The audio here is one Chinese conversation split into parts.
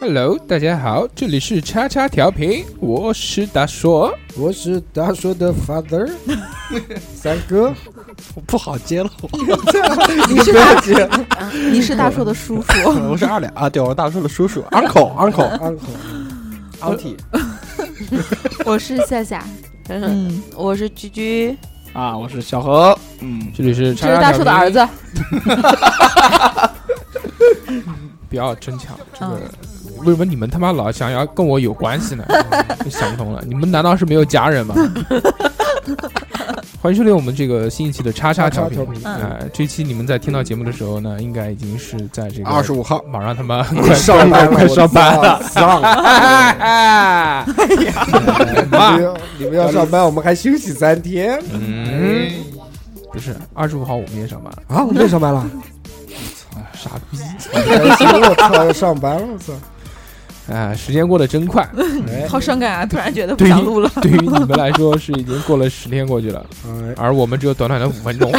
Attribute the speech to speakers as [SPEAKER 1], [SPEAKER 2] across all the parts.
[SPEAKER 1] Hello，大家好，这里是叉叉调频，我是大硕。
[SPEAKER 2] 我是大叔 的 father，三哥，
[SPEAKER 3] 我不好接了，
[SPEAKER 4] 你是大叔，啊你是大硕的叔 叔。
[SPEAKER 3] 我我是二两啊，对，我是大叔的叔叔，uncle uncle
[SPEAKER 2] 安口
[SPEAKER 3] auntie
[SPEAKER 4] 我是夏夏，嗯，我是居居，
[SPEAKER 3] 啊，我是小何，
[SPEAKER 1] 嗯，这里是
[SPEAKER 4] 这
[SPEAKER 1] 叉
[SPEAKER 4] 是
[SPEAKER 1] 叉
[SPEAKER 4] 大硕的
[SPEAKER 1] 调
[SPEAKER 4] 儿
[SPEAKER 1] 频，
[SPEAKER 4] 子。
[SPEAKER 1] 不要争抢这
[SPEAKER 4] 嗯
[SPEAKER 1] 个。为什么你们他妈老想要跟我有 关系呢？就想不通了，你们难道是没有家人吗？ 欢迎收听我们这个新一期的叉叉调频
[SPEAKER 2] 叉叉调频
[SPEAKER 1] 啊、这期你们在听到节目的时候呢，应该已经是在这个
[SPEAKER 3] 二十五号，
[SPEAKER 1] 马上他 妈快
[SPEAKER 2] 上班了
[SPEAKER 1] 快
[SPEAKER 2] 我
[SPEAKER 1] 上班
[SPEAKER 2] 操
[SPEAKER 1] 了，
[SPEAKER 2] 上
[SPEAKER 1] 哎
[SPEAKER 2] 你们你们要上班，我们还休息三天
[SPEAKER 1] 嗯，不是二十五号我们也上班了，
[SPEAKER 2] 啊！我们又上班了，
[SPEAKER 1] 哎傻逼！
[SPEAKER 2] 开心！哎我操，要上班了，我操！
[SPEAKER 1] 哎，时间过得真 快，
[SPEAKER 2] 哎
[SPEAKER 4] 好伤感啊！突然觉得不
[SPEAKER 1] 对于
[SPEAKER 4] 想录了。
[SPEAKER 1] 对于你们来说是已经过了十天过去了，
[SPEAKER 2] 哎，
[SPEAKER 1] 而我们只有短短的五分 钟，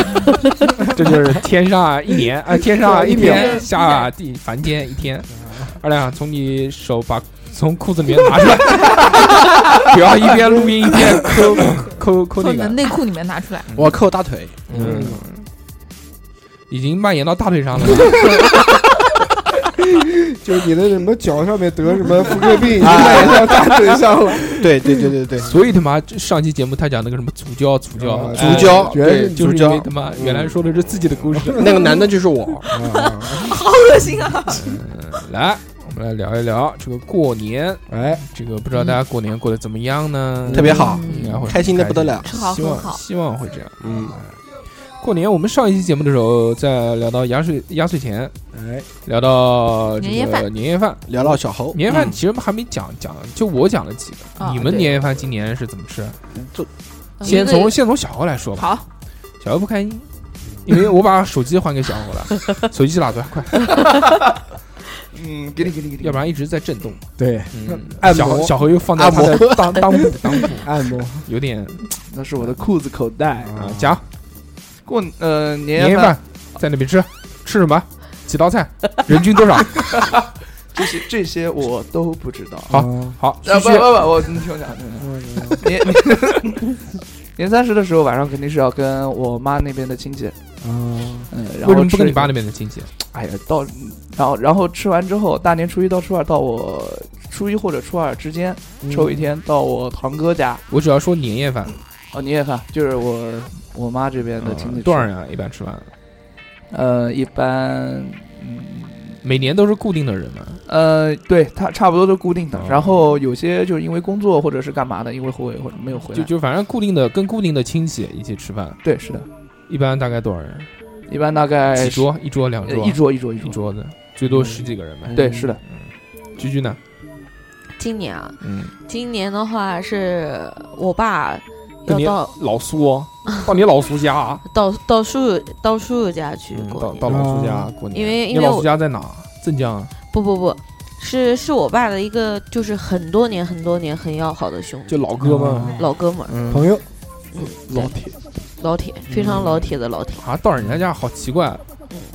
[SPEAKER 1] 这就是天上一年啊，天嗯上一秒，下地凡间一天。二亮，从你手把从裤子里面拿出来， 不要一边录音一边抠抠抠
[SPEAKER 4] 从
[SPEAKER 1] 那
[SPEAKER 4] 你的
[SPEAKER 1] 个，
[SPEAKER 4] 内裤里面拿出来，
[SPEAKER 3] 我扣大腿，
[SPEAKER 1] 嗯，已经蔓延到大腿 上了。
[SPEAKER 2] 就你的什么脚上面得什么妇科病，你买到大腿上了，
[SPEAKER 3] 对对对对对，
[SPEAKER 1] 所以他妈这上期节目他讲那个什么足教足教
[SPEAKER 2] 啊
[SPEAKER 3] 足
[SPEAKER 1] 教，
[SPEAKER 3] 交，
[SPEAKER 2] 原来
[SPEAKER 3] 哎对
[SPEAKER 2] 是
[SPEAKER 1] 就
[SPEAKER 3] 足
[SPEAKER 1] 是因为
[SPEAKER 3] 交
[SPEAKER 1] 他，妈原来说的是自己的故事。
[SPEAKER 3] 嗯那个男的就是我，
[SPEAKER 2] 啊
[SPEAKER 4] 好恶心啊！
[SPEAKER 1] 嗯来，我们来聊一聊这个过年，
[SPEAKER 2] 哎，
[SPEAKER 1] 这个不知道
[SPEAKER 4] 嗯
[SPEAKER 1] 大家过年过得怎么样呢？嗯
[SPEAKER 3] 特别好，
[SPEAKER 1] 应该会很
[SPEAKER 3] 开心的不得了，
[SPEAKER 4] 吃好
[SPEAKER 1] 希
[SPEAKER 4] 喝
[SPEAKER 1] 望
[SPEAKER 4] 好，
[SPEAKER 1] 希望会这样。
[SPEAKER 3] 嗯，
[SPEAKER 1] 过年我们上一期节目的时候，在聊到压岁压岁钱，
[SPEAKER 2] 哎，
[SPEAKER 1] 聊到这
[SPEAKER 4] 年夜
[SPEAKER 1] 个
[SPEAKER 4] 饭
[SPEAKER 1] 年夜饭，
[SPEAKER 3] 嗯聊聊小猴，
[SPEAKER 1] 年夜饭
[SPEAKER 3] 嗯
[SPEAKER 1] 其实还没讲讲，就我讲了几个
[SPEAKER 4] 啊，
[SPEAKER 1] 你们
[SPEAKER 4] 对
[SPEAKER 1] 年夜饭今年是怎么吃？啊
[SPEAKER 4] 嗯
[SPEAKER 1] 先
[SPEAKER 4] 一
[SPEAKER 1] 从
[SPEAKER 4] 个
[SPEAKER 1] 先从小何来说吧，
[SPEAKER 4] 好，
[SPEAKER 1] 小何不开心，因为我把手机还给小何了，手机拿出来快，
[SPEAKER 3] 嗯，给你给你给
[SPEAKER 1] 要不然一直在震动。
[SPEAKER 2] 对，
[SPEAKER 1] 嗯，
[SPEAKER 2] 按
[SPEAKER 1] 小
[SPEAKER 2] 摩
[SPEAKER 1] 何小何又放在
[SPEAKER 3] 按
[SPEAKER 1] 他的
[SPEAKER 3] 摩
[SPEAKER 1] 裆裆部裆部，
[SPEAKER 2] 按摩
[SPEAKER 1] 有点
[SPEAKER 5] 那是我的裤子口袋。
[SPEAKER 3] 嗯
[SPEAKER 1] 啊。讲
[SPEAKER 5] 过呃年
[SPEAKER 1] 年
[SPEAKER 5] 夜
[SPEAKER 1] 夜
[SPEAKER 5] 饭
[SPEAKER 1] 饭在那边吃，吃什么？几道菜？人均多少？
[SPEAKER 5] 这些这些我都不知道。
[SPEAKER 1] 好
[SPEAKER 3] 嗯
[SPEAKER 2] 啊
[SPEAKER 1] 好，
[SPEAKER 5] 啊
[SPEAKER 1] 继
[SPEAKER 5] 不
[SPEAKER 1] 续
[SPEAKER 5] 不不，我你听我讲，听我
[SPEAKER 2] 嗯
[SPEAKER 5] 讲年年 三十的时候晚上肯定是要跟我妈那边的亲戚，
[SPEAKER 2] 啊，
[SPEAKER 5] 嗯，
[SPEAKER 1] 为
[SPEAKER 5] 然
[SPEAKER 1] 什么
[SPEAKER 5] 后
[SPEAKER 1] 不
[SPEAKER 5] 吃
[SPEAKER 1] 跟你爸那边的亲戚？
[SPEAKER 5] 哎呀，到然后然后吃完之后，大年初一到初二到我初一或者初二之间
[SPEAKER 1] 嗯
[SPEAKER 5] 抽一天到我堂哥家
[SPEAKER 1] 我只要说年夜饭，
[SPEAKER 5] 哦年夜饭，就是我我妈这边的亲
[SPEAKER 1] 嗯
[SPEAKER 5] 戚吃
[SPEAKER 1] 多少？人啊？一般吃饭，
[SPEAKER 5] 呃，一般嗯
[SPEAKER 1] 每年都是固定的人嘛。
[SPEAKER 5] 呃，对，他差不多都固定的
[SPEAKER 1] 哦。
[SPEAKER 5] 然后有些就是因为工作或者是干嘛的，因为回或者没有回来。
[SPEAKER 1] 就就反正固定的跟固定的亲戚一起吃饭，
[SPEAKER 5] 对，是的，
[SPEAKER 1] 一般大概多少人？
[SPEAKER 5] 一般大概
[SPEAKER 1] 几
[SPEAKER 5] 是
[SPEAKER 1] 桌？一桌两
[SPEAKER 5] 呃
[SPEAKER 1] 桌？
[SPEAKER 5] 一桌一桌一
[SPEAKER 1] 一
[SPEAKER 5] 桌。
[SPEAKER 1] 桌子，最多十几个人
[SPEAKER 6] 嗯
[SPEAKER 1] 呗。
[SPEAKER 5] 对，是的，
[SPEAKER 1] 居居呢？
[SPEAKER 6] 今年啊，
[SPEAKER 1] 嗯，
[SPEAKER 6] 今年的话是我爸
[SPEAKER 1] 那
[SPEAKER 6] 要
[SPEAKER 1] 你
[SPEAKER 6] 到
[SPEAKER 1] 老苏 哦，到你老苏家啊，
[SPEAKER 6] 到到叔叔到叔叔家去
[SPEAKER 1] 嗯
[SPEAKER 6] 过
[SPEAKER 1] 到
[SPEAKER 6] 年，
[SPEAKER 1] 到老苏家过年。
[SPEAKER 6] 因为
[SPEAKER 1] 你
[SPEAKER 6] 因为
[SPEAKER 1] 老
[SPEAKER 6] 我
[SPEAKER 1] 苏家在哪？镇江啊，
[SPEAKER 6] 不不不，是是我爸的一个就是很多年很多年很要好的兄弟，
[SPEAKER 1] 就老哥嘛。
[SPEAKER 6] 老哥们儿，
[SPEAKER 1] 嗯，
[SPEAKER 2] 朋友，
[SPEAKER 6] 嗯，
[SPEAKER 1] 老铁
[SPEAKER 6] 老铁，非常老铁的老铁，
[SPEAKER 1] 啊，到人家家好奇怪，啊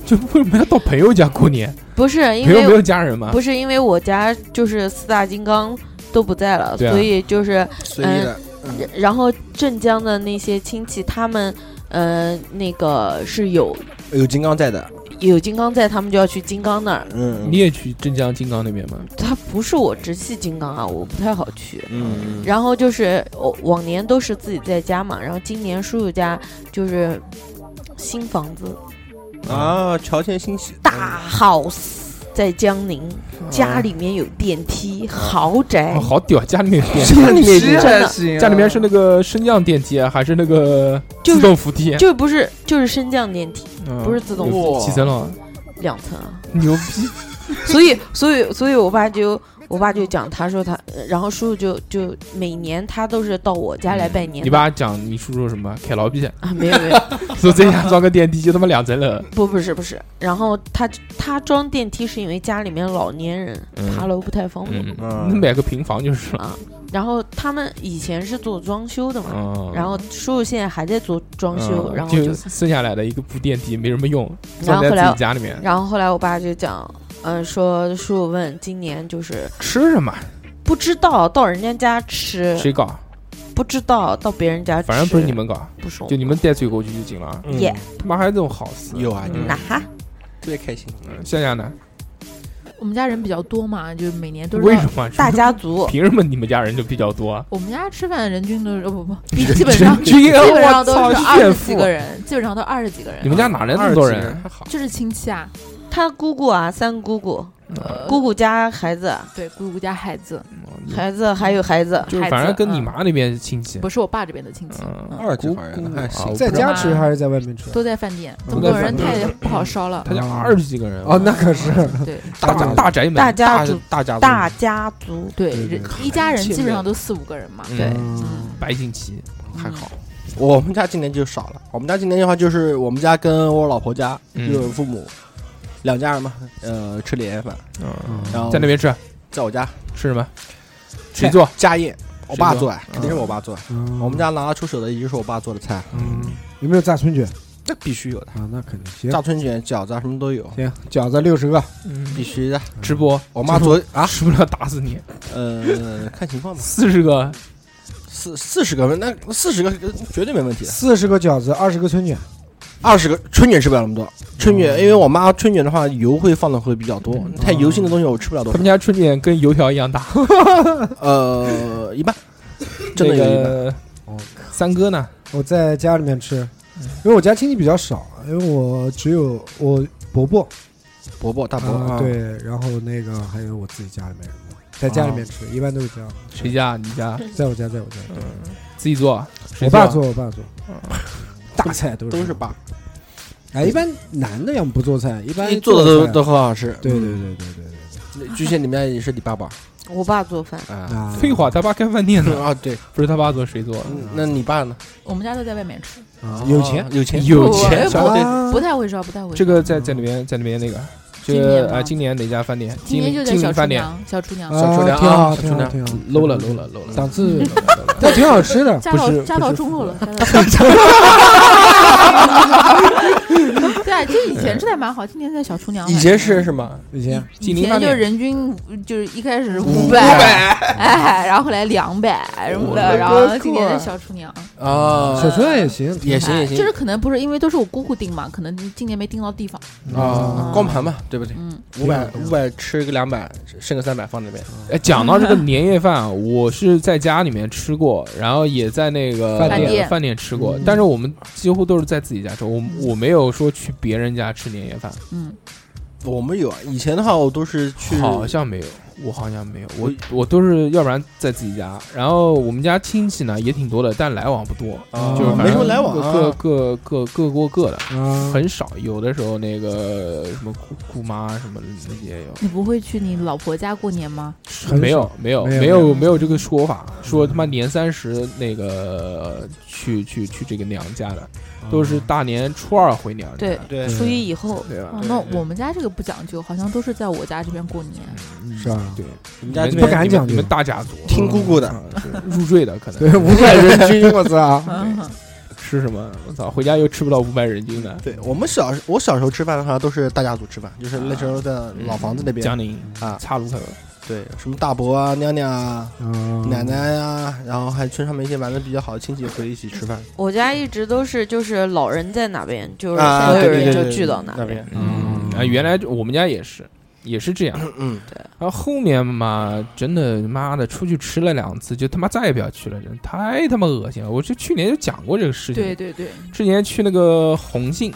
[SPEAKER 1] 就为什么要到朋友家过年？
[SPEAKER 6] 不是嗯因
[SPEAKER 1] 朋友没
[SPEAKER 6] 为
[SPEAKER 1] 有家人吗？
[SPEAKER 6] 不是因为我家就是四大金刚都不在了，
[SPEAKER 1] 对啊
[SPEAKER 6] 所以就是
[SPEAKER 3] 随意的，
[SPEAKER 6] 然然后镇江的那些亲戚他们。呃，那个是有
[SPEAKER 3] 有金刚在的，
[SPEAKER 6] 有金刚在，他们就要去金刚那儿。
[SPEAKER 3] 嗯，
[SPEAKER 1] 你也去镇江金刚那边吗？
[SPEAKER 6] 他不是我直系金刚啊，我不太好去。
[SPEAKER 3] 嗯嗯
[SPEAKER 6] 然后就是我往年都是自己在家嘛，然后今年叔叔家就是新房子
[SPEAKER 3] 啊，乔迁新喜
[SPEAKER 6] 大 house 在江宁，家里面有电梯，豪宅
[SPEAKER 1] 嗯哦，。好屌，家里面有电梯，
[SPEAKER 3] 家里面已经
[SPEAKER 5] 是还行啊，
[SPEAKER 1] 家里面是那个升降电梯啊还是那个
[SPEAKER 6] 就是
[SPEAKER 1] 自动扶梯？啊
[SPEAKER 6] 就不是就是升降电梯
[SPEAKER 1] 嗯
[SPEAKER 6] 不是自动
[SPEAKER 1] 有
[SPEAKER 5] 哇
[SPEAKER 1] 几层楼？
[SPEAKER 6] 两层啊，
[SPEAKER 1] 牛逼！
[SPEAKER 6] 所以所以所以我爸就我爸就讲，他说他，呃然后叔叔就就每年他都是到我家来拜年的。
[SPEAKER 1] 嗯你爸讲你叔叔什么开老逼，
[SPEAKER 6] 啊，没有没有，
[SPEAKER 1] 说这家装个电梯就他妈两层楼，
[SPEAKER 6] 不不是不是，然后他他装电梯是因为家里面老年人
[SPEAKER 1] 嗯
[SPEAKER 6] 爬楼不太方便，
[SPEAKER 1] 嗯，
[SPEAKER 3] 嗯
[SPEAKER 1] 那买个平房就是了。
[SPEAKER 6] 然后他们以前是做装修的嘛，
[SPEAKER 1] 嗯，
[SPEAKER 6] 然后叔叔现在还在做装修，
[SPEAKER 1] 嗯
[SPEAKER 6] 然后
[SPEAKER 1] 就
[SPEAKER 6] 就
[SPEAKER 1] 剩下来的一个破电梯没什么用，
[SPEAKER 6] 然
[SPEAKER 1] 装
[SPEAKER 6] 后
[SPEAKER 1] 在
[SPEAKER 6] 后
[SPEAKER 1] 自
[SPEAKER 6] 来
[SPEAKER 1] 己家里面
[SPEAKER 6] 然后后来我爸就讲，嗯、说叔叔问今年就是
[SPEAKER 1] 吃什么
[SPEAKER 6] 不知道到人家家吃，
[SPEAKER 1] 谁搞，
[SPEAKER 6] 不知道到别人家吃，
[SPEAKER 1] 反正不是你们搞，
[SPEAKER 6] 不是我
[SPEAKER 1] 就你们带罪过去就行了。
[SPEAKER 6] 耶
[SPEAKER 1] 他妈还有这种好事？
[SPEAKER 3] 嗯有啊，
[SPEAKER 1] 嗯
[SPEAKER 6] 哪哈
[SPEAKER 3] 特别开心。
[SPEAKER 1] 夏夏呢？
[SPEAKER 7] 我们家人比较多嘛，就每年都是
[SPEAKER 1] 为
[SPEAKER 7] 要
[SPEAKER 1] 什么？
[SPEAKER 6] 大家族，
[SPEAKER 1] 凭什么你们家人就比较多啊？
[SPEAKER 7] 我们家吃饭人均都是哦不不， 基本上基
[SPEAKER 1] 均啊
[SPEAKER 7] 本上都
[SPEAKER 1] 我
[SPEAKER 7] 是
[SPEAKER 1] 操
[SPEAKER 7] 二
[SPEAKER 1] 炫
[SPEAKER 7] 十几
[SPEAKER 1] 富！
[SPEAKER 7] 个人，基本上都二十几个
[SPEAKER 1] 你
[SPEAKER 7] 人，
[SPEAKER 1] 们家哪来那么多
[SPEAKER 3] 二十几
[SPEAKER 1] 人
[SPEAKER 3] 人？
[SPEAKER 1] 还好，
[SPEAKER 7] 就是亲戚啊，
[SPEAKER 6] 他姑姑啊，三姑姑，
[SPEAKER 7] 呃
[SPEAKER 6] 姑姑家孩子，
[SPEAKER 7] 对姑姑家孩子，
[SPEAKER 1] 嗯
[SPEAKER 6] 孩子还有孩子，
[SPEAKER 1] 就是
[SPEAKER 7] 孩
[SPEAKER 1] 反
[SPEAKER 7] 子
[SPEAKER 1] 正跟你
[SPEAKER 7] 嗯
[SPEAKER 1] 妈那边亲戚。
[SPEAKER 7] 不是我爸这边的亲戚，
[SPEAKER 1] 嗯
[SPEAKER 7] 嗯
[SPEAKER 3] 二级好像还
[SPEAKER 1] 啊
[SPEAKER 3] 哎行，
[SPEAKER 1] 我
[SPEAKER 2] 在
[SPEAKER 1] 不知道
[SPEAKER 2] 家吃还是在外面吃？
[SPEAKER 7] 都在饭店，这么
[SPEAKER 1] 都在
[SPEAKER 7] 多人
[SPEAKER 1] 饭店
[SPEAKER 7] 太不好烧了
[SPEAKER 1] 他，家
[SPEAKER 2] 嗯
[SPEAKER 1] 二十几个人
[SPEAKER 2] 哦，那可是
[SPEAKER 7] 对
[SPEAKER 1] 大大宅门，
[SPEAKER 6] 大家
[SPEAKER 3] 大
[SPEAKER 6] 族，
[SPEAKER 3] 大家族
[SPEAKER 6] 大家族，
[SPEAKER 7] 对
[SPEAKER 3] 对对
[SPEAKER 7] 人一家人
[SPEAKER 1] 亲
[SPEAKER 7] 基本上都四五个人嘛，
[SPEAKER 1] 嗯
[SPEAKER 7] 对，
[SPEAKER 1] 白景琦
[SPEAKER 3] 还好。我们家今年就少了，我们家今年的话就是我们家跟我老婆家，
[SPEAKER 1] 嗯
[SPEAKER 3] 就是父母两家人嘛，呃，吃年夜饭，
[SPEAKER 1] 嗯，
[SPEAKER 3] 然后
[SPEAKER 1] 在那边吃
[SPEAKER 3] 在我家
[SPEAKER 1] 吃什么？谁做？
[SPEAKER 3] 家宴，我爸
[SPEAKER 1] 谁做
[SPEAKER 3] 做，肯定是我爸做。我
[SPEAKER 2] 我
[SPEAKER 3] 们家拿得出手的一定是我爸做的菜，
[SPEAKER 1] 嗯，
[SPEAKER 2] 有没有炸春卷
[SPEAKER 3] 那必须有的，
[SPEAKER 2] 啊？那肯定行
[SPEAKER 3] 炸春卷、饺子啊什么都有，
[SPEAKER 2] 行，饺子六十个，
[SPEAKER 3] 必须的。
[SPEAKER 1] 嗯直播，
[SPEAKER 3] 嗯我妈昨啊，
[SPEAKER 1] 吃不了打死你，
[SPEAKER 3] 呃，看情况吧，
[SPEAKER 1] 四十个
[SPEAKER 3] 四四十个，那四十个绝对没问题的。
[SPEAKER 2] 四十个饺子，二十个春卷，
[SPEAKER 3] 二十个春卷吃不了那么多，春
[SPEAKER 1] 哦
[SPEAKER 3] 卷因为我妈春卷的话油会放的会比较多，太油性的东西我吃不了多
[SPEAKER 1] 他。们家春卷跟油条一样大，
[SPEAKER 3] 呃，一半，真的
[SPEAKER 1] 那
[SPEAKER 3] 有一半。
[SPEAKER 1] 个三哥呢？
[SPEAKER 2] 我在家里面吃，因为我家亲戚比较少，因为我只有我伯伯，
[SPEAKER 3] 伯伯大伯，
[SPEAKER 2] 啊对，然后那个还有我自己家里面人，在家里面吃，一般都是这样，
[SPEAKER 1] 谁家？你家？
[SPEAKER 2] 在我家，在我家，
[SPEAKER 1] 自己做？
[SPEAKER 2] 嗯我
[SPEAKER 1] 谁
[SPEAKER 2] 爸
[SPEAKER 1] 啊
[SPEAKER 2] 做，我爸做，大菜都是
[SPEAKER 3] 都是爸，
[SPEAKER 2] 哎，一般男的要么不做菜，一般
[SPEAKER 3] 做的都
[SPEAKER 2] 菜
[SPEAKER 3] 都很好吃。嗯
[SPEAKER 2] 对对对对对
[SPEAKER 3] 巨蟹里面也是你爸爸
[SPEAKER 6] 我爸做饭，
[SPEAKER 2] 对
[SPEAKER 3] 啊
[SPEAKER 2] 啊，
[SPEAKER 1] 废话，他爸开饭店的，
[SPEAKER 3] 啊，对，
[SPEAKER 1] 不是他爸做谁做？
[SPEAKER 3] 嗯那你爸呢？
[SPEAKER 7] 我们家都在外面吃，
[SPEAKER 2] 啊，有钱
[SPEAKER 3] 哦有钱
[SPEAKER 1] 有
[SPEAKER 7] 钱
[SPEAKER 3] 小对
[SPEAKER 2] 啊
[SPEAKER 7] 不太会烧，不太会烧，
[SPEAKER 1] 嗯这个在在里面在里面那个，这
[SPEAKER 7] 今年
[SPEAKER 1] 个
[SPEAKER 7] 吗
[SPEAKER 1] 啊，今年哪家饭店？金
[SPEAKER 7] 今年
[SPEAKER 1] 陵
[SPEAKER 7] 就在
[SPEAKER 1] 金
[SPEAKER 7] 小
[SPEAKER 1] 陵
[SPEAKER 7] 厨
[SPEAKER 1] 饭店
[SPEAKER 7] 娘，小厨娘
[SPEAKER 2] 啊，
[SPEAKER 3] 小厨娘
[SPEAKER 2] 挺好，
[SPEAKER 3] 啊
[SPEAKER 2] 挺
[SPEAKER 3] 小厨
[SPEAKER 2] 好，
[SPEAKER 3] 娘
[SPEAKER 2] 挺好
[SPEAKER 1] low 了 low 了 low 了，
[SPEAKER 2] 档次但挺好吃 的，
[SPEAKER 7] 嫁
[SPEAKER 1] 嗯不
[SPEAKER 7] 到
[SPEAKER 1] 是
[SPEAKER 7] 嫁
[SPEAKER 1] 不
[SPEAKER 7] 到
[SPEAKER 1] 是
[SPEAKER 7] 中
[SPEAKER 1] 富
[SPEAKER 7] 路 了
[SPEAKER 1] 了，
[SPEAKER 7] 嫁到中路了对啊，这以前吃的还蛮好，今年在小厨娘
[SPEAKER 3] 以
[SPEAKER 7] 买
[SPEAKER 3] 前
[SPEAKER 7] 的
[SPEAKER 3] 是什么？
[SPEAKER 2] 以前
[SPEAKER 7] 以
[SPEAKER 1] 金陵饭
[SPEAKER 7] 前就
[SPEAKER 1] 店。
[SPEAKER 7] 人均就是一开始是五百，哎，然后后来两百什么的，然后今年是小厨娘，
[SPEAKER 3] 啊
[SPEAKER 2] 小春也行，挺
[SPEAKER 3] 也行也
[SPEAKER 7] 哎
[SPEAKER 3] 行，
[SPEAKER 7] 就是可能不是因为都是我姑姑订嘛，可能今年没订到地方，
[SPEAKER 3] 啊，光盘嘛，对不对？
[SPEAKER 7] 嗯，
[SPEAKER 3] 五百
[SPEAKER 2] 挺好
[SPEAKER 3] 五百吃个两百，剩个三百放那边。
[SPEAKER 1] 哎，讲到这个年夜饭啊，我是在家里面吃过，然后也在那个呃
[SPEAKER 2] 饭店
[SPEAKER 1] 饭店吃过
[SPEAKER 2] 嗯，
[SPEAKER 1] 但是我们几乎都是在自己家吃，我我没有说去别人家吃年夜饭，
[SPEAKER 7] 嗯，
[SPEAKER 3] 我们有啊，以前的话我都是去
[SPEAKER 1] 好嗯像没有，我好像没有，我
[SPEAKER 3] 嗯
[SPEAKER 1] 我都是要不然在自己家，然后我们家亲戚呢也挺多的，但来往不多，
[SPEAKER 3] 啊
[SPEAKER 1] 就是反
[SPEAKER 3] 没什么
[SPEAKER 1] 正
[SPEAKER 3] 来往啊
[SPEAKER 1] 各各各各各过各的，
[SPEAKER 2] 啊，
[SPEAKER 1] 很少，有的时候那个什么姑姑妈什么的那些有。
[SPEAKER 7] 你不会去你老婆家过年吗？
[SPEAKER 2] 很
[SPEAKER 1] 没有
[SPEAKER 2] 少
[SPEAKER 1] 没有
[SPEAKER 2] 没
[SPEAKER 1] 没
[SPEAKER 2] 有
[SPEAKER 7] 没
[SPEAKER 1] 有
[SPEAKER 7] 有
[SPEAKER 1] 没有这个说法，说他妈年三十那个呃去去去这个娘家的，都是大年初二回娘家，
[SPEAKER 6] 对
[SPEAKER 3] 对
[SPEAKER 6] 初一以后，
[SPEAKER 1] 对
[SPEAKER 7] 哦
[SPEAKER 1] 吧？，
[SPEAKER 7] 那我们家这个不讲究，好像都是在我家这边过年。
[SPEAKER 1] 嗯
[SPEAKER 2] 是吧？
[SPEAKER 1] 对，
[SPEAKER 3] 你们家这
[SPEAKER 1] 你
[SPEAKER 3] 边
[SPEAKER 1] 们
[SPEAKER 2] 不敢
[SPEAKER 1] 你们
[SPEAKER 2] 讲究
[SPEAKER 1] 你们大家族
[SPEAKER 3] 听姑姑的
[SPEAKER 1] 啊是入赘的可能
[SPEAKER 2] 对，五百人均， 我操！
[SPEAKER 7] 嗯，
[SPEAKER 1] 吃什么？我操，回家又吃不到五百人均的，
[SPEAKER 3] 对我们小时我小时候吃饭的话，都是大家族吃饭，就是那时候在老房子那边
[SPEAKER 1] 嗯江宁
[SPEAKER 3] 啊，
[SPEAKER 1] 岔路口，
[SPEAKER 3] 对，什么大伯啊、娘娘啊、
[SPEAKER 2] 啊
[SPEAKER 3] 奶奶啊，然后还村上面一些玩的比较好的亲戚会一起吃饭
[SPEAKER 6] 我家一直都是就是老人在哪边，就是
[SPEAKER 3] 啊，
[SPEAKER 6] 所有
[SPEAKER 3] 对对对
[SPEAKER 6] 人就
[SPEAKER 3] 对
[SPEAKER 6] 聚到
[SPEAKER 3] 那
[SPEAKER 6] 哪边。
[SPEAKER 3] 边。
[SPEAKER 1] 嗯，啊、原来我们家也是，也是这样。
[SPEAKER 3] 嗯，
[SPEAKER 1] 然后后面嘛，真的妈的出去吃了两次，就他妈再也不要去了，真的太他妈恶心了。我就去年就讲过这个事情，
[SPEAKER 7] 对对对，
[SPEAKER 1] 之前去那个红杏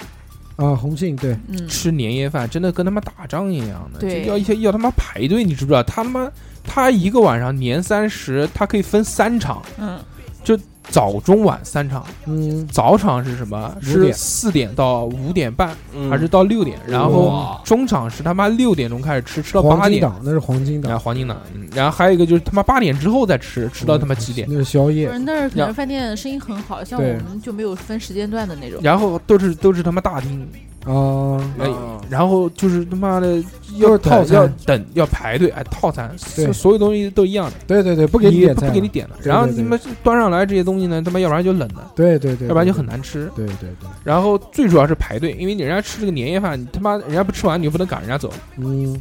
[SPEAKER 2] 啊，红杏对，
[SPEAKER 7] 嗯，
[SPEAKER 1] 吃年夜饭，真的跟他妈打仗一样的，
[SPEAKER 7] 对
[SPEAKER 1] 就要要要他妈排队，你知不知道？他妈他一个晚上年三十，他可以分三场，
[SPEAKER 7] 嗯，
[SPEAKER 1] 早中晚三场。
[SPEAKER 2] 嗯，
[SPEAKER 1] 早场是什么？是
[SPEAKER 2] 点
[SPEAKER 1] 四点到五点半，
[SPEAKER 3] 嗯
[SPEAKER 1] 还是到六点？然后
[SPEAKER 2] 哇
[SPEAKER 1] 中场是他妈六点钟开始吃，吃到八
[SPEAKER 2] 黄金
[SPEAKER 1] 点。
[SPEAKER 2] 档那是黄金
[SPEAKER 1] 然
[SPEAKER 2] 档
[SPEAKER 1] 后，黄金档，嗯，然后还有一个就是他妈八点之后再吃，吃到他妈几点？
[SPEAKER 2] 嗯那是宵夜
[SPEAKER 7] 不，是那儿可
[SPEAKER 1] 要
[SPEAKER 7] 能饭店生意很好，像我
[SPEAKER 2] 对
[SPEAKER 7] 们就没有分时间段的那种。
[SPEAKER 1] 然后都是都是他妈大厅，
[SPEAKER 2] 啊，
[SPEAKER 3] 嗯
[SPEAKER 1] 哎，然后就是他妈的
[SPEAKER 2] 都
[SPEAKER 1] 要
[SPEAKER 2] 是套
[SPEAKER 1] 等要
[SPEAKER 2] 餐
[SPEAKER 1] 等要排队，哎，套餐，
[SPEAKER 2] 对
[SPEAKER 1] 所所有东西都一样的，
[SPEAKER 2] 对对对，不给
[SPEAKER 1] 你
[SPEAKER 2] 你
[SPEAKER 1] 也
[SPEAKER 2] 点
[SPEAKER 1] 不
[SPEAKER 2] 菜，啊
[SPEAKER 1] 不给你，点的。
[SPEAKER 2] 对
[SPEAKER 1] 然后
[SPEAKER 2] 对
[SPEAKER 1] 他
[SPEAKER 2] 对
[SPEAKER 1] 妈端上来这些东西呢，他妈要不然就冷的，
[SPEAKER 2] 对对对，
[SPEAKER 1] 要不然就
[SPEAKER 2] 对
[SPEAKER 1] 很，难吃。
[SPEAKER 2] 对对对，
[SPEAKER 1] 然后最主要是排队，因为你人家吃这个年夜饭，你他妈人家不吃完，你又不能赶人家走，
[SPEAKER 2] 嗯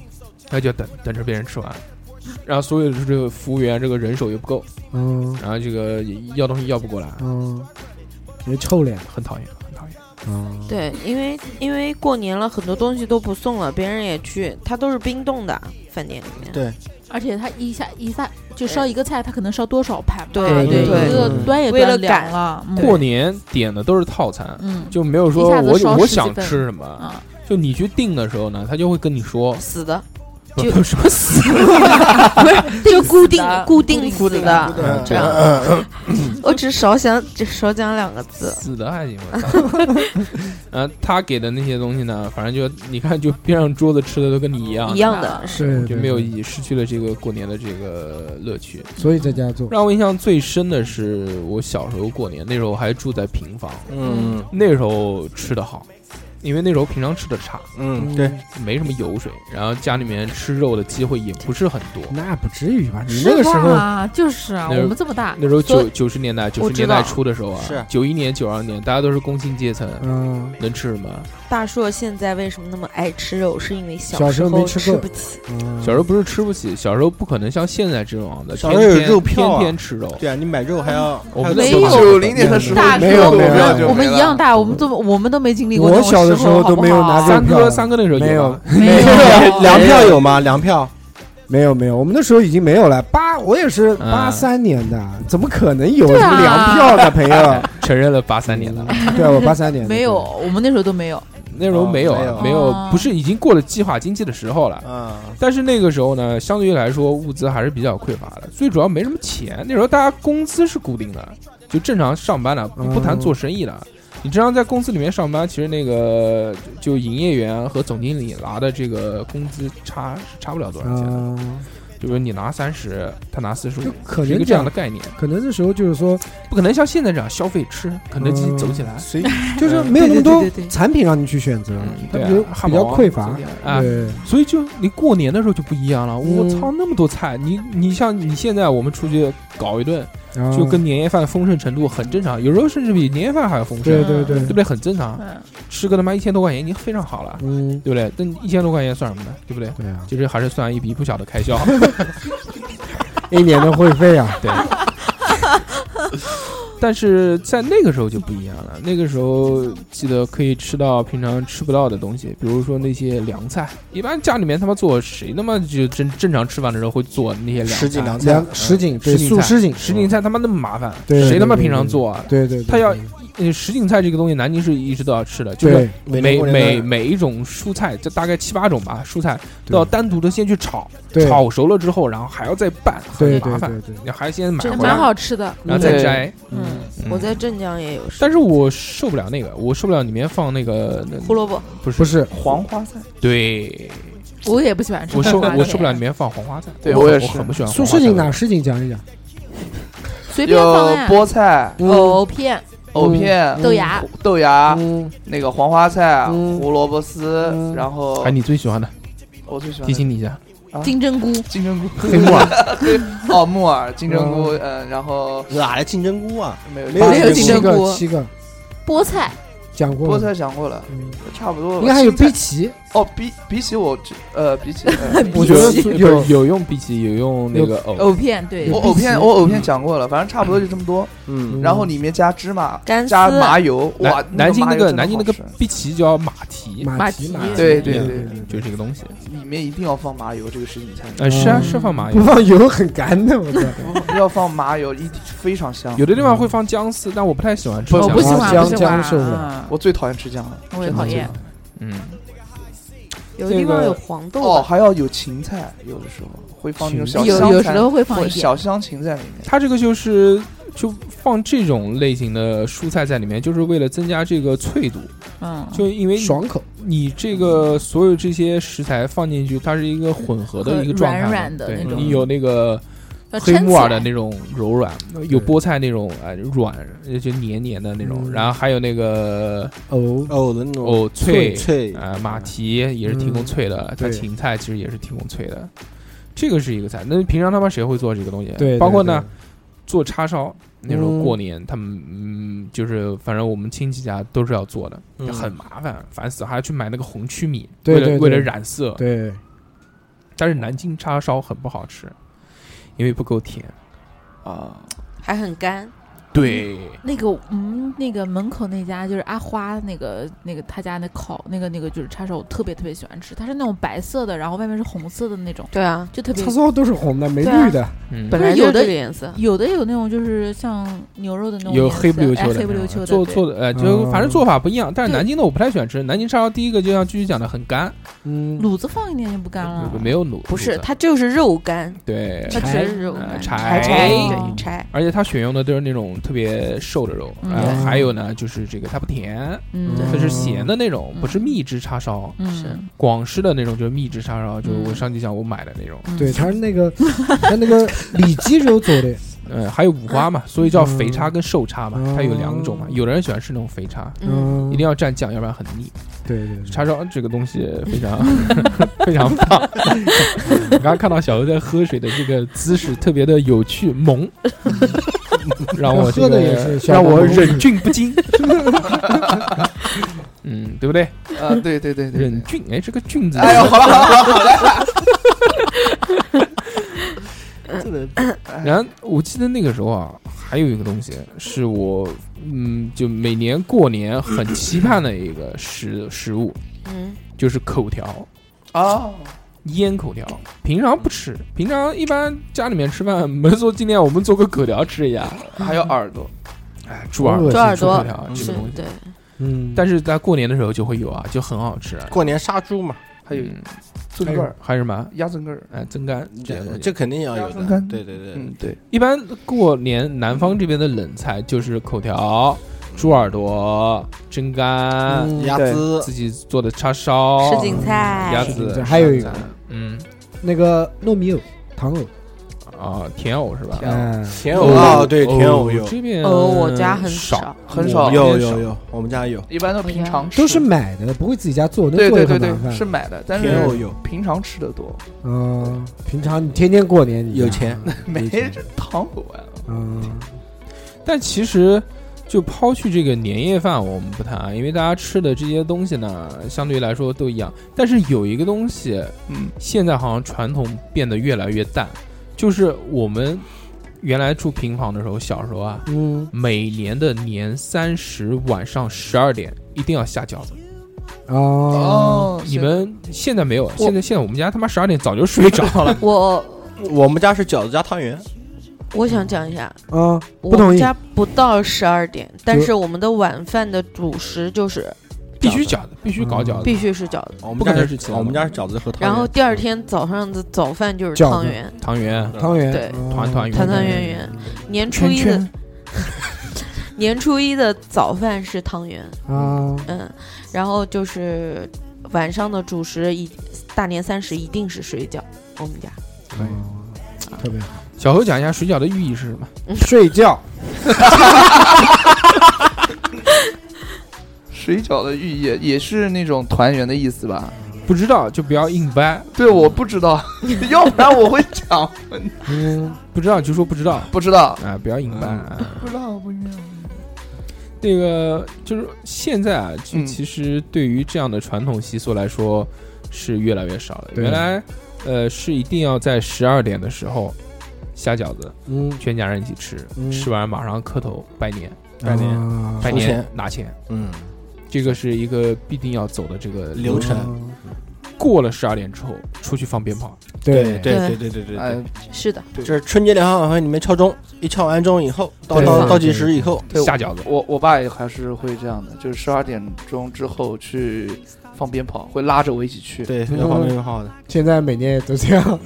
[SPEAKER 1] 那就等等着别人吃完。然后所有的这个服务员这个人手又不够，
[SPEAKER 2] 嗯
[SPEAKER 1] 然后这个也要东西要不过来，
[SPEAKER 2] 嗯，别臭脸
[SPEAKER 1] 很讨厌，很讨厌。
[SPEAKER 2] 啊，
[SPEAKER 6] 对，因为因为过年了，很多东西都不送了，别人也去，它都是冰冻的饭店里面。
[SPEAKER 3] 对
[SPEAKER 7] 而且他一下一饭就烧一个菜，他可能烧多少盘嘛？
[SPEAKER 6] 对
[SPEAKER 2] 对
[SPEAKER 7] 有一个
[SPEAKER 2] 对
[SPEAKER 7] 端也
[SPEAKER 6] 为了
[SPEAKER 7] 端凉
[SPEAKER 6] 赶
[SPEAKER 7] 了，嗯
[SPEAKER 1] 过年点的都是套餐，
[SPEAKER 7] 嗯
[SPEAKER 1] 就没有说
[SPEAKER 7] 一下子
[SPEAKER 1] 我
[SPEAKER 7] 烧
[SPEAKER 1] 我
[SPEAKER 7] 十几
[SPEAKER 1] 想
[SPEAKER 7] 份
[SPEAKER 1] 吃什么。
[SPEAKER 7] 啊，
[SPEAKER 1] 就你去订的时候呢，他就会跟你说
[SPEAKER 6] 死的，就
[SPEAKER 1] 有什么 死
[SPEAKER 6] 就固定
[SPEAKER 7] 的
[SPEAKER 6] 固定
[SPEAKER 7] 固
[SPEAKER 6] 死
[SPEAKER 7] 定
[SPEAKER 6] 的。
[SPEAKER 3] 嗯
[SPEAKER 6] 这样，我只少想只少讲两个字，
[SPEAKER 1] 死的还行我操。 呃，他给的那些东西呢，反正就你看，就边上桌子吃的都跟你一样
[SPEAKER 6] 一，样的是
[SPEAKER 2] 是
[SPEAKER 1] 就没有，意义，失去了这个过年的这个乐趣。
[SPEAKER 2] 所以在家做，
[SPEAKER 1] 让我印象最深的是我小时候过年，那时候还住在平房，
[SPEAKER 3] 嗯
[SPEAKER 1] 那时候吃的好，因为那时候平常吃的差，
[SPEAKER 3] 嗯，对，
[SPEAKER 1] 没什么油水，然后家里面吃肉的机会也不是很多。
[SPEAKER 2] 那不至于吧？你
[SPEAKER 7] 吃
[SPEAKER 2] 那个时
[SPEAKER 7] 饭
[SPEAKER 2] 候，
[SPEAKER 7] 啊，就是啊，
[SPEAKER 1] 那时候
[SPEAKER 7] 我们这么大，
[SPEAKER 1] 那时候
[SPEAKER 7] 所
[SPEAKER 1] 九九十年代九
[SPEAKER 6] 我
[SPEAKER 1] 十
[SPEAKER 6] 知
[SPEAKER 1] 年
[SPEAKER 6] 道
[SPEAKER 1] 代初的时候啊
[SPEAKER 3] 是，
[SPEAKER 1] 九一年九二年大家都是工薪阶层，
[SPEAKER 2] 嗯
[SPEAKER 1] 能吃什么？
[SPEAKER 6] 大硕现在为什么那么爱吃肉？是因为
[SPEAKER 2] 小时
[SPEAKER 6] 时
[SPEAKER 2] 候
[SPEAKER 6] 候
[SPEAKER 2] 没吃
[SPEAKER 6] 吃
[SPEAKER 2] 够
[SPEAKER 6] 不起，
[SPEAKER 2] 嗯，
[SPEAKER 1] 小时候不是吃不起，小时候不可能像现在这种的，
[SPEAKER 3] 小
[SPEAKER 1] 天
[SPEAKER 3] 时候有
[SPEAKER 1] 天
[SPEAKER 3] 肉票啊
[SPEAKER 1] 天天吃肉。
[SPEAKER 3] 对啊，你买肉还要
[SPEAKER 1] 我
[SPEAKER 3] 还
[SPEAKER 1] 们
[SPEAKER 3] 要
[SPEAKER 7] 没
[SPEAKER 1] 都
[SPEAKER 7] 有
[SPEAKER 1] 不
[SPEAKER 5] 九零年的时候，
[SPEAKER 7] 大
[SPEAKER 2] 没有没有
[SPEAKER 5] 肉就
[SPEAKER 7] 我们
[SPEAKER 5] 没了
[SPEAKER 7] 一样大，我们这么我们都没经历过
[SPEAKER 2] 我
[SPEAKER 7] 那种
[SPEAKER 2] 小的时
[SPEAKER 7] 时
[SPEAKER 2] 候
[SPEAKER 7] 好
[SPEAKER 2] 都
[SPEAKER 7] 不
[SPEAKER 2] 没有拿
[SPEAKER 7] 好
[SPEAKER 2] 过
[SPEAKER 1] 三哥，
[SPEAKER 3] 啊
[SPEAKER 2] 票
[SPEAKER 1] 三哥那时候
[SPEAKER 2] 没
[SPEAKER 1] 有啊
[SPEAKER 2] 有
[SPEAKER 1] 吧，
[SPEAKER 7] 没有
[SPEAKER 3] 粮票有吗？粮票
[SPEAKER 2] 没有没有，我们那时候已经没有了。八，我也是
[SPEAKER 1] 嗯
[SPEAKER 2] 八三年的，怎么可能有什
[SPEAKER 7] 对啊
[SPEAKER 2] 么粮票的朋友？
[SPEAKER 1] 承认了八三年
[SPEAKER 3] 嗯
[SPEAKER 1] 了，
[SPEAKER 2] 对啊，我八三年的
[SPEAKER 7] 没有，，我们那时候都没有。
[SPEAKER 1] 那时候没有啊
[SPEAKER 3] 哦
[SPEAKER 1] 没
[SPEAKER 7] 没
[SPEAKER 1] 有
[SPEAKER 7] 有哦，
[SPEAKER 1] 不是已经过了计划经济的时候了。
[SPEAKER 3] 啊，
[SPEAKER 1] 但是那个时候呢，相对于来说物资还是比较匮乏的，最主要没什么钱。那时候大家工资是固定的，就正常上班的，不
[SPEAKER 2] 嗯
[SPEAKER 1] 不谈做生意的。你正常在公司里面上班，其实那个就就营业员和总经理拿的这个工资差是差不了多少钱的，
[SPEAKER 2] 嗯，
[SPEAKER 1] 就比如你拿三十，他拿四十
[SPEAKER 2] 就
[SPEAKER 1] 五，
[SPEAKER 2] 可
[SPEAKER 1] 是一
[SPEAKER 2] 能
[SPEAKER 1] 个
[SPEAKER 2] 这
[SPEAKER 1] 这样
[SPEAKER 2] 样
[SPEAKER 1] 的，概念，
[SPEAKER 2] 可能那时候就是说，
[SPEAKER 1] 不可能像现在这样消费吃肯德基
[SPEAKER 2] 嗯
[SPEAKER 1] 走起来。
[SPEAKER 3] 谁
[SPEAKER 2] 就是没有那么多
[SPEAKER 7] 嗯对对对对对
[SPEAKER 2] 产品让你去选择
[SPEAKER 1] 嗯，
[SPEAKER 2] 它
[SPEAKER 1] 对啊
[SPEAKER 2] 比较
[SPEAKER 1] 汉
[SPEAKER 2] 比较
[SPEAKER 1] 堡
[SPEAKER 2] 匮乏
[SPEAKER 1] 这点。啊
[SPEAKER 2] 对，
[SPEAKER 1] 所以就你过年的时候就不一样了，我
[SPEAKER 2] 嗯
[SPEAKER 1] 操那么多菜，你你像你现在我们出去搞一顿，
[SPEAKER 2] 然后
[SPEAKER 1] 就跟年夜饭丰盛程度很正常，有时候甚至比年夜饭还要丰
[SPEAKER 2] 对
[SPEAKER 1] 盛，
[SPEAKER 2] 对
[SPEAKER 1] 对不
[SPEAKER 2] 对，
[SPEAKER 1] 对？很正常，
[SPEAKER 7] 嗯，
[SPEAKER 1] 吃个他妈一千多块钱已经非常好了，
[SPEAKER 2] 嗯，
[SPEAKER 1] 对不对？但一千多块钱算什么呢？对不对？
[SPEAKER 2] 对啊，
[SPEAKER 1] 其实还是算一笔不小的开销。
[SPEAKER 2] 一年的会费啊，
[SPEAKER 1] 对。 但是在那个时候就不一样了，那个时候记得可以吃到平常吃不到的东西，比如说那些凉菜。一般家里面他妈做，谁他妈就正正常吃饭的时候会做那些
[SPEAKER 3] 十
[SPEAKER 1] 凉
[SPEAKER 3] 几
[SPEAKER 1] 菜？
[SPEAKER 3] 粮菜
[SPEAKER 2] 两什锦对
[SPEAKER 1] 什锦
[SPEAKER 2] 素
[SPEAKER 1] 菜
[SPEAKER 2] 什锦，
[SPEAKER 1] 什锦菜他妈那么麻烦，
[SPEAKER 2] 对对
[SPEAKER 1] 谁他妈
[SPEAKER 2] 对
[SPEAKER 1] 平常
[SPEAKER 2] 对
[SPEAKER 1] 做啊？
[SPEAKER 2] 对对，对
[SPEAKER 1] 它要
[SPEAKER 2] 对
[SPEAKER 1] 呃，什锦菜这个东西，南京是一直都要吃的，就是
[SPEAKER 2] 对
[SPEAKER 3] 每
[SPEAKER 1] 每
[SPEAKER 3] 年过年
[SPEAKER 1] 每
[SPEAKER 3] 都
[SPEAKER 1] 每一种蔬菜，就大概七八种吧，蔬菜
[SPEAKER 2] 对
[SPEAKER 1] 都要单独的先去炒，
[SPEAKER 2] 对
[SPEAKER 1] 炒熟了之后，然后还要再拌，很
[SPEAKER 2] 对
[SPEAKER 1] 麻
[SPEAKER 2] 对
[SPEAKER 1] 烦。
[SPEAKER 2] 对对，
[SPEAKER 1] 你还先买
[SPEAKER 7] 还
[SPEAKER 1] 回
[SPEAKER 7] 蛮
[SPEAKER 1] 来，
[SPEAKER 7] 好吃的。
[SPEAKER 1] 然后再
[SPEAKER 5] 对
[SPEAKER 1] 摘。
[SPEAKER 6] 嗯，
[SPEAKER 1] 嗯
[SPEAKER 6] 我在镇江也有吃，
[SPEAKER 1] 但是我受不了那个，我受不了里面放那个，那
[SPEAKER 6] 胡萝卜
[SPEAKER 1] 不是
[SPEAKER 2] 不是
[SPEAKER 5] 黄花菜，
[SPEAKER 1] 对，
[SPEAKER 7] 我也不喜欢吃
[SPEAKER 1] 我受
[SPEAKER 7] 黄瓜
[SPEAKER 1] 我受不了
[SPEAKER 7] 菜
[SPEAKER 1] 里面放黄花菜，
[SPEAKER 5] 对
[SPEAKER 1] 我
[SPEAKER 5] 我
[SPEAKER 1] 很
[SPEAKER 5] 也是
[SPEAKER 1] 我很不喜欢
[SPEAKER 2] 素
[SPEAKER 1] 黄花
[SPEAKER 2] 什
[SPEAKER 1] 菜
[SPEAKER 2] 锦
[SPEAKER 1] 的
[SPEAKER 2] 哪？什锦讲一讲，
[SPEAKER 7] 随便
[SPEAKER 5] 有
[SPEAKER 7] 放呀，
[SPEAKER 5] 菠菜、
[SPEAKER 7] 藕片、
[SPEAKER 5] 藕片
[SPEAKER 2] 嗯、
[SPEAKER 7] 豆芽，
[SPEAKER 5] 豆
[SPEAKER 1] 啊
[SPEAKER 5] 芽，
[SPEAKER 2] 嗯
[SPEAKER 5] 那个黄花菜、
[SPEAKER 2] 嗯
[SPEAKER 5] 胡萝卜丝
[SPEAKER 2] 嗯，
[SPEAKER 5] 然后
[SPEAKER 1] 哎，你最喜欢的，
[SPEAKER 5] 我最喜欢
[SPEAKER 1] 提
[SPEAKER 5] 的
[SPEAKER 1] 醒你一下，
[SPEAKER 7] 金针菇，
[SPEAKER 5] 金针菇、
[SPEAKER 1] 黑木耳。
[SPEAKER 5] 哦木耳、金针菇，嗯，然后
[SPEAKER 3] 哪来金针菇啊？
[SPEAKER 5] 没
[SPEAKER 3] 没有
[SPEAKER 5] 有
[SPEAKER 3] 没有
[SPEAKER 2] 七
[SPEAKER 3] 金针
[SPEAKER 2] 个
[SPEAKER 7] 菇
[SPEAKER 2] 七个
[SPEAKER 7] 菠菜，
[SPEAKER 2] 讲过
[SPEAKER 5] 菠
[SPEAKER 2] 了，
[SPEAKER 5] 菜讲过了，
[SPEAKER 2] 嗯
[SPEAKER 5] 差不多了。
[SPEAKER 2] 应该还有
[SPEAKER 5] 青菜
[SPEAKER 2] 荸荠，
[SPEAKER 5] 哦，比比起我这呃，比起呃
[SPEAKER 1] 我觉得有有用比起有用那个藕，
[SPEAKER 7] 藕片对
[SPEAKER 5] 我，藕片我藕片讲过了，反正差不多就这么多。
[SPEAKER 3] 嗯，
[SPEAKER 5] 然后里面加芝麻，
[SPEAKER 6] 干丝啊
[SPEAKER 5] 加麻油，哇
[SPEAKER 1] 南，南京
[SPEAKER 5] 那
[SPEAKER 1] 那
[SPEAKER 5] 个
[SPEAKER 1] 个
[SPEAKER 5] 麻油真的
[SPEAKER 1] 南京那
[SPEAKER 5] 好
[SPEAKER 1] 个
[SPEAKER 5] 吃
[SPEAKER 1] 碧琪叫马蹄，
[SPEAKER 2] 马
[SPEAKER 7] 蹄
[SPEAKER 2] 蹄
[SPEAKER 5] 对对对
[SPEAKER 1] 嗯就是这个东西。
[SPEAKER 5] 里面一定要放麻油，这个事情才
[SPEAKER 1] 呃，是啊，
[SPEAKER 2] 嗯
[SPEAKER 1] 是放麻
[SPEAKER 2] 不
[SPEAKER 1] 油，
[SPEAKER 2] 放油很干的， 我操！
[SPEAKER 5] 要放麻油，一定非常香。
[SPEAKER 1] 有的地方会放姜丝，但我不太喜欢吃
[SPEAKER 5] 不
[SPEAKER 1] 姜
[SPEAKER 7] 我
[SPEAKER 1] 丝。
[SPEAKER 7] 不喜欢，
[SPEAKER 2] 姜
[SPEAKER 7] 不喜欢
[SPEAKER 2] 姜是我
[SPEAKER 7] 嗯
[SPEAKER 5] 我最讨厌吃酱了，
[SPEAKER 7] 我也讨厌。
[SPEAKER 1] 嗯，
[SPEAKER 6] 有地
[SPEAKER 1] 这
[SPEAKER 6] 方
[SPEAKER 1] 个
[SPEAKER 6] 有黄豆
[SPEAKER 5] 哦，
[SPEAKER 6] 吧，
[SPEAKER 5] 还要有芹菜，有的时候会放那种小
[SPEAKER 1] 芹
[SPEAKER 7] 有
[SPEAKER 5] 香
[SPEAKER 7] 有时候
[SPEAKER 5] 菜，
[SPEAKER 7] 会放
[SPEAKER 5] 或
[SPEAKER 7] 一点，
[SPEAKER 5] 小香芹在里面。
[SPEAKER 1] 它这个就是就放这种类型的蔬菜在里面，就是为了增加这个脆度。
[SPEAKER 7] 嗯，
[SPEAKER 1] 就因为你
[SPEAKER 2] 爽口，
[SPEAKER 1] 你这个所有这些食材放进去，它是一个混合的一个状态嘛，
[SPEAKER 7] 软软的
[SPEAKER 1] 对
[SPEAKER 7] 那
[SPEAKER 2] 种
[SPEAKER 1] 你有那个
[SPEAKER 7] 要
[SPEAKER 1] 黑
[SPEAKER 7] 撑
[SPEAKER 1] 木
[SPEAKER 7] 起
[SPEAKER 1] 耳的
[SPEAKER 7] 来
[SPEAKER 1] 那种柔软，有菠菜那种呃软就黏黏的那种，
[SPEAKER 2] 嗯哦
[SPEAKER 1] 然后还有那个
[SPEAKER 2] 藕
[SPEAKER 3] 藕哦的那种
[SPEAKER 1] 藕脆
[SPEAKER 3] 脆脆
[SPEAKER 1] 啊、马蹄也是提供脆的，它
[SPEAKER 2] 嗯对
[SPEAKER 1] 芹菜其实也是提供脆的，这个是一个菜。那平常他妈谁会做这个东西？
[SPEAKER 2] 对，对
[SPEAKER 1] 包括呢，
[SPEAKER 2] 对
[SPEAKER 1] 做叉烧。那时候
[SPEAKER 3] 嗯
[SPEAKER 1] 过年，他们嗯，就是反正我们亲戚家都是要做的，
[SPEAKER 3] 嗯
[SPEAKER 1] 就很麻烦，烦死了，还要去买那个红曲米，
[SPEAKER 2] 对
[SPEAKER 1] 为了
[SPEAKER 2] 对对
[SPEAKER 1] 为了染色。
[SPEAKER 2] 对，
[SPEAKER 1] 但是南京叉烧很不好吃，因为不够甜。
[SPEAKER 5] 啊，
[SPEAKER 6] 还很干，
[SPEAKER 1] 对，
[SPEAKER 7] 那个嗯，那个门口那家就是阿花那个那个他家那烤那个那个就是叉烧，我特别特别喜欢吃，它是那种白色的，然后外面是红色的那种，
[SPEAKER 6] 对啊，
[SPEAKER 7] 就特别
[SPEAKER 2] 叉。烧都是红的，没
[SPEAKER 7] 对啊
[SPEAKER 2] 绿的，
[SPEAKER 1] 嗯，
[SPEAKER 6] 本来
[SPEAKER 7] 有
[SPEAKER 6] 就
[SPEAKER 7] 的
[SPEAKER 6] 这个颜色，
[SPEAKER 7] 有的有那种就是像牛肉的那种
[SPEAKER 1] 有
[SPEAKER 7] 颜色
[SPEAKER 1] 黑不溜秋
[SPEAKER 7] 哎
[SPEAKER 1] 的，
[SPEAKER 7] 黑不溜秋的，
[SPEAKER 1] 做
[SPEAKER 7] 对
[SPEAKER 1] 做的呃，就
[SPEAKER 2] 嗯
[SPEAKER 1] 反正做法不一样。但是
[SPEAKER 7] 对
[SPEAKER 1] 南京的我不太喜欢吃，南京叉烧第一个就像继续讲的很干，
[SPEAKER 2] 嗯，
[SPEAKER 7] 卤子放一点就不干了，
[SPEAKER 1] 没有卤，
[SPEAKER 6] 不是，
[SPEAKER 1] 卤子
[SPEAKER 6] 它就是肉干，
[SPEAKER 1] 对
[SPEAKER 6] 它
[SPEAKER 2] 柴
[SPEAKER 6] 全是肉
[SPEAKER 1] 呃
[SPEAKER 6] 干，
[SPEAKER 1] 柴
[SPEAKER 6] 柴
[SPEAKER 7] 哦
[SPEAKER 6] 对柴，
[SPEAKER 1] 而且它选用的都是那种特别瘦的肉，
[SPEAKER 7] 嗯
[SPEAKER 1] 然后还有呢，就是这个它不甜，
[SPEAKER 7] 嗯，
[SPEAKER 1] 它
[SPEAKER 7] 对
[SPEAKER 1] 是咸的那种，
[SPEAKER 7] 嗯
[SPEAKER 1] 不是秘制叉烧。
[SPEAKER 7] 嗯
[SPEAKER 6] 是
[SPEAKER 1] 广式的那种就是秘制叉烧，就是我
[SPEAKER 7] 嗯
[SPEAKER 1] 上期讲我买的那种，
[SPEAKER 7] 嗯
[SPEAKER 2] 对，它是那个 它那个里脊肉做的，
[SPEAKER 1] 嗯，还有五花
[SPEAKER 7] 啊
[SPEAKER 1] 嘛，所以叫肥叉跟瘦叉嘛，
[SPEAKER 2] 嗯
[SPEAKER 1] 它有两种嘛，有的人喜欢吃那种肥叉，
[SPEAKER 6] 嗯，
[SPEAKER 2] 嗯，
[SPEAKER 1] 一定要蘸酱，要不然很腻。
[SPEAKER 2] 对对对，
[SPEAKER 1] 叉烧这个东西非 常非常棒， 我刚刚看到小欧在喝水的这个姿势特别的有趣萌，让我这
[SPEAKER 2] 喝的
[SPEAKER 1] 个
[SPEAKER 2] 也是小
[SPEAKER 1] 让我
[SPEAKER 2] 萌萌
[SPEAKER 1] 忍俊不禁，嗯，对不对？
[SPEAKER 5] 啊，对对对对
[SPEAKER 1] 忍
[SPEAKER 5] 对。
[SPEAKER 1] 俊，哎，这个俊字，
[SPEAKER 5] 哎呦，好了好了好了好了。
[SPEAKER 1] 然后我记得那个时候啊，还有一个东西是我，嗯，就每年过年很期盼的一个食食物，
[SPEAKER 6] 嗯，
[SPEAKER 1] 就是口条，
[SPEAKER 5] 哦，
[SPEAKER 1] 腌口条。平常不吃，平常一般家里面吃饭没说今天我们做个口条吃一下，
[SPEAKER 5] 还有耳朵，
[SPEAKER 1] 哎，猪耳朵
[SPEAKER 2] 恶
[SPEAKER 6] 猪
[SPEAKER 2] 心
[SPEAKER 6] 耳
[SPEAKER 2] 猪口
[SPEAKER 1] 口
[SPEAKER 6] 朵
[SPEAKER 1] 条这
[SPEAKER 6] 是
[SPEAKER 1] 个东西。
[SPEAKER 6] 对，
[SPEAKER 2] 嗯，
[SPEAKER 1] 但是在过年的时候就会有啊，就很好吃。
[SPEAKER 3] 过年杀猪嘛，
[SPEAKER 5] 还有
[SPEAKER 1] 嗯
[SPEAKER 5] 正根儿，
[SPEAKER 1] 还有什么？
[SPEAKER 5] 鸭胗根儿。
[SPEAKER 1] 哎，增干这些东
[SPEAKER 3] 这
[SPEAKER 1] 西
[SPEAKER 3] 这肯定要有
[SPEAKER 5] 鸭胗
[SPEAKER 3] 的
[SPEAKER 5] 干，
[SPEAKER 3] 对对对，
[SPEAKER 5] 嗯，对，
[SPEAKER 1] 一般过年南方这边的冷菜就是口条、猪耳朵、蒸干、
[SPEAKER 2] 嗯
[SPEAKER 3] 鸭子
[SPEAKER 1] 自己做的叉烧、
[SPEAKER 6] 什锦菜，
[SPEAKER 1] 鸭
[SPEAKER 2] 是
[SPEAKER 1] 子，
[SPEAKER 2] 还有一个
[SPEAKER 1] 嗯
[SPEAKER 2] 那个糯米藕、糖藕，
[SPEAKER 1] 啊，甜藕是吧？哦
[SPEAKER 2] 嗯，
[SPEAKER 3] 甜藕啊，对，甜藕有，嗯
[SPEAKER 1] 这边
[SPEAKER 6] 哦，我家很
[SPEAKER 1] 少，，
[SPEAKER 5] 很少，
[SPEAKER 3] 有有有，我们家有，
[SPEAKER 5] 一般都平常吃，
[SPEAKER 2] 都是买的，不会自己家做，那
[SPEAKER 5] 对
[SPEAKER 2] 做
[SPEAKER 5] 对
[SPEAKER 2] 也
[SPEAKER 5] 对
[SPEAKER 2] 很麻
[SPEAKER 5] 对，
[SPEAKER 2] 烦。
[SPEAKER 5] 是买的，但
[SPEAKER 3] 甜藕
[SPEAKER 5] 是
[SPEAKER 3] 有，
[SPEAKER 5] 平常吃的多，
[SPEAKER 2] 嗯，平常你天天过年，你
[SPEAKER 3] 有钱
[SPEAKER 5] 没
[SPEAKER 2] 钱
[SPEAKER 5] 糖果啊。
[SPEAKER 2] 嗯，
[SPEAKER 1] 但其实就抛去这个年夜饭我们不谈啊，因为大家吃的这些东西呢，相对来说都一样。但是有一个东西，
[SPEAKER 5] 嗯，
[SPEAKER 1] 现在好像传统变得越来越淡，就是我们原来住平房的时候，小时候啊，
[SPEAKER 2] 嗯
[SPEAKER 1] 每年的年三十晚上十二点一定要下饺子。
[SPEAKER 2] 哦，
[SPEAKER 5] 是
[SPEAKER 1] 你们现在没有，现在现在我们家他妈十二点早就睡着 了。
[SPEAKER 6] 我
[SPEAKER 3] 我们家是饺子加汤圆，
[SPEAKER 6] 我想讲一下，
[SPEAKER 2] 啊，不
[SPEAKER 6] 我
[SPEAKER 2] 同
[SPEAKER 6] 们
[SPEAKER 2] 意
[SPEAKER 6] 家不到十二点，但是我们的晚饭的主食就是
[SPEAKER 1] 必须饺子，必须搞饺子
[SPEAKER 6] 必。须是饺子，
[SPEAKER 3] 我
[SPEAKER 1] 不
[SPEAKER 3] 们
[SPEAKER 1] 可
[SPEAKER 3] 家
[SPEAKER 1] 能
[SPEAKER 3] 是
[SPEAKER 1] 是其他的
[SPEAKER 3] 我们家是饺子和汤圆，
[SPEAKER 6] 然后第二天早上的早饭就是
[SPEAKER 2] 饺子
[SPEAKER 6] 汤圆，
[SPEAKER 1] 汤圆，
[SPEAKER 2] 汤圆，
[SPEAKER 6] 对
[SPEAKER 2] 嗯
[SPEAKER 1] 团团圆
[SPEAKER 6] 团团圆圆。年初一的年初一的早饭是汤圆，
[SPEAKER 2] 啊，
[SPEAKER 6] 嗯，然后就是晚上的主食一大年三十一定是水饺，我们家
[SPEAKER 1] 可以
[SPEAKER 2] 嗯特别好，
[SPEAKER 1] 小何讲一下水饺的寓意是什么？
[SPEAKER 2] 睡觉，
[SPEAKER 5] 水饺的寓意也是那种团圆的意思吧？
[SPEAKER 1] 不知道就不要硬掰，
[SPEAKER 5] 对，我不 知道，要不然我会讲。
[SPEAKER 2] 嗯，
[SPEAKER 1] 不知道就说不知道，
[SPEAKER 5] 不知道，
[SPEAKER 1] 啊，不要硬掰。
[SPEAKER 5] 不知道，不知道。
[SPEAKER 1] 这个就是现在啊，就
[SPEAKER 5] 嗯
[SPEAKER 1] 其实对于这样的传统习俗来说是越来越少了。
[SPEAKER 2] 对
[SPEAKER 1] 原来呃是一定要在十二点的时候下饺子，
[SPEAKER 3] 嗯，
[SPEAKER 1] 全家人一起吃，
[SPEAKER 3] 嗯
[SPEAKER 1] 吃完马上磕头拜年，
[SPEAKER 3] 拜年
[SPEAKER 2] 啊
[SPEAKER 1] 拜
[SPEAKER 3] 收
[SPEAKER 1] 年
[SPEAKER 3] 钱
[SPEAKER 1] 拿钱，
[SPEAKER 3] 嗯，
[SPEAKER 1] 这个是一个必定要走的这个
[SPEAKER 3] 流程
[SPEAKER 2] 嗯
[SPEAKER 1] 过了十二点之后，出去放鞭炮，
[SPEAKER 2] 对
[SPEAKER 3] 对
[SPEAKER 6] 对
[SPEAKER 3] 对对对对
[SPEAKER 5] 哎
[SPEAKER 3] 对，，
[SPEAKER 6] 是的，
[SPEAKER 3] 呃就是春节联欢晚会里面敲钟，一敲完钟以后，到
[SPEAKER 2] 对
[SPEAKER 3] 到
[SPEAKER 2] 对
[SPEAKER 3] 倒计时以后，
[SPEAKER 5] 对
[SPEAKER 1] 下饺子。
[SPEAKER 5] 我我爸也还是会这样的，就是十二点钟之后去放鞭炮，会拉着我一起去。
[SPEAKER 3] 对，
[SPEAKER 2] 嗯
[SPEAKER 3] 要放鞭炮的，
[SPEAKER 2] 现在每年也都这样，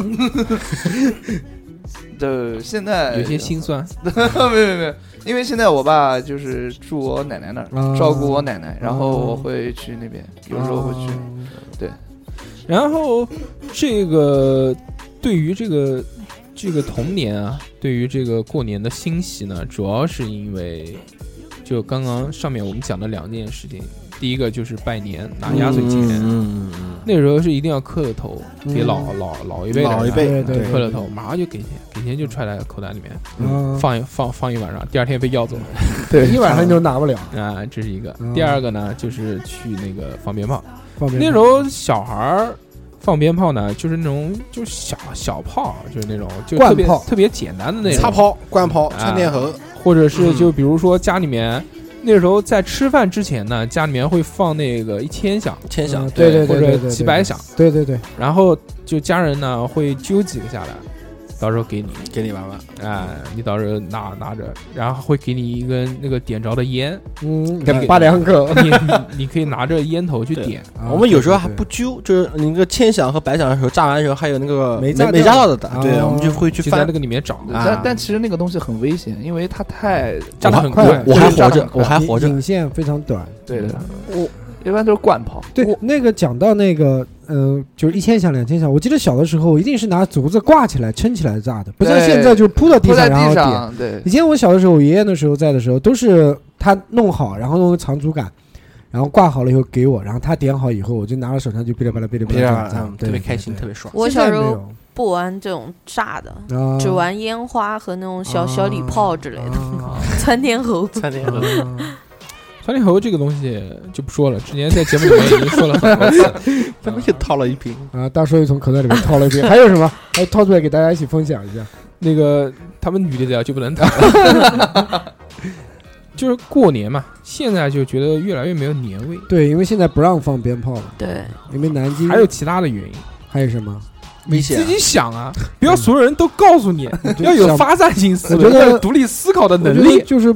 [SPEAKER 5] 对，现
[SPEAKER 3] 哎
[SPEAKER 5] 在
[SPEAKER 1] 有些心酸，
[SPEAKER 5] 没有没有没有，因为现在我爸就是住我奶奶那
[SPEAKER 2] 啊
[SPEAKER 5] 儿，照顾我奶奶，然后
[SPEAKER 2] 啊
[SPEAKER 5] 我会去那边，有时候会去。
[SPEAKER 2] 嗯
[SPEAKER 1] 然后这个对于这个这个童年啊，对于这个过年的欣喜呢，主要是因为就刚刚上面我们讲的两件事情，第一个就是拜年拿压岁钱，
[SPEAKER 3] 嗯嗯嗯
[SPEAKER 1] 那时候是一定要磕个头，给老、老老一辈的人啊
[SPEAKER 3] 老一辈
[SPEAKER 2] 对
[SPEAKER 1] 对
[SPEAKER 2] 对
[SPEAKER 1] 磕了头，马上就给钱，给钱就揣在口袋里面，
[SPEAKER 2] 嗯，
[SPEAKER 1] 放一放放一晚上，第二天被要走
[SPEAKER 2] 对一晚上你都拿不了，
[SPEAKER 1] 啊，这是一个
[SPEAKER 2] 嗯。
[SPEAKER 1] 第二个呢，就是去那个放鞭炮。
[SPEAKER 2] 放鞭炮
[SPEAKER 1] 那时候小孩儿放鞭炮呢，就是那种就是小小炮，就是那种就特别
[SPEAKER 2] 灌炮
[SPEAKER 1] 特别简单的那
[SPEAKER 3] 嗯，
[SPEAKER 1] 种
[SPEAKER 3] 擦，炮、灌炮、
[SPEAKER 1] 啊
[SPEAKER 3] 窜天猴，
[SPEAKER 1] 或者
[SPEAKER 2] 嗯
[SPEAKER 1] 是就比如说家里面那时候在吃饭之前呢，家里面会放那个一千响，
[SPEAKER 3] 千响
[SPEAKER 2] 嗯，对对
[SPEAKER 1] 或
[SPEAKER 2] 对对
[SPEAKER 1] 者
[SPEAKER 2] 对，
[SPEAKER 1] 几百响，
[SPEAKER 2] 对对对，
[SPEAKER 1] 然后就家人呢会揪几个下来，到时候给你，
[SPEAKER 3] 给你玩玩，
[SPEAKER 1] 哎、你到时候拿拿着，然后会给你一根那个点着的烟，
[SPEAKER 2] 嗯，
[SPEAKER 1] 给
[SPEAKER 2] 八两口，
[SPEAKER 1] 你你可以拿着烟头去
[SPEAKER 3] 对
[SPEAKER 1] 点，
[SPEAKER 2] 啊
[SPEAKER 3] 我们有时候还
[SPEAKER 2] 对
[SPEAKER 3] 不揪，就是你那个千响和百响的时候，炸完的时候还有那个
[SPEAKER 2] 没
[SPEAKER 3] 没
[SPEAKER 2] 炸
[SPEAKER 3] 没
[SPEAKER 2] 掉
[SPEAKER 3] 炸到的打，对，
[SPEAKER 2] 哦
[SPEAKER 3] 我们就会去
[SPEAKER 1] 就在
[SPEAKER 3] 翻
[SPEAKER 1] 那。个里面找，
[SPEAKER 3] 啊
[SPEAKER 5] 但但其实那个东西很危险，因为它太
[SPEAKER 1] 炸得很
[SPEAKER 2] 快嗯
[SPEAKER 1] 快，
[SPEAKER 3] 我还活
[SPEAKER 5] 就是炸得
[SPEAKER 3] 着
[SPEAKER 5] 很，快
[SPEAKER 3] 我还活着
[SPEAKER 2] 引，引线非常短，
[SPEAKER 5] 对的，
[SPEAKER 3] 我
[SPEAKER 5] 一般都是灌炮。
[SPEAKER 2] 对，那个讲到那个，呃，就是一千响、两千响，我记得小的时候一定是拿竹子挂起来、撑起来炸的，不像
[SPEAKER 5] 对
[SPEAKER 2] 现在就是铺到地
[SPEAKER 5] 铺在
[SPEAKER 2] 上然后
[SPEAKER 5] 地
[SPEAKER 2] 点。
[SPEAKER 5] 上，对
[SPEAKER 2] 以前我小的时候，我爷爷那时候在的时候，都是他弄好，然后用长竹竿，然后挂好了以后给我，然后他点好以后，我就拿到手上就噼里啪啦噼里啪
[SPEAKER 3] 别
[SPEAKER 2] 啦
[SPEAKER 3] 让
[SPEAKER 2] 炸，
[SPEAKER 3] 嗯特别开心，特别爽。
[SPEAKER 6] 我
[SPEAKER 2] 现在
[SPEAKER 6] 小时
[SPEAKER 2] 没
[SPEAKER 6] 候
[SPEAKER 2] 有
[SPEAKER 6] 不玩这种炸的，
[SPEAKER 2] 啊，
[SPEAKER 6] 只玩烟花和那种小小礼炮之类的，
[SPEAKER 2] 啊。
[SPEAKER 6] 窜天猴。
[SPEAKER 3] 窜天猴，。
[SPEAKER 2] 啊
[SPEAKER 1] 窜天猴这个东西就不说了，之前在节目里面已经说了很多次了
[SPEAKER 3] 咱们又掏了一瓶，
[SPEAKER 2] 啊！大叔又从口袋里面掏了一遍，还有什么？ 还掏出来给大家一起分享一下。
[SPEAKER 1] 那个他们女的聊就不能打，就是过年嘛，现在就觉得越来越没有年味，
[SPEAKER 2] 对，因为现在不让放鞭炮了，
[SPEAKER 6] 对，
[SPEAKER 2] 因为南京
[SPEAKER 1] 还有其他的原因。
[SPEAKER 2] 还有什么？
[SPEAKER 3] 危
[SPEAKER 1] 你
[SPEAKER 3] 险
[SPEAKER 1] 自己想啊，不要所有人都告诉你，要有发散性思维，
[SPEAKER 2] 嗯我觉得
[SPEAKER 1] 要有独立思考的
[SPEAKER 2] 我觉
[SPEAKER 1] 能
[SPEAKER 2] 得
[SPEAKER 1] 力。
[SPEAKER 2] 就是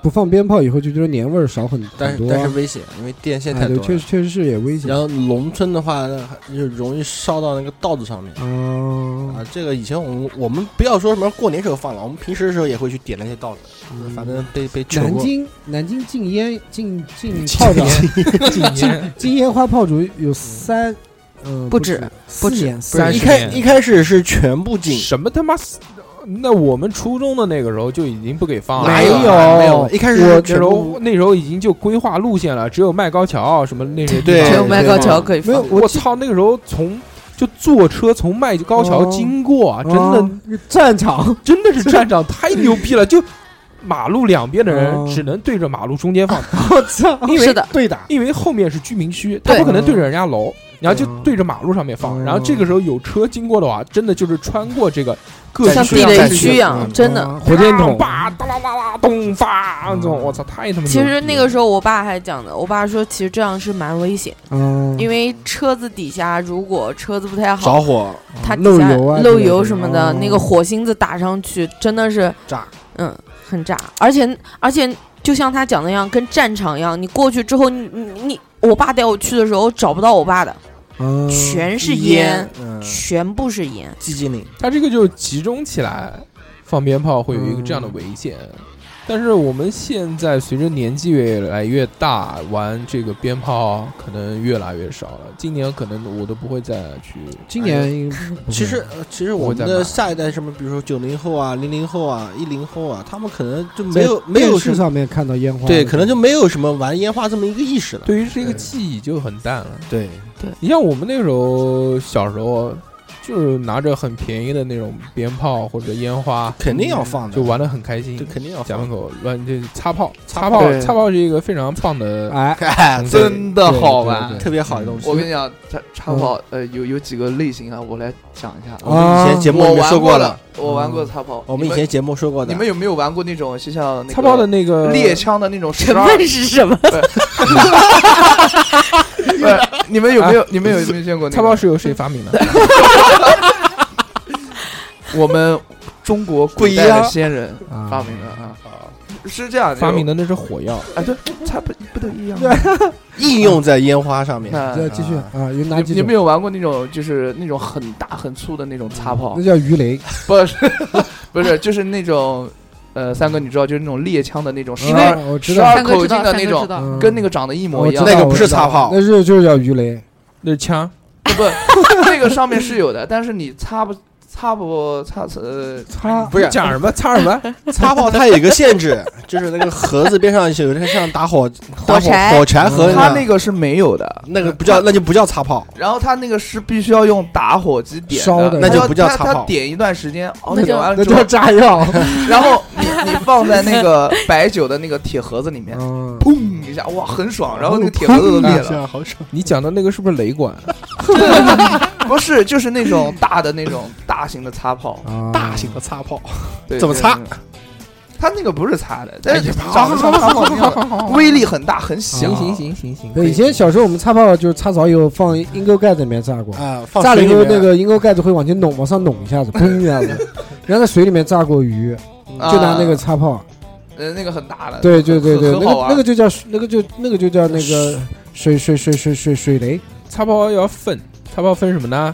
[SPEAKER 2] 不放鞭炮以后，就觉得年味儿少很
[SPEAKER 3] 但
[SPEAKER 2] 很
[SPEAKER 3] 是
[SPEAKER 2] 多
[SPEAKER 3] 但是
[SPEAKER 2] 啊。
[SPEAKER 3] 危险，因为电线
[SPEAKER 2] 哎，
[SPEAKER 3] 太
[SPEAKER 2] 对，
[SPEAKER 3] 多
[SPEAKER 2] 确
[SPEAKER 3] 了
[SPEAKER 2] 实。确实是也危险
[SPEAKER 3] 然。后农村的话，那还就容易烧到那个稻子上面
[SPEAKER 2] 哦，
[SPEAKER 3] 啊。这个以前我们我们不要说什么过年时候放了，我们平时的时候也会去点那些稻子，
[SPEAKER 2] 嗯
[SPEAKER 3] 反正被被求
[SPEAKER 2] 南
[SPEAKER 3] 过。
[SPEAKER 2] 京南京禁烟禁 禁炮仗，
[SPEAKER 1] 禁烟，
[SPEAKER 2] 禁烟花炮竹
[SPEAKER 3] 嗯
[SPEAKER 2] 有三，呃，
[SPEAKER 6] 不
[SPEAKER 2] 止
[SPEAKER 6] 止
[SPEAKER 2] 四
[SPEAKER 6] 不止
[SPEAKER 2] 年
[SPEAKER 1] 三
[SPEAKER 3] 一
[SPEAKER 1] 十
[SPEAKER 3] 开
[SPEAKER 1] 年
[SPEAKER 3] 一开始是全部禁，
[SPEAKER 1] 什么他妈死？那我们初中的那个时候就已经不给放了，哎
[SPEAKER 3] 哪
[SPEAKER 2] 啊有
[SPEAKER 3] 没有，一开始
[SPEAKER 1] 我
[SPEAKER 3] 是
[SPEAKER 1] 那
[SPEAKER 3] 全
[SPEAKER 1] 时
[SPEAKER 3] 部
[SPEAKER 1] 候那时候已经就规划路线了，只有迈皋桥啊什么那些地
[SPEAKER 3] 对
[SPEAKER 1] 方
[SPEAKER 6] 只有
[SPEAKER 3] 麦
[SPEAKER 6] 迈
[SPEAKER 3] 高
[SPEAKER 6] 皋桥可以
[SPEAKER 2] 没有
[SPEAKER 6] 放。
[SPEAKER 1] 我
[SPEAKER 2] 我
[SPEAKER 1] 操，那个时候从就坐车从迈皋桥经过，啊真的
[SPEAKER 2] 的战场
[SPEAKER 1] 真的是站长太牛逼了，就马路两边的人
[SPEAKER 2] 哦
[SPEAKER 1] 只能对着马路中间放，
[SPEAKER 2] 我操，
[SPEAKER 1] 因为
[SPEAKER 6] 是的，
[SPEAKER 2] 对打
[SPEAKER 1] 因为后面是居民区，他
[SPEAKER 6] 对
[SPEAKER 1] 不可能对着人家楼。然后就
[SPEAKER 2] 嗯
[SPEAKER 1] 对着马路上面放，
[SPEAKER 2] 嗯
[SPEAKER 1] 然后这个时候有车经过的话，真的就是穿过这个各
[SPEAKER 6] 像
[SPEAKER 1] 区啊
[SPEAKER 6] 地雷
[SPEAKER 1] 战
[SPEAKER 6] 区一样，真的。
[SPEAKER 2] 啊火箭筒
[SPEAKER 1] 叭哒啦啦啦咚发，这种我操，太他妈牛逼
[SPEAKER 6] 其
[SPEAKER 1] 了！
[SPEAKER 6] 实那个时候我爸还讲的，我爸说其实这样是蛮危险，
[SPEAKER 2] 嗯，
[SPEAKER 6] 因为车子底下如果车子不太好，
[SPEAKER 3] 着火
[SPEAKER 6] 它底
[SPEAKER 2] 漏
[SPEAKER 6] 下
[SPEAKER 2] 油啊
[SPEAKER 6] 漏
[SPEAKER 2] 之类
[SPEAKER 6] 油
[SPEAKER 2] 的
[SPEAKER 6] 什么的
[SPEAKER 2] 哦，
[SPEAKER 6] 那个火星子打上去真的是
[SPEAKER 3] 炸，
[SPEAKER 6] 嗯，很炸，而且而且就像他讲的一样，跟战场一样，你过去之后，你你你，我爸带我去的时候找不到我爸的，
[SPEAKER 2] 嗯
[SPEAKER 6] 全是烟，，
[SPEAKER 3] 嗯，
[SPEAKER 6] 全部是烟，
[SPEAKER 3] 寂静岭，
[SPEAKER 1] 它这个就集中起来放鞭炮会有一个这样的危险。但是我们现在随着年纪越来越大，玩这个鞭炮可能越来越少了。今年可能我都不会再去。
[SPEAKER 2] 今年应该不会
[SPEAKER 3] 其实，呃其实
[SPEAKER 1] 我
[SPEAKER 3] 我们
[SPEAKER 1] 在
[SPEAKER 3] 的
[SPEAKER 1] 买
[SPEAKER 3] 下一代，什么比如说九零后啊、零零后啊、一零后啊，他们可能就没有
[SPEAKER 2] 在
[SPEAKER 3] 没有
[SPEAKER 2] 电
[SPEAKER 3] 什
[SPEAKER 2] 视
[SPEAKER 3] 么
[SPEAKER 2] 上面看到烟花，
[SPEAKER 3] 对，可能就没有什么玩烟花这么一个意识了。
[SPEAKER 1] 对于这个记忆就很淡了。
[SPEAKER 3] 对，
[SPEAKER 1] 你像我们那时候小时候，就是拿着很便宜的那种鞭炮或者烟花，
[SPEAKER 3] 肯定要
[SPEAKER 2] 嗯
[SPEAKER 3] 放的，
[SPEAKER 1] 就玩的很开心
[SPEAKER 3] 这。肯定要
[SPEAKER 1] 家
[SPEAKER 3] 放
[SPEAKER 1] 门
[SPEAKER 3] 的。
[SPEAKER 1] 口乱这擦炮，擦
[SPEAKER 3] 擦
[SPEAKER 1] 炮
[SPEAKER 5] 炮，对
[SPEAKER 1] 擦炮是一个非常棒的，
[SPEAKER 2] 哎，
[SPEAKER 3] 哎，
[SPEAKER 1] 嗯
[SPEAKER 3] 这
[SPEAKER 5] 真的好
[SPEAKER 1] 对
[SPEAKER 5] 玩。
[SPEAKER 1] 对对嗯
[SPEAKER 3] 特别好的东西。
[SPEAKER 2] 嗯
[SPEAKER 5] 我跟你讲，插插炮，呃，有有几个类型啊，我来讲一下。
[SPEAKER 3] 我们以前节目
[SPEAKER 5] 我
[SPEAKER 3] 里面
[SPEAKER 5] 玩
[SPEAKER 3] 说
[SPEAKER 5] 过
[SPEAKER 3] 了，，
[SPEAKER 1] 嗯
[SPEAKER 5] 我玩过插炮。
[SPEAKER 3] 我们以
[SPEAKER 5] 你
[SPEAKER 3] 前节目说过的，
[SPEAKER 5] 你们有没有玩过那种，就像那个
[SPEAKER 1] 擦炮的那个
[SPEAKER 5] 猎枪的那种
[SPEAKER 6] 成
[SPEAKER 5] 十二？
[SPEAKER 6] 分是什么？
[SPEAKER 5] 不是你们有没有？你们有没有见过那个？
[SPEAKER 1] 擦炮是由谁发明的？
[SPEAKER 5] 我们中国古代的先人发明的啊，是这样
[SPEAKER 1] 发明的那是火药，
[SPEAKER 5] 啊，对，它不不都一样吗？
[SPEAKER 3] 应用在烟花上面。
[SPEAKER 5] 那
[SPEAKER 2] 再继续啊，有哪
[SPEAKER 5] 你
[SPEAKER 2] 几
[SPEAKER 5] 你们
[SPEAKER 2] 种？
[SPEAKER 5] 有玩过那种就是那种很大很粗的那种擦炮
[SPEAKER 2] 那？叫鱼 雷，
[SPEAKER 5] 不是不是，就是那种呃，三哥你知道，就是那种猎枪的那种十
[SPEAKER 2] 啊
[SPEAKER 5] 二
[SPEAKER 2] 我知
[SPEAKER 5] 十
[SPEAKER 2] 道，
[SPEAKER 5] 二
[SPEAKER 7] 三哥
[SPEAKER 5] 口
[SPEAKER 7] 知
[SPEAKER 5] 径
[SPEAKER 7] 道，
[SPEAKER 5] 的
[SPEAKER 7] 三
[SPEAKER 5] 那
[SPEAKER 7] 哥
[SPEAKER 5] 种
[SPEAKER 7] 知，道，
[SPEAKER 2] 嗯
[SPEAKER 5] 跟那个长得一模
[SPEAKER 2] 我
[SPEAKER 5] 一
[SPEAKER 2] 知
[SPEAKER 5] 样
[SPEAKER 2] 道。
[SPEAKER 3] 那个不
[SPEAKER 2] 我
[SPEAKER 3] 是
[SPEAKER 2] 知道
[SPEAKER 3] 擦炮
[SPEAKER 2] 那是就是叫鱼雷，
[SPEAKER 1] 那是枪，
[SPEAKER 5] 不，那个上面是有的，但是你擦不擦不擦呃，
[SPEAKER 2] 擦
[SPEAKER 3] 不是
[SPEAKER 1] 讲什么擦什么，
[SPEAKER 3] 擦炮它有一个限制， 就是那个盒子边上有那个像打火打
[SPEAKER 6] 火柴
[SPEAKER 3] 火柴盒一
[SPEAKER 5] 它
[SPEAKER 3] 样，
[SPEAKER 5] 那个是没有的。
[SPEAKER 3] 那个不叫那就不叫擦炮，
[SPEAKER 5] 然后它那个是必须要用打火机点
[SPEAKER 2] 烧的
[SPEAKER 3] 那就
[SPEAKER 5] 它
[SPEAKER 3] 不叫
[SPEAKER 5] 它
[SPEAKER 3] 擦
[SPEAKER 5] 它
[SPEAKER 3] 炮
[SPEAKER 5] 点一段时间，哦，
[SPEAKER 7] 那
[SPEAKER 5] 点
[SPEAKER 7] 叫
[SPEAKER 5] 完
[SPEAKER 2] 那
[SPEAKER 5] 了之后
[SPEAKER 2] 叫，炸药。
[SPEAKER 5] 然后你你放在那个白酒的那个铁盒子里面，
[SPEAKER 2] 嗯，
[SPEAKER 5] 砰一下，哇，很爽，然后那个铁盒子都
[SPEAKER 3] 嗯
[SPEAKER 5] 裂了。
[SPEAKER 3] 好爽。
[SPEAKER 1] 你讲的那个是不是雷 管？
[SPEAKER 5] 不是，就是那种大的那种大型的擦炮，
[SPEAKER 2] 啊
[SPEAKER 3] 大型的擦炮，
[SPEAKER 5] 对，
[SPEAKER 3] 怎么擦
[SPEAKER 5] 就是那种？它那个不是擦的，但是
[SPEAKER 1] 哎呀
[SPEAKER 5] 长得像擦炮一样，威力很大，很响。
[SPEAKER 1] 行行行行行，
[SPEAKER 2] 对，以前小时候我们擦炮就是擦早有放阴沟盖子嗯里面炸过，
[SPEAKER 3] 啊，放
[SPEAKER 2] 炸了
[SPEAKER 3] 水
[SPEAKER 2] 以
[SPEAKER 3] 里
[SPEAKER 2] 后
[SPEAKER 3] 面
[SPEAKER 2] 那个阴沟盖子会往前拢，往上拢一下子，砰一下子。然后在水里面炸过鱼，
[SPEAKER 5] 啊
[SPEAKER 2] 就拿那个擦炮，
[SPEAKER 5] 呃那个很大的，
[SPEAKER 2] 对对对对，
[SPEAKER 5] 很
[SPEAKER 2] 那
[SPEAKER 5] 好
[SPEAKER 2] 个
[SPEAKER 5] 玩。
[SPEAKER 2] 那个就叫那个就那个就叫那个水水水水水水雷，
[SPEAKER 1] 擦炮要分，擦炮分什么呢？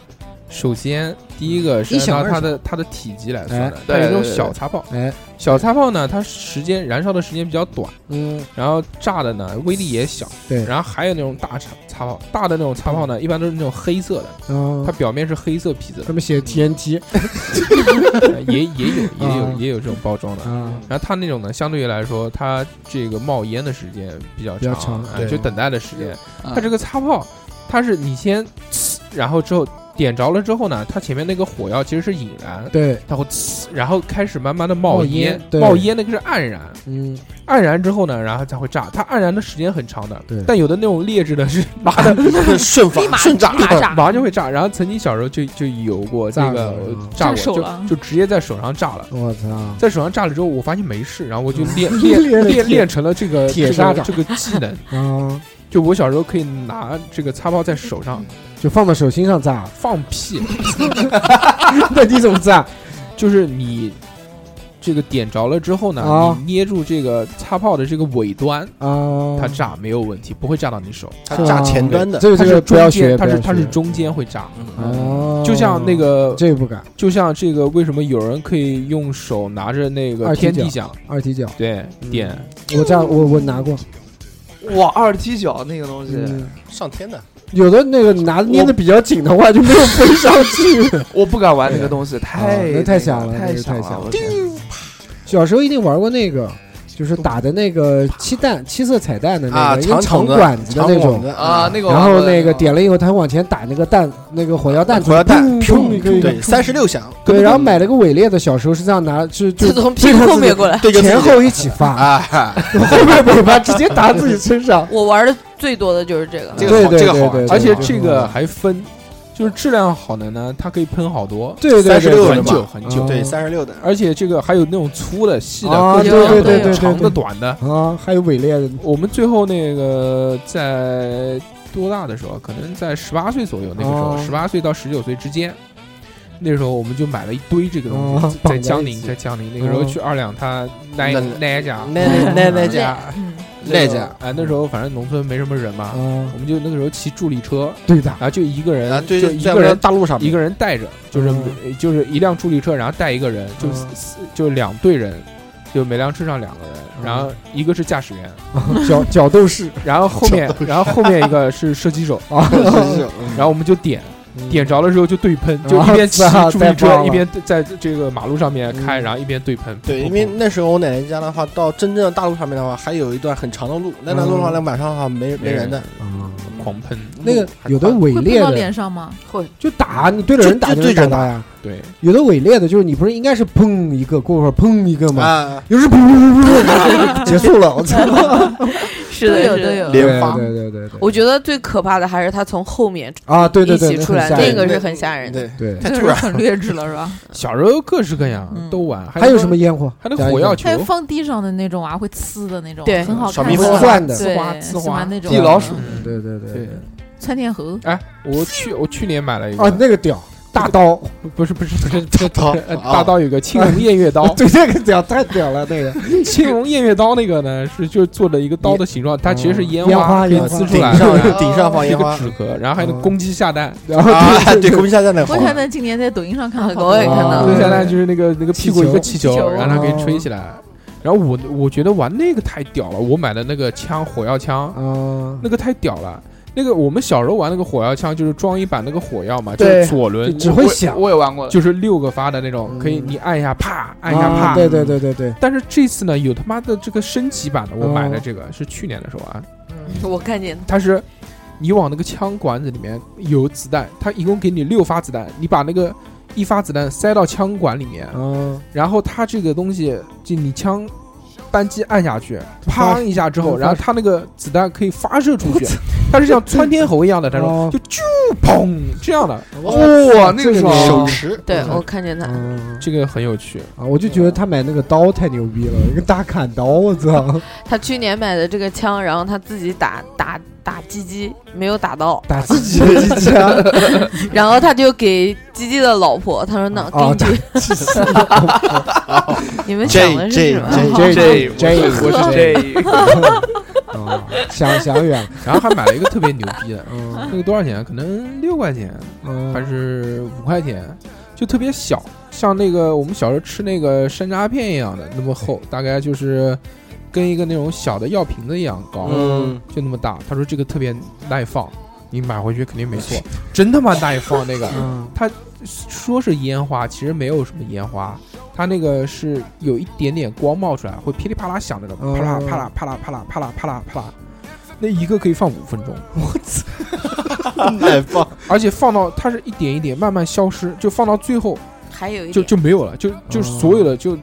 [SPEAKER 1] 首先，第一个是
[SPEAKER 2] 一小
[SPEAKER 1] 按照它
[SPEAKER 2] 二小
[SPEAKER 1] 的它的体积来算的它
[SPEAKER 2] 哎，
[SPEAKER 1] 有一种
[SPEAKER 5] 对对对
[SPEAKER 1] 小擦炮，
[SPEAKER 2] 哎，
[SPEAKER 1] 小擦炮呢，它时间燃烧的时间比较短，
[SPEAKER 2] 嗯，
[SPEAKER 1] 然后炸的呢威力也小，
[SPEAKER 2] 对
[SPEAKER 1] 然后还有那种大擦擦炮，大的那种擦炮呢，一般都是那种黑色的，
[SPEAKER 2] 啊
[SPEAKER 1] 它，表面是黑色皮子
[SPEAKER 2] 他们写 TNT
[SPEAKER 1] 的，也也有也有
[SPEAKER 2] 啊
[SPEAKER 1] 也有这种包装的。
[SPEAKER 2] 啊，
[SPEAKER 1] 然后它那种呢，相对于来说，它这个冒烟的时间比较
[SPEAKER 2] 比较长
[SPEAKER 1] 哎
[SPEAKER 2] 对
[SPEAKER 1] 就等待的时间。
[SPEAKER 5] 它
[SPEAKER 1] 它这个擦炮，它是你先，呲然后之后点着了之后呢，它前面那个火药其实是引燃，
[SPEAKER 2] 对，
[SPEAKER 1] 然后呲然后开始慢慢的冒
[SPEAKER 2] 冒
[SPEAKER 1] 烟
[SPEAKER 2] 烟，对
[SPEAKER 1] 冒烟那个是黯然，
[SPEAKER 2] 嗯，
[SPEAKER 1] 黯然之后呢，然后才会炸。它黯然的时间很长的，
[SPEAKER 2] 对
[SPEAKER 1] 但有的那种劣质的是妈的
[SPEAKER 3] 顺
[SPEAKER 7] 立
[SPEAKER 3] 发
[SPEAKER 7] 马
[SPEAKER 3] 顺炸，
[SPEAKER 7] 立马炸
[SPEAKER 1] 马上就会炸。然后曾经小时候就就有过这
[SPEAKER 2] 炸
[SPEAKER 1] 个
[SPEAKER 2] 过啊
[SPEAKER 1] 炸
[SPEAKER 7] 炸手
[SPEAKER 1] 过，
[SPEAKER 7] 了
[SPEAKER 1] 就就直接在手上炸了。
[SPEAKER 2] 我操，
[SPEAKER 1] 在手上炸了之后，我发现没事，然后我 就 练
[SPEAKER 2] 练
[SPEAKER 1] 练
[SPEAKER 2] 了
[SPEAKER 1] 练
[SPEAKER 2] 铁
[SPEAKER 1] 练成了这个
[SPEAKER 2] 铁
[SPEAKER 1] 这
[SPEAKER 2] 砂
[SPEAKER 1] 个
[SPEAKER 2] 掌
[SPEAKER 1] 这个技能。
[SPEAKER 2] 啊，
[SPEAKER 1] 就我小时候可以拿这个擦炮在手上，
[SPEAKER 2] 就放到手心上炸
[SPEAKER 1] 放屁，
[SPEAKER 2] 那你怎么炸？
[SPEAKER 1] 就是你这个点着了之后呢，
[SPEAKER 2] 啊
[SPEAKER 1] 你捏住这个擦炮的这个尾端，
[SPEAKER 2] 啊，
[SPEAKER 1] 它炸没有问题，不会炸到你手。
[SPEAKER 3] 它
[SPEAKER 2] 是吧
[SPEAKER 3] 炸前端的，
[SPEAKER 2] 这个
[SPEAKER 1] 它
[SPEAKER 2] 这
[SPEAKER 1] 是
[SPEAKER 2] 个不
[SPEAKER 1] 中
[SPEAKER 2] 要
[SPEAKER 1] 间，
[SPEAKER 2] 学，
[SPEAKER 1] 它
[SPEAKER 2] 不
[SPEAKER 1] 是
[SPEAKER 2] 要
[SPEAKER 1] 它是
[SPEAKER 2] 学
[SPEAKER 1] 中间会炸，
[SPEAKER 2] 哦，
[SPEAKER 1] 就像那个。
[SPEAKER 2] 这个不敢，
[SPEAKER 1] 就像这个，为什么有人可以用手拿着那个
[SPEAKER 2] 二踢
[SPEAKER 1] 天地
[SPEAKER 2] 脚嗯
[SPEAKER 1] 响，
[SPEAKER 2] 二踢脚，
[SPEAKER 1] 对，点
[SPEAKER 2] 我炸我我拿过，
[SPEAKER 5] 哇，二踢脚那个东西，
[SPEAKER 2] 嗯，
[SPEAKER 3] 上天的，
[SPEAKER 2] 有的那个拿捏的比较紧的话就没有飞上去。
[SPEAKER 5] 我不敢玩啊那个东西，太
[SPEAKER 2] 那太响了那
[SPEAKER 5] 太
[SPEAKER 2] 个太
[SPEAKER 5] 响
[SPEAKER 2] 响了
[SPEAKER 5] 我天
[SPEAKER 2] 小时候一定玩过那个，就是打的那个七蛋七色彩蛋的那
[SPEAKER 3] 啊，
[SPEAKER 2] 个，
[SPEAKER 3] 长
[SPEAKER 2] 用长
[SPEAKER 3] 筒的
[SPEAKER 2] 管子的
[SPEAKER 3] 长
[SPEAKER 2] 那
[SPEAKER 3] 筒
[SPEAKER 2] 种。
[SPEAKER 3] 的
[SPEAKER 5] 啊，，那个
[SPEAKER 2] 然后那
[SPEAKER 5] 那
[SPEAKER 2] 个点了以后，它往前打那个弹，那个火药弹，
[SPEAKER 3] 火药弹，
[SPEAKER 2] 砰，
[SPEAKER 3] 砰，
[SPEAKER 2] 对
[SPEAKER 3] 对，三十六响，
[SPEAKER 2] 对，然后买了个伪劣的，小时候是这样拿，就就
[SPEAKER 6] 就从屁股后面过来。。
[SPEAKER 3] 对着自己
[SPEAKER 2] 前后一起发，
[SPEAKER 3] 啊，哈
[SPEAKER 2] 后面尾巴直接打自己身上
[SPEAKER 6] 我玩的最多的就是这个，
[SPEAKER 3] 这
[SPEAKER 2] 对
[SPEAKER 3] 个
[SPEAKER 2] 对
[SPEAKER 3] 好这
[SPEAKER 2] 对
[SPEAKER 3] 个好玩
[SPEAKER 2] 对，
[SPEAKER 1] 而且
[SPEAKER 2] 对
[SPEAKER 1] 这个还分，就是质量好的呢，它可以喷好多，
[SPEAKER 2] 对对对
[SPEAKER 3] 36
[SPEAKER 2] 对
[SPEAKER 3] 的
[SPEAKER 1] 很
[SPEAKER 3] 嘛
[SPEAKER 1] 久很久。
[SPEAKER 2] 啊
[SPEAKER 3] 对，三十六的，
[SPEAKER 1] 而且这个还有那种粗的、细的，
[SPEAKER 2] 啊
[SPEAKER 1] 各种
[SPEAKER 6] 对对
[SPEAKER 1] 各样的
[SPEAKER 6] 对对对
[SPEAKER 1] 长的、
[SPEAKER 2] 对
[SPEAKER 1] 短的。
[SPEAKER 2] 啊，还有伪劣的，
[SPEAKER 1] 我们最后那个在多大的时候？可能在十八岁左右，那个时候
[SPEAKER 2] 哦
[SPEAKER 1] 十八岁到十九岁之间。那时候我们就买了一堆这个东西
[SPEAKER 2] 哦，
[SPEAKER 1] 在
[SPEAKER 2] 绑在
[SPEAKER 1] 江
[SPEAKER 2] 一
[SPEAKER 1] 宁，
[SPEAKER 2] 起
[SPEAKER 1] 在江宁那个时候
[SPEAKER 2] 哦
[SPEAKER 1] 去二两他那
[SPEAKER 3] 那
[SPEAKER 1] 那家
[SPEAKER 3] 奶奶奶
[SPEAKER 1] 家
[SPEAKER 3] 家，
[SPEAKER 7] 嗯，
[SPEAKER 3] 那家
[SPEAKER 1] 哎，那时候反正农村没什么人嘛，
[SPEAKER 2] 啊，
[SPEAKER 1] 我们就那个时候骑助力车，
[SPEAKER 2] 对的
[SPEAKER 1] 然，后就一个人
[SPEAKER 3] 啊，，对，
[SPEAKER 1] 就
[SPEAKER 3] 就
[SPEAKER 1] 一
[SPEAKER 3] 在
[SPEAKER 1] 个人
[SPEAKER 3] 大路上面
[SPEAKER 1] 一个人带着，就是
[SPEAKER 2] 嗯
[SPEAKER 1] 每就是一辆助力车，然后带一个人，就
[SPEAKER 2] 嗯
[SPEAKER 1] 四四就两队人，就每辆车上两个人，
[SPEAKER 2] 嗯
[SPEAKER 1] 然后一个是驾驶员，
[SPEAKER 2] 角角斗 士
[SPEAKER 1] 然后后面然后后面一个是射击手，
[SPEAKER 2] 啊，
[SPEAKER 3] 是 是嗯
[SPEAKER 1] 然后我们就点点着了之后就对喷，
[SPEAKER 2] 嗯
[SPEAKER 1] 就一边骑
[SPEAKER 2] 哇
[SPEAKER 1] 助
[SPEAKER 2] 太
[SPEAKER 1] 力车
[SPEAKER 2] 棒了
[SPEAKER 1] 一边在这个马路上面开，
[SPEAKER 2] 嗯
[SPEAKER 1] 然后一边对喷。
[SPEAKER 3] 对，
[SPEAKER 1] 砰
[SPEAKER 3] 因为
[SPEAKER 1] 砰
[SPEAKER 3] 那时候我奶奶家的话，到真正的大路上面的话，还有一段很长的路。那段路的话，
[SPEAKER 2] 嗯
[SPEAKER 3] 那晚上的话没没人的，
[SPEAKER 2] 啊，
[SPEAKER 1] 狂喷，
[SPEAKER 2] 那个有的
[SPEAKER 7] 会
[SPEAKER 2] 伪
[SPEAKER 7] 喷
[SPEAKER 2] 劣
[SPEAKER 7] 到
[SPEAKER 2] 的
[SPEAKER 7] 脸上吗？
[SPEAKER 2] 就打，你对着
[SPEAKER 3] 就
[SPEAKER 2] 人打
[SPEAKER 3] 就
[SPEAKER 2] 能
[SPEAKER 3] 对着
[SPEAKER 2] 打
[SPEAKER 3] 打
[SPEAKER 2] 他呀。
[SPEAKER 1] 对，
[SPEAKER 2] 有的伪劣的，就是你不是应该是砰一个，过会儿砰一个吗？
[SPEAKER 3] 啊，
[SPEAKER 2] 有时候噗噗噗噗，结束了，我操！
[SPEAKER 6] 是
[SPEAKER 7] 都
[SPEAKER 6] 的，
[SPEAKER 7] 有
[SPEAKER 6] 是的
[SPEAKER 7] 都有
[SPEAKER 3] 连
[SPEAKER 2] 对
[SPEAKER 3] 发
[SPEAKER 2] 对对对对，
[SPEAKER 6] 我觉得最可怕的还是他从后面
[SPEAKER 2] 啊，对对
[SPEAKER 6] 一
[SPEAKER 2] 对，
[SPEAKER 6] 起
[SPEAKER 2] 那
[SPEAKER 6] 出
[SPEAKER 2] 很
[SPEAKER 6] 来，
[SPEAKER 2] 吓
[SPEAKER 6] 那
[SPEAKER 2] 人
[SPEAKER 6] 个是很吓人的。
[SPEAKER 3] 对，
[SPEAKER 2] 对。
[SPEAKER 3] 太
[SPEAKER 7] 就
[SPEAKER 3] 突
[SPEAKER 7] 是
[SPEAKER 3] 然
[SPEAKER 7] 很劣质了，是吧？
[SPEAKER 1] 小时候各式各样
[SPEAKER 7] 嗯
[SPEAKER 1] 都玩，
[SPEAKER 2] 还有什
[SPEAKER 1] 那
[SPEAKER 2] 么
[SPEAKER 1] 个？
[SPEAKER 2] 烟火？
[SPEAKER 1] 还有那个火药球
[SPEAKER 7] 还，有放地上的那种啊，会呲的那种，
[SPEAKER 6] 对
[SPEAKER 7] 很好
[SPEAKER 3] 小
[SPEAKER 7] 看，
[SPEAKER 3] 蜜蜂
[SPEAKER 7] 对
[SPEAKER 2] 钻的
[SPEAKER 1] 呲
[SPEAKER 7] 对
[SPEAKER 1] 花呲
[SPEAKER 7] 喜
[SPEAKER 1] 花
[SPEAKER 7] 欢那种
[SPEAKER 5] 地老鼠
[SPEAKER 1] 嗯
[SPEAKER 2] 对对对对
[SPEAKER 1] 对。
[SPEAKER 7] 窜天猴，
[SPEAKER 1] 哎，我去，我去年买了一个，
[SPEAKER 2] 哦，那个屌，大刀，，
[SPEAKER 1] 不是不是不是，这
[SPEAKER 3] 刀
[SPEAKER 1] 呃
[SPEAKER 3] 啊
[SPEAKER 1] 大刀有个青龙偃月刀
[SPEAKER 2] 对，那个屌太屌了，那个
[SPEAKER 1] 青龙偃月刀那个呢是就做了一个刀的形状，它其实是烟
[SPEAKER 2] 烟花
[SPEAKER 1] 可以
[SPEAKER 2] 烟花
[SPEAKER 1] 呲出
[SPEAKER 3] 啊顶
[SPEAKER 1] 来，
[SPEAKER 3] 上
[SPEAKER 1] 是
[SPEAKER 3] 顶上放
[SPEAKER 1] 一
[SPEAKER 3] 烟花
[SPEAKER 1] 个纸壳，然后还有那
[SPEAKER 2] 嗯
[SPEAKER 1] 个攻击下蛋，
[SPEAKER 2] 然后
[SPEAKER 3] 啊，对，
[SPEAKER 2] 对
[SPEAKER 3] 国民下蛋那
[SPEAKER 7] 我
[SPEAKER 3] 好
[SPEAKER 7] 看到今年在抖音上看到好多，
[SPEAKER 6] 我也看
[SPEAKER 2] 啊
[SPEAKER 6] 到
[SPEAKER 1] 攻
[SPEAKER 6] 了
[SPEAKER 1] 击下蛋就是那个那个屁股一个气
[SPEAKER 7] 气球
[SPEAKER 1] 球，然后它可以吹起来。然后我我觉得玩那个太屌了，我买的那个枪火药枪，
[SPEAKER 2] 啊，
[SPEAKER 1] 那个太屌了。那个我们小时候玩那个火药枪，就是装一把那个火药嘛，就
[SPEAKER 5] 对
[SPEAKER 1] 是左轮
[SPEAKER 2] 就只会
[SPEAKER 5] 我
[SPEAKER 2] 响
[SPEAKER 5] 我也玩过，
[SPEAKER 1] 就是六个发的那种，
[SPEAKER 2] 嗯
[SPEAKER 1] 可以你按一下啪，按一下
[SPEAKER 2] 啊，
[SPEAKER 1] 啪。
[SPEAKER 2] 对对对对对，
[SPEAKER 1] 但是这次呢，有他妈的这个升级版的，我
[SPEAKER 2] 嗯
[SPEAKER 1] 买的这个是去年的时候啊，
[SPEAKER 6] 我看见
[SPEAKER 1] 它是你往那个枪管子里面有子弹，它一共给你六发子弹，你把那个一发子弹塞到枪管里面，
[SPEAKER 2] 啊，
[SPEAKER 1] 然后它这个东西就你枪扳机按下去，
[SPEAKER 2] 发
[SPEAKER 1] 砰一下之后，
[SPEAKER 2] 发
[SPEAKER 1] 然后它那个子弹可以发射出去，它是像窜天猴一样的那
[SPEAKER 2] 哦
[SPEAKER 1] 种，就啾砰这样的，
[SPEAKER 5] 哇，那
[SPEAKER 2] 这
[SPEAKER 5] 个
[SPEAKER 2] 个
[SPEAKER 1] 哦
[SPEAKER 5] 爽，
[SPEAKER 3] 哦手持，
[SPEAKER 6] 对
[SPEAKER 2] 嗯
[SPEAKER 6] 我看见他，
[SPEAKER 2] 嗯
[SPEAKER 1] 这个很有趣。
[SPEAKER 2] 啊，我就觉得他买那个刀太牛逼了，一个大砍刀，我操，
[SPEAKER 6] 他去年买的这个枪，然后他自己打打打鸡鸡，没有打到，
[SPEAKER 2] 打自己的机啊枪，
[SPEAKER 6] 然后他就给鸡鸡的老婆，他说：“那给
[SPEAKER 2] 哦
[SPEAKER 6] 你去， 你们想
[SPEAKER 3] 这这
[SPEAKER 6] 的是什么？
[SPEAKER 2] 这
[SPEAKER 5] 这
[SPEAKER 2] 这
[SPEAKER 5] 我是嗯
[SPEAKER 2] 我是
[SPEAKER 5] 这
[SPEAKER 2] 啊，想想远了，，
[SPEAKER 1] 然后还买了一个特别牛逼的
[SPEAKER 2] 嗯
[SPEAKER 1] 那个多少钱？可能六块钱还
[SPEAKER 2] 嗯，
[SPEAKER 1] 是五块钱，就特别小，像那个我们小时候吃那个山楂片一样的，那么厚，大概就是跟一个那种小的药瓶子一样高，
[SPEAKER 3] 嗯，
[SPEAKER 1] 就那么大。他说这个特别耐放，你买回去肯定没错，真他妈耐放那个。
[SPEAKER 2] 嗯
[SPEAKER 1] 说是烟花，其实没有什么烟花，它那个是有一点点光冒出来，会噼里啪啦响那种，
[SPEAKER 2] 哦
[SPEAKER 1] 啪啦啪啦啪啦啪啦啪啦啪啦啪啦，那一个可以放五分钟，
[SPEAKER 3] 奶放，
[SPEAKER 1] 而且放到它是一点一点慢慢消失，就放到最后
[SPEAKER 6] 还有一
[SPEAKER 1] 就
[SPEAKER 6] 点，
[SPEAKER 1] 就没有了，就就是
[SPEAKER 2] 哦
[SPEAKER 1] 所有的就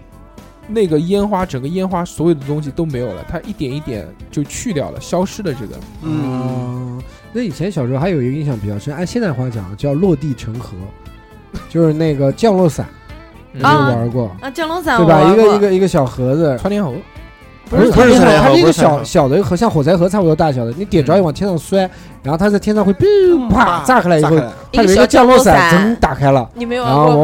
[SPEAKER 1] 那个烟花，整个烟花所有的东西都没有了，它一点一点就去掉了，消失的这个，
[SPEAKER 3] 嗯，
[SPEAKER 2] 嗯，那以前小时候还有一个印象比较深，按现在话讲叫落地成盒，就是那个降落伞，你有
[SPEAKER 6] 啊
[SPEAKER 2] 玩过？
[SPEAKER 6] 啊，降龙伞
[SPEAKER 2] 对
[SPEAKER 6] 我
[SPEAKER 2] 吧？
[SPEAKER 6] 玩
[SPEAKER 2] 一个
[SPEAKER 6] 过
[SPEAKER 2] 一个一个小盒子，
[SPEAKER 1] 窜天猴，
[SPEAKER 2] 不是
[SPEAKER 3] 不是
[SPEAKER 2] 它
[SPEAKER 3] 窜天猴
[SPEAKER 2] 它是一
[SPEAKER 3] 不
[SPEAKER 2] 个
[SPEAKER 3] 是窜天
[SPEAKER 2] 小
[SPEAKER 3] 猴
[SPEAKER 2] 小的盒，像火柴盒差不多大小的，你点着也往天上摔，然后它在天上会哔啪炸开来以
[SPEAKER 3] 炸
[SPEAKER 2] 后
[SPEAKER 3] 开，来
[SPEAKER 2] 它
[SPEAKER 6] 一
[SPEAKER 2] 里面
[SPEAKER 6] 个
[SPEAKER 2] 一个
[SPEAKER 6] 小
[SPEAKER 2] 降落伞
[SPEAKER 6] 降落伞
[SPEAKER 2] 噌打开了，
[SPEAKER 6] 你没玩
[SPEAKER 2] 然
[SPEAKER 6] 过
[SPEAKER 2] 后
[SPEAKER 6] 吗？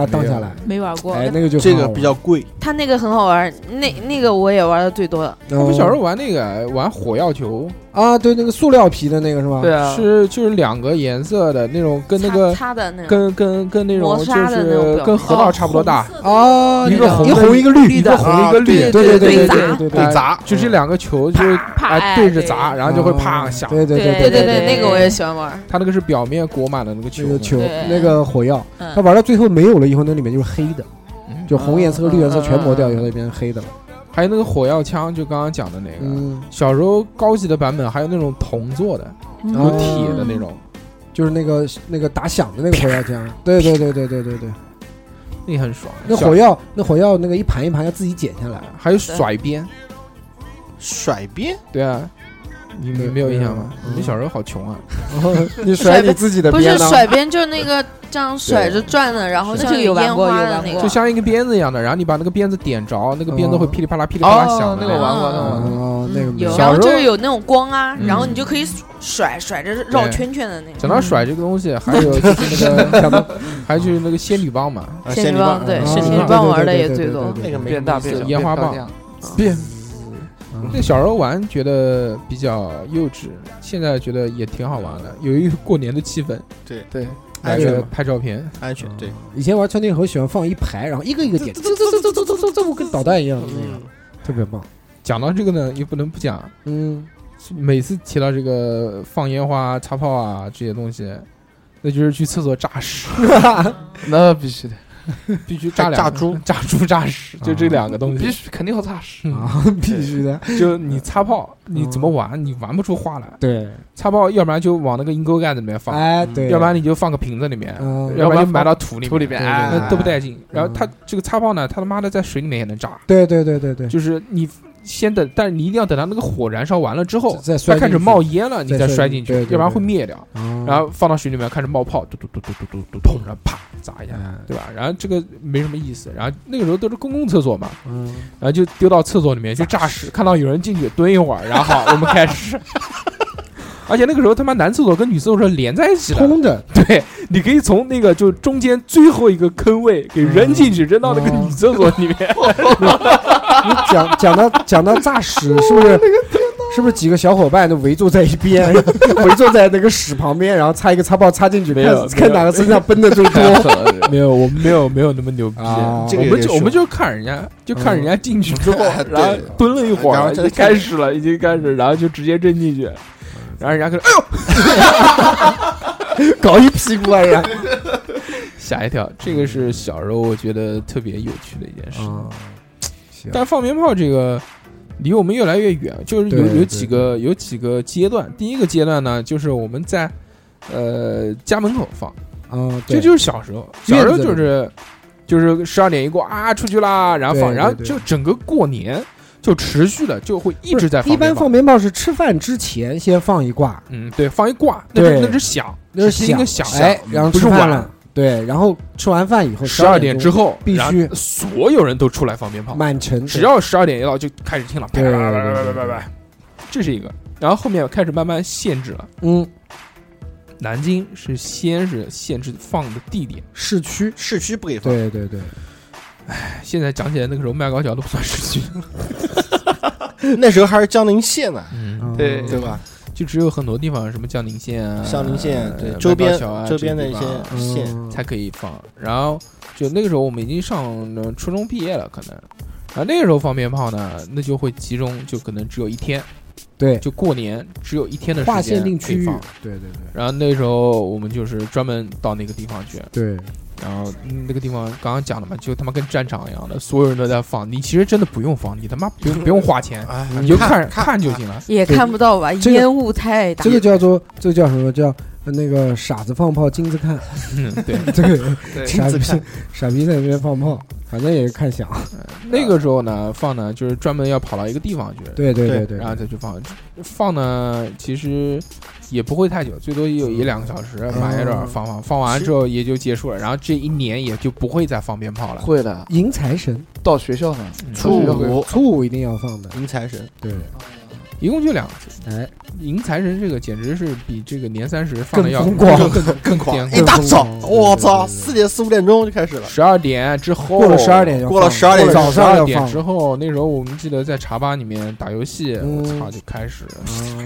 [SPEAKER 2] 哇荡下来，
[SPEAKER 7] 没玩过。
[SPEAKER 2] 哎，那个就
[SPEAKER 3] 这
[SPEAKER 2] 很
[SPEAKER 3] 个
[SPEAKER 2] 好
[SPEAKER 3] 比较贵，
[SPEAKER 6] 他那个很好玩，那那个我也玩的最多了。
[SPEAKER 2] 玩。
[SPEAKER 1] 我
[SPEAKER 2] 我
[SPEAKER 1] 们小时候玩那个玩火药球，
[SPEAKER 2] 啊，对那个塑料皮的那个是吗？
[SPEAKER 5] 对啊，
[SPEAKER 1] 是就是两个颜色的那种，跟那
[SPEAKER 6] 擦
[SPEAKER 1] 个。
[SPEAKER 6] 擦的那种，
[SPEAKER 1] 跟跟跟那种
[SPEAKER 6] 磨
[SPEAKER 1] 就
[SPEAKER 6] 砂的那种
[SPEAKER 1] 是
[SPEAKER 6] 表
[SPEAKER 1] 跟
[SPEAKER 6] 面哦
[SPEAKER 1] 核桃差不多大，
[SPEAKER 2] 啊，
[SPEAKER 1] 一个
[SPEAKER 2] 那
[SPEAKER 1] 红
[SPEAKER 2] 一
[SPEAKER 1] 的
[SPEAKER 2] 红一个绿，
[SPEAKER 1] 一个红一个绿，
[SPEAKER 3] 啊
[SPEAKER 2] 对对对对
[SPEAKER 6] 对
[SPEAKER 2] 对
[SPEAKER 6] 砸
[SPEAKER 1] 对
[SPEAKER 2] 对对，
[SPEAKER 3] 砸
[SPEAKER 1] 哎就这两个球就是哎
[SPEAKER 6] 哎
[SPEAKER 1] 对着砸，然后就会
[SPEAKER 2] 啊
[SPEAKER 1] 啪响。
[SPEAKER 2] 嗯对对
[SPEAKER 7] 对
[SPEAKER 2] 对
[SPEAKER 6] 对对
[SPEAKER 7] 对
[SPEAKER 6] 对，
[SPEAKER 7] 对
[SPEAKER 6] 那个我也喜欢玩。
[SPEAKER 1] 它那个是表面裹满了那个球
[SPEAKER 2] 那个
[SPEAKER 1] 嘛，
[SPEAKER 2] 球
[SPEAKER 7] 对
[SPEAKER 2] 那个火药，它
[SPEAKER 7] 嗯，
[SPEAKER 2] 玩到最后没有了以后，那里面就是黑的，
[SPEAKER 1] 嗯
[SPEAKER 2] 就红颜色和绿颜色全磨掉以后，
[SPEAKER 5] 嗯
[SPEAKER 2] 那变成黑的了。
[SPEAKER 1] 还有那个火药枪，就刚刚讲的那个。
[SPEAKER 2] 嗯，
[SPEAKER 1] 小时候高级的版本还有那种铜做的，
[SPEAKER 7] 嗯
[SPEAKER 1] 有铁的那种，
[SPEAKER 2] 就是那个那个打响的那个火药枪，对对对对对对对，
[SPEAKER 1] 那也很爽。
[SPEAKER 2] 那
[SPEAKER 1] 小嗯
[SPEAKER 2] 火药那火药那个一盘一盘要自己剪下来。
[SPEAKER 1] 还有甩鞭，
[SPEAKER 3] 甩鞭，
[SPEAKER 1] 对啊，你你没有印象吗？
[SPEAKER 2] 嗯
[SPEAKER 1] 你们小时候好穷啊！
[SPEAKER 2] 你甩你自己的
[SPEAKER 6] 不
[SPEAKER 2] 鞭
[SPEAKER 6] 是
[SPEAKER 2] 呢？
[SPEAKER 6] 甩鞭，就是那个这样甩着转的，然后
[SPEAKER 7] 是
[SPEAKER 6] 像
[SPEAKER 7] 这个有玩
[SPEAKER 6] 烟
[SPEAKER 7] 过
[SPEAKER 6] 花
[SPEAKER 7] 有
[SPEAKER 6] 的
[SPEAKER 7] 玩
[SPEAKER 6] 那个
[SPEAKER 7] 过
[SPEAKER 1] 就。像一个鞭子一样的，然后你把那个鞭子点着，那个鞭子会噼里啪啦噼里啪啦响的
[SPEAKER 5] 哦那个
[SPEAKER 1] 种
[SPEAKER 5] 玩过，那个玩过。
[SPEAKER 2] 哦，那个没
[SPEAKER 7] 有
[SPEAKER 1] 小
[SPEAKER 6] 然后
[SPEAKER 1] 时候
[SPEAKER 6] 就是有那种光啊，
[SPEAKER 1] 嗯
[SPEAKER 6] 然后你就可以甩甩着绕圈圈的那
[SPEAKER 1] 讲
[SPEAKER 3] 嗯
[SPEAKER 6] 种。
[SPEAKER 1] 到甩这个东西，还有就是那 个，还有就是那个仙女棒嘛，
[SPEAKER 3] 啊
[SPEAKER 6] 仙
[SPEAKER 3] 仙
[SPEAKER 6] 女
[SPEAKER 3] 女
[SPEAKER 6] 棒，
[SPEAKER 3] 棒，
[SPEAKER 6] 对，
[SPEAKER 2] 啊
[SPEAKER 6] 仙
[SPEAKER 2] 仙
[SPEAKER 6] 女
[SPEAKER 2] 女
[SPEAKER 6] 棒
[SPEAKER 2] 棒
[SPEAKER 6] 玩的
[SPEAKER 2] 对对
[SPEAKER 6] 也
[SPEAKER 2] 对
[SPEAKER 6] 最
[SPEAKER 2] 对
[SPEAKER 6] 多
[SPEAKER 2] 对。
[SPEAKER 5] 那个没
[SPEAKER 3] 变
[SPEAKER 5] 大
[SPEAKER 3] 大
[SPEAKER 5] 变
[SPEAKER 3] 变
[SPEAKER 5] 小，
[SPEAKER 3] 小
[SPEAKER 1] 烟花棒
[SPEAKER 5] 变漂亮
[SPEAKER 1] 变。
[SPEAKER 2] 嗯
[SPEAKER 1] 那小时候玩觉得比较幼稚，现在觉得也挺好玩的，有一个过年的气氛。
[SPEAKER 5] 对，
[SPEAKER 1] 来
[SPEAKER 3] 安
[SPEAKER 1] 个
[SPEAKER 3] 全
[SPEAKER 1] 拍照片，
[SPEAKER 3] 安全，对，
[SPEAKER 2] 以前玩窜天猴喜欢放一排，然后一个一个点，这这这这这这这跟导弹一样的那个，特别棒。
[SPEAKER 1] 讲到这个呢，又不能不讲。
[SPEAKER 2] 嗯，
[SPEAKER 1] 每次提到这个放烟花、 擦炮啊这些东西，那就是去厕所炸屎。
[SPEAKER 5] 那必须的。啊
[SPEAKER 1] 必须炸两
[SPEAKER 3] 炸
[SPEAKER 1] 个
[SPEAKER 3] 猪
[SPEAKER 1] 炸猪炸屎，就这两个东
[SPEAKER 5] 必
[SPEAKER 1] 西。
[SPEAKER 5] 须肯定要踏实。
[SPEAKER 2] 啊，必须的，
[SPEAKER 1] 就你擦炮，你怎么玩，
[SPEAKER 2] 嗯
[SPEAKER 1] 你玩不出花来。
[SPEAKER 2] 对，
[SPEAKER 1] 擦炮，要不然就往那个阴沟盖子里面放，
[SPEAKER 2] 哎，对，
[SPEAKER 1] 要不然你就放个瓶子里面，
[SPEAKER 2] 嗯，
[SPEAKER 1] 要不然就埋到土里
[SPEAKER 5] 土里
[SPEAKER 1] 面，呃
[SPEAKER 5] 边
[SPEAKER 2] 对
[SPEAKER 5] 哎
[SPEAKER 2] 对
[SPEAKER 1] 那都不带劲。然后
[SPEAKER 2] 嗯
[SPEAKER 1] 它这个擦炮呢，它他妈的在水里面也能炸，
[SPEAKER 2] 对对对对对，
[SPEAKER 1] 就是你先等，但是你一定要等到那个火燃烧完了之后，
[SPEAKER 2] 再
[SPEAKER 1] 它
[SPEAKER 2] 摔
[SPEAKER 1] 开始
[SPEAKER 2] 进去
[SPEAKER 1] 冒烟了，你
[SPEAKER 2] 再
[SPEAKER 1] 再
[SPEAKER 2] 摔
[SPEAKER 1] 摔
[SPEAKER 2] 进
[SPEAKER 1] 进
[SPEAKER 2] 去
[SPEAKER 1] 去
[SPEAKER 2] 对，对
[SPEAKER 1] 要不然
[SPEAKER 2] 对
[SPEAKER 1] 会灭掉。
[SPEAKER 2] 啊，
[SPEAKER 1] 然后放到水里面开始冒泡，嘟嘟嘟嘟嘟嘟嘟咚，然后啪砸一下，
[SPEAKER 2] 哎
[SPEAKER 1] 对吧？然后这个没什么意思。然后那个时候都是公共厕所嘛，
[SPEAKER 2] 嗯，
[SPEAKER 1] 然后就丢到厕所里面去炸屎，看到有人进去蹲一会儿，然后好，我们开始。而且那个时候他妈男厕所跟女厕所是连在一起的，
[SPEAKER 2] 通的，
[SPEAKER 1] 对，你可以从那个就中间最后一个坑位给扔进去，扔到那个
[SPEAKER 2] 哦
[SPEAKER 1] 女厕所里面。
[SPEAKER 2] 你讲 讲到讲到诈屎，是不是？是不是哦几个小伙伴都围坐在一边， 围坐在那个屎旁边，然后插一个擦炮插进去，
[SPEAKER 1] 没
[SPEAKER 2] 看
[SPEAKER 1] 有没
[SPEAKER 2] 看
[SPEAKER 1] 有
[SPEAKER 2] 哪个 身上奔的最 多？
[SPEAKER 1] 没有，我们没有没有那么牛逼
[SPEAKER 2] 啊
[SPEAKER 3] 这
[SPEAKER 1] 我
[SPEAKER 3] 个
[SPEAKER 1] 们
[SPEAKER 3] 也
[SPEAKER 1] 就是我们就看人家，就看人家进去之后，
[SPEAKER 3] 对
[SPEAKER 1] 然后蹲了一会
[SPEAKER 3] 然
[SPEAKER 1] 儿，
[SPEAKER 3] 后
[SPEAKER 1] 已
[SPEAKER 3] 再
[SPEAKER 1] 经开始了，已经开始，然后就直接扔进去，然后人家可能哎哎呦
[SPEAKER 2] 搞一屁股啊！人家
[SPEAKER 1] 吓一跳，这个是小时候我觉得特别有趣的一件事。
[SPEAKER 2] 啊，行，
[SPEAKER 1] 嗯但放鞭炮这个离我们越来越远，就是
[SPEAKER 2] 对
[SPEAKER 1] 有有
[SPEAKER 2] 对
[SPEAKER 1] 几个有几个阶段，第一个阶段呢，就是我们在呃家门口放。
[SPEAKER 2] 啊，
[SPEAKER 1] 这
[SPEAKER 2] 对
[SPEAKER 1] 就是小时候，小时候
[SPEAKER 2] 院子
[SPEAKER 1] 就
[SPEAKER 2] 里
[SPEAKER 1] 是就是十二点一过啊，出去啦，然后
[SPEAKER 2] 对
[SPEAKER 1] 放，
[SPEAKER 2] 对
[SPEAKER 1] 然后
[SPEAKER 2] 对
[SPEAKER 1] 就整个过年就持续的就会一直在放
[SPEAKER 2] 一
[SPEAKER 1] 鞭炮。
[SPEAKER 2] 般放鞭炮是吃饭之前先放一挂，
[SPEAKER 1] 嗯，对，放一挂，那是
[SPEAKER 2] 对
[SPEAKER 1] 那是响，
[SPEAKER 2] 那
[SPEAKER 1] 是听一个响，
[SPEAKER 2] 哎，然后
[SPEAKER 1] 不
[SPEAKER 2] 吃
[SPEAKER 1] 是
[SPEAKER 2] 饭
[SPEAKER 1] 晚
[SPEAKER 2] 了，对，然后吃完饭以后，
[SPEAKER 1] 十二点之
[SPEAKER 2] 后
[SPEAKER 1] 后
[SPEAKER 2] 必
[SPEAKER 1] 然
[SPEAKER 2] 须
[SPEAKER 1] 后所有人都出来放鞭炮，
[SPEAKER 2] 满城
[SPEAKER 1] 只要十二点一到就开始听了，啪啪
[SPEAKER 2] 对对
[SPEAKER 1] 啪
[SPEAKER 2] 对
[SPEAKER 1] 啪
[SPEAKER 2] 对
[SPEAKER 1] 啪啪啪，这是一个。然后后面开始慢慢限制了，
[SPEAKER 2] 嗯
[SPEAKER 1] 南京是先是限制放的地点，
[SPEAKER 2] 市区，
[SPEAKER 3] 市区不给放，
[SPEAKER 2] 对对对，
[SPEAKER 1] 哎现在讲起来那个时候麦皋桥都不算市区，
[SPEAKER 3] 那时候还是江宁县呢，
[SPEAKER 1] 嗯，
[SPEAKER 2] 嗯
[SPEAKER 5] 对
[SPEAKER 3] 对吧？
[SPEAKER 1] 就只有很多地方，什么江宁县啊、
[SPEAKER 3] 江宁县对
[SPEAKER 1] 呃
[SPEAKER 3] 周
[SPEAKER 1] 麦
[SPEAKER 3] 边
[SPEAKER 1] 皋桥啊
[SPEAKER 3] 周边的
[SPEAKER 1] 这
[SPEAKER 3] 一
[SPEAKER 1] 地
[SPEAKER 3] 些
[SPEAKER 1] 方啊
[SPEAKER 3] 县，
[SPEAKER 2] 嗯
[SPEAKER 1] 才可以放。然后就那个时候我们已经上呃初中毕业了，可能。啊，那个时候放鞭炮呢，那就会集中，就可能只有一天，
[SPEAKER 2] 对，
[SPEAKER 1] 就过年只有一天的时间
[SPEAKER 2] 划限定区
[SPEAKER 1] 可以
[SPEAKER 2] 域
[SPEAKER 1] 放。，
[SPEAKER 2] 对对
[SPEAKER 1] 然后那时候我们就是专门到那个地方去，
[SPEAKER 2] 对对，
[SPEAKER 1] 然后嗯那个地方刚刚讲了嘛，就他妈跟战场一样的，所有人都在放。你其实真的不用放，你他妈不用不用花钱，
[SPEAKER 3] 哎
[SPEAKER 1] 嗯你就看
[SPEAKER 3] 看
[SPEAKER 1] 看就行了。
[SPEAKER 6] 也
[SPEAKER 2] 对
[SPEAKER 6] 看不到吧？
[SPEAKER 2] 这个
[SPEAKER 6] 烟雾太大
[SPEAKER 2] 这。个叫做这个叫什么叫呃那个傻子放炮，金子看，
[SPEAKER 1] 嗯，对。
[SPEAKER 2] 对，
[SPEAKER 5] 对
[SPEAKER 2] 傻
[SPEAKER 3] 金
[SPEAKER 2] 逼
[SPEAKER 3] 子看
[SPEAKER 2] 傻逼在那边放炮，反正也是看响，
[SPEAKER 1] 那个时候呢，放呢就是专门要跑到一个地方去，
[SPEAKER 2] 对对对
[SPEAKER 3] 对
[SPEAKER 2] 对
[SPEAKER 1] 然，后再去放。放呢，其实也不会太久，最多也有一两个小时，买一点
[SPEAKER 2] 嗯
[SPEAKER 1] 儿放放，放完之后也就结束了。然后这一年也就不会再放鞭炮了。嗯
[SPEAKER 5] 会的，
[SPEAKER 2] 迎财神，
[SPEAKER 5] 到学校呢，
[SPEAKER 3] 初
[SPEAKER 5] 这个会
[SPEAKER 3] 五
[SPEAKER 2] 初五一定要放的，
[SPEAKER 3] 迎财神，
[SPEAKER 2] 对，
[SPEAKER 1] 一共就两次。
[SPEAKER 2] 哎，
[SPEAKER 1] 迎财神这个简直是比这个年三十放的要
[SPEAKER 2] 更疯狂
[SPEAKER 1] 更更癫
[SPEAKER 3] 一
[SPEAKER 1] 狂。
[SPEAKER 3] 哎大早
[SPEAKER 2] 对对对，对
[SPEAKER 3] 我操，四点四五点钟就开始了，
[SPEAKER 1] 十二点之后，
[SPEAKER 2] 过了十二点就
[SPEAKER 3] 过了
[SPEAKER 2] 放
[SPEAKER 3] 12点
[SPEAKER 2] 过了
[SPEAKER 1] 早
[SPEAKER 2] 早
[SPEAKER 1] 上
[SPEAKER 2] 上
[SPEAKER 1] 二
[SPEAKER 2] 要
[SPEAKER 1] 点
[SPEAKER 2] 放
[SPEAKER 1] 之后，那时候我们记得在茶吧里面打游戏，
[SPEAKER 2] 嗯
[SPEAKER 1] 我操就开始，
[SPEAKER 2] 啊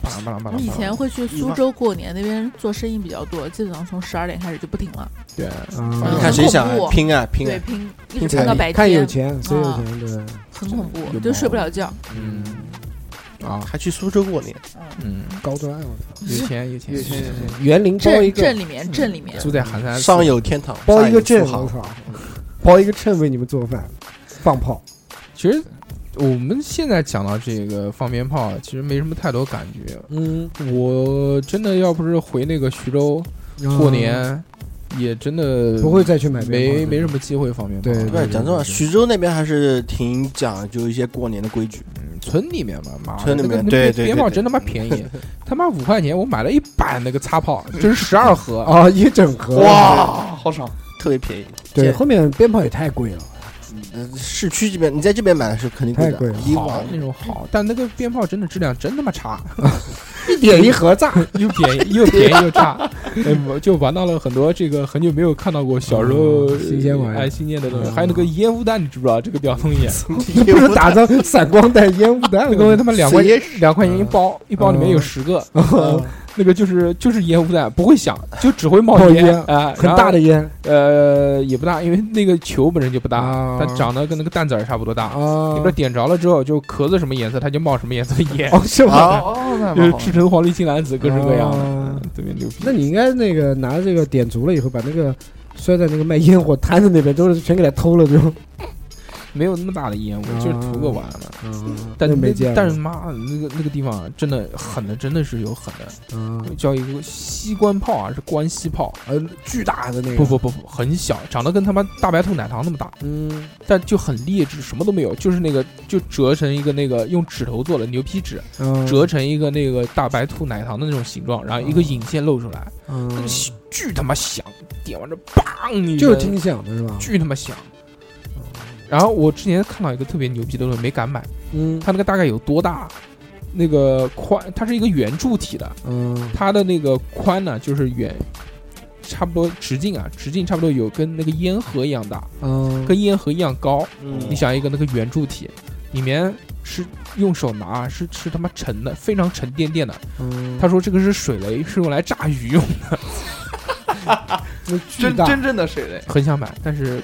[SPEAKER 1] 巴拉巴拉巴拉巴拉。
[SPEAKER 7] 嗯以前会去苏州过年，那边做生意比较多，基本上从十二点开始就不停了，
[SPEAKER 1] 对，
[SPEAKER 2] 嗯
[SPEAKER 1] 嗯
[SPEAKER 3] 你看谁想
[SPEAKER 7] 很恐怖
[SPEAKER 3] 拼啊拼
[SPEAKER 7] 对
[SPEAKER 3] 啊，
[SPEAKER 7] 拼一
[SPEAKER 3] 拼
[SPEAKER 7] 直拼到
[SPEAKER 3] 彩
[SPEAKER 7] 白
[SPEAKER 2] 看有
[SPEAKER 7] 天，
[SPEAKER 2] 钱，谁有
[SPEAKER 7] 啊
[SPEAKER 2] 钱对。
[SPEAKER 7] 很恐怖，
[SPEAKER 1] 有
[SPEAKER 7] 就睡
[SPEAKER 1] 毛
[SPEAKER 7] 不了觉。
[SPEAKER 1] 嗯啊
[SPEAKER 3] 还去苏州过年，
[SPEAKER 1] 嗯，
[SPEAKER 2] 高端，啊
[SPEAKER 1] 有钱有钱
[SPEAKER 5] 有钱有钱
[SPEAKER 2] 园林包一
[SPEAKER 7] 镇
[SPEAKER 2] 个
[SPEAKER 7] 镇里面，镇里面
[SPEAKER 1] 住在寒山
[SPEAKER 3] 上有天堂，
[SPEAKER 2] 包一个
[SPEAKER 3] 镇
[SPEAKER 2] 镇，我操，包一个镇为你们做饭，放炮，
[SPEAKER 1] 其实我们现在讲到这个放鞭炮，其实没什么太多感觉。
[SPEAKER 2] 嗯，
[SPEAKER 1] 我真的要不是回那个徐州过年，也真的
[SPEAKER 2] 嗯不会再去买
[SPEAKER 1] 没没什
[SPEAKER 2] 么，
[SPEAKER 1] 么机会放鞭炮。
[SPEAKER 2] 对
[SPEAKER 3] 不是讲真话，徐州那边还是挺讲究一些过年的规矩，
[SPEAKER 1] 嗯村里面嘛，妈的
[SPEAKER 3] 村里
[SPEAKER 1] 那个
[SPEAKER 3] 面
[SPEAKER 1] 那
[SPEAKER 3] 对
[SPEAKER 1] 个
[SPEAKER 3] 对
[SPEAKER 1] 鞭
[SPEAKER 3] 对
[SPEAKER 1] 炮
[SPEAKER 3] 对
[SPEAKER 1] 真他妈便宜，他妈五块钱我买了一板那个擦炮，就是十二盒。
[SPEAKER 2] 啊，一整盒，，
[SPEAKER 5] 哇，好爽！
[SPEAKER 3] 特别便宜。
[SPEAKER 2] 对，
[SPEAKER 3] 这
[SPEAKER 2] 后面鞭炮也太贵了，
[SPEAKER 3] 呃市区这边你在这边买是肯定贵
[SPEAKER 2] 太
[SPEAKER 3] 的，
[SPEAKER 2] 贵了
[SPEAKER 3] 以
[SPEAKER 1] 好
[SPEAKER 3] 往
[SPEAKER 1] 那种好，但那个鞭炮真的质量真他妈 差，
[SPEAKER 2] 一点一盒炸，
[SPEAKER 1] 又便 宜又便宜又差，哎，我就玩到了很多这个很久没有看到过小时候
[SPEAKER 2] 嗯新鲜玩意儿
[SPEAKER 1] 哎新鲜的东西，
[SPEAKER 2] 嗯
[SPEAKER 1] 还有那个烟雾弹，你知不知道这个屌 东西？
[SPEAKER 2] 那不是打成闪光弹、烟雾弹
[SPEAKER 1] 那，个东西他妈两块
[SPEAKER 3] 谁
[SPEAKER 1] 两块钱一
[SPEAKER 2] 嗯
[SPEAKER 1] 包，一包里面有十个，那个就是就是烟雾弹，不会响，就只会冒
[SPEAKER 2] 冒
[SPEAKER 1] 烟
[SPEAKER 2] 烟
[SPEAKER 1] 啊，
[SPEAKER 2] 很大的烟
[SPEAKER 1] 然后呃也不大，因为那个球本身就不大，
[SPEAKER 2] 啊
[SPEAKER 1] 它长得跟那个蛋子儿差不多大。
[SPEAKER 2] 啊
[SPEAKER 1] 你把它点着了之后，就壳子什么颜色，它就冒什么颜色的烟，
[SPEAKER 2] 哦 是吗？
[SPEAKER 5] 哦哦，那
[SPEAKER 1] 就是
[SPEAKER 5] 蛮好
[SPEAKER 1] 制成黄绿青蓝紫各式各样的，
[SPEAKER 2] 啊
[SPEAKER 1] 嗯特别牛逼。
[SPEAKER 2] 那你应该那个拿着这个点足了以后，把那个摔在那个卖烟火摊子那边，都是全给他偷了就。
[SPEAKER 1] 没有那么大的烟雾，就是图个玩嘛。
[SPEAKER 2] 嗯，
[SPEAKER 1] 但
[SPEAKER 2] 那没
[SPEAKER 1] 那
[SPEAKER 2] 见过。
[SPEAKER 1] 但是妈的那个那个地方真的狠的，真的是有狠的，
[SPEAKER 2] 嗯，
[SPEAKER 1] 叫一个西关炮还是关西炮？
[SPEAKER 2] 呃，巨大的那个。
[SPEAKER 1] 不，不不不，很小，长得跟他妈大白兔奶糖那么大，
[SPEAKER 2] 嗯，
[SPEAKER 1] 但就很劣质，什么都没有，就是那个就折成一个那个用指头做的牛皮纸，
[SPEAKER 2] 嗯
[SPEAKER 1] 折成一个那个大白兔奶糖的那种形状，然后一个引线露出来，
[SPEAKER 2] 嗯
[SPEAKER 1] 那个巨他妈响，点完之后砰一声，
[SPEAKER 2] 就是听响的是吧？
[SPEAKER 1] 巨他妈响。然后我之前看到一个特别牛逼的东西，没敢买。
[SPEAKER 2] 嗯
[SPEAKER 1] 它那个大概有多大？那个宽，它是一个圆柱体的，
[SPEAKER 2] 嗯
[SPEAKER 1] 它的那个宽呢，就是圆，差不多直径啊，直径差不多有跟那个烟盒一样大，
[SPEAKER 2] 嗯，
[SPEAKER 1] 跟烟盒一样高。你
[SPEAKER 3] 嗯，
[SPEAKER 1] 想一个那个圆柱体，里面是用手拿，是是他妈沉的，非常沉甸甸的。
[SPEAKER 2] 嗯，
[SPEAKER 1] 他说这个是水雷，是用来炸鱼用的，
[SPEAKER 2] 那巨
[SPEAKER 5] 真
[SPEAKER 2] 大，
[SPEAKER 5] 真正的水雷，
[SPEAKER 1] 很想买，但是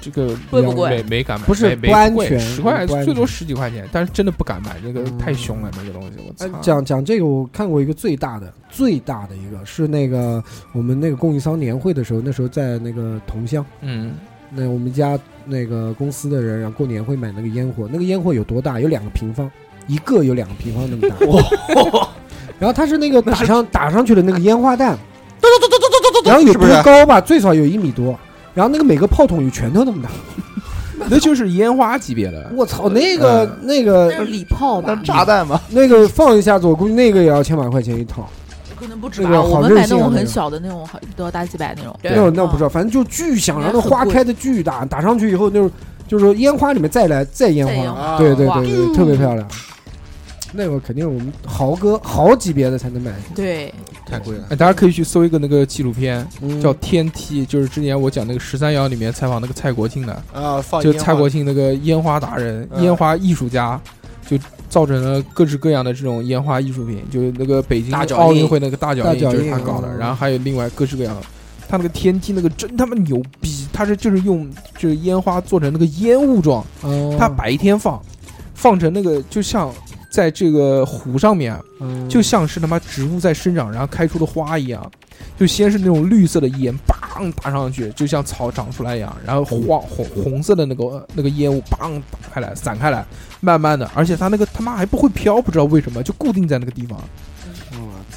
[SPEAKER 1] 这个
[SPEAKER 6] 贵不贵
[SPEAKER 1] 没没敢买，
[SPEAKER 2] 不是
[SPEAKER 1] 没没
[SPEAKER 2] 不安
[SPEAKER 1] 贵
[SPEAKER 2] 全
[SPEAKER 1] 十块
[SPEAKER 2] 不安
[SPEAKER 1] 最多
[SPEAKER 2] 全
[SPEAKER 1] 十几块钱，但是真的不敢买，那个
[SPEAKER 2] 嗯
[SPEAKER 1] 太凶了，那个东西，我
[SPEAKER 2] 哎
[SPEAKER 1] 操！，
[SPEAKER 2] 讲讲这个，我看过一个最大的、最大的一个是那个我们那个供应商年会的时候，那时候在那个桐乡，
[SPEAKER 1] 嗯，
[SPEAKER 2] 那我们家那个公司的人，然后过年会买那个烟火，那个烟火有多大？有两个平方，一个有两个平方那么大。然后它是那个打上打上去的那个烟花弹，然后有
[SPEAKER 3] 是不是
[SPEAKER 2] 多高吧？最少有一米多。然后那个每个炮筒有拳头那么大，
[SPEAKER 1] 那就是烟花级别的。
[SPEAKER 2] 我操！那个那个
[SPEAKER 7] 那是礼炮吧
[SPEAKER 5] 那？炸弹嘛，
[SPEAKER 2] 那个放一下子，我估计那个也要千把块钱一套。
[SPEAKER 7] 可能不止
[SPEAKER 2] 那
[SPEAKER 7] 吧。
[SPEAKER 2] 个
[SPEAKER 7] 我
[SPEAKER 2] 好
[SPEAKER 7] 们
[SPEAKER 2] 任
[SPEAKER 7] 买那
[SPEAKER 2] 性
[SPEAKER 7] 种
[SPEAKER 2] 啊那
[SPEAKER 7] 很
[SPEAKER 2] 个
[SPEAKER 7] 小的那种，好都要大几百那种。
[SPEAKER 2] 那我那我不知道，反正就巨响，然后那花开的巨大，打上去以后就是就是说烟花里面再来再烟
[SPEAKER 7] 再烟
[SPEAKER 2] 花，
[SPEAKER 7] 花
[SPEAKER 3] 啊
[SPEAKER 2] 对对
[SPEAKER 7] 哇嗯
[SPEAKER 2] 对对对，特别漂亮。那会儿肯定我们豪哥豪级别的才能买，
[SPEAKER 7] 对，
[SPEAKER 3] 太贵了。
[SPEAKER 1] 哎，大家可以去搜一个那个纪录片，
[SPEAKER 2] 嗯
[SPEAKER 1] 叫《天梯》，就是之前我讲那个十三幺里面采访那个蔡国庆的，
[SPEAKER 3] 啊，放
[SPEAKER 1] 就
[SPEAKER 3] 烟
[SPEAKER 1] 蔡
[SPEAKER 3] 花
[SPEAKER 1] 国庆那个烟花达人、
[SPEAKER 3] 嗯
[SPEAKER 1] 烟花艺术家，就造成了各式各样的这种烟花艺术品，就是那个北京
[SPEAKER 3] 大脚
[SPEAKER 1] 奥运
[SPEAKER 3] 印
[SPEAKER 1] 会那个大脚
[SPEAKER 2] 大
[SPEAKER 1] 印
[SPEAKER 2] 脚
[SPEAKER 1] 就是
[SPEAKER 2] 印
[SPEAKER 1] 他搞的，
[SPEAKER 2] 嗯
[SPEAKER 1] 然后还有另外各式各样的。他那个天梯那个真他妈牛逼，他是就是用就是烟花做成那个烟雾状，
[SPEAKER 2] 哦
[SPEAKER 3] 嗯
[SPEAKER 1] 他白天放，放成那个就像在这个湖上面啊，
[SPEAKER 2] 嗯
[SPEAKER 1] 就像是他妈植物在生长，然后开出的花一样，就先是那种绿色的烟，砰打上去，就像草长出来一样，然后黄红红色的那个呃那个烟雾，砰打开来，散开来，慢慢的，而且它那个他妈还不会飘，不知道为什么就固定在那个地方。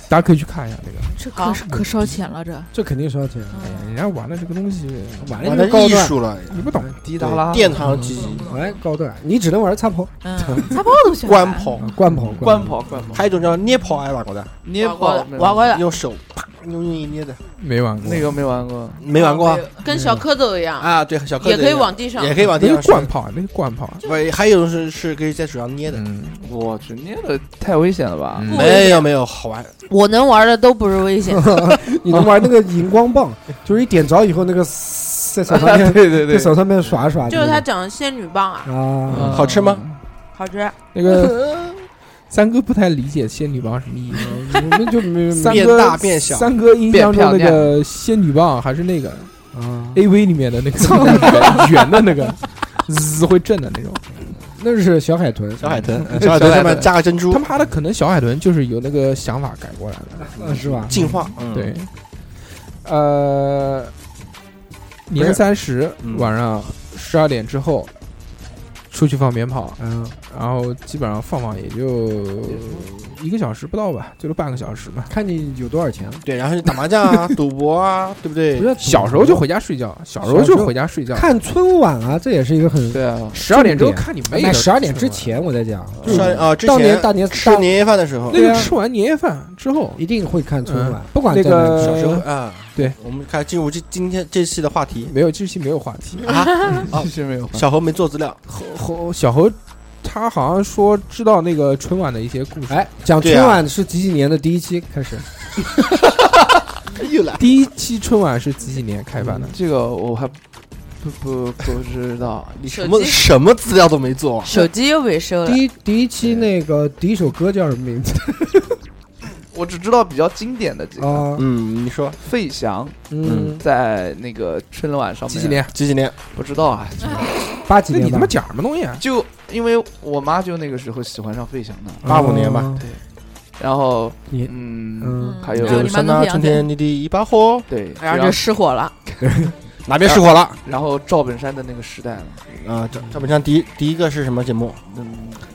[SPEAKER 1] 大家可以去看一下那个，
[SPEAKER 7] 这可是可烧钱了，这嗯
[SPEAKER 2] 这肯定是要钱，
[SPEAKER 5] 嗯
[SPEAKER 1] 哎呀，人家玩的这个东西，玩
[SPEAKER 2] 玩
[SPEAKER 1] 的
[SPEAKER 2] 的
[SPEAKER 3] 艺术了，
[SPEAKER 1] 你不懂，
[SPEAKER 5] 滴答啦，
[SPEAKER 3] 殿堂级
[SPEAKER 2] 哎，高端，你只能玩擦炮、
[SPEAKER 7] 嗯，擦炮都喜欢
[SPEAKER 3] 官
[SPEAKER 7] 玩
[SPEAKER 3] 炮，
[SPEAKER 2] 啊惯跑、
[SPEAKER 5] 官
[SPEAKER 2] 跑，
[SPEAKER 5] 跑官跑，
[SPEAKER 3] 还有一种叫捏炮，哎，玩过的，
[SPEAKER 5] 捏
[SPEAKER 6] 玩过
[SPEAKER 5] 炮
[SPEAKER 6] 的，玩过的，
[SPEAKER 3] 用手啪用力一捏的，
[SPEAKER 1] 没玩过
[SPEAKER 5] 那个没玩过，
[SPEAKER 3] 没玩过啊
[SPEAKER 6] 跟小蝌蚪一
[SPEAKER 2] 嗯
[SPEAKER 6] 样，
[SPEAKER 3] 啊？对，小蝌蚪
[SPEAKER 6] 也可以
[SPEAKER 3] 一样
[SPEAKER 6] 往地上
[SPEAKER 3] 也可以往地
[SPEAKER 1] 那
[SPEAKER 3] 上
[SPEAKER 1] 是灌炮，啊那是灌炮，
[SPEAKER 3] 摔，不是，还有一种是是可以在手上捏的。
[SPEAKER 1] 嗯，
[SPEAKER 5] 我去，捏的太危险了吧？
[SPEAKER 1] 嗯
[SPEAKER 6] 不
[SPEAKER 3] 没有没有，好玩，
[SPEAKER 6] 我能玩的都不是危险，
[SPEAKER 2] 你能玩那个荧光棒，就是一点着以后那个嘶在手上 面，
[SPEAKER 5] 对对
[SPEAKER 2] 在
[SPEAKER 5] 对，
[SPEAKER 2] 手上面耍耍的
[SPEAKER 6] 就
[SPEAKER 2] 那
[SPEAKER 6] 是
[SPEAKER 2] 个，
[SPEAKER 6] 他讲的 仙女棒啊，
[SPEAKER 2] 啊，
[SPEAKER 3] 好吃吗？
[SPEAKER 6] 好吃。
[SPEAKER 1] 那个三哥不太理解仙女棒什么意思。
[SPEAKER 2] 我们 就没
[SPEAKER 1] 三
[SPEAKER 3] 变
[SPEAKER 1] 哥
[SPEAKER 3] 大变小
[SPEAKER 1] 三哥印象中那
[SPEAKER 5] 变漂
[SPEAKER 1] 个仙女棒还是那个
[SPEAKER 3] 嗯
[SPEAKER 2] 啊，
[SPEAKER 1] A V 里面的那 个圆圆的那个，滋会震的那种。
[SPEAKER 2] 那是小海豚，
[SPEAKER 3] 小海豚，嗯小海豚上面加个珍珠
[SPEAKER 1] 他，妈的，可能小海豚就是有那个想法改过来的。
[SPEAKER 2] 啊是吧？
[SPEAKER 3] 进化，嗯
[SPEAKER 1] 对，，呃，年三十
[SPEAKER 3] 嗯
[SPEAKER 1] 晚上十二点之后出去放鞭炮，
[SPEAKER 2] 嗯，
[SPEAKER 1] 然后基本上放放也就一个小时不到吧，最多半个小时吧。
[SPEAKER 2] 看你有多少钱。
[SPEAKER 3] 对， 然后就打麻将啊，赌博啊，对不对
[SPEAKER 2] 不？是
[SPEAKER 1] 小时候就回家睡觉，小时候就回家睡觉。
[SPEAKER 2] 看春晚啊，这也是一个很。
[SPEAKER 5] 对啊，
[SPEAKER 1] 十二点之后看你妹的。
[SPEAKER 2] 十二点之前我在讲，
[SPEAKER 3] 上啊，之
[SPEAKER 2] 当年
[SPEAKER 3] 前
[SPEAKER 2] 大年
[SPEAKER 3] 吃年夜饭的时候
[SPEAKER 1] 那，
[SPEAKER 2] 对
[SPEAKER 1] 个
[SPEAKER 2] 啊
[SPEAKER 1] 吃完年夜饭之后，
[SPEAKER 2] 一定会看春晚
[SPEAKER 1] 嗯，
[SPEAKER 2] 不管
[SPEAKER 1] 那
[SPEAKER 2] 在哪
[SPEAKER 1] 个
[SPEAKER 2] 里
[SPEAKER 3] 小时候啊，
[SPEAKER 1] 对，
[SPEAKER 3] 我们开始进入这今天这期的话 题
[SPEAKER 1] 没有这期没有话题。
[SPEAKER 3] 啊，
[SPEAKER 5] 其实没有。
[SPEAKER 3] 小猴没做资料，
[SPEAKER 1] 猴猴小猴，他好像说知道那个春晚的一些故事。
[SPEAKER 2] 哎，讲
[SPEAKER 3] 对
[SPEAKER 2] 春
[SPEAKER 3] 啊
[SPEAKER 2] 晚是几几年的第一期开始，
[SPEAKER 3] 又来，
[SPEAKER 1] 第一期春晚是几几年开办的？
[SPEAKER 5] 这个我还不不不知道，
[SPEAKER 3] 你
[SPEAKER 6] 手
[SPEAKER 3] 什么
[SPEAKER 6] 机
[SPEAKER 3] 什么资料都没做，啊
[SPEAKER 6] 手机又被收了
[SPEAKER 2] 第，一第一期那个第一首歌叫什么名字
[SPEAKER 5] 我只知道比较经典的几个。
[SPEAKER 2] 啊？
[SPEAKER 3] 嗯，你说
[SPEAKER 5] 费翔
[SPEAKER 2] 嗯，
[SPEAKER 5] 在那个春晚上面
[SPEAKER 1] 几几？年？
[SPEAKER 3] 几几年？
[SPEAKER 5] 不知道啊，
[SPEAKER 2] 八几
[SPEAKER 1] 那你
[SPEAKER 2] 年
[SPEAKER 1] 他
[SPEAKER 2] 吧
[SPEAKER 1] 妈，讲什么东西啊？
[SPEAKER 5] 就因为我妈就那个时候喜欢上费翔的，
[SPEAKER 3] 85年吧
[SPEAKER 2] 啊
[SPEAKER 5] 对，然后
[SPEAKER 1] 你
[SPEAKER 5] 嗯，哎
[SPEAKER 2] 嗯，
[SPEAKER 5] 还有
[SPEAKER 7] 然后
[SPEAKER 3] 就
[SPEAKER 7] 你
[SPEAKER 3] 山
[SPEAKER 7] 们都
[SPEAKER 3] 大
[SPEAKER 7] 培
[SPEAKER 3] 春
[SPEAKER 7] 养对
[SPEAKER 3] 天，你的一把火，
[SPEAKER 5] 对，
[SPEAKER 6] 然
[SPEAKER 5] 然
[SPEAKER 6] 后
[SPEAKER 5] 后
[SPEAKER 6] 就失火
[SPEAKER 2] 嗯
[SPEAKER 6] 了，
[SPEAKER 3] 哪边失火了？
[SPEAKER 5] 然后赵本山的那个时代了，
[SPEAKER 3] 啊，赵赵本山第一第一个是什么节目？嗯，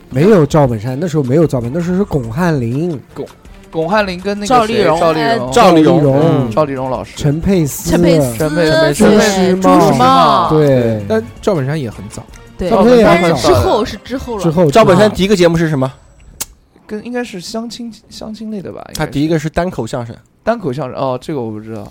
[SPEAKER 2] 没有赵本山，那时候没有赵本，那时候是巩汉林、
[SPEAKER 5] 巩汉林跟那个
[SPEAKER 6] 赵丽
[SPEAKER 5] 谁
[SPEAKER 6] 蓉
[SPEAKER 5] 赵丽
[SPEAKER 6] 哎
[SPEAKER 5] 蓉、
[SPEAKER 3] 赵丽蓉
[SPEAKER 2] 蓉
[SPEAKER 3] 嗯、
[SPEAKER 5] 赵丽蓉老师、
[SPEAKER 2] 陈佩斯、啊
[SPEAKER 7] 陈佩斯、
[SPEAKER 5] 陈佩陈佩
[SPEAKER 7] 朱
[SPEAKER 5] 陈佩
[SPEAKER 2] 斯
[SPEAKER 7] 时
[SPEAKER 2] 朱时
[SPEAKER 7] 茂，
[SPEAKER 2] 对，
[SPEAKER 1] 但赵本山也很早，
[SPEAKER 7] 对，
[SPEAKER 2] 赵本山
[SPEAKER 7] 但
[SPEAKER 2] 也
[SPEAKER 7] 是
[SPEAKER 2] 很
[SPEAKER 7] 之
[SPEAKER 2] 早，
[SPEAKER 7] 后是之后了，
[SPEAKER 2] 之后
[SPEAKER 3] 赵本山第一个节目是什么？
[SPEAKER 5] 跟应该是相亲相亲类的吧？应该
[SPEAKER 3] 他
[SPEAKER 5] 是
[SPEAKER 3] 第一个是单口相声，
[SPEAKER 5] 单口相声哦，这个我不知道。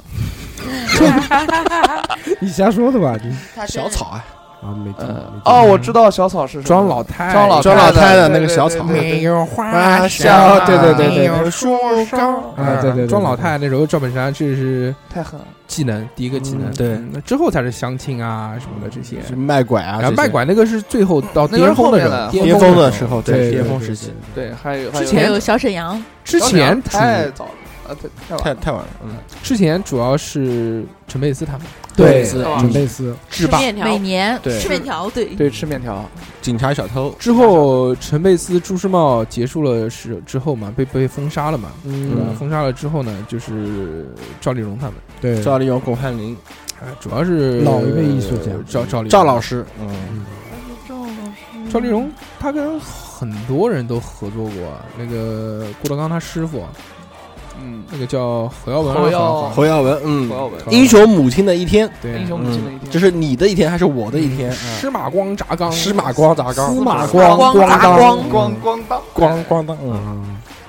[SPEAKER 2] 你瞎说的吧？你
[SPEAKER 6] 他是
[SPEAKER 3] 小草啊，
[SPEAKER 2] 啊，没
[SPEAKER 5] 呃
[SPEAKER 2] 听没，
[SPEAKER 5] 哦，
[SPEAKER 2] 听
[SPEAKER 5] 我知道小草是什么
[SPEAKER 1] 庄老太，
[SPEAKER 5] 张老
[SPEAKER 3] 张老太的
[SPEAKER 5] 的
[SPEAKER 3] 那个小草
[SPEAKER 5] 对对对对
[SPEAKER 1] 有
[SPEAKER 3] 花香
[SPEAKER 1] 对对对对，
[SPEAKER 3] 没有
[SPEAKER 1] 树梢
[SPEAKER 2] 啊对对对对
[SPEAKER 1] 庄老太那时候赵本山这是
[SPEAKER 5] 太狠了。
[SPEAKER 1] 技能第一个技能，
[SPEAKER 3] 嗯对
[SPEAKER 1] 嗯，那之后才是相亲啊什么的这些。
[SPEAKER 3] 是卖拐啊，
[SPEAKER 1] 然后
[SPEAKER 3] 这些
[SPEAKER 1] 卖拐那个是最后到
[SPEAKER 5] 那个是
[SPEAKER 1] 巅峰
[SPEAKER 5] 后
[SPEAKER 1] 的
[SPEAKER 5] 面
[SPEAKER 1] 时
[SPEAKER 5] 了
[SPEAKER 1] 候，
[SPEAKER 3] 巅峰
[SPEAKER 1] 峰
[SPEAKER 3] 的
[SPEAKER 1] 时
[SPEAKER 3] 时
[SPEAKER 1] 候
[SPEAKER 3] 候，
[SPEAKER 2] 对
[SPEAKER 3] 对
[SPEAKER 2] 对
[SPEAKER 3] 巅峰
[SPEAKER 2] 对
[SPEAKER 3] 时期，
[SPEAKER 5] 对，还有还
[SPEAKER 1] 之
[SPEAKER 5] 有
[SPEAKER 7] 还
[SPEAKER 1] 前
[SPEAKER 7] 有小沈阳，
[SPEAKER 1] 之前主
[SPEAKER 5] 太早了啊，对，太晚
[SPEAKER 3] 太
[SPEAKER 5] 了。
[SPEAKER 3] 太晚了，嗯，
[SPEAKER 1] 之前主要是陈佩斯他们，
[SPEAKER 2] 对
[SPEAKER 3] 是
[SPEAKER 2] 陈佩斯，
[SPEAKER 6] 吃面条，
[SPEAKER 7] 每年
[SPEAKER 3] 对
[SPEAKER 7] 吃面条，对，
[SPEAKER 5] 对，吃面条，
[SPEAKER 3] 警察小偷，
[SPEAKER 1] 之后陈佩斯、朱时茂结束了是之后嘛，被被封杀了嘛，对吧？
[SPEAKER 2] 嗯，
[SPEAKER 1] 封杀了之后呢，就是赵丽蓉他们，
[SPEAKER 2] 对，
[SPEAKER 3] 赵丽蓉、巩汉林、
[SPEAKER 1] 啊主要是
[SPEAKER 2] 老一辈艺术家
[SPEAKER 1] 赵赵丽蓉
[SPEAKER 3] 赵老师，嗯，
[SPEAKER 1] 赵丽蓉，她跟很多人都合作过啊，那个郭德纲他师傅，啊
[SPEAKER 5] 嗯，
[SPEAKER 1] 那个叫何耀文啊，
[SPEAKER 5] 侯耀
[SPEAKER 1] 好像
[SPEAKER 3] 侯耀文，
[SPEAKER 5] 侯耀
[SPEAKER 3] 嗯，
[SPEAKER 5] 文，
[SPEAKER 3] 英雄母亲的一天，
[SPEAKER 1] 对嗯
[SPEAKER 5] 英雄母亲的一天，
[SPEAKER 3] 这是你的一天还是我的一天？啊
[SPEAKER 1] 司马光砸缸，
[SPEAKER 3] 司马光砸缸，
[SPEAKER 2] 司马
[SPEAKER 3] 光
[SPEAKER 2] 光
[SPEAKER 3] 砸
[SPEAKER 2] 当
[SPEAKER 3] 缸，
[SPEAKER 5] 咣咣当
[SPEAKER 3] 光光当，嗯，
[SPEAKER 2] 啊，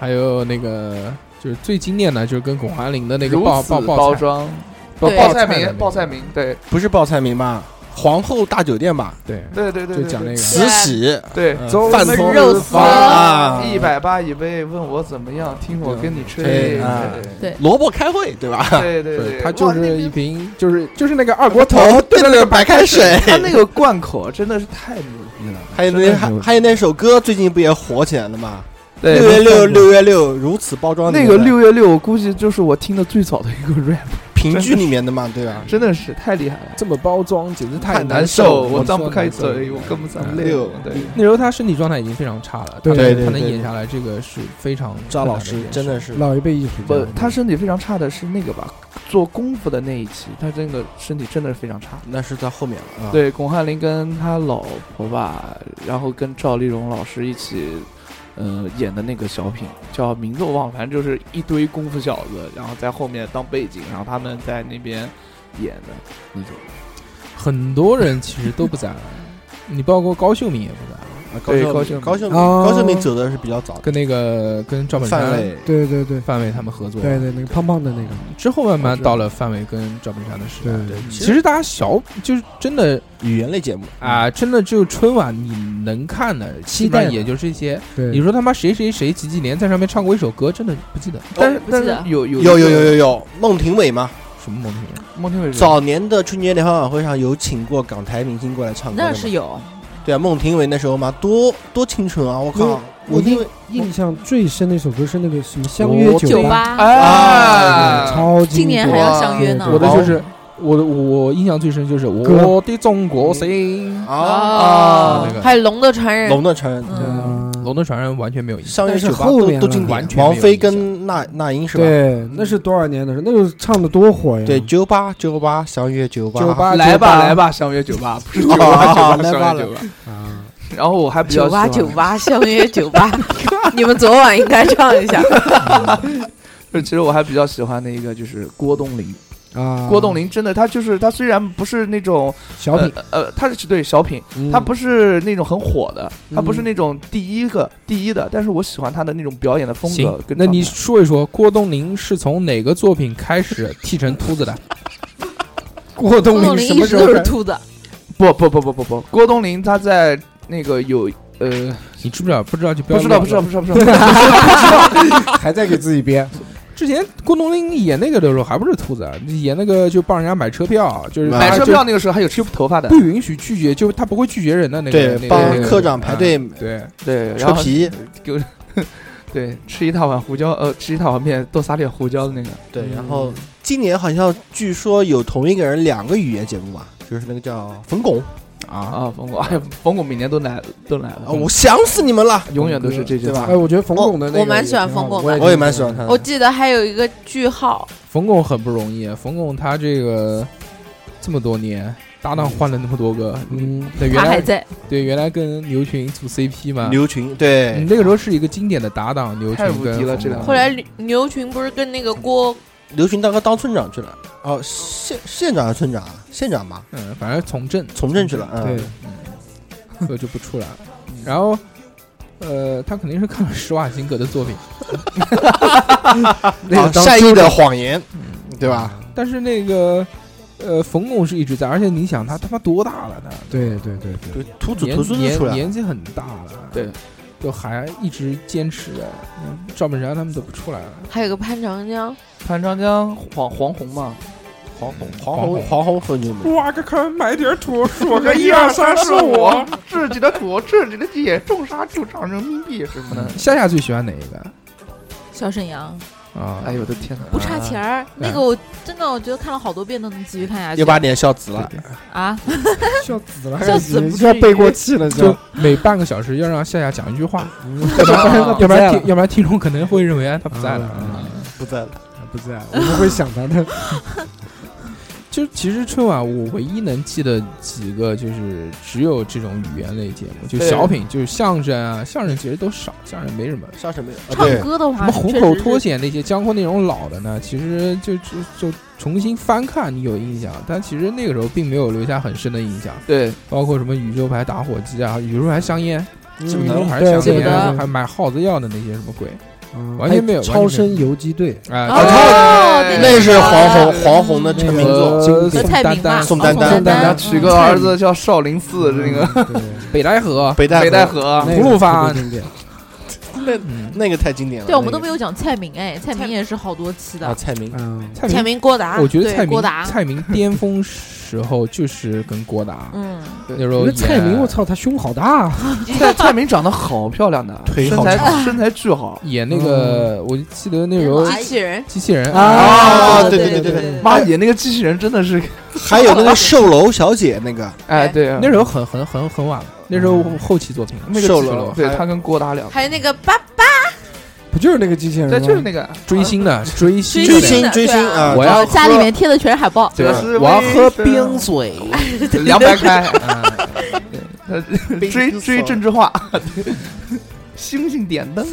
[SPEAKER 1] 还有那个就是最经典的，就是跟巩汉林的那个
[SPEAKER 5] 如
[SPEAKER 1] 爆
[SPEAKER 5] 此
[SPEAKER 1] 爆
[SPEAKER 5] 包
[SPEAKER 1] 爆菜，
[SPEAKER 5] 装，
[SPEAKER 1] 爆
[SPEAKER 7] 对
[SPEAKER 5] 报
[SPEAKER 1] 菜的
[SPEAKER 5] 菜
[SPEAKER 1] 那个
[SPEAKER 5] 名，报菜名，对
[SPEAKER 3] 不是报菜名吧？皇后大酒店吧？
[SPEAKER 1] 对，
[SPEAKER 5] 对对对，
[SPEAKER 1] 就
[SPEAKER 5] 对
[SPEAKER 1] 讲那
[SPEAKER 5] 对
[SPEAKER 1] 个
[SPEAKER 3] 慈禧，
[SPEAKER 5] 对
[SPEAKER 3] 嗯
[SPEAKER 1] 走
[SPEAKER 3] 饭
[SPEAKER 1] 什么
[SPEAKER 3] 桶
[SPEAKER 1] 肉丝
[SPEAKER 3] 饭啊，
[SPEAKER 5] 一百八一杯，问我怎么样？听我跟你吹。
[SPEAKER 3] 对啊
[SPEAKER 7] 对
[SPEAKER 3] 萝卜开会对吧？
[SPEAKER 5] 对哎对对，
[SPEAKER 1] 对，他就
[SPEAKER 5] 哇那
[SPEAKER 1] 是
[SPEAKER 5] 个
[SPEAKER 1] 一瓶，就是就是那个二锅头，
[SPEAKER 3] 头哦 对着那个白开水，
[SPEAKER 5] 他那个贯口真的是太牛逼了。
[SPEAKER 3] 还有那还还有那首歌最近不也火起来了吗？
[SPEAKER 5] 对
[SPEAKER 3] 六月六六月六，如此包装
[SPEAKER 5] 那个六月六，我估计就是我听的最早的一个 rap，
[SPEAKER 3] 评剧里面的嘛，对啊吧？
[SPEAKER 5] 真的是太厉害了。
[SPEAKER 1] 这么包装简直
[SPEAKER 5] 太
[SPEAKER 1] 难
[SPEAKER 5] 受，嗯
[SPEAKER 1] 我
[SPEAKER 5] 我张不
[SPEAKER 1] 说
[SPEAKER 5] 开
[SPEAKER 1] 难受嗯
[SPEAKER 5] 嘴，我根本上不
[SPEAKER 3] 六
[SPEAKER 5] 溜。对，
[SPEAKER 1] 那时候他身体状态已经非常差了，
[SPEAKER 2] 对
[SPEAKER 1] 他能
[SPEAKER 3] 对
[SPEAKER 1] 他能
[SPEAKER 3] 对
[SPEAKER 1] 演下来，这个是非常
[SPEAKER 3] 赵老
[SPEAKER 1] 困
[SPEAKER 3] 师
[SPEAKER 1] 难一件
[SPEAKER 3] 真的
[SPEAKER 1] 事
[SPEAKER 3] 是
[SPEAKER 2] 老一辈艺术
[SPEAKER 5] 不
[SPEAKER 2] 家，，
[SPEAKER 5] 他身体非常差的是那个吧，做功夫的那一期，他这个身体真的是非常差。
[SPEAKER 3] 那是在后面了啊。，
[SPEAKER 5] 对，巩汉林跟他老婆吧，然后跟赵丽蓉老师一起，呃，演的那个小品叫名字我忘了，反正就是一堆功夫小子，然后在后面当背景，然后他们在那边演的那种。
[SPEAKER 1] 很多人其实都不 在，你包括高秀敏也不在，
[SPEAKER 3] 高
[SPEAKER 5] 对
[SPEAKER 3] 秀
[SPEAKER 5] 高
[SPEAKER 3] 敏
[SPEAKER 5] 秀敏
[SPEAKER 3] 高秀敏
[SPEAKER 2] 哦
[SPEAKER 3] 高秀敏走的是比较早的，
[SPEAKER 1] 跟那个跟赵本
[SPEAKER 3] 范
[SPEAKER 1] 山、
[SPEAKER 3] 伟
[SPEAKER 2] 对对对
[SPEAKER 1] 范伟他们合作，
[SPEAKER 2] 对对，那个胖胖的那个，
[SPEAKER 1] 之后慢慢到了范伟跟赵本山的时代。
[SPEAKER 2] 对
[SPEAKER 3] 对
[SPEAKER 1] 其实大家小就是真的
[SPEAKER 3] 语言类节目
[SPEAKER 1] 啊、真的只有春晚你能看的，
[SPEAKER 2] 期
[SPEAKER 1] 基
[SPEAKER 2] 待
[SPEAKER 1] 本
[SPEAKER 2] 的
[SPEAKER 1] 上也就这些。
[SPEAKER 2] 对，
[SPEAKER 1] 你说他妈谁谁谁几几年在上面唱过一首歌，真的不记得
[SPEAKER 5] 但是
[SPEAKER 7] 不
[SPEAKER 5] 但
[SPEAKER 7] 记
[SPEAKER 5] 是
[SPEAKER 7] 得
[SPEAKER 5] 有有
[SPEAKER 3] 有有
[SPEAKER 5] 一
[SPEAKER 3] 有
[SPEAKER 5] 个
[SPEAKER 3] 有有孟庭苇嘛，
[SPEAKER 1] 什么蒙听人。
[SPEAKER 5] 孟庭苇是
[SPEAKER 3] 早年的春节联欢晚会上有请过港台明星过来唱歌的嘛
[SPEAKER 7] 那是有，
[SPEAKER 3] 对啊，孟庭苇那时候嘛，多多清纯啊！我靠
[SPEAKER 2] 我，
[SPEAKER 3] 我因
[SPEAKER 2] 印
[SPEAKER 3] 为
[SPEAKER 2] 印象最深的一首歌是那个什么《相约
[SPEAKER 7] 酒
[SPEAKER 2] 吧》，
[SPEAKER 7] 吧，
[SPEAKER 5] 啊，
[SPEAKER 2] 对超级
[SPEAKER 7] 今年还要
[SPEAKER 5] 哇
[SPEAKER 7] 相约呢
[SPEAKER 2] 对。
[SPEAKER 1] 我的就是我的我印象最深就是
[SPEAKER 2] 歌
[SPEAKER 1] 我的中国心，
[SPEAKER 3] 啊
[SPEAKER 1] 啊那个
[SPEAKER 6] 哦还有龙的传人，
[SPEAKER 3] 龙的传人，
[SPEAKER 2] 嗯
[SPEAKER 1] 龙的传人完全没有印象。
[SPEAKER 3] 相约
[SPEAKER 2] 但是
[SPEAKER 3] 酒吧
[SPEAKER 2] 后
[SPEAKER 3] 都
[SPEAKER 2] 面
[SPEAKER 3] 都
[SPEAKER 2] 了
[SPEAKER 3] 经典
[SPEAKER 1] 完，全没有
[SPEAKER 3] 王菲
[SPEAKER 1] 印象
[SPEAKER 3] 跟那那英是吧？
[SPEAKER 2] 对，那是多少年的事？那时候唱的多火呀！
[SPEAKER 3] 对，酒吧酒吧相约酒吧
[SPEAKER 1] 酒吧
[SPEAKER 5] 来吧来
[SPEAKER 1] 吧，
[SPEAKER 5] 吧，相约酒吧，不是酒吧
[SPEAKER 3] 啊
[SPEAKER 5] 酒吧
[SPEAKER 3] 来吧
[SPEAKER 5] 相
[SPEAKER 3] 来
[SPEAKER 5] 约酒吧。
[SPEAKER 2] 啊，
[SPEAKER 5] 然后我还比较
[SPEAKER 6] 酒吧
[SPEAKER 5] 喜
[SPEAKER 6] 酒吧相
[SPEAKER 5] 欢
[SPEAKER 6] 约酒吧， 你们昨晚应该唱一下。
[SPEAKER 5] 就其实我还比较喜欢的一个就是郭冬临，
[SPEAKER 2] 啊，
[SPEAKER 5] 郭冬临真的他就是他虽然不是那种
[SPEAKER 2] 小品，
[SPEAKER 5] 呃呃，他是对小品，
[SPEAKER 2] 嗯
[SPEAKER 5] 他不是那种很火的，他不是
[SPEAKER 2] 嗯
[SPEAKER 5] 那种第一个第一的，但是我喜欢他的那种表演的风格
[SPEAKER 1] 行
[SPEAKER 5] 跟状态。
[SPEAKER 1] 那你说一说郭冬临是从哪个作品开始剃成秃子的？
[SPEAKER 2] 郭
[SPEAKER 7] 郭
[SPEAKER 2] 冬
[SPEAKER 7] 冬临
[SPEAKER 2] 临什
[SPEAKER 7] 一
[SPEAKER 2] 么
[SPEAKER 7] 直
[SPEAKER 2] 时候
[SPEAKER 7] 都是
[SPEAKER 2] 开？
[SPEAKER 7] 秃子，
[SPEAKER 5] 不不不不不不，郭冬临他在那个有呃，
[SPEAKER 1] 你知不知道？不知道就不
[SPEAKER 2] 啊
[SPEAKER 5] 不
[SPEAKER 1] 要
[SPEAKER 5] 知道
[SPEAKER 1] 问
[SPEAKER 5] 不知道
[SPEAKER 1] 了
[SPEAKER 5] 不知道不知道，
[SPEAKER 2] 还在给自己编，
[SPEAKER 1] 之前郭冬临演那个的时候还不是秃子，啊，演那个就帮人家买车票，就是
[SPEAKER 3] 啊
[SPEAKER 5] 买车
[SPEAKER 1] 就
[SPEAKER 5] 票那个时候还有吃头发的
[SPEAKER 1] 呃不，允许拒绝，就是他不会拒绝人的那个。那
[SPEAKER 3] 对
[SPEAKER 1] 个那
[SPEAKER 3] 帮
[SPEAKER 1] 个
[SPEAKER 3] 科长排队
[SPEAKER 1] 啊对，
[SPEAKER 5] 对，
[SPEAKER 3] 扯
[SPEAKER 5] 然后
[SPEAKER 3] 皮，
[SPEAKER 5] 对吃一大碗胡椒，呃，吃一大碗面多撒点胡椒的那个，
[SPEAKER 3] 对，然后今年好像据说有同一个人两个语言节目吧，就是那个叫冯巩
[SPEAKER 1] 啊，
[SPEAKER 5] 啊，冯巩，哎呀，冯巩每年都来都来了
[SPEAKER 3] 啊，我想死你们了！
[SPEAKER 5] 永远都是这句
[SPEAKER 3] 对吧
[SPEAKER 5] 话。
[SPEAKER 2] 哎，我觉得冯巩的那个
[SPEAKER 6] 我蛮
[SPEAKER 2] 也
[SPEAKER 6] 喜欢
[SPEAKER 2] 挺好
[SPEAKER 6] 冯巩
[SPEAKER 2] 的
[SPEAKER 6] 的
[SPEAKER 2] 觉得
[SPEAKER 3] 我也蛮喜欢他的
[SPEAKER 6] 我记得还有一个句号，
[SPEAKER 1] 冯巩很不容易，冯巩他这个这么多年搭档换了那么多个，
[SPEAKER 2] 嗯，
[SPEAKER 1] 对原
[SPEAKER 7] 他还
[SPEAKER 1] 来
[SPEAKER 7] 在，
[SPEAKER 1] 对原来跟牛群组 CP 嘛，
[SPEAKER 3] 牛群，对
[SPEAKER 1] 嗯，那个时候是一个经典的搭档，牛群
[SPEAKER 5] 太无
[SPEAKER 1] 跟
[SPEAKER 5] 敌了
[SPEAKER 1] 冯
[SPEAKER 5] 这
[SPEAKER 1] 巩
[SPEAKER 5] 两
[SPEAKER 6] 后来牛牛群不是跟那个郭
[SPEAKER 3] 牛群大哥当村长去了，哦，县县长还是村长啊？县长吧，
[SPEAKER 1] 嗯，反正从政
[SPEAKER 3] 从政去了，嗯
[SPEAKER 2] 对，，
[SPEAKER 1] 所以就不出来了。然后，呃，他肯定是看了施瓦辛格的作品，
[SPEAKER 2] 那
[SPEAKER 3] 啊
[SPEAKER 2] 个当
[SPEAKER 3] 善意的谎言，对吧？
[SPEAKER 1] 但是那个，呃，冯巩是一直在，而且你想他他妈多大了呢？
[SPEAKER 2] 对对对对，
[SPEAKER 3] 对，秃子
[SPEAKER 1] 年
[SPEAKER 3] 徒孙子
[SPEAKER 1] 年
[SPEAKER 3] 出来了，
[SPEAKER 1] 年纪很大了，
[SPEAKER 5] 对，
[SPEAKER 1] 就还一直坚持着。嗯赵本山他们都不出来了，
[SPEAKER 6] 还有个潘长江，
[SPEAKER 5] 潘长江、黄黄宏嘛，
[SPEAKER 1] 黄宏
[SPEAKER 3] 黄宏黄宏很牛逼，
[SPEAKER 1] 挖个坑埋点土，数
[SPEAKER 5] 我我，自己的土，自己的地，种啥就长人民币什么的。
[SPEAKER 1] 夏夏最喜欢哪一个
[SPEAKER 7] 小沈阳
[SPEAKER 1] 啊？
[SPEAKER 5] 哎呦我的天哪！
[SPEAKER 7] 不差 钱儿，那个我真的我觉得看了好多遍都能继续看下去
[SPEAKER 3] 又把脸笑紫了
[SPEAKER 1] 对，对
[SPEAKER 7] 啊！
[SPEAKER 2] 笑死了，
[SPEAKER 7] 笑死不
[SPEAKER 2] 现
[SPEAKER 7] 至
[SPEAKER 2] 在
[SPEAKER 7] 于
[SPEAKER 2] 背过气了，是
[SPEAKER 1] 就
[SPEAKER 2] 吧？
[SPEAKER 1] 每半个小时要让夏夏讲一句话，
[SPEAKER 2] 要
[SPEAKER 1] 要不然啊要不然
[SPEAKER 2] 了
[SPEAKER 1] 听，要不然听众可能会认为哎他不在了。
[SPEAKER 2] 啊
[SPEAKER 1] 啊
[SPEAKER 3] 不在了，
[SPEAKER 2] 不在，我们会想他的。
[SPEAKER 1] 就其实春晚我唯一能记得几个，就是只有这种语言类节目，就
[SPEAKER 5] 对
[SPEAKER 1] 小品，就是相声啊，相声其实都少，相声没什么。
[SPEAKER 3] 笑什么呀？啊
[SPEAKER 7] 唱
[SPEAKER 3] 对，
[SPEAKER 7] 歌的
[SPEAKER 1] 什
[SPEAKER 7] 话，
[SPEAKER 1] 么
[SPEAKER 7] 确
[SPEAKER 1] 虹
[SPEAKER 7] 实
[SPEAKER 1] 口
[SPEAKER 7] 是
[SPEAKER 1] 脱险那些江湖那种老的呢，其实就就就重新翻看你有印象，但其实那个时候并没有留下很深的印象。
[SPEAKER 5] 对，
[SPEAKER 1] 包括什么宇宙牌打火机啊，宇宙牌香烟，
[SPEAKER 3] 基本
[SPEAKER 1] 宇
[SPEAKER 3] 上
[SPEAKER 1] 宙
[SPEAKER 3] 都
[SPEAKER 1] 牌
[SPEAKER 2] 嗯对
[SPEAKER 1] 香
[SPEAKER 2] 记
[SPEAKER 1] 烟
[SPEAKER 7] 得
[SPEAKER 1] 啊，还买耗子药的那些什么鬼
[SPEAKER 2] 嗯
[SPEAKER 1] 完全没有
[SPEAKER 2] 还嗯超声游击队，
[SPEAKER 1] 啊
[SPEAKER 3] 啊，
[SPEAKER 1] 就是
[SPEAKER 3] 他
[SPEAKER 5] 哦对
[SPEAKER 3] 那是黄宏黄宏的
[SPEAKER 2] 那
[SPEAKER 3] 成
[SPEAKER 2] 个
[SPEAKER 3] 名作，
[SPEAKER 1] 呃
[SPEAKER 2] 经典
[SPEAKER 1] 宋
[SPEAKER 7] 蔡
[SPEAKER 1] 丹
[SPEAKER 7] 明嘛
[SPEAKER 1] 丹、
[SPEAKER 3] 宋丹丹
[SPEAKER 7] 丹
[SPEAKER 2] 丹
[SPEAKER 5] 他
[SPEAKER 2] 丹
[SPEAKER 5] 取个儿子叫少林寺，这个
[SPEAKER 2] 个嗯对，
[SPEAKER 1] 北戴河，
[SPEAKER 3] 北戴
[SPEAKER 5] 北戴河
[SPEAKER 2] 那个
[SPEAKER 1] 葫芦发
[SPEAKER 2] 特别经典
[SPEAKER 1] 嗯，
[SPEAKER 3] 那个太经典了。
[SPEAKER 7] 对，我们
[SPEAKER 3] 那
[SPEAKER 7] 都
[SPEAKER 3] 个
[SPEAKER 7] 没有讲蔡明哎，蔡明也是好多期
[SPEAKER 3] 啊，
[SPEAKER 7] 的，
[SPEAKER 3] 蔡明
[SPEAKER 2] 嗯，
[SPEAKER 1] 蔡
[SPEAKER 6] 前
[SPEAKER 1] 明，
[SPEAKER 6] 面郭达，
[SPEAKER 1] 我觉得
[SPEAKER 6] 对
[SPEAKER 1] 蔡明
[SPEAKER 6] 郭达，
[SPEAKER 1] 蔡明巅峰时候就是跟郭达
[SPEAKER 7] 嗯，
[SPEAKER 1] 那时候
[SPEAKER 2] 我觉得
[SPEAKER 1] 演，
[SPEAKER 2] 蔡明，我操，他胸好大啊，
[SPEAKER 5] 蔡蔡明长得好漂亮的，啊
[SPEAKER 3] 腿
[SPEAKER 5] 身
[SPEAKER 3] 好
[SPEAKER 5] 材
[SPEAKER 3] 长
[SPEAKER 5] 身材巨好，
[SPEAKER 1] 演那个，我记得那时候
[SPEAKER 6] 机器人，
[SPEAKER 1] 机器人
[SPEAKER 2] 啊
[SPEAKER 3] 啊，对
[SPEAKER 6] 对
[SPEAKER 3] 对
[SPEAKER 6] 对，
[SPEAKER 5] 妈演那个机器人真的是，
[SPEAKER 3] 还有那个售楼小姐那个，
[SPEAKER 5] 哎，对，
[SPEAKER 1] 那时候很很很很晚了，那时候后期作品了，
[SPEAKER 5] 那个
[SPEAKER 3] 瘦
[SPEAKER 5] 机器
[SPEAKER 3] 了
[SPEAKER 5] 人对他跟郭达两个，
[SPEAKER 6] 还有那个爸爸
[SPEAKER 2] 不就是那个机器人吗？
[SPEAKER 5] 对，就是那个
[SPEAKER 1] 追星的追星
[SPEAKER 3] 追
[SPEAKER 1] 的，
[SPEAKER 3] 星
[SPEAKER 6] 的
[SPEAKER 3] 追星
[SPEAKER 6] 对啊
[SPEAKER 3] 啊，
[SPEAKER 1] 我要
[SPEAKER 7] 家里面贴的全是海报，
[SPEAKER 5] 这是
[SPEAKER 1] 我要喝
[SPEAKER 5] 冰
[SPEAKER 3] 水，
[SPEAKER 5] 凉白开， 嗯
[SPEAKER 3] 冰
[SPEAKER 5] 追
[SPEAKER 3] 之
[SPEAKER 5] 追
[SPEAKER 3] 手
[SPEAKER 5] 郑智化， 星星点灯，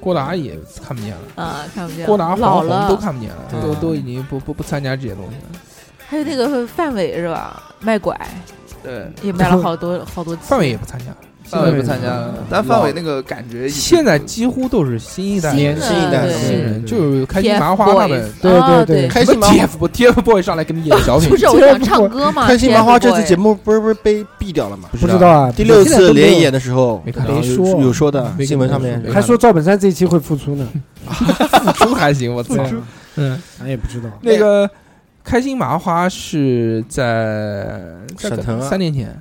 [SPEAKER 1] 郭达也看不见了。
[SPEAKER 7] 啊，看不见，
[SPEAKER 1] 郭达、
[SPEAKER 7] 老
[SPEAKER 1] 黄宏都
[SPEAKER 7] 了，
[SPEAKER 1] 看不见了，
[SPEAKER 2] 对
[SPEAKER 1] 都都已经不不不参加这些东西了。
[SPEAKER 7] 还有那个范伟是吧？卖拐
[SPEAKER 5] 对，
[SPEAKER 7] 也卖了好多好多期，
[SPEAKER 1] 范伟也不参加了，
[SPEAKER 5] 范伟不参加了，但范伟那个感觉已经
[SPEAKER 1] 现在几乎都是新一代
[SPEAKER 3] 年
[SPEAKER 7] 的
[SPEAKER 3] 轻一代
[SPEAKER 7] 对
[SPEAKER 1] 新
[SPEAKER 3] 的
[SPEAKER 1] 人，就是开心麻花他们。
[SPEAKER 2] 对
[SPEAKER 7] 啊
[SPEAKER 2] 对对
[SPEAKER 3] 开心麻花
[SPEAKER 1] TFBOY 上来给你演小品，
[SPEAKER 7] 不是我想唱歌嘛，
[SPEAKER 3] 开心麻花这次节
[SPEAKER 7] 目
[SPEAKER 3] 目不是不是被毙掉了吗？
[SPEAKER 1] 不
[SPEAKER 2] 不知道啊，
[SPEAKER 3] 第六
[SPEAKER 2] 我现在
[SPEAKER 3] 次
[SPEAKER 2] 都没有
[SPEAKER 3] 联演的时候
[SPEAKER 1] 没看
[SPEAKER 2] 到
[SPEAKER 3] 有
[SPEAKER 2] 没说
[SPEAKER 3] 有说的
[SPEAKER 1] 没
[SPEAKER 3] 新闻上面
[SPEAKER 1] 没，
[SPEAKER 2] 还说赵本山这一期会复出呢，
[SPEAKER 1] 付出还行，我操，
[SPEAKER 2] 对，啊
[SPEAKER 1] 嗯，
[SPEAKER 2] 咱也不知道。
[SPEAKER 1] 那个开心麻花是在在
[SPEAKER 3] 沈腾啊
[SPEAKER 1] 三年前，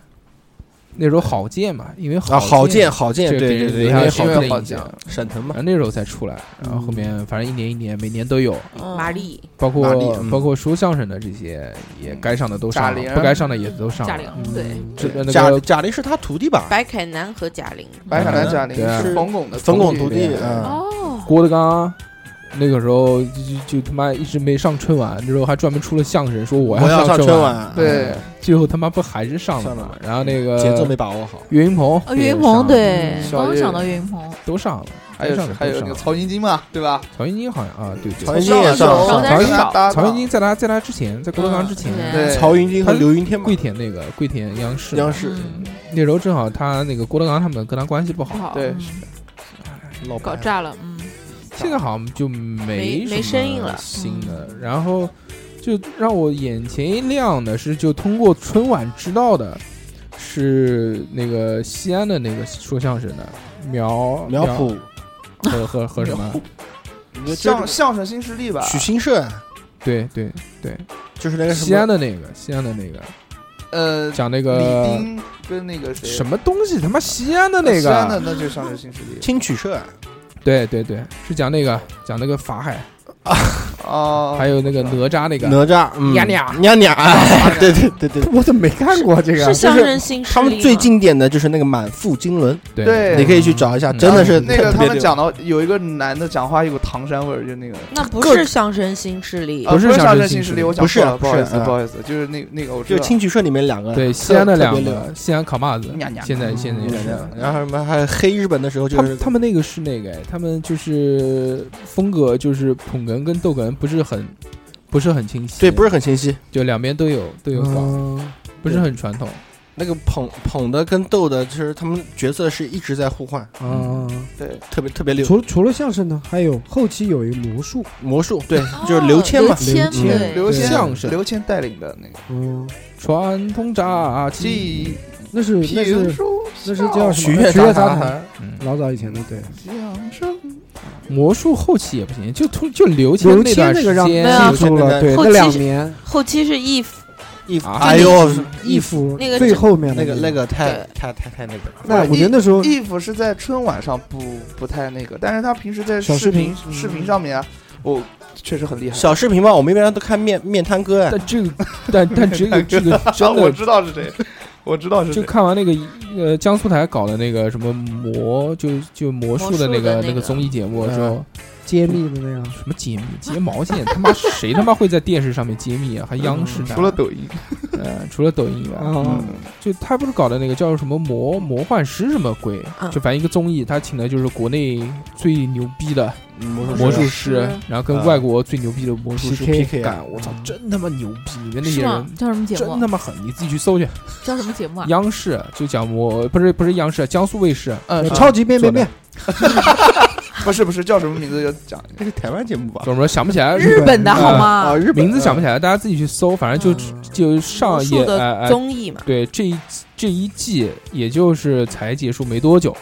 [SPEAKER 1] 那时候好见嘛，因为
[SPEAKER 3] 啊，好
[SPEAKER 1] 见
[SPEAKER 3] 见好见，
[SPEAKER 1] 这
[SPEAKER 3] 对
[SPEAKER 1] 个
[SPEAKER 3] 对
[SPEAKER 1] 给
[SPEAKER 3] 对，
[SPEAKER 1] 人
[SPEAKER 3] 因
[SPEAKER 1] 留
[SPEAKER 3] 为
[SPEAKER 1] 下
[SPEAKER 3] 好
[SPEAKER 1] 深刻
[SPEAKER 3] 见
[SPEAKER 1] 的
[SPEAKER 5] 好
[SPEAKER 1] 印象，
[SPEAKER 3] 沈腾嘛
[SPEAKER 1] 然，后那时候才出来，然后后面反正一年一年，每年都有，
[SPEAKER 7] 嗯
[SPEAKER 6] 玛丽，
[SPEAKER 1] 包括
[SPEAKER 3] 嗯哪里嗯
[SPEAKER 1] 包括说相声的这些，也该上的都
[SPEAKER 5] 贾
[SPEAKER 1] 上
[SPEAKER 5] 玲
[SPEAKER 1] 了，不该上的也都上
[SPEAKER 7] 贾
[SPEAKER 1] 了
[SPEAKER 7] 玲。，对，
[SPEAKER 1] 这个那
[SPEAKER 3] 贾
[SPEAKER 1] 个
[SPEAKER 3] 贾玲是他徒弟吧？
[SPEAKER 6] 白凯南和贾玲，
[SPEAKER 5] 白凯南贾玲
[SPEAKER 1] 对啊
[SPEAKER 5] 是冯巩的
[SPEAKER 3] 冯巩徒
[SPEAKER 5] 徒啊
[SPEAKER 3] 弟，嗯，
[SPEAKER 7] 哦，
[SPEAKER 1] 郭德纲。那个时候就就就他妈一直没上春晚，那时候还专门出了相声，说我
[SPEAKER 3] 我要上
[SPEAKER 1] 春
[SPEAKER 3] 春，晚，
[SPEAKER 5] 对，
[SPEAKER 1] 最后他妈不还是上了
[SPEAKER 3] 上
[SPEAKER 1] 吗
[SPEAKER 3] 了？
[SPEAKER 1] 然后那个
[SPEAKER 3] 节奏没把握好，
[SPEAKER 1] 岳云鹏，
[SPEAKER 7] 哦，岳云鹏，对，
[SPEAKER 5] 小
[SPEAKER 7] 刚
[SPEAKER 5] 岳
[SPEAKER 7] 想到岳云鹏，
[SPEAKER 1] 都上了，
[SPEAKER 5] 还有
[SPEAKER 1] 都上了
[SPEAKER 5] 还有
[SPEAKER 1] 都
[SPEAKER 5] 那
[SPEAKER 1] 上
[SPEAKER 5] 个
[SPEAKER 1] 了
[SPEAKER 5] 曹云金嘛，对吧？
[SPEAKER 1] 曹云金好像啊，对对，
[SPEAKER 3] 曹云金哎也上
[SPEAKER 7] 了
[SPEAKER 3] 上
[SPEAKER 7] 但
[SPEAKER 1] 曹
[SPEAKER 7] 是
[SPEAKER 1] 云金
[SPEAKER 7] 少
[SPEAKER 5] 曹
[SPEAKER 1] 曹云金在他在他之前，在郭德纲之前，
[SPEAKER 7] 嗯
[SPEAKER 5] 对
[SPEAKER 3] 曹云金和刘云天嘛
[SPEAKER 1] 跪，舔那个跪舔央视嘛，
[SPEAKER 3] 央视
[SPEAKER 7] 嗯
[SPEAKER 1] 那时候正好他那个郭德纲他们跟他关系不
[SPEAKER 7] 不
[SPEAKER 1] 好，
[SPEAKER 7] 好，
[SPEAKER 5] 对
[SPEAKER 7] 嗯
[SPEAKER 3] 老白
[SPEAKER 7] 搞炸了，嗯，
[SPEAKER 1] 现在好像就没
[SPEAKER 6] 没
[SPEAKER 1] 什么
[SPEAKER 6] 没声音了
[SPEAKER 1] 新的，然后就让我眼前一亮的是，就通过春晚知道的是那个西安的那个说相声的苗
[SPEAKER 3] 苗圃，
[SPEAKER 1] 和和和什么？
[SPEAKER 3] 你就
[SPEAKER 5] 相相声新势力吧，
[SPEAKER 3] 许新社
[SPEAKER 1] 对对对，
[SPEAKER 3] 就是那个什么
[SPEAKER 1] 西安的那个西安的那个
[SPEAKER 5] 呃，
[SPEAKER 1] 讲那
[SPEAKER 5] 李
[SPEAKER 1] 个
[SPEAKER 5] 丁跟那个谁
[SPEAKER 1] 什么东西，他妈西安的那
[SPEAKER 5] 西安
[SPEAKER 1] 个，
[SPEAKER 5] 的
[SPEAKER 1] 啊
[SPEAKER 5] 那就是相声新势力，
[SPEAKER 3] 青曲社，
[SPEAKER 1] 对对对，是讲那个讲那个法海。
[SPEAKER 5] 哦，
[SPEAKER 1] 还有那个哪吒那个
[SPEAKER 3] 哪吒，嗯
[SPEAKER 1] 娘娘
[SPEAKER 3] 娘娘，哎对对对对，
[SPEAKER 2] 我怎么没看过这个啊
[SPEAKER 6] 是？乡人新势
[SPEAKER 3] 他
[SPEAKER 6] 力
[SPEAKER 3] 们最
[SPEAKER 6] 吗
[SPEAKER 3] 经典的就是那个满腹经纶，
[SPEAKER 5] 对
[SPEAKER 3] 你可以去找一下，
[SPEAKER 1] 嗯
[SPEAKER 3] 真的是
[SPEAKER 5] 那个
[SPEAKER 3] 特
[SPEAKER 5] 他
[SPEAKER 3] 别
[SPEAKER 5] 们讲到有一个男的讲话有个唐山味儿，就那个
[SPEAKER 6] 那不
[SPEAKER 3] 各
[SPEAKER 6] 是乡绅新势力
[SPEAKER 5] 啊，
[SPEAKER 1] 不是
[SPEAKER 5] 不是
[SPEAKER 1] 相
[SPEAKER 5] 上
[SPEAKER 1] 声
[SPEAKER 5] 升
[SPEAKER 1] 新
[SPEAKER 5] 新
[SPEAKER 1] 势
[SPEAKER 5] 势
[SPEAKER 1] 力
[SPEAKER 5] 力，我
[SPEAKER 3] 不
[SPEAKER 5] 讲
[SPEAKER 3] 是
[SPEAKER 5] 错了，不好意
[SPEAKER 3] 是
[SPEAKER 5] 思，
[SPEAKER 3] 啊
[SPEAKER 5] 不好意思，就是那那个我知
[SPEAKER 3] 就
[SPEAKER 5] 道
[SPEAKER 3] 清曲社里面两个，
[SPEAKER 1] 对西安的两
[SPEAKER 3] 特别
[SPEAKER 1] 个西安烤骂子
[SPEAKER 5] 娘，娘
[SPEAKER 1] 现在现在也
[SPEAKER 3] 嗯娘嗯
[SPEAKER 1] 是
[SPEAKER 3] 娘，然后什么还有黑日本的时候就
[SPEAKER 1] 他
[SPEAKER 3] 是
[SPEAKER 1] 们他们那个是那个，哎他们就是风格就是捧哏跟逗哏不是很不是很清晰，
[SPEAKER 3] 对不是很清晰，
[SPEAKER 1] 就两边都有都有搞，
[SPEAKER 2] 嗯
[SPEAKER 1] 不是很传统。
[SPEAKER 3] 那个捧捧的跟逗的，其实他们角色是一直在互换，
[SPEAKER 2] 嗯，
[SPEAKER 5] 对，
[SPEAKER 3] 特别特别溜。
[SPEAKER 2] 除除了相声呢，还有后期有一个魔术，
[SPEAKER 3] 魔术对，就是
[SPEAKER 7] 哦
[SPEAKER 3] 刘谦嘛，
[SPEAKER 7] 刘谦
[SPEAKER 3] 嗯
[SPEAKER 7] 对
[SPEAKER 5] 刘谦
[SPEAKER 1] 相声
[SPEAKER 5] 刘谦带领的那个，
[SPEAKER 2] 嗯，
[SPEAKER 1] 传统炸鸡，
[SPEAKER 5] 记
[SPEAKER 2] 那是那
[SPEAKER 5] 评
[SPEAKER 2] 是
[SPEAKER 5] 书
[SPEAKER 2] 那是叫什
[SPEAKER 3] 许
[SPEAKER 2] 么？
[SPEAKER 3] 愿
[SPEAKER 2] 曲
[SPEAKER 3] 杂
[SPEAKER 2] 苑
[SPEAKER 3] 谈
[SPEAKER 2] 杂谈，
[SPEAKER 1] 嗯，
[SPEAKER 2] 老早以前的对。
[SPEAKER 5] 相声，
[SPEAKER 1] 魔术后期也不行，就突就刘谦
[SPEAKER 2] 刘
[SPEAKER 1] 那
[SPEAKER 2] 谦
[SPEAKER 1] 段
[SPEAKER 2] 那
[SPEAKER 1] 时
[SPEAKER 2] 个让
[SPEAKER 1] 间啊
[SPEAKER 6] 没有
[SPEAKER 2] 记住了，对，
[SPEAKER 6] 后
[SPEAKER 2] 那
[SPEAKER 6] 期
[SPEAKER 2] 两
[SPEAKER 6] 是
[SPEAKER 2] 年
[SPEAKER 6] 后期是一
[SPEAKER 3] 一
[SPEAKER 1] 啊
[SPEAKER 3] 哎呦，
[SPEAKER 2] 义父
[SPEAKER 6] 那个
[SPEAKER 2] 最后面
[SPEAKER 3] 那
[SPEAKER 2] 的
[SPEAKER 3] 个那个太
[SPEAKER 6] 对
[SPEAKER 3] 太太太那个了，
[SPEAKER 2] 那我觉得那时候
[SPEAKER 5] 义父是在春晚上不不太那个，但是他平时在
[SPEAKER 2] 小
[SPEAKER 5] 视
[SPEAKER 2] 视
[SPEAKER 5] 频
[SPEAKER 2] 频
[SPEAKER 5] 视频上面啊，我确实很厉害。
[SPEAKER 3] 小视频嘛，我们一般都看面面瘫哥哎，
[SPEAKER 1] 但这个但但这 个这个真
[SPEAKER 5] 我
[SPEAKER 1] 的
[SPEAKER 5] 知道是谁，我知道是
[SPEAKER 1] 就
[SPEAKER 5] 谁。
[SPEAKER 1] 看完那个呃江苏台搞的那个什么魔就就魔术的那
[SPEAKER 6] 魔术的
[SPEAKER 1] 个
[SPEAKER 6] 那个
[SPEAKER 1] 那个综艺节目的时候，
[SPEAKER 2] 揭秘的那样，
[SPEAKER 1] 什么揭秘睫毛线，他妈谁他妈会在电视上面揭秘啊？还央视呢？
[SPEAKER 5] 嗯除了抖音，
[SPEAKER 1] 呃除了抖音以外，
[SPEAKER 2] 啊，
[SPEAKER 1] 就他不是搞的那个叫什么魔魔幻师什么鬼，
[SPEAKER 6] 嗯
[SPEAKER 1] 就反正一个综艺，他请的就是国内最牛逼的
[SPEAKER 3] 魔术
[SPEAKER 1] 魔
[SPEAKER 3] 魔
[SPEAKER 1] 术
[SPEAKER 6] 是
[SPEAKER 1] 师
[SPEAKER 6] 啊，
[SPEAKER 1] 然后跟
[SPEAKER 3] 嗯
[SPEAKER 1] 外国最牛逼的魔术师
[SPEAKER 2] PK
[SPEAKER 1] 干，我操，真他妈牛逼！里面那
[SPEAKER 7] 是
[SPEAKER 1] 些
[SPEAKER 7] 吗
[SPEAKER 1] 人？
[SPEAKER 7] 叫什么节
[SPEAKER 1] 真
[SPEAKER 7] 目啊
[SPEAKER 1] 他？妈狠，你自己去搜去。
[SPEAKER 7] 叫什么节目啊？
[SPEAKER 1] 央视就讲魔，不是不是央视，江苏卫视
[SPEAKER 5] 嗯，是
[SPEAKER 2] 超级变变变，
[SPEAKER 5] 不是不是叫什么名字？要讲一下。
[SPEAKER 3] 那是台湾节目吧？
[SPEAKER 1] 怎么说想不起来，
[SPEAKER 7] 日本的
[SPEAKER 1] 啊
[SPEAKER 7] 好吗？
[SPEAKER 3] 日
[SPEAKER 1] 名字想不起来，大家自己去搜，反正
[SPEAKER 2] 嗯
[SPEAKER 1] 就就上
[SPEAKER 6] 魔术
[SPEAKER 1] 也
[SPEAKER 6] 的
[SPEAKER 1] 哎哎，
[SPEAKER 6] 综艺嘛，
[SPEAKER 1] 对这一这一季也就是才结束没多久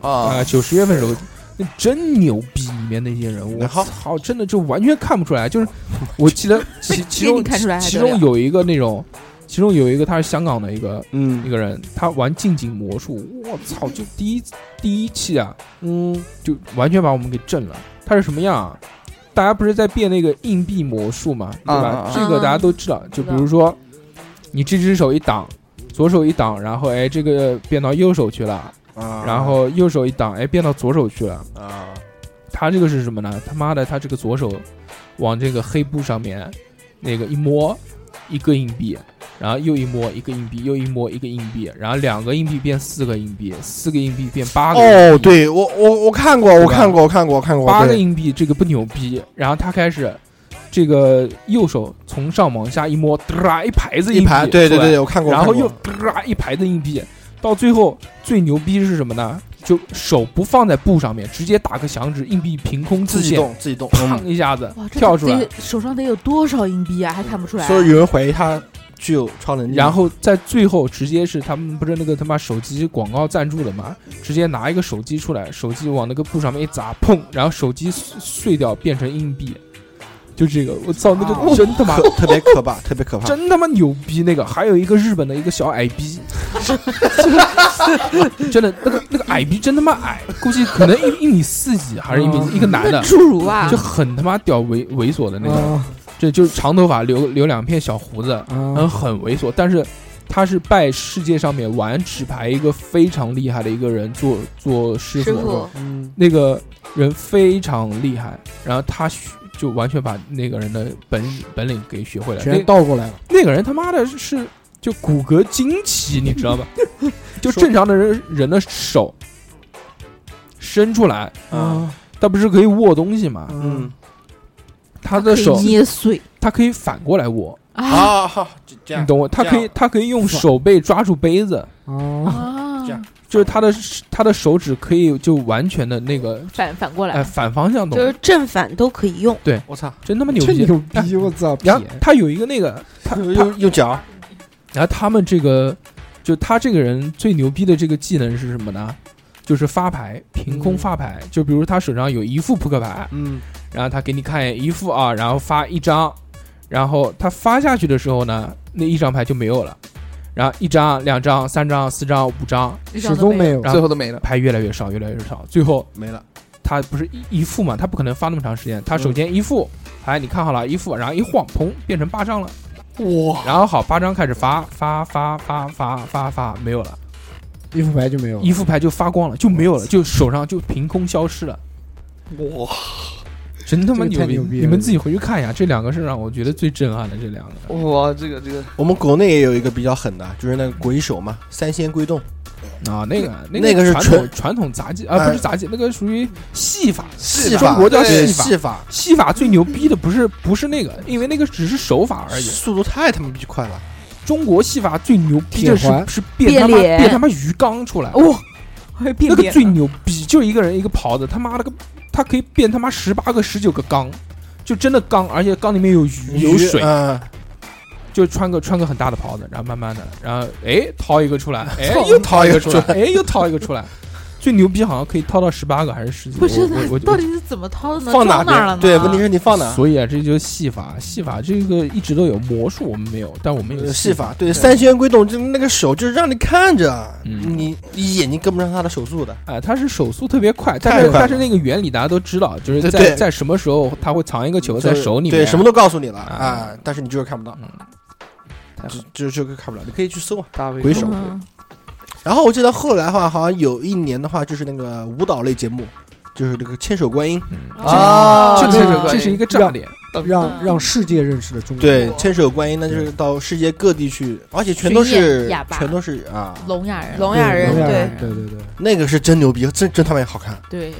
[SPEAKER 1] 啊，
[SPEAKER 5] 啊，
[SPEAKER 1] 九十月份时候。那真牛逼！里面那些人，我
[SPEAKER 3] 那好
[SPEAKER 1] 操，真的就完全看不出来。就是我记得其其
[SPEAKER 7] 给你
[SPEAKER 1] 中
[SPEAKER 7] 看出来还
[SPEAKER 1] 其
[SPEAKER 7] 得了
[SPEAKER 1] 中有一个那种，其中有一个他是香港的一个一
[SPEAKER 3] 嗯，
[SPEAKER 1] 个人，他玩近景魔术，我操！就第一第一期啊，
[SPEAKER 2] 嗯，
[SPEAKER 1] 就完全把我们给震了。他是什么样啊？大家不是在变那个硬币魔术嘛，对
[SPEAKER 3] 啊
[SPEAKER 1] 吧？
[SPEAKER 5] 嗯
[SPEAKER 1] 这个大家都知道。就比如说，你这只手一挡，左手一挡，然后哎，这个变到右手去了，
[SPEAKER 3] 啊
[SPEAKER 1] 然后右手一挡，哎，变到左手去了。
[SPEAKER 3] 啊，
[SPEAKER 1] 他这个是什么呢？他妈的，他这个左手往这个黑布上面那个一摸，一个硬币，然后又一摸一个硬币，又一摸一个硬币，然后两个硬币变四个硬币，四个硬币变八个。
[SPEAKER 3] 哦，，对我我我看过，
[SPEAKER 1] 吧
[SPEAKER 3] 我看过，我看过，我看过，
[SPEAKER 1] 八个
[SPEAKER 3] 对
[SPEAKER 1] 硬币这个不牛逼，然后他开始这个右手从上往下一摸，哒一排子
[SPEAKER 3] 一
[SPEAKER 1] 硬币
[SPEAKER 3] 排，对对
[SPEAKER 1] 出来
[SPEAKER 3] 对，，我看过，
[SPEAKER 1] 然后
[SPEAKER 3] 我看
[SPEAKER 1] 又
[SPEAKER 3] 过
[SPEAKER 1] 哒一排子硬币，到最后最牛逼是什么呢？就手不放在布上面，直接打个响指，硬币凭空出
[SPEAKER 3] 自己
[SPEAKER 1] 现，
[SPEAKER 3] 动自嗯己动，
[SPEAKER 1] 砰一下子
[SPEAKER 7] 哇，这
[SPEAKER 1] 跳出来
[SPEAKER 7] 得，手上得有多少硬币啊？还看不出来啊？
[SPEAKER 3] 所以有人怀疑他具有超能力，
[SPEAKER 1] 然后在最后直接是他们不是那个他妈手机广告赞助的嘛，直接拿一个手机出来，手机往那个布上面一砸，砰，然后手机碎碎掉变成硬币，就这个，我操，那个真他妈
[SPEAKER 3] 特特别可怕，特别可怕，
[SPEAKER 1] 真他妈牛逼！那个还有一个日本的一个小矮逼， 真的那个那个矮逼真他妈矮，估计可能一一米四几还是一米
[SPEAKER 2] 嗯
[SPEAKER 1] 一个男的，
[SPEAKER 7] 侏儒啊
[SPEAKER 1] 就！很他妈屌猥猥琐的那
[SPEAKER 3] 嗯
[SPEAKER 1] 种，
[SPEAKER 2] 啊
[SPEAKER 1] 这就是长头发留留两片小胡子，嗯，
[SPEAKER 2] 啊，
[SPEAKER 1] 很猥琐，但是他是拜世界上面玩纸牌一个非常厉害的一个人做做师
[SPEAKER 6] 师
[SPEAKER 1] 傅
[SPEAKER 6] 傅，
[SPEAKER 2] 嗯，
[SPEAKER 1] 那个人非常厉害，然后他学就完全把那个人的本本领给学会了。
[SPEAKER 2] 全
[SPEAKER 1] 那
[SPEAKER 2] 倒过来了，
[SPEAKER 1] 那个人他妈的是就骨骼惊奇，你知道吗？ 就正常的人人的手伸出来，
[SPEAKER 3] 啊，
[SPEAKER 1] 他不是可以握东西吗？
[SPEAKER 3] 嗯
[SPEAKER 1] 他的手
[SPEAKER 7] 可以捏碎
[SPEAKER 1] 他可以反过来握，
[SPEAKER 7] 啊
[SPEAKER 3] 啊，好，就这
[SPEAKER 1] 你
[SPEAKER 3] 样，
[SPEAKER 1] 懂我？他
[SPEAKER 3] 这
[SPEAKER 1] 可
[SPEAKER 3] 样
[SPEAKER 1] 以他可以用手背抓住杯子。
[SPEAKER 2] 啊，
[SPEAKER 7] 啊
[SPEAKER 3] 这样
[SPEAKER 1] 就是他的他的手指可以就完全的那个
[SPEAKER 7] 反反过
[SPEAKER 1] 哎
[SPEAKER 7] 来，
[SPEAKER 1] 反方向动
[SPEAKER 6] 就，是正反都可以用。
[SPEAKER 3] 我操，
[SPEAKER 1] 真他妈牛
[SPEAKER 2] 这
[SPEAKER 1] 逼！
[SPEAKER 2] 牛逼，我操！
[SPEAKER 1] 然后他有一个那个 他他，
[SPEAKER 3] 用用脚，
[SPEAKER 1] 然后他们这个就他这个人最牛逼的这个技能是什么呢？就是发牌，凭空发牌。就比如他手上有一副扑克牌，
[SPEAKER 3] 嗯，
[SPEAKER 1] 然后他给你看一副啊，然后发一张，然后他发下去的时候呢，那一张牌就没有了，然后一张、两张、三张、四张、五张，
[SPEAKER 7] 一张
[SPEAKER 2] 始
[SPEAKER 7] 都
[SPEAKER 2] 终没有
[SPEAKER 1] 然后
[SPEAKER 5] 啊最后都没了。
[SPEAKER 1] 牌越来越少，越来越少，最后
[SPEAKER 3] 没了，
[SPEAKER 1] 他不是一一副嘛，他不可能发那么长时间，他首先一副，哎，你看好了，一副，然后一晃，砰，变成八张了。
[SPEAKER 5] 哇，
[SPEAKER 1] 然后好，八张开始发发发发发发发，没有了，
[SPEAKER 2] 一副牌就没有了，
[SPEAKER 1] 一副牌就发光了，就没有了，就手上就凭空消失了。
[SPEAKER 5] 哇，
[SPEAKER 1] 真他妈
[SPEAKER 2] 这个太
[SPEAKER 1] 逼！
[SPEAKER 2] 牛逼了
[SPEAKER 1] 你们自己回去看一下，这两个是让我觉得最震撼的。这两个
[SPEAKER 5] 哇，这个这个，
[SPEAKER 3] 我们国内也有一个比较狠的，就是那个鬼手嘛，三仙归洞。
[SPEAKER 1] 啊，那个
[SPEAKER 3] 那
[SPEAKER 1] 个
[SPEAKER 3] 个是
[SPEAKER 1] 传
[SPEAKER 3] 纯
[SPEAKER 1] 统传统杂技啊，
[SPEAKER 3] 哎
[SPEAKER 1] 不是杂技，那个属于戏法。
[SPEAKER 3] 戏
[SPEAKER 1] 中国叫
[SPEAKER 3] 对
[SPEAKER 1] 戏法
[SPEAKER 3] 戏法，
[SPEAKER 1] 戏法最牛逼的不是不是那个，因为那个只是手法而已。
[SPEAKER 3] 速度太他妈逼快了。
[SPEAKER 1] 中国戏法最牛逼的是
[SPEAKER 2] 铁环
[SPEAKER 1] 是变他妈
[SPEAKER 6] 变脸
[SPEAKER 1] 变他妈鱼缸出来，
[SPEAKER 7] 哦
[SPEAKER 6] 哇，还变
[SPEAKER 1] 那个
[SPEAKER 6] 脸
[SPEAKER 1] 最牛逼，就一个人一个袍子，他妈了个他可以变他妈十八个十九个缸，就真的缸，而且缸里面有鱼有水，
[SPEAKER 3] 嗯，
[SPEAKER 1] 就穿个穿个很大的袍子，然后慢慢的，然后哎掏一个出来，哎
[SPEAKER 3] 操
[SPEAKER 1] 又掏一个出来
[SPEAKER 3] 掏一，
[SPEAKER 1] 哎又掏一个出来，最牛逼好像可以掏到十八个还是十几个？
[SPEAKER 7] 不是
[SPEAKER 1] 我我
[SPEAKER 7] 他
[SPEAKER 1] 我
[SPEAKER 7] 到底是怎么掏的呢？
[SPEAKER 3] 放
[SPEAKER 7] 装哪儿了
[SPEAKER 3] 边？
[SPEAKER 7] 呢？
[SPEAKER 3] 对，问题是你放哪？
[SPEAKER 1] 所以啊，这就是戏法，戏法这个一直都有魔术，我们没有，但我们有
[SPEAKER 3] 呃戏
[SPEAKER 1] 戏
[SPEAKER 3] 法，对，三仙归洞，就那个手就是让你看着，
[SPEAKER 1] 嗯
[SPEAKER 3] 你你眼睛跟不上他的手速的。
[SPEAKER 1] 啊，它是手速特别快，
[SPEAKER 3] 太
[SPEAKER 1] 但是
[SPEAKER 3] 快了
[SPEAKER 1] 但是那个原理大家都知道，就是
[SPEAKER 3] 对
[SPEAKER 1] 在
[SPEAKER 3] 对
[SPEAKER 1] 在什么时候它会藏一个球在
[SPEAKER 3] 就是
[SPEAKER 1] 手里面，
[SPEAKER 3] 对，什么都告诉你了
[SPEAKER 1] 啊
[SPEAKER 3] 啊，但是你就是看不到，
[SPEAKER 5] 太狠了
[SPEAKER 3] 就就就看不了。你可以去搜啊。
[SPEAKER 5] 大卫
[SPEAKER 3] 鬼手
[SPEAKER 7] 嗯
[SPEAKER 3] 然后我记得后来的话，好像有一年的话，就是那个舞蹈类节目，就是这个千手观音
[SPEAKER 5] 啊
[SPEAKER 1] 这
[SPEAKER 5] 这
[SPEAKER 1] 是
[SPEAKER 5] 是个
[SPEAKER 1] 这是一个炸点，
[SPEAKER 7] 嗯
[SPEAKER 2] 让让世界认识了中国。
[SPEAKER 3] 对，千手观音，那就是到世界各地去，而且全都
[SPEAKER 7] 巡
[SPEAKER 3] 是
[SPEAKER 7] 演哑巴
[SPEAKER 3] 全都是啊，
[SPEAKER 7] 聋哑人，
[SPEAKER 6] 聋
[SPEAKER 2] 对，
[SPEAKER 6] 哑人
[SPEAKER 2] 聋哑
[SPEAKER 6] 对
[SPEAKER 2] 人，对对对，
[SPEAKER 3] 那个是真牛逼，真真他妈也好看，
[SPEAKER 7] 对，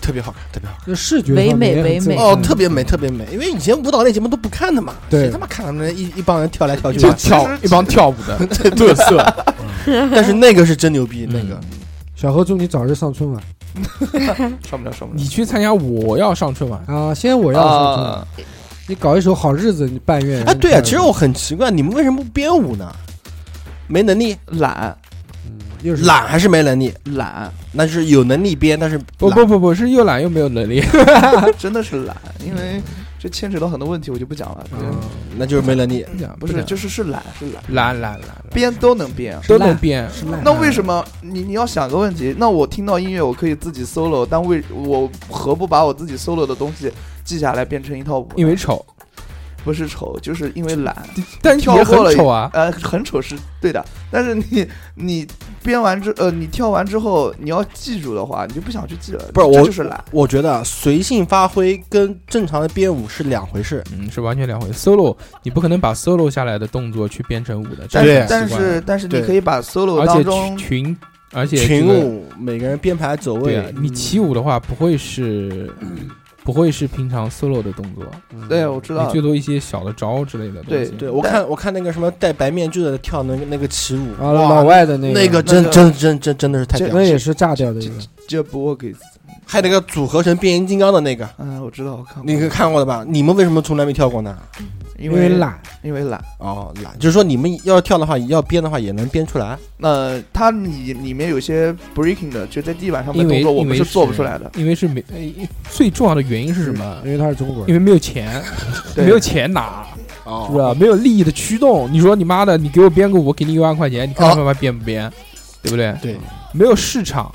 [SPEAKER 3] 特别好看，特别好看。
[SPEAKER 2] 那视觉
[SPEAKER 7] 唯
[SPEAKER 2] 方面
[SPEAKER 7] 美
[SPEAKER 2] 也很
[SPEAKER 7] 唯
[SPEAKER 2] 震
[SPEAKER 7] 美
[SPEAKER 2] 撼
[SPEAKER 3] 哦，特别美，特别美，因为以前舞蹈类节目都不看的嘛，
[SPEAKER 2] 对
[SPEAKER 3] 谁他妈看他们一一帮人跳来跳去
[SPEAKER 1] 就
[SPEAKER 3] 的？
[SPEAKER 1] 跳一帮跳舞的特色，
[SPEAKER 3] 但是那个是真牛逼，那个
[SPEAKER 1] 嗯
[SPEAKER 2] 小何，祝你早日上春晚
[SPEAKER 5] 上不了上 不了
[SPEAKER 1] 你去参加我要上春晚，
[SPEAKER 2] 啊！先我要上春晚，
[SPEAKER 5] 啊！
[SPEAKER 2] 你搞一首《好日子》，你半月。
[SPEAKER 3] 哎，对啊，其实我很奇怪，你们为什么不编舞呢？没能力，
[SPEAKER 5] 懒
[SPEAKER 2] 嗯又是
[SPEAKER 3] 懒还是没能力？
[SPEAKER 5] 懒，
[SPEAKER 3] 那就是有能力编，但是
[SPEAKER 1] 不
[SPEAKER 3] 懒
[SPEAKER 1] 不不不是又懒又没有能力，
[SPEAKER 5] 真的是懒，因为这牵扯到很多问题，我就不讲了。
[SPEAKER 1] 嗯
[SPEAKER 3] 那就是没能力。
[SPEAKER 5] 不
[SPEAKER 1] 讲
[SPEAKER 5] 是，就是是懒，是懒，
[SPEAKER 1] 懒懒懒，
[SPEAKER 5] 编都能啊编。
[SPEAKER 1] 都能编，
[SPEAKER 2] 是烂
[SPEAKER 5] 那为什么你你要想个问题？那我听到音乐我可以自己 solo，但为我何不把我自己 solo 的东西记下来变成一套舞？
[SPEAKER 1] 嗯因为丑，
[SPEAKER 5] 不是丑，就是因为懒。
[SPEAKER 1] 但是
[SPEAKER 5] 跳
[SPEAKER 1] 也
[SPEAKER 5] 过了
[SPEAKER 1] 很丑啊。
[SPEAKER 5] 呃，很丑是对的，但是你你编完之呃，你跳完之后，你要记住的话，你就不想去记了。
[SPEAKER 3] 不是
[SPEAKER 5] 这
[SPEAKER 3] 我
[SPEAKER 5] 就是懒。
[SPEAKER 3] 我觉得啊随性发挥跟正常的编舞是两回事。
[SPEAKER 1] 嗯，是完全两回事。solo，你不可能把 solo 下来的动作去编成舞的，
[SPEAKER 5] 但
[SPEAKER 3] 对
[SPEAKER 5] 是
[SPEAKER 1] 这
[SPEAKER 5] 但
[SPEAKER 1] 很奇怪
[SPEAKER 5] 是但是你
[SPEAKER 3] 对
[SPEAKER 5] 可以把 solo
[SPEAKER 1] 而
[SPEAKER 5] 当
[SPEAKER 1] 且
[SPEAKER 5] 中
[SPEAKER 1] 群，而且这
[SPEAKER 3] 群
[SPEAKER 1] 个
[SPEAKER 3] 舞每个人编排走
[SPEAKER 1] 对
[SPEAKER 3] 位
[SPEAKER 1] 啊，，
[SPEAKER 5] 嗯
[SPEAKER 1] 你起舞的话不会是不会是平常 solo 的动作，
[SPEAKER 2] 嗯
[SPEAKER 5] 对，我嗯
[SPEAKER 2] 啊
[SPEAKER 5] 知
[SPEAKER 1] 你
[SPEAKER 5] 道
[SPEAKER 1] 最多一些小的招之类的东西。
[SPEAKER 5] 对
[SPEAKER 3] 对我看我看那个什么戴白面具的跳那个那个起舞，
[SPEAKER 2] 啊
[SPEAKER 3] 哇
[SPEAKER 2] 老外的那
[SPEAKER 3] 那个真
[SPEAKER 5] 那个
[SPEAKER 3] 真真真真的是太
[SPEAKER 5] 这
[SPEAKER 3] 屌
[SPEAKER 2] 那
[SPEAKER 3] 了，
[SPEAKER 2] 也是炸掉的一个。
[SPEAKER 5] 这不我给，
[SPEAKER 3] 还有那个组合成变形金刚的那个，
[SPEAKER 5] 嗯，我知道，我看过，
[SPEAKER 3] 你可看过的吧？你们为什么从来没跳过呢？
[SPEAKER 5] 因
[SPEAKER 2] 因为
[SPEAKER 5] 为，
[SPEAKER 2] 懒，
[SPEAKER 5] 因为懒。
[SPEAKER 3] 哦，懒，就是说你们要跳的话，要编的话也能编出来。
[SPEAKER 5] 那它里里面有些 breaking 的，就在地板上面
[SPEAKER 1] 因
[SPEAKER 5] 的
[SPEAKER 1] 为
[SPEAKER 5] 动作，我
[SPEAKER 1] 因
[SPEAKER 5] 们
[SPEAKER 1] 为
[SPEAKER 5] 是做不出来的。嗯
[SPEAKER 1] 因为是没、呃最重要的原因是什么
[SPEAKER 2] 因？为他是中国
[SPEAKER 1] 因
[SPEAKER 2] 人。
[SPEAKER 1] 为没有钱，
[SPEAKER 5] 对嗯
[SPEAKER 1] 没有钱拿，是
[SPEAKER 3] 哦，
[SPEAKER 1] 吧？没有利益的驱动。你说你妈的，你给我编个舞，我给你一万块
[SPEAKER 5] 啊
[SPEAKER 1] 钱，你看他妈编不编？对不对？
[SPEAKER 3] 对，
[SPEAKER 1] 没有市场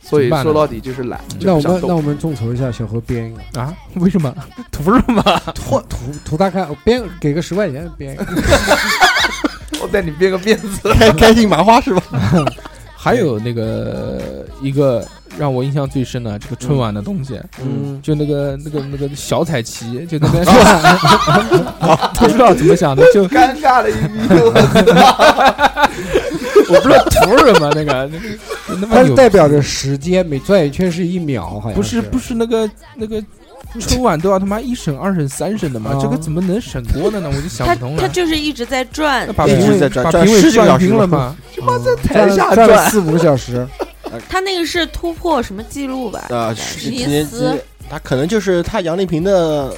[SPEAKER 5] 所以
[SPEAKER 1] 怎么办呢
[SPEAKER 5] 说到底就是懒。就
[SPEAKER 2] 那我
[SPEAKER 5] 不想
[SPEAKER 2] 们
[SPEAKER 5] 动
[SPEAKER 2] 那 我们众筹一下，小何编一个，
[SPEAKER 1] 啊？为什么？ 图什么？
[SPEAKER 2] 图图图大看，编给个十块钱编一个。
[SPEAKER 5] 我带你编个辫子。
[SPEAKER 3] 开开心麻花是吧？
[SPEAKER 1] 还有那个一个让我印象最深的这个春晚的东西，
[SPEAKER 3] 嗯，
[SPEAKER 1] 就那个那个那个小彩旗，就 那边不知道怎么想的，就
[SPEAKER 5] 尴尬的一幕，
[SPEAKER 1] 我不知道图什么那个，那个那
[SPEAKER 2] 它
[SPEAKER 1] 么
[SPEAKER 2] 是
[SPEAKER 1] 有
[SPEAKER 2] 代表着时间，每转一圈是一秒，好像
[SPEAKER 1] 不是
[SPEAKER 2] 是
[SPEAKER 1] 不是那个那个春晚都要他妈一审、二审、三审的嘛
[SPEAKER 2] 啊，
[SPEAKER 1] 这个怎么能审过的呢？我就想
[SPEAKER 6] 他
[SPEAKER 1] 不通
[SPEAKER 6] 他
[SPEAKER 1] 了。
[SPEAKER 6] 就是一直在转
[SPEAKER 1] 那，把
[SPEAKER 3] 一
[SPEAKER 1] 评
[SPEAKER 3] 直
[SPEAKER 1] 委
[SPEAKER 3] 在转
[SPEAKER 1] 把
[SPEAKER 3] 转
[SPEAKER 1] 评委
[SPEAKER 3] 十几个
[SPEAKER 1] 转
[SPEAKER 3] 小时
[SPEAKER 1] 晕了
[SPEAKER 3] 吧
[SPEAKER 1] 吗？
[SPEAKER 2] 他妈在
[SPEAKER 5] 台下
[SPEAKER 2] 转了
[SPEAKER 5] 转
[SPEAKER 2] 四五个小时，
[SPEAKER 6] 他那个是突破什么记录吧？
[SPEAKER 3] 啊，
[SPEAKER 6] 吉
[SPEAKER 3] 是
[SPEAKER 6] 尼斯，
[SPEAKER 3] 他可能就是他杨丽萍的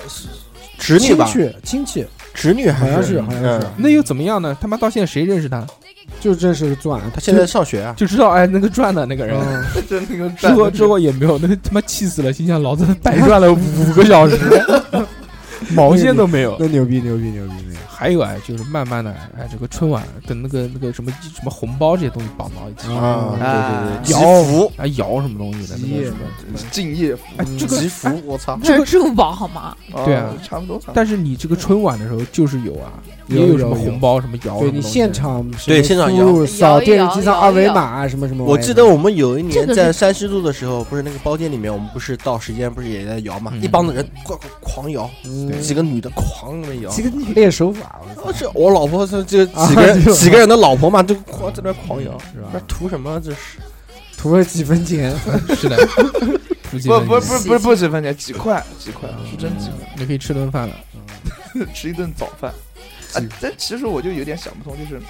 [SPEAKER 3] 侄女
[SPEAKER 2] 亲
[SPEAKER 3] 吧，
[SPEAKER 2] 戚亲戚
[SPEAKER 3] 侄女
[SPEAKER 2] 好
[SPEAKER 3] 还
[SPEAKER 2] 像
[SPEAKER 3] 是
[SPEAKER 2] 是好像是
[SPEAKER 3] 嗯，
[SPEAKER 1] 那又怎么样呢？他妈到现在谁认识他？
[SPEAKER 2] 就正是转，
[SPEAKER 3] 他现在上学啊，
[SPEAKER 1] 就知道哎，那个转的哦那个人。
[SPEAKER 2] 嗯
[SPEAKER 5] 就那个
[SPEAKER 1] 之后之后也没有，那个他妈气死了，心想老子 白转了五个小时，毛线都没有。
[SPEAKER 2] 那牛逼牛逼牛逼牛逼！
[SPEAKER 1] 还有啊，就是慢慢的，哎，这个春晚跟那个那个什么什么红包这些东西绑到一起
[SPEAKER 3] 啊，
[SPEAKER 5] 啊
[SPEAKER 3] 对对对，吉福，
[SPEAKER 1] 还摇什么东西的那个什么，
[SPEAKER 5] 敬业
[SPEAKER 1] 哎，这个
[SPEAKER 2] 嗯
[SPEAKER 3] 吉福，我操，
[SPEAKER 7] 这是支付宝好吗？
[SPEAKER 1] 对啊
[SPEAKER 5] 哦差不多，差不多
[SPEAKER 1] 但是你这个春晚的时候就是有啊，也
[SPEAKER 2] 有
[SPEAKER 1] 什么
[SPEAKER 2] 有有
[SPEAKER 1] 红包什么摇什么
[SPEAKER 2] 对
[SPEAKER 1] 东
[SPEAKER 2] 你
[SPEAKER 1] 西
[SPEAKER 2] 现场什
[SPEAKER 3] 对
[SPEAKER 2] 么
[SPEAKER 3] 现场
[SPEAKER 2] 输
[SPEAKER 3] 摇
[SPEAKER 2] 入扫
[SPEAKER 4] 摇一
[SPEAKER 2] 电
[SPEAKER 4] 摇
[SPEAKER 2] 视机上
[SPEAKER 4] 摇
[SPEAKER 2] 二
[SPEAKER 4] 一
[SPEAKER 2] 维
[SPEAKER 4] 摇
[SPEAKER 2] 码啊什么什么玩意儿
[SPEAKER 3] 我
[SPEAKER 2] 的。
[SPEAKER 3] 记得我们有一
[SPEAKER 7] 这
[SPEAKER 3] 年
[SPEAKER 7] 个
[SPEAKER 3] 在
[SPEAKER 7] 是
[SPEAKER 3] 三十度的时候，不是那个包间里面，我们不是到时间不是也在摇嘛，
[SPEAKER 1] 嗯
[SPEAKER 3] 一帮子人狂狂摇，
[SPEAKER 2] 嗯
[SPEAKER 3] 几个女的狂那么摇。
[SPEAKER 2] 几个练手法，我操
[SPEAKER 3] 我这我老婆是这
[SPEAKER 2] 啊
[SPEAKER 3] 几个人
[SPEAKER 2] 就
[SPEAKER 3] 几个人的老婆嘛，就狂在那狂摇，
[SPEAKER 1] 是
[SPEAKER 3] 那
[SPEAKER 1] 吧？
[SPEAKER 3] 图什么啊这是？
[SPEAKER 2] 图了几 分钱，
[SPEAKER 1] 是的，不嗯
[SPEAKER 5] 不不不不不几分钱，几块几块，是真几块，
[SPEAKER 1] 你可以吃顿饭了。
[SPEAKER 5] 吃一顿早饭。啊，但其实我就有点想不通，就是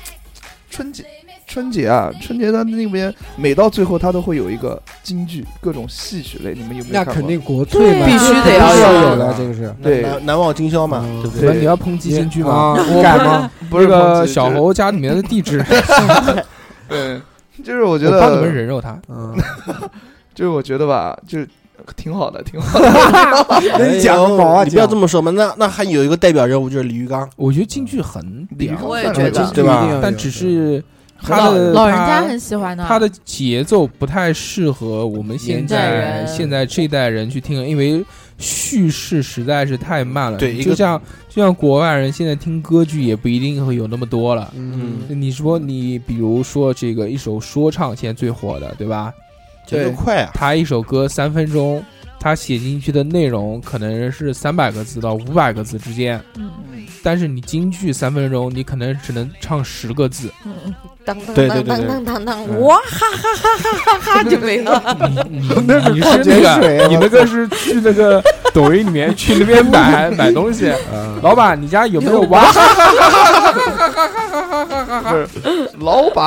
[SPEAKER 5] 春节。春节啊，春节他那边每到最后，他都会有一个京剧，各种戏曲类，你们有没有
[SPEAKER 2] 那
[SPEAKER 5] 看过？
[SPEAKER 2] 肯定国粹
[SPEAKER 6] 对
[SPEAKER 2] 嘛，
[SPEAKER 6] 啊必须得
[SPEAKER 2] 要
[SPEAKER 6] 要
[SPEAKER 2] 有
[SPEAKER 6] 有
[SPEAKER 2] 的，这个是
[SPEAKER 5] 对
[SPEAKER 3] 难难忘今宵嘛，
[SPEAKER 2] 嗯
[SPEAKER 3] 对不
[SPEAKER 1] 你
[SPEAKER 5] 对
[SPEAKER 1] 们你要抨击京剧吗？
[SPEAKER 2] 啊你敢吗？
[SPEAKER 5] 不
[SPEAKER 1] 这
[SPEAKER 5] 是
[SPEAKER 1] 个
[SPEAKER 5] 抨击
[SPEAKER 1] 小，猴家里面的地 址，
[SPEAKER 5] 就是嗯，就是我觉
[SPEAKER 1] 我帮你们
[SPEAKER 5] 得，
[SPEAKER 1] 人肉他。
[SPEAKER 2] 嗯，
[SPEAKER 3] 哎
[SPEAKER 5] 就是我觉得吧，就是挺好的，挺好的。
[SPEAKER 2] 那你讲个毛啊？
[SPEAKER 3] 哎你不要这
[SPEAKER 2] 么
[SPEAKER 3] 么说嘛。那那还有一个代表人物就是李玉刚，
[SPEAKER 1] 我觉得京剧很
[SPEAKER 5] 李玉
[SPEAKER 1] 屌，
[SPEAKER 5] 刚
[SPEAKER 4] 我也
[SPEAKER 5] 算
[SPEAKER 4] 觉得
[SPEAKER 5] 是京剧
[SPEAKER 3] 对吧
[SPEAKER 1] 但只是他的
[SPEAKER 7] 老人家
[SPEAKER 1] 他
[SPEAKER 7] 很喜欢的。
[SPEAKER 1] 他的节奏不太适合我们现在
[SPEAKER 7] 年轻人
[SPEAKER 1] 现在这一代人去听，因为叙事实在是太慢了。
[SPEAKER 3] 对一个
[SPEAKER 1] 就像就像国外人现在听歌剧也不一定会有那么多了。
[SPEAKER 2] 嗯，
[SPEAKER 1] 你说你比如说这个一首说唱现在最火的，对吧？
[SPEAKER 3] 节奏
[SPEAKER 5] 对
[SPEAKER 3] 快啊，
[SPEAKER 1] 他一首歌三分钟，他写进去的内容可能是三百个字到五百个字之间，
[SPEAKER 7] 嗯
[SPEAKER 1] 但是你京剧三分钟，你可能只能唱十个字，
[SPEAKER 7] 嗯嗯，
[SPEAKER 4] 当当
[SPEAKER 3] 对对
[SPEAKER 4] 当
[SPEAKER 3] 对对
[SPEAKER 4] 当当当当，哇哈哈哈哈哈哈就没了。
[SPEAKER 1] 你 你你是那
[SPEAKER 2] 矿泉水啊
[SPEAKER 1] 个，你那个是去那个抖音里面去那边 买买东西，
[SPEAKER 2] 嗯
[SPEAKER 1] 老板，你家有没有娃？
[SPEAKER 5] 不是，老板，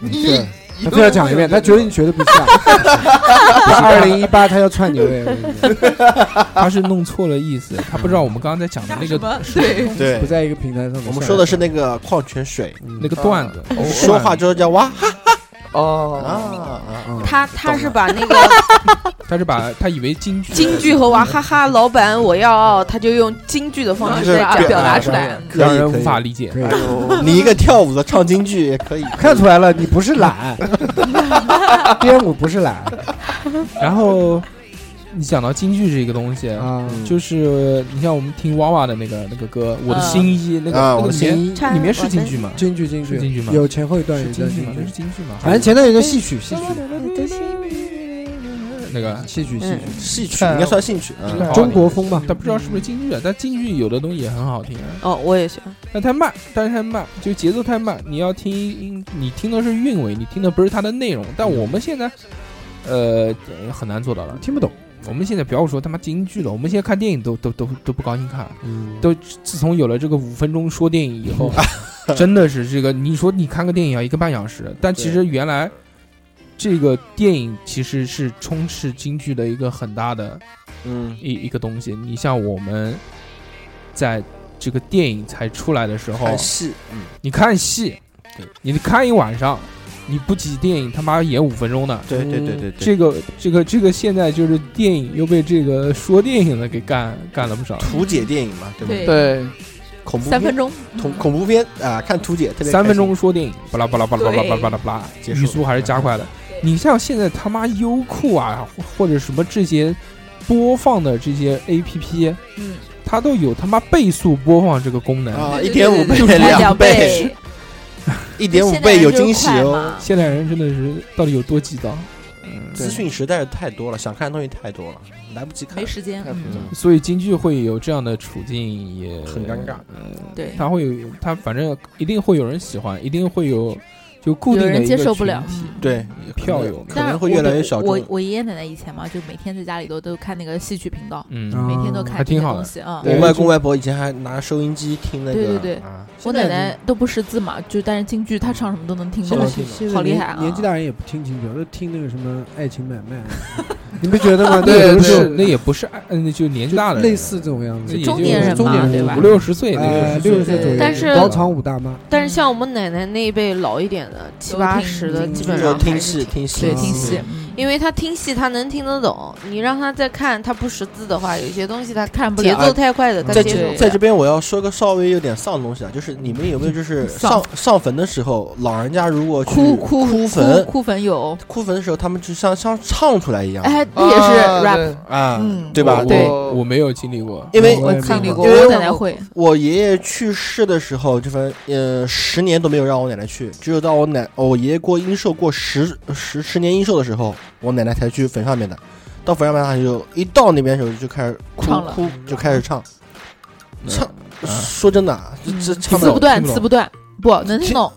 [SPEAKER 3] 嗯
[SPEAKER 2] 是他非要讲一遍，他觉得你觉得 不像。他二零一八他要串牛哎，我跟你讲
[SPEAKER 1] 他是弄错了意思，他不知道我们刚才讲的那
[SPEAKER 7] 什么
[SPEAKER 1] 个？是
[SPEAKER 7] 对，
[SPEAKER 3] 对
[SPEAKER 2] 不，在一个平台上。
[SPEAKER 3] 我们说的是
[SPEAKER 2] 那
[SPEAKER 3] 那个矿泉水，
[SPEAKER 1] 那个段子，
[SPEAKER 4] 嗯
[SPEAKER 3] 说话就是叫哇哈
[SPEAKER 5] 哦，
[SPEAKER 3] 啊，
[SPEAKER 4] 他他是把那个
[SPEAKER 1] 他是把他以为京剧
[SPEAKER 4] 京剧和娃哈哈老板我要，他就用京剧的方式
[SPEAKER 3] 是
[SPEAKER 4] 来
[SPEAKER 3] 表
[SPEAKER 4] 表达
[SPEAKER 3] 达
[SPEAKER 4] 出来。
[SPEAKER 3] 可以
[SPEAKER 1] 啊让人
[SPEAKER 3] 可以
[SPEAKER 1] 无法理解
[SPEAKER 2] 可。以
[SPEAKER 5] 哎呦，
[SPEAKER 3] 你一个跳舞的唱京剧也可以，
[SPEAKER 2] 看出来了，你不是 懒，编舞不是懒
[SPEAKER 1] 然后你讲到京剧这个东西，
[SPEAKER 2] 啊。
[SPEAKER 1] 就是你像我们听娃娃的那个那个歌《我的
[SPEAKER 4] 嗯
[SPEAKER 1] 新衣》，那个
[SPEAKER 3] 啊
[SPEAKER 1] 那
[SPEAKER 3] 我
[SPEAKER 1] 个
[SPEAKER 3] 的
[SPEAKER 1] 里面
[SPEAKER 2] 京
[SPEAKER 1] 里面是京剧吗？
[SPEAKER 2] 京剧京
[SPEAKER 1] 是京剧
[SPEAKER 2] 剧
[SPEAKER 1] 吗
[SPEAKER 2] 有前后一段有
[SPEAKER 1] 是
[SPEAKER 2] 一段
[SPEAKER 1] 京
[SPEAKER 2] 京
[SPEAKER 1] 剧吗？那是
[SPEAKER 2] 剧，
[SPEAKER 1] 京剧吗？
[SPEAKER 2] 反正前段有一段戏曲戏
[SPEAKER 7] 嗯
[SPEAKER 2] 曲
[SPEAKER 1] 那个
[SPEAKER 2] 戏曲戏
[SPEAKER 4] 嗯
[SPEAKER 2] 曲，
[SPEAKER 3] 戏曲应该算兴趣，嗯
[SPEAKER 1] 嗯
[SPEAKER 2] 中国风嘛。
[SPEAKER 1] 但不知道是
[SPEAKER 2] 嗯
[SPEAKER 1] 不是京剧啊，但京剧有的东西也很好听啊，
[SPEAKER 4] 哦，我也喜欢。
[SPEAKER 1] 但太慢，但是太慢，就节奏太慢。你要听，你听的是韵味，你听的不是它的内容。但我们现在，呃，很难做到了。
[SPEAKER 2] 嗯听不懂。
[SPEAKER 1] 我们现在不要说他妈京剧了，我们现在看电影都都都都不高兴看。
[SPEAKER 2] 嗯，
[SPEAKER 1] 都自从有了这个五分钟说电影以后，
[SPEAKER 2] 嗯
[SPEAKER 1] 真的是这个，你说你看个电影要一个半小时，但其实原来这个电影其实是充斥京剧的一个很大的
[SPEAKER 3] 嗯，
[SPEAKER 1] 一一个东西。你像我们在这个电影才出来的时候
[SPEAKER 3] 看，戏，嗯，
[SPEAKER 1] 你看戏
[SPEAKER 3] 对，
[SPEAKER 1] 你看一晚上，你不挤电影他妈演五分钟的。
[SPEAKER 3] 对对对对对，
[SPEAKER 1] 这个这个这个现在就是电影又被这个说电影的给干干了不少，
[SPEAKER 3] 图解电影嘛，对吧？
[SPEAKER 7] 对
[SPEAKER 5] 对，
[SPEAKER 3] 恐怖
[SPEAKER 7] 三分
[SPEAKER 3] 片，
[SPEAKER 7] 钟，
[SPEAKER 3] 恐恐怖片啊，看图解特别开心
[SPEAKER 1] 三分钟说电影，巴拉巴拉巴拉巴拉巴拉巴拉巴拉，
[SPEAKER 3] 结束
[SPEAKER 1] 语速还是加快的。你像现在他妈优酷啊，或或者什么这些播放的这些 A P P，
[SPEAKER 7] 嗯，
[SPEAKER 1] 它都有他妈倍速播放这个功能。
[SPEAKER 3] 啊，
[SPEAKER 7] 对
[SPEAKER 3] 一
[SPEAKER 7] 对
[SPEAKER 3] 点五
[SPEAKER 7] 对
[SPEAKER 3] 倍、
[SPEAKER 7] 对对
[SPEAKER 3] 两
[SPEAKER 7] 两
[SPEAKER 3] 倍、
[SPEAKER 7] 倍，
[SPEAKER 3] 一点五倍有惊喜哦。
[SPEAKER 1] 现代人真的是到底有多急躁？
[SPEAKER 3] 资讯实在是太多了，想看的东西太多了，来不及看
[SPEAKER 7] 没。时间，嗯
[SPEAKER 1] 所以京剧会有这样的处境，也
[SPEAKER 3] 很尴尬。
[SPEAKER 7] 对，
[SPEAKER 1] 他会有他，反正一定会有人喜欢，一定会有就固定
[SPEAKER 7] 有
[SPEAKER 1] 的
[SPEAKER 7] 人
[SPEAKER 1] 一个
[SPEAKER 7] 接受不
[SPEAKER 1] 群
[SPEAKER 7] 了嗯
[SPEAKER 1] 体，
[SPEAKER 3] 对，
[SPEAKER 1] 票友们。
[SPEAKER 3] 可
[SPEAKER 7] 但
[SPEAKER 3] 能
[SPEAKER 7] 是
[SPEAKER 3] 会
[SPEAKER 7] 我
[SPEAKER 3] 越来
[SPEAKER 7] 的
[SPEAKER 3] 越小
[SPEAKER 7] 我
[SPEAKER 3] 众
[SPEAKER 7] 我爷爷奶奶以前嘛，就每天在家里都都看那个戏曲频道，
[SPEAKER 1] 嗯
[SPEAKER 2] 嗯，
[SPEAKER 7] 每天都
[SPEAKER 1] 还
[SPEAKER 7] 看这
[SPEAKER 1] 挺
[SPEAKER 7] 些
[SPEAKER 1] 好
[SPEAKER 7] 东
[SPEAKER 1] 的
[SPEAKER 7] 西啊。
[SPEAKER 3] 我外公外婆以前还拿收音机听那个，
[SPEAKER 7] 对对对
[SPEAKER 3] 啊，
[SPEAKER 7] 我奶奶都不识字嘛，就但是京剧她唱什么都能听
[SPEAKER 2] 现
[SPEAKER 7] 懂
[SPEAKER 2] 在。
[SPEAKER 3] 听懂
[SPEAKER 2] 现在
[SPEAKER 7] 好厉
[SPEAKER 2] 年
[SPEAKER 7] 害啊
[SPEAKER 2] 年纪大人也不听清楚，都听那个 什么《爱情买卖》，你不觉得吗？
[SPEAKER 1] 那也
[SPEAKER 2] 那
[SPEAKER 1] 不
[SPEAKER 2] 个时候
[SPEAKER 1] 是，那也不是爱，嗯，那就年纪大的人
[SPEAKER 2] 类似这种样
[SPEAKER 1] 那
[SPEAKER 2] 子
[SPEAKER 1] 也，
[SPEAKER 7] 中
[SPEAKER 1] 就
[SPEAKER 7] 年人
[SPEAKER 1] 中
[SPEAKER 7] 嘛
[SPEAKER 1] 年
[SPEAKER 7] 对吧
[SPEAKER 1] 五六十岁那
[SPEAKER 2] 呃，
[SPEAKER 1] 个
[SPEAKER 2] 六十岁左右，
[SPEAKER 4] 但是
[SPEAKER 2] 广场舞大妈，
[SPEAKER 4] 但是像我们奶奶那一辈老一点的，七
[SPEAKER 7] 都
[SPEAKER 4] 八
[SPEAKER 7] 听
[SPEAKER 4] 十的，
[SPEAKER 2] 京
[SPEAKER 4] 基
[SPEAKER 2] 剧
[SPEAKER 4] 本
[SPEAKER 3] 就
[SPEAKER 4] 上
[SPEAKER 3] 听
[SPEAKER 4] 还是
[SPEAKER 3] 戏听戏
[SPEAKER 7] 对，
[SPEAKER 2] 嗯
[SPEAKER 7] 听戏，
[SPEAKER 6] 因为他听戏他能听得懂，你让他再看他不识字的话，有些东西他
[SPEAKER 7] 看不
[SPEAKER 6] 节
[SPEAKER 7] 了。
[SPEAKER 6] 奏太快的他
[SPEAKER 3] 在
[SPEAKER 6] 接受
[SPEAKER 3] 这
[SPEAKER 6] 不
[SPEAKER 3] 在
[SPEAKER 6] 了。
[SPEAKER 3] 这边，我要说个稍微有点丧的东西啊，就是你们有没有就是上上坟的时候，老人家如果去
[SPEAKER 7] 哭哭
[SPEAKER 3] 哭
[SPEAKER 7] 哭
[SPEAKER 3] 坟
[SPEAKER 7] 哭坟有，
[SPEAKER 3] 哭坟的时候，他们就像像唱出来一样，
[SPEAKER 7] 哎，那也是
[SPEAKER 5] 啊
[SPEAKER 7] rap，
[SPEAKER 5] 对
[SPEAKER 3] 啊
[SPEAKER 7] 嗯，
[SPEAKER 3] 对吧？
[SPEAKER 7] 对
[SPEAKER 1] 我我没有经历过，
[SPEAKER 3] 因为
[SPEAKER 2] 我也
[SPEAKER 7] 经历过，
[SPEAKER 3] 因为
[SPEAKER 7] 我
[SPEAKER 3] 我
[SPEAKER 7] 奶奶会，
[SPEAKER 3] 我爷爷去世的时候，这份呃十年都没有让我奶奶去，只有到我奶我爷爷过阴寿过十十十年阴寿的时候，我奶奶才去坟上面的。到坟上面，她就一到那边的时候就开始哭
[SPEAKER 7] 唱了
[SPEAKER 3] 哭，就开始唱，唱。
[SPEAKER 1] 嗯
[SPEAKER 3] 说真的啊，这这
[SPEAKER 7] 嗯
[SPEAKER 3] 唱
[SPEAKER 7] 词不
[SPEAKER 3] 的
[SPEAKER 1] 听
[SPEAKER 7] 断，
[SPEAKER 1] 不懂
[SPEAKER 7] 词不断，不能听
[SPEAKER 3] 听
[SPEAKER 7] 懂。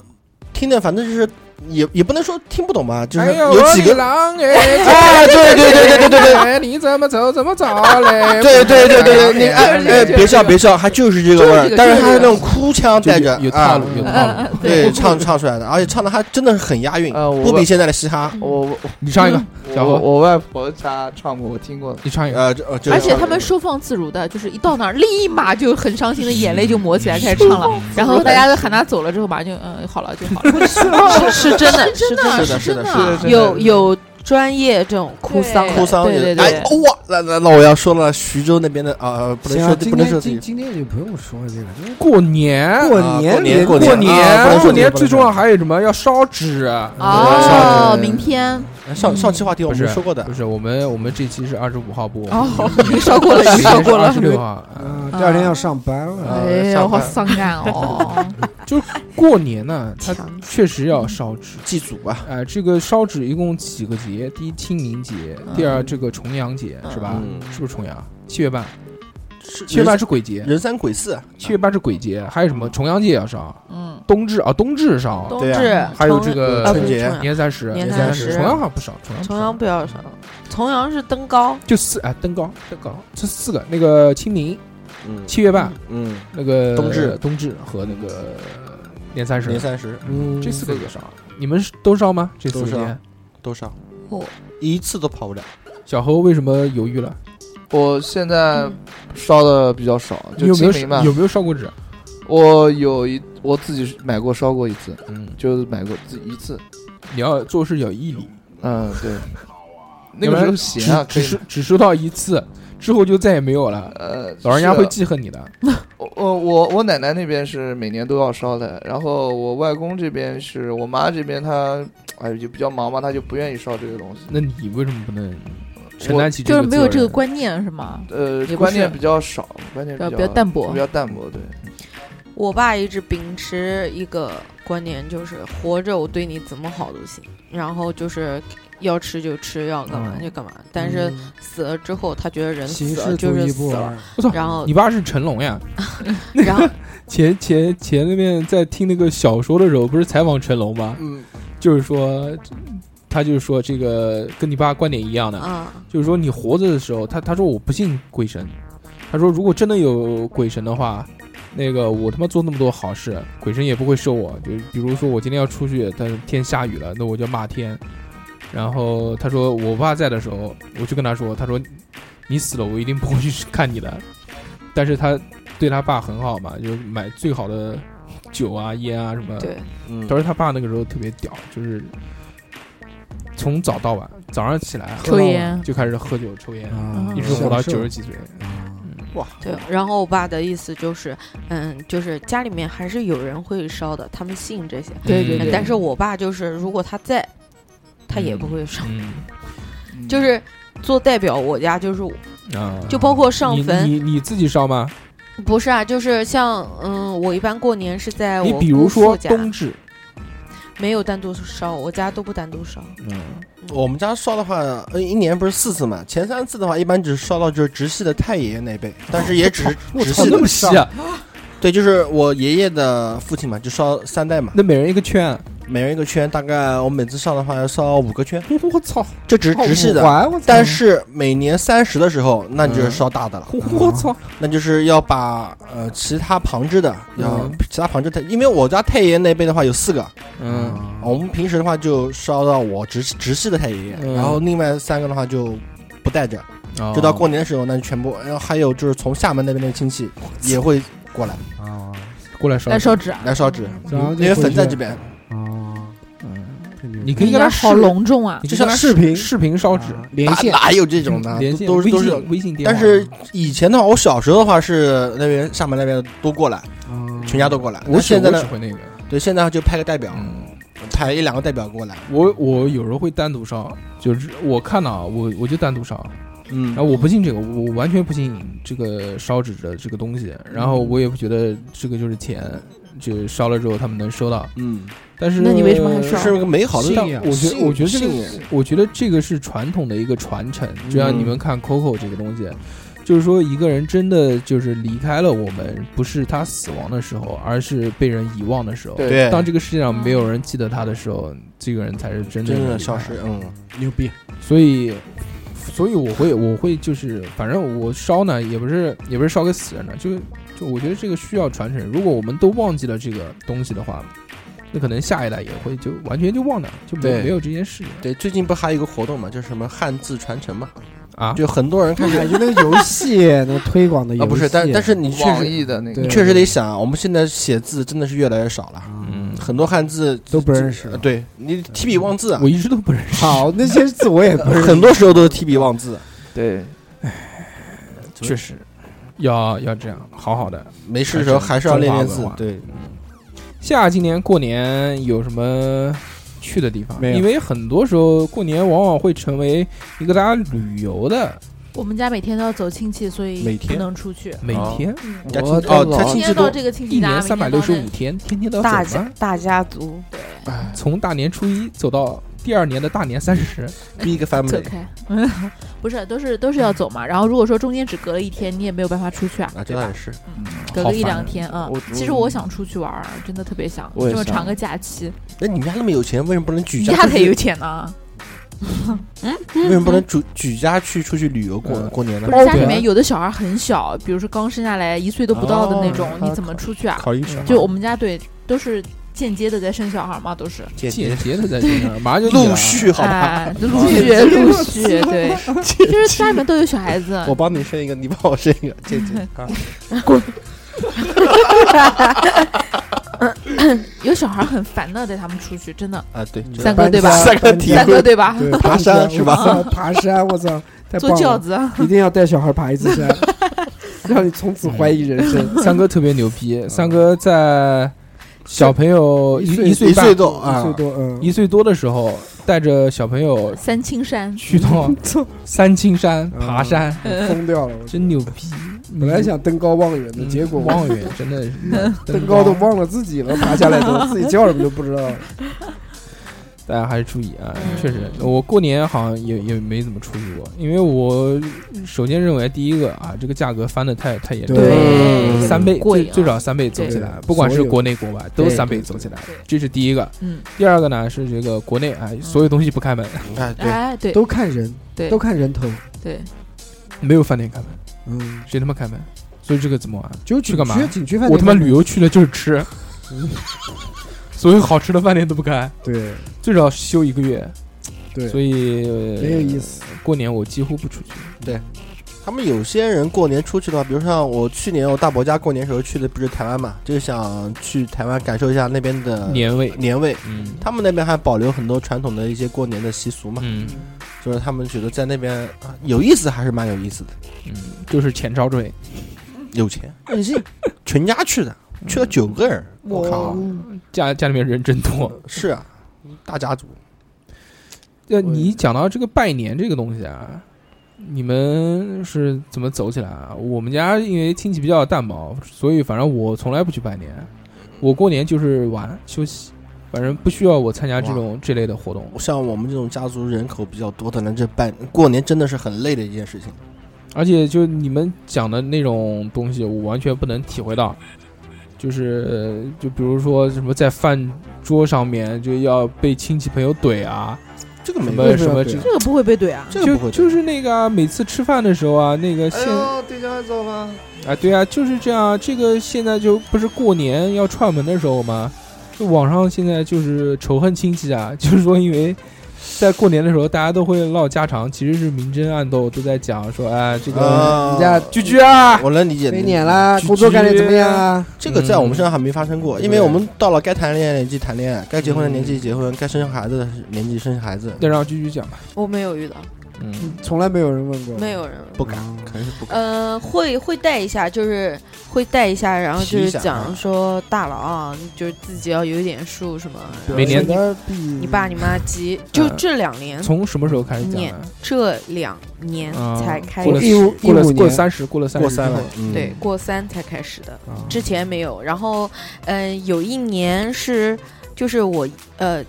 [SPEAKER 3] 听的，反正就是也也不能说听不懂吧，就是
[SPEAKER 1] 哎呦
[SPEAKER 3] 有几
[SPEAKER 1] 我的
[SPEAKER 3] 个
[SPEAKER 1] 狼哎，
[SPEAKER 3] 哎，对对对对对对对。
[SPEAKER 1] 哎，你怎么走怎么找嘞？
[SPEAKER 3] 对对对对对，你哎
[SPEAKER 1] 就是
[SPEAKER 3] 哎，
[SPEAKER 1] 这个
[SPEAKER 3] 别笑别笑，还就是这个味
[SPEAKER 7] 就是这
[SPEAKER 3] 儿，
[SPEAKER 7] 个
[SPEAKER 3] 但是它
[SPEAKER 7] 就是
[SPEAKER 3] 那
[SPEAKER 7] 是这个
[SPEAKER 3] 种哭腔
[SPEAKER 1] 就
[SPEAKER 3] 带着，
[SPEAKER 1] 有有套路
[SPEAKER 3] 啊，
[SPEAKER 1] 有
[SPEAKER 7] 嗯
[SPEAKER 1] 套路。
[SPEAKER 7] 嗯，嗯
[SPEAKER 3] 对，唱唱出来的，而且唱的还真的很押韵，
[SPEAKER 5] 呃，我
[SPEAKER 3] 不比
[SPEAKER 5] 外
[SPEAKER 3] 现在的嘻哈。
[SPEAKER 5] 我
[SPEAKER 1] 你唱一个，
[SPEAKER 5] 我
[SPEAKER 1] 小
[SPEAKER 5] 我
[SPEAKER 1] 何
[SPEAKER 5] 我外婆家唱过，我听过。
[SPEAKER 1] 你 唱一个。
[SPEAKER 3] 呃，这呃就
[SPEAKER 7] 而
[SPEAKER 3] 是
[SPEAKER 7] 且他们收放自如的，就是一到那儿立马就很伤心的眼泪就抹起
[SPEAKER 1] 嗯
[SPEAKER 7] 来开 始唱了，然后大家都喊他走了之后，马上就嗯好了就好了，
[SPEAKER 6] 是是真的，是真的，
[SPEAKER 3] 是的是的
[SPEAKER 7] 真
[SPEAKER 5] 是的是的
[SPEAKER 6] 有有专业这种哭丧
[SPEAKER 3] 哭
[SPEAKER 6] 的，
[SPEAKER 3] 丧也，
[SPEAKER 7] 对对对
[SPEAKER 3] 哎，哇，那那那我要说了，徐州那边的啊，不能
[SPEAKER 2] 行啊
[SPEAKER 3] 说地
[SPEAKER 2] 今
[SPEAKER 3] 不能说
[SPEAKER 2] 天
[SPEAKER 3] 地
[SPEAKER 2] 今
[SPEAKER 3] 域，
[SPEAKER 2] 今天就不用说这个，因为
[SPEAKER 1] 过年，
[SPEAKER 3] 啊
[SPEAKER 2] 年
[SPEAKER 3] 过
[SPEAKER 2] 年
[SPEAKER 3] 年过
[SPEAKER 1] 过
[SPEAKER 3] 年啊不
[SPEAKER 1] 年，
[SPEAKER 3] 能说
[SPEAKER 1] 过
[SPEAKER 3] 地域
[SPEAKER 1] 年
[SPEAKER 3] 不能
[SPEAKER 1] 最重
[SPEAKER 3] 说
[SPEAKER 1] 要还有什么？要烧纸。啊
[SPEAKER 7] 哦，明天
[SPEAKER 3] 地域上上期话题我
[SPEAKER 1] 不
[SPEAKER 3] 们
[SPEAKER 1] 是
[SPEAKER 3] 说过的
[SPEAKER 1] 不，是，我们我们这期是二十五号播，
[SPEAKER 7] 哦，你烧过了，你烧过了
[SPEAKER 1] 二，十六号。啊
[SPEAKER 2] 啊，第二天要上班了，
[SPEAKER 7] 哎呀，好伤感哦，
[SPEAKER 1] 过年呢，它
[SPEAKER 6] 强
[SPEAKER 1] 确实要烧纸。
[SPEAKER 3] 祭祖啊，
[SPEAKER 1] 哎，这个烧纸一共几个节？第一清明节，第二这个重阳节是吧？
[SPEAKER 3] 嗯
[SPEAKER 1] 是不是重阳？七月半，
[SPEAKER 3] 是
[SPEAKER 1] 七月半
[SPEAKER 3] 人
[SPEAKER 1] 是鬼节，
[SPEAKER 3] 人三鬼四，啊
[SPEAKER 1] 七月半是鬼节，还有什么重阳节也要烧，
[SPEAKER 7] 嗯，
[SPEAKER 1] 冬至啊，冬至烧，
[SPEAKER 6] 冬
[SPEAKER 3] 对啊
[SPEAKER 6] 至，
[SPEAKER 1] 还有
[SPEAKER 6] 重
[SPEAKER 1] 这个
[SPEAKER 6] 呃不是
[SPEAKER 3] 春节啊
[SPEAKER 2] 啊
[SPEAKER 6] 重阳
[SPEAKER 1] 年三十，
[SPEAKER 6] 年
[SPEAKER 3] 三
[SPEAKER 1] 十，
[SPEAKER 6] 十
[SPEAKER 1] 重阳好像不少，重阳不
[SPEAKER 6] 重
[SPEAKER 1] 少
[SPEAKER 6] 阳不要少，重阳是登高，
[SPEAKER 1] 就四哎，登高登高，这四个那个清明、
[SPEAKER 3] 嗯
[SPEAKER 1] 七月半、
[SPEAKER 3] 嗯，
[SPEAKER 1] 那个
[SPEAKER 3] 冬至
[SPEAKER 1] 冬至和那个年三十，
[SPEAKER 3] 年三十
[SPEAKER 2] 嗯，
[SPEAKER 1] 这四个也烧，啊你们是都烧吗？这四
[SPEAKER 3] 都
[SPEAKER 1] 个
[SPEAKER 3] 烧
[SPEAKER 1] 天，
[SPEAKER 3] 多少
[SPEAKER 6] 哦？
[SPEAKER 3] 一次都跑不了，
[SPEAKER 1] 小何为什么犹豫了？
[SPEAKER 5] 我现在
[SPEAKER 1] 嗯
[SPEAKER 5] 烧的比较少，
[SPEAKER 1] 你
[SPEAKER 5] 就
[SPEAKER 1] 有没
[SPEAKER 5] 清
[SPEAKER 1] 有
[SPEAKER 5] 明吧
[SPEAKER 1] 烧。有没有烧过纸？
[SPEAKER 5] 我有一我自己买过烧过一次，
[SPEAKER 1] 嗯，
[SPEAKER 5] 就是买过自己一次。
[SPEAKER 1] 你要做事有毅力，
[SPEAKER 5] 嗯， 对。那个时候
[SPEAKER 1] 只
[SPEAKER 5] 闲啊，可
[SPEAKER 1] 只
[SPEAKER 5] 以
[SPEAKER 1] 是只收到一次，之后就再也没有了，
[SPEAKER 5] 呃，
[SPEAKER 1] 老人家
[SPEAKER 5] 是
[SPEAKER 1] 会记恨你的。
[SPEAKER 5] 我我我我奶奶那边是每年都要烧的，然后我外公这边是我妈这边她，哎就比较忙嘛，她就不愿意烧这个东西。
[SPEAKER 1] 那你为什么不能承担起
[SPEAKER 7] 就
[SPEAKER 1] 个责任？
[SPEAKER 7] 是没有这个观念是吗？
[SPEAKER 5] 呃
[SPEAKER 7] 也不，是
[SPEAKER 5] 观念比较少，观念
[SPEAKER 7] 对
[SPEAKER 5] 较
[SPEAKER 7] 比较淡薄
[SPEAKER 5] 比较淡薄，对。
[SPEAKER 6] 我爸一直秉持一个观念，就是活着我对你怎么好都行，然后就是要吃就吃，要干嘛就干嘛。但是死了之后，他觉得人
[SPEAKER 2] 形
[SPEAKER 6] 死
[SPEAKER 2] 式
[SPEAKER 6] 了就
[SPEAKER 2] 主
[SPEAKER 6] 是
[SPEAKER 2] 义
[SPEAKER 6] 死
[SPEAKER 2] 不
[SPEAKER 6] 了，
[SPEAKER 2] 玩，
[SPEAKER 6] 然后
[SPEAKER 1] 你爸是成龙呀？
[SPEAKER 6] 然后
[SPEAKER 1] 前前前那边在听那个小说的时候，不是采访成龙吗？
[SPEAKER 3] 嗯，
[SPEAKER 1] 就是说，他就是说这个跟你爸观点一样的，
[SPEAKER 6] 啊，
[SPEAKER 1] 就是说你活着的时候，他他说我不信鬼神，他说如果真的有鬼神的话，那个我他妈做那么多好事，鬼神也不会收我。就比如说我今天要出去，但是天下雨了，那我就骂天。然后他说我爸在的时候，我就跟他说，他说你死了，我一定不会去看你的。但是他对他爸很好嘛，就是买最好的酒啊、烟啊什么。
[SPEAKER 6] 对，
[SPEAKER 3] 嗯
[SPEAKER 1] 他说他爸那个时候特别屌，就是从早到晚，早上起来
[SPEAKER 7] 抽烟
[SPEAKER 1] 就开始喝酒抽
[SPEAKER 6] 嗯
[SPEAKER 1] 烟，
[SPEAKER 2] 啊
[SPEAKER 1] 一直活到九十几岁。
[SPEAKER 6] 对，然后我爸的意思就是，嗯，就是家里面还是有人会烧的，他们信这些。
[SPEAKER 7] 对对对，
[SPEAKER 6] 嗯但是我爸就是，如果他在，他也不会烧，
[SPEAKER 1] 嗯
[SPEAKER 6] 就是做代表我家，就是
[SPEAKER 1] 啊，
[SPEAKER 6] 就包括上
[SPEAKER 1] 你
[SPEAKER 6] 坟，
[SPEAKER 1] 你你自己烧吗？
[SPEAKER 6] 不是啊，就是像嗯，我一般过年是在
[SPEAKER 3] 哎
[SPEAKER 1] 你
[SPEAKER 6] 我
[SPEAKER 1] 比
[SPEAKER 6] 姑
[SPEAKER 1] 如
[SPEAKER 6] 父
[SPEAKER 1] 说
[SPEAKER 6] 家，
[SPEAKER 1] 冬至，
[SPEAKER 6] 没有单独烧，我家都不单独烧。
[SPEAKER 1] 嗯，
[SPEAKER 3] 我们家烧的话，呃，一年不是四次嘛？前三次的话，一般只烧到就是直系的太爷爷那一辈，但
[SPEAKER 2] 哦
[SPEAKER 3] 是也只是直系的。
[SPEAKER 1] 细啊？
[SPEAKER 3] 对，就是我爷爷的父亲嘛，就烧三代嘛，
[SPEAKER 1] 那每人一个圈，
[SPEAKER 3] 每人一个圈，大概我每次上的话要烧五个圈，
[SPEAKER 1] 我操，
[SPEAKER 3] 这只是直系
[SPEAKER 1] 嗯
[SPEAKER 3] 的。
[SPEAKER 2] 环，我操
[SPEAKER 3] 但是每年三十的时候，那就是烧大的了，
[SPEAKER 1] 我操，
[SPEAKER 3] 那就是要把呃其他旁支的，要
[SPEAKER 1] 嗯
[SPEAKER 3] 其他旁支太，因为我家太爷爷那辈的话有四个，
[SPEAKER 1] 嗯，
[SPEAKER 3] 我们平时的话就烧到我直直系的太爷爷，
[SPEAKER 1] 嗯哦
[SPEAKER 3] 然后另外三个的话就不带着。就哦到过年的时候，那就全部，然后还有就是从厦门那边的亲戚也会过来
[SPEAKER 6] 哦
[SPEAKER 2] 啊，
[SPEAKER 1] 过来烧
[SPEAKER 7] 来烧纸啊，
[SPEAKER 1] 嗯
[SPEAKER 3] 来烧纸，
[SPEAKER 2] 然后
[SPEAKER 3] 因为坟在这边，
[SPEAKER 2] 啊，
[SPEAKER 5] 嗯，
[SPEAKER 2] 太牛
[SPEAKER 1] 你可以跟他视
[SPEAKER 7] 好隆重啊
[SPEAKER 1] 你！
[SPEAKER 3] 就
[SPEAKER 1] 跟
[SPEAKER 3] 像
[SPEAKER 1] 他
[SPEAKER 3] 视频
[SPEAKER 1] 视频烧纸
[SPEAKER 5] 啊
[SPEAKER 1] 连线，
[SPEAKER 3] 哪有这种的？
[SPEAKER 1] 连线
[SPEAKER 3] 都是
[SPEAKER 1] 微
[SPEAKER 3] 都是
[SPEAKER 1] 信微信电话，
[SPEAKER 3] 但是以前的话，我小时候的话是那边厦门那边都过来，
[SPEAKER 2] 啊
[SPEAKER 3] 全家都过来。
[SPEAKER 1] 我
[SPEAKER 3] 那
[SPEAKER 1] 只
[SPEAKER 3] 现在
[SPEAKER 1] 我只
[SPEAKER 3] 呢，
[SPEAKER 1] 会那个，
[SPEAKER 3] 对，现在就派个代表，
[SPEAKER 1] 嗯。
[SPEAKER 3] 派一两个代表过来。
[SPEAKER 1] 我我有时候会单独烧，就是我看到啊我我就单独烧，
[SPEAKER 3] 嗯
[SPEAKER 1] 然后我不信这个，我我完全不信这个烧纸的这个东西，然后我也不觉得这个就是钱，就烧了之后他们能收到，
[SPEAKER 3] 嗯，
[SPEAKER 1] 但是
[SPEAKER 7] 那你为什么还
[SPEAKER 3] 这
[SPEAKER 7] 烧
[SPEAKER 3] 是个美好的
[SPEAKER 1] 但
[SPEAKER 3] 信仰
[SPEAKER 1] 我觉得
[SPEAKER 3] 信
[SPEAKER 1] 我觉得这个我觉得
[SPEAKER 3] 信仰
[SPEAKER 1] 这个是传统的一个传承，就像
[SPEAKER 3] 嗯
[SPEAKER 1] 你们看 Coco 这个东西。就是说，一个人真的就是离开了我们，不是他死亡的时候，而是被人遗忘的时候。
[SPEAKER 5] 对，
[SPEAKER 3] 对，
[SPEAKER 1] 当这个世界上没有人记得他的时候，这个人才是真正
[SPEAKER 3] 真的
[SPEAKER 1] 离开
[SPEAKER 3] 消失。嗯，
[SPEAKER 2] 牛逼，
[SPEAKER 1] 所以，所以我会我会就是，反正我烧呢，也不是也不是烧给死人的，就就我觉得这个需要传承。如果我们都忘记了这个东西的话，那可能下一代也会就完全就忘了，就没
[SPEAKER 3] 对
[SPEAKER 1] 没有这件事情
[SPEAKER 3] 对，最近不还有一个活动嘛，就是什么汉字传承嘛，
[SPEAKER 1] 啊。
[SPEAKER 3] 就很多人开始
[SPEAKER 2] 感觉那个游戏那个推广的游
[SPEAKER 3] 啊，
[SPEAKER 2] 戏
[SPEAKER 3] 不是，但但是你确
[SPEAKER 5] 网
[SPEAKER 3] 实
[SPEAKER 5] 易的那
[SPEAKER 2] 对
[SPEAKER 5] 个，
[SPEAKER 3] 确实得想啊，我们现在写字真的是越来越少了，
[SPEAKER 1] 嗯，
[SPEAKER 3] 很多汉字
[SPEAKER 2] 都不认识
[SPEAKER 3] 呃。对你提笔忘字啊
[SPEAKER 1] 我，一直都不认识。
[SPEAKER 2] 好，那些字我也不认识。
[SPEAKER 3] 很多时候都是提笔忘字。
[SPEAKER 5] 对，
[SPEAKER 1] 确实要要这样，好好的。
[SPEAKER 3] 没事的时候还是要练练字
[SPEAKER 1] 中华文化。
[SPEAKER 3] 对，
[SPEAKER 1] 下今年过年有什么去的地方？
[SPEAKER 2] 没有
[SPEAKER 1] 因为很多时候过年往往会成为一个大家旅游的
[SPEAKER 7] 我们家每天都要走亲戚，所
[SPEAKER 3] 每
[SPEAKER 7] 以不
[SPEAKER 3] 天
[SPEAKER 7] 能出去。
[SPEAKER 1] 每天，
[SPEAKER 7] 嗯，
[SPEAKER 3] 家亲
[SPEAKER 5] 我
[SPEAKER 3] 哦，
[SPEAKER 5] 的
[SPEAKER 3] 他
[SPEAKER 5] 老
[SPEAKER 7] 今
[SPEAKER 3] 亲
[SPEAKER 7] 天
[SPEAKER 3] 戚
[SPEAKER 7] 到
[SPEAKER 3] 多，
[SPEAKER 7] 这个亲戚
[SPEAKER 1] 一
[SPEAKER 7] 家，
[SPEAKER 1] 年
[SPEAKER 7] 明
[SPEAKER 1] 三
[SPEAKER 7] 天
[SPEAKER 1] 百
[SPEAKER 7] 到
[SPEAKER 1] 六十
[SPEAKER 7] 那
[SPEAKER 1] 五天，天天都要
[SPEAKER 6] 大
[SPEAKER 1] 走吗
[SPEAKER 6] 家？大家族，
[SPEAKER 1] 从大年初一走到第二年的大年三 十，
[SPEAKER 3] 第一个
[SPEAKER 7] 走
[SPEAKER 3] family
[SPEAKER 7] 开，嗯 不是，都是都是要走嘛。然后如果说中间只隔了一天，你也没有办法出去啊，
[SPEAKER 3] 啊，这倒也是。
[SPEAKER 7] 隔
[SPEAKER 1] 好
[SPEAKER 7] 个一
[SPEAKER 1] 烦
[SPEAKER 7] 两天啊
[SPEAKER 5] 我。
[SPEAKER 7] 其实我想出去玩儿，真的特别想，
[SPEAKER 5] 我也
[SPEAKER 7] 这么
[SPEAKER 5] 想
[SPEAKER 7] 长个假期，
[SPEAKER 3] 那你们家那么有钱，为什么不能举
[SPEAKER 7] 你
[SPEAKER 3] 家
[SPEAKER 7] 家
[SPEAKER 3] 出
[SPEAKER 7] 得有
[SPEAKER 3] 去？
[SPEAKER 7] 钱呢。
[SPEAKER 3] 为什么不能举举家去出去旅游过
[SPEAKER 1] 嗯
[SPEAKER 3] 过年呢
[SPEAKER 7] 不？是家里
[SPEAKER 1] 对啊
[SPEAKER 7] 面有的小孩很小，比如说刚生下来一岁都不到的那种
[SPEAKER 3] 哦，
[SPEAKER 7] 你怎么出去啊？
[SPEAKER 3] 考虑什
[SPEAKER 7] 就我们家对都是间接的在生小孩嘛，都是
[SPEAKER 3] 姐
[SPEAKER 1] 间接的在这儿，马上就你了
[SPEAKER 3] 陆续好吧，
[SPEAKER 7] 哎，陆续陆续，对，就是家里面都有小孩子，
[SPEAKER 3] 我帮你生一个，你帮我生一个，姐姐。啊
[SPEAKER 7] 有小孩很烦的，带他们出去，真的。
[SPEAKER 3] 啊，对，真的
[SPEAKER 7] 三哥对吧
[SPEAKER 3] 三哥体会
[SPEAKER 7] 三哥对吧？
[SPEAKER 2] 对
[SPEAKER 3] 爬山是吧？
[SPEAKER 2] 我操爬山，我操，太
[SPEAKER 7] 坐
[SPEAKER 2] 棒了！
[SPEAKER 7] 轿子，啊
[SPEAKER 2] 一定要带小孩爬一次山， 让你从此怀疑人生。
[SPEAKER 1] 三哥特别牛
[SPEAKER 2] 嗯
[SPEAKER 1] 逼，三哥在小朋友一
[SPEAKER 2] 一
[SPEAKER 1] 一
[SPEAKER 2] 岁
[SPEAKER 1] 岁
[SPEAKER 3] 一岁
[SPEAKER 1] 半、
[SPEAKER 3] 多
[SPEAKER 2] 一
[SPEAKER 3] 啊
[SPEAKER 2] 岁，多，嗯，
[SPEAKER 1] 一岁多的时候，带着小朋友
[SPEAKER 7] 三清山，
[SPEAKER 1] 去到三清山爬山，
[SPEAKER 3] 嗯
[SPEAKER 2] 疯掉了。我
[SPEAKER 1] 真牛逼！
[SPEAKER 2] 嗯本来想登高望远的，
[SPEAKER 1] 嗯
[SPEAKER 2] 结果嗯
[SPEAKER 1] 望远 真的是
[SPEAKER 2] 登高都忘了自己了，爬下来都自己叫什么都不知 道了。
[SPEAKER 1] 大家还是注意啊，
[SPEAKER 2] 嗯
[SPEAKER 1] 确实，我过年好像也也没怎么出去过，因为我首先认为第一个啊，这个价格翻的太太严重，了。
[SPEAKER 3] 对
[SPEAKER 1] 三倍
[SPEAKER 7] 贵
[SPEAKER 1] 最
[SPEAKER 7] 啊
[SPEAKER 1] 最少三倍走起来
[SPEAKER 2] 嗯对，
[SPEAKER 1] 不管是
[SPEAKER 2] 所有
[SPEAKER 1] 国内国外都
[SPEAKER 2] 对
[SPEAKER 1] 三倍
[SPEAKER 2] 对
[SPEAKER 1] 走起来
[SPEAKER 7] 对，
[SPEAKER 1] 这是第一个。
[SPEAKER 7] 嗯，
[SPEAKER 1] 第二个呢是这个国内啊，所有东西不开门，
[SPEAKER 3] 哎，对，
[SPEAKER 7] 哎，对
[SPEAKER 2] 都看人，
[SPEAKER 7] 对
[SPEAKER 2] 都看人头，
[SPEAKER 7] 对，
[SPEAKER 1] 没有饭店开门，
[SPEAKER 2] 嗯，
[SPEAKER 1] 谁他妈开门？所以这个怎么玩？
[SPEAKER 2] 只有
[SPEAKER 1] 去
[SPEAKER 2] 景
[SPEAKER 1] 干嘛
[SPEAKER 2] 区景区饭店，
[SPEAKER 1] 我他妈旅游去了就是吃， 所有好吃的饭店都不开，
[SPEAKER 2] 对
[SPEAKER 1] 最少休一个月。
[SPEAKER 2] 对，
[SPEAKER 1] 所以呃
[SPEAKER 2] 没有意思。
[SPEAKER 1] 过年我几乎不出去。
[SPEAKER 3] 他们有些人过年出去的话，比如像我去年我大伯家过年时候去的不是台湾嘛，就是想去台湾感受一下那边的
[SPEAKER 1] 年味，
[SPEAKER 3] 年味。
[SPEAKER 1] 嗯
[SPEAKER 3] 他们那边还保留很多传统的一些过年的习俗嘛，
[SPEAKER 1] 嗯
[SPEAKER 3] 就是他们觉得在那边啊有意思，还是蛮有意思的。
[SPEAKER 1] 嗯，就是钱招赘。
[SPEAKER 3] 有钱，你是全家去的，
[SPEAKER 6] 嗯
[SPEAKER 3] 去了九个人，我靠，
[SPEAKER 1] 家家里面人真多，
[SPEAKER 3] 是啊，大家族。
[SPEAKER 1] 呃，你讲到这个拜年这个东西啊，你们是怎么走起来啊？我们家因为亲戚比较淡薄，所以反正我从来不去拜年，我过年就是玩休息，反正不需要我参加这种这类的活动。
[SPEAKER 3] 像我们这种家族人口比较多的人，这办过年真的是很累的一件事情。
[SPEAKER 1] 而且就你们讲的那种东西，我完全不能体会到。就是呃就比如说什么在饭桌上面就要被亲戚朋友怼啊，
[SPEAKER 3] 这个
[SPEAKER 1] 什
[SPEAKER 3] 没
[SPEAKER 1] 么
[SPEAKER 3] 有
[SPEAKER 1] 什么
[SPEAKER 2] 对
[SPEAKER 1] 这
[SPEAKER 2] 啊
[SPEAKER 7] 这个不会被怼啊。
[SPEAKER 3] 这个不
[SPEAKER 1] 就
[SPEAKER 3] 会
[SPEAKER 1] 就是那个啊每次吃饭的时候啊，那个现。
[SPEAKER 5] 对象要走吗？
[SPEAKER 1] 啊，对啊，就是这样。这个现在就不是过年要 串门的时候吗？就网上现在就是仇恨亲戚啊，就是说因为在过年的时候，大家都会唠家常，其实是明争暗斗，都在讲说，哎，这个
[SPEAKER 2] 呃
[SPEAKER 3] 啊
[SPEAKER 1] 人家居居啊，
[SPEAKER 3] 我能理解
[SPEAKER 2] 被撵啦，工作干得怎么样啊？
[SPEAKER 3] 这个在我
[SPEAKER 1] 嗯
[SPEAKER 3] 们身上还没发生过，因为我们到了该谈恋爱的年纪谈恋爱，该结婚的年纪结婚，该生孩子的年纪生孩子，
[SPEAKER 1] 再让居居讲吧。
[SPEAKER 6] 我没有遇到，
[SPEAKER 1] 嗯，
[SPEAKER 2] 从来没有人
[SPEAKER 1] 哦
[SPEAKER 2] 问过，嗯
[SPEAKER 6] 没有人。
[SPEAKER 3] 不敢，肯定是不敢。
[SPEAKER 6] 呃，会会带一下，就是会带一下，然后就
[SPEAKER 3] 提一
[SPEAKER 6] 是
[SPEAKER 3] 下
[SPEAKER 6] 讲
[SPEAKER 3] 啊
[SPEAKER 6] 说大佬啊，就是自己要有点数什么。然后
[SPEAKER 1] 每年
[SPEAKER 6] 你
[SPEAKER 2] 你
[SPEAKER 6] 你
[SPEAKER 3] 嗯
[SPEAKER 6] 爸你妈急，就
[SPEAKER 1] 嗯
[SPEAKER 6] 这两年，
[SPEAKER 1] 从什么时候开始讲
[SPEAKER 6] 年
[SPEAKER 1] 的？
[SPEAKER 6] 这两年
[SPEAKER 3] 嗯
[SPEAKER 1] 啊
[SPEAKER 6] 才开
[SPEAKER 1] 过了
[SPEAKER 6] 始，
[SPEAKER 2] 一五
[SPEAKER 1] 过了
[SPEAKER 2] 一五
[SPEAKER 1] 过了
[SPEAKER 2] 年
[SPEAKER 1] 三十，过了三十
[SPEAKER 3] 过三
[SPEAKER 1] 之
[SPEAKER 3] 了
[SPEAKER 1] 后，，
[SPEAKER 3] 嗯
[SPEAKER 6] 啊对，，过三才开始的，
[SPEAKER 1] 啊
[SPEAKER 6] 之前没有。然后，嗯，有一年是就是我呃，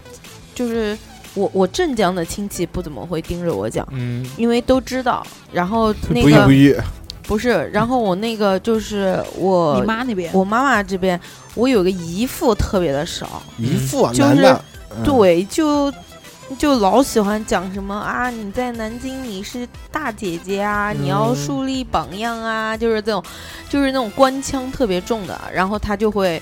[SPEAKER 6] 就是我我镇江的亲戚不怎么会盯着我讲。
[SPEAKER 1] 嗯，
[SPEAKER 6] 因为都知道，然后那
[SPEAKER 3] 不
[SPEAKER 6] 个
[SPEAKER 3] 孕不育，
[SPEAKER 6] 不是，然后我那个就是我
[SPEAKER 7] 你妈那边
[SPEAKER 6] 我妈妈这边，我有个姨父特别的少，
[SPEAKER 3] 姨父啊，
[SPEAKER 6] 就是
[SPEAKER 3] 男的，嗯，
[SPEAKER 6] 对，就就老喜欢讲什么啊，你在南京你是大姐姐啊，你要
[SPEAKER 1] 嗯
[SPEAKER 6] 树立榜样啊，就是这种，就是那种官腔特别重的，然后他就会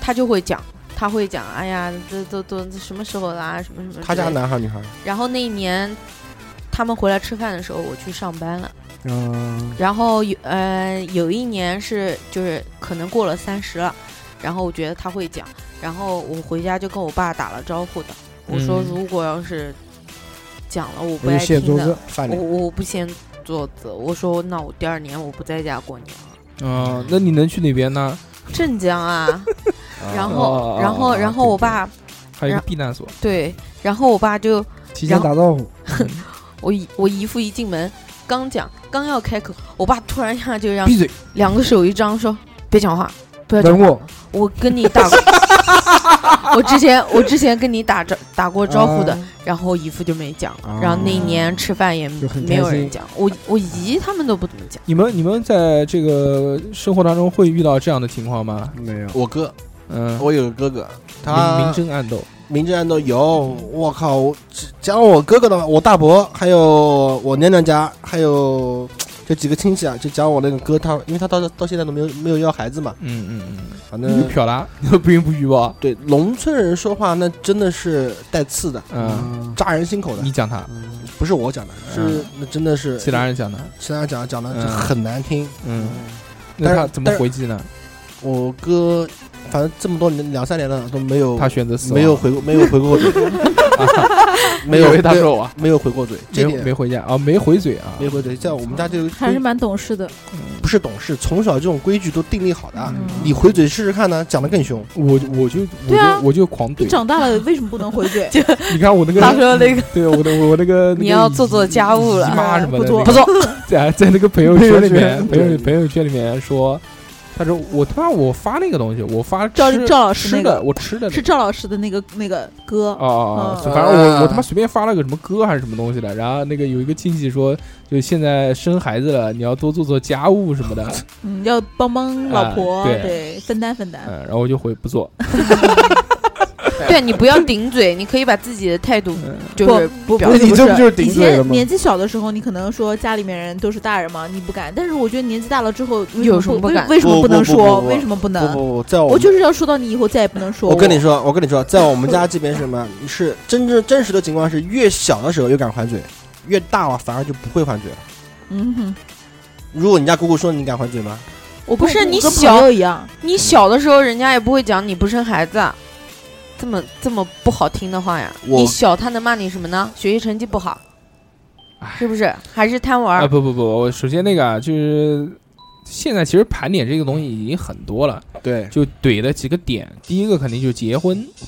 [SPEAKER 6] 他就会讲。他会讲，哎呀，这都都这什么时候啦、什么什么之类的。
[SPEAKER 3] 他家男孩女孩，
[SPEAKER 6] 然后那一年，他们回来吃饭的时候，我去上班了。
[SPEAKER 2] 嗯，
[SPEAKER 6] 然后有呃有一年是就是可能过了三十了，然后我觉得他会讲，然后我回家就跟我爸打了招呼的，我说
[SPEAKER 1] 嗯
[SPEAKER 6] 如果要是讲了我不
[SPEAKER 2] 我
[SPEAKER 6] 爱
[SPEAKER 2] 就现
[SPEAKER 6] 听
[SPEAKER 2] 桌
[SPEAKER 6] 的
[SPEAKER 2] 子，，
[SPEAKER 3] 饭
[SPEAKER 6] 我
[SPEAKER 3] 脸，
[SPEAKER 6] 我不先做子，我说那我第二年我不在家过年了，
[SPEAKER 1] 啊，那你能去哪边呢？
[SPEAKER 6] 镇江 啊，然
[SPEAKER 1] 哦
[SPEAKER 6] 后
[SPEAKER 2] 啊
[SPEAKER 6] 然后然后我爸
[SPEAKER 1] 还有一个避难所，
[SPEAKER 6] 对，然后我爸就
[SPEAKER 2] 提前打招呼，
[SPEAKER 1] 嗯
[SPEAKER 6] 我姨我姨父一进门刚讲刚要开口，我爸突然一下就让
[SPEAKER 2] 闭嘴，
[SPEAKER 6] 两个手一张说别讲话，不要讲
[SPEAKER 2] 等
[SPEAKER 6] 话。
[SPEAKER 2] 我，
[SPEAKER 6] 我跟你打过，我之前我之前跟你打招打过招呼的，
[SPEAKER 2] 啊
[SPEAKER 6] 然后姨父就没讲
[SPEAKER 3] 啊，
[SPEAKER 6] 然后那一年吃饭也
[SPEAKER 2] 就很
[SPEAKER 6] 没
[SPEAKER 2] 开心
[SPEAKER 6] 有人讲，我我姨他们都不怎么讲，
[SPEAKER 1] 你们你们在这个生活当中会遇到这样的情况吗？
[SPEAKER 2] 没有，
[SPEAKER 3] 我哥，
[SPEAKER 1] 嗯，
[SPEAKER 3] 我有个哥哥，他
[SPEAKER 1] 明明争暗斗，
[SPEAKER 3] 明侦案都有，我靠！我只讲我哥哥的话，我大伯，还有我娘娘家，还有这几个亲戚啊，就讲我那个哥他，因为他到到现在都没有没有要孩子嘛，
[SPEAKER 1] 嗯嗯
[SPEAKER 3] 反
[SPEAKER 1] 嗯，你
[SPEAKER 3] 正
[SPEAKER 1] 瞟啦，你都不孕不育吧？
[SPEAKER 3] 对农村人说话那真的是带刺的，
[SPEAKER 1] 嗯，
[SPEAKER 2] 啊
[SPEAKER 3] 扎人心口的
[SPEAKER 1] 你，讲他，
[SPEAKER 3] 不是我讲的，是那真的是
[SPEAKER 1] 嗯其他人讲他，
[SPEAKER 3] 其他人讲的讲的
[SPEAKER 1] 嗯
[SPEAKER 3] 就很难听。
[SPEAKER 1] 嗯，那他怎么回击呢？
[SPEAKER 3] 我哥反正这么多年两三年了都没有
[SPEAKER 1] 他选择死亡，
[SPEAKER 3] 没有回过没有回 过嘴，没
[SPEAKER 5] 以
[SPEAKER 3] 有
[SPEAKER 5] 为他
[SPEAKER 3] 没有
[SPEAKER 5] 说我，
[SPEAKER 3] 没有回过嘴，这
[SPEAKER 1] 没
[SPEAKER 3] 点
[SPEAKER 1] 没回家啊，没回嘴啊，
[SPEAKER 3] 没回嘴，在我们家这个
[SPEAKER 7] 还是蛮懂事的，
[SPEAKER 3] 不是懂事，从小这种规矩都订立好的啊。
[SPEAKER 7] 嗯
[SPEAKER 3] 你回嘴试试看呢，讲的更凶。
[SPEAKER 1] 我我就我
[SPEAKER 7] 对啊
[SPEAKER 1] 就我就狂
[SPEAKER 7] 你
[SPEAKER 1] 怼，
[SPEAKER 7] 长大了为什么不能 回嘴？
[SPEAKER 1] 你看我那
[SPEAKER 6] 他
[SPEAKER 1] 个，
[SPEAKER 6] 说那 个
[SPEAKER 1] 对我的我那个，
[SPEAKER 6] 你
[SPEAKER 1] 那个
[SPEAKER 6] 要
[SPEAKER 1] 姨
[SPEAKER 6] 做做家务了
[SPEAKER 1] 姨妈什么的，
[SPEAKER 7] 不做
[SPEAKER 1] 那个
[SPEAKER 6] 不做，
[SPEAKER 1] 在在那个朋友圈里面，
[SPEAKER 2] 朋
[SPEAKER 1] 朋
[SPEAKER 2] 友圈
[SPEAKER 1] 友朋友圈里面说，他说我他妈我发那个东西，我发
[SPEAKER 7] 赵
[SPEAKER 1] 吃
[SPEAKER 7] 赵老师
[SPEAKER 1] 吃
[SPEAKER 7] 那
[SPEAKER 1] 的，
[SPEAKER 7] 个
[SPEAKER 1] 我吃的那
[SPEAKER 7] 是
[SPEAKER 1] 个。
[SPEAKER 7] 赵老师的那个那个歌，
[SPEAKER 1] 哦哦哦，
[SPEAKER 7] 嗯
[SPEAKER 1] 反正我我他妈
[SPEAKER 3] 啊
[SPEAKER 1] 随便发了个什么歌还是什么东西的，然后那个有一个亲戚说，就现在生孩子了，你要多做做家务什么 的，
[SPEAKER 7] 嗯，要帮帮老婆，
[SPEAKER 1] 啊对
[SPEAKER 7] 对，分担分担。
[SPEAKER 1] 嗯，然后我就回不做，
[SPEAKER 6] 对你不要顶嘴，你可以把自己的态度
[SPEAKER 1] 嗯
[SPEAKER 6] 就是
[SPEAKER 7] 不
[SPEAKER 6] 表
[SPEAKER 2] 那
[SPEAKER 6] 现
[SPEAKER 2] 你
[SPEAKER 6] 出
[SPEAKER 2] 这不
[SPEAKER 6] 来。
[SPEAKER 2] 就是
[SPEAKER 7] 以
[SPEAKER 2] 顶嘴了
[SPEAKER 7] 前
[SPEAKER 2] 吗？
[SPEAKER 7] 年纪小的时候，你可能说家里面人都是大人嘛，你不敢。但是我觉得年纪大了之后，为
[SPEAKER 6] 有什
[SPEAKER 7] 什么
[SPEAKER 6] 么不敢
[SPEAKER 7] 为为什么
[SPEAKER 3] 不
[SPEAKER 7] 能
[SPEAKER 3] 不不
[SPEAKER 7] 说？
[SPEAKER 3] 不不
[SPEAKER 7] 为什么不
[SPEAKER 3] 不
[SPEAKER 7] 能？
[SPEAKER 3] 不不，在我
[SPEAKER 7] 我就是要说到你以后再也不能说
[SPEAKER 3] 我跟你说，我跟你说，在我们家这边是什么？你是真正真实的情况是，越小的时候越敢还嘴，越大了反而就不会还嘴了。
[SPEAKER 7] 嗯哼，
[SPEAKER 3] 如果你家姑姑说你敢还嘴吗？
[SPEAKER 7] 我
[SPEAKER 6] 不
[SPEAKER 7] 跟
[SPEAKER 6] 是
[SPEAKER 7] 我
[SPEAKER 6] 你
[SPEAKER 7] 跟
[SPEAKER 6] 小
[SPEAKER 7] 朋友一样，
[SPEAKER 6] 你小的时候人家也不会讲你不生孩子啊，这么这么不好听的话呀。
[SPEAKER 3] 我
[SPEAKER 6] 你小他能骂你什么呢？学习成绩不好，是不是？还是贪玩
[SPEAKER 1] 啊
[SPEAKER 6] 儿？
[SPEAKER 1] 不不不，我首先那个啊就是现在其实盘点这个东西已经很多了，
[SPEAKER 3] 对，
[SPEAKER 1] 就怼了几个点，第一个肯定就是结婚，
[SPEAKER 7] 嗯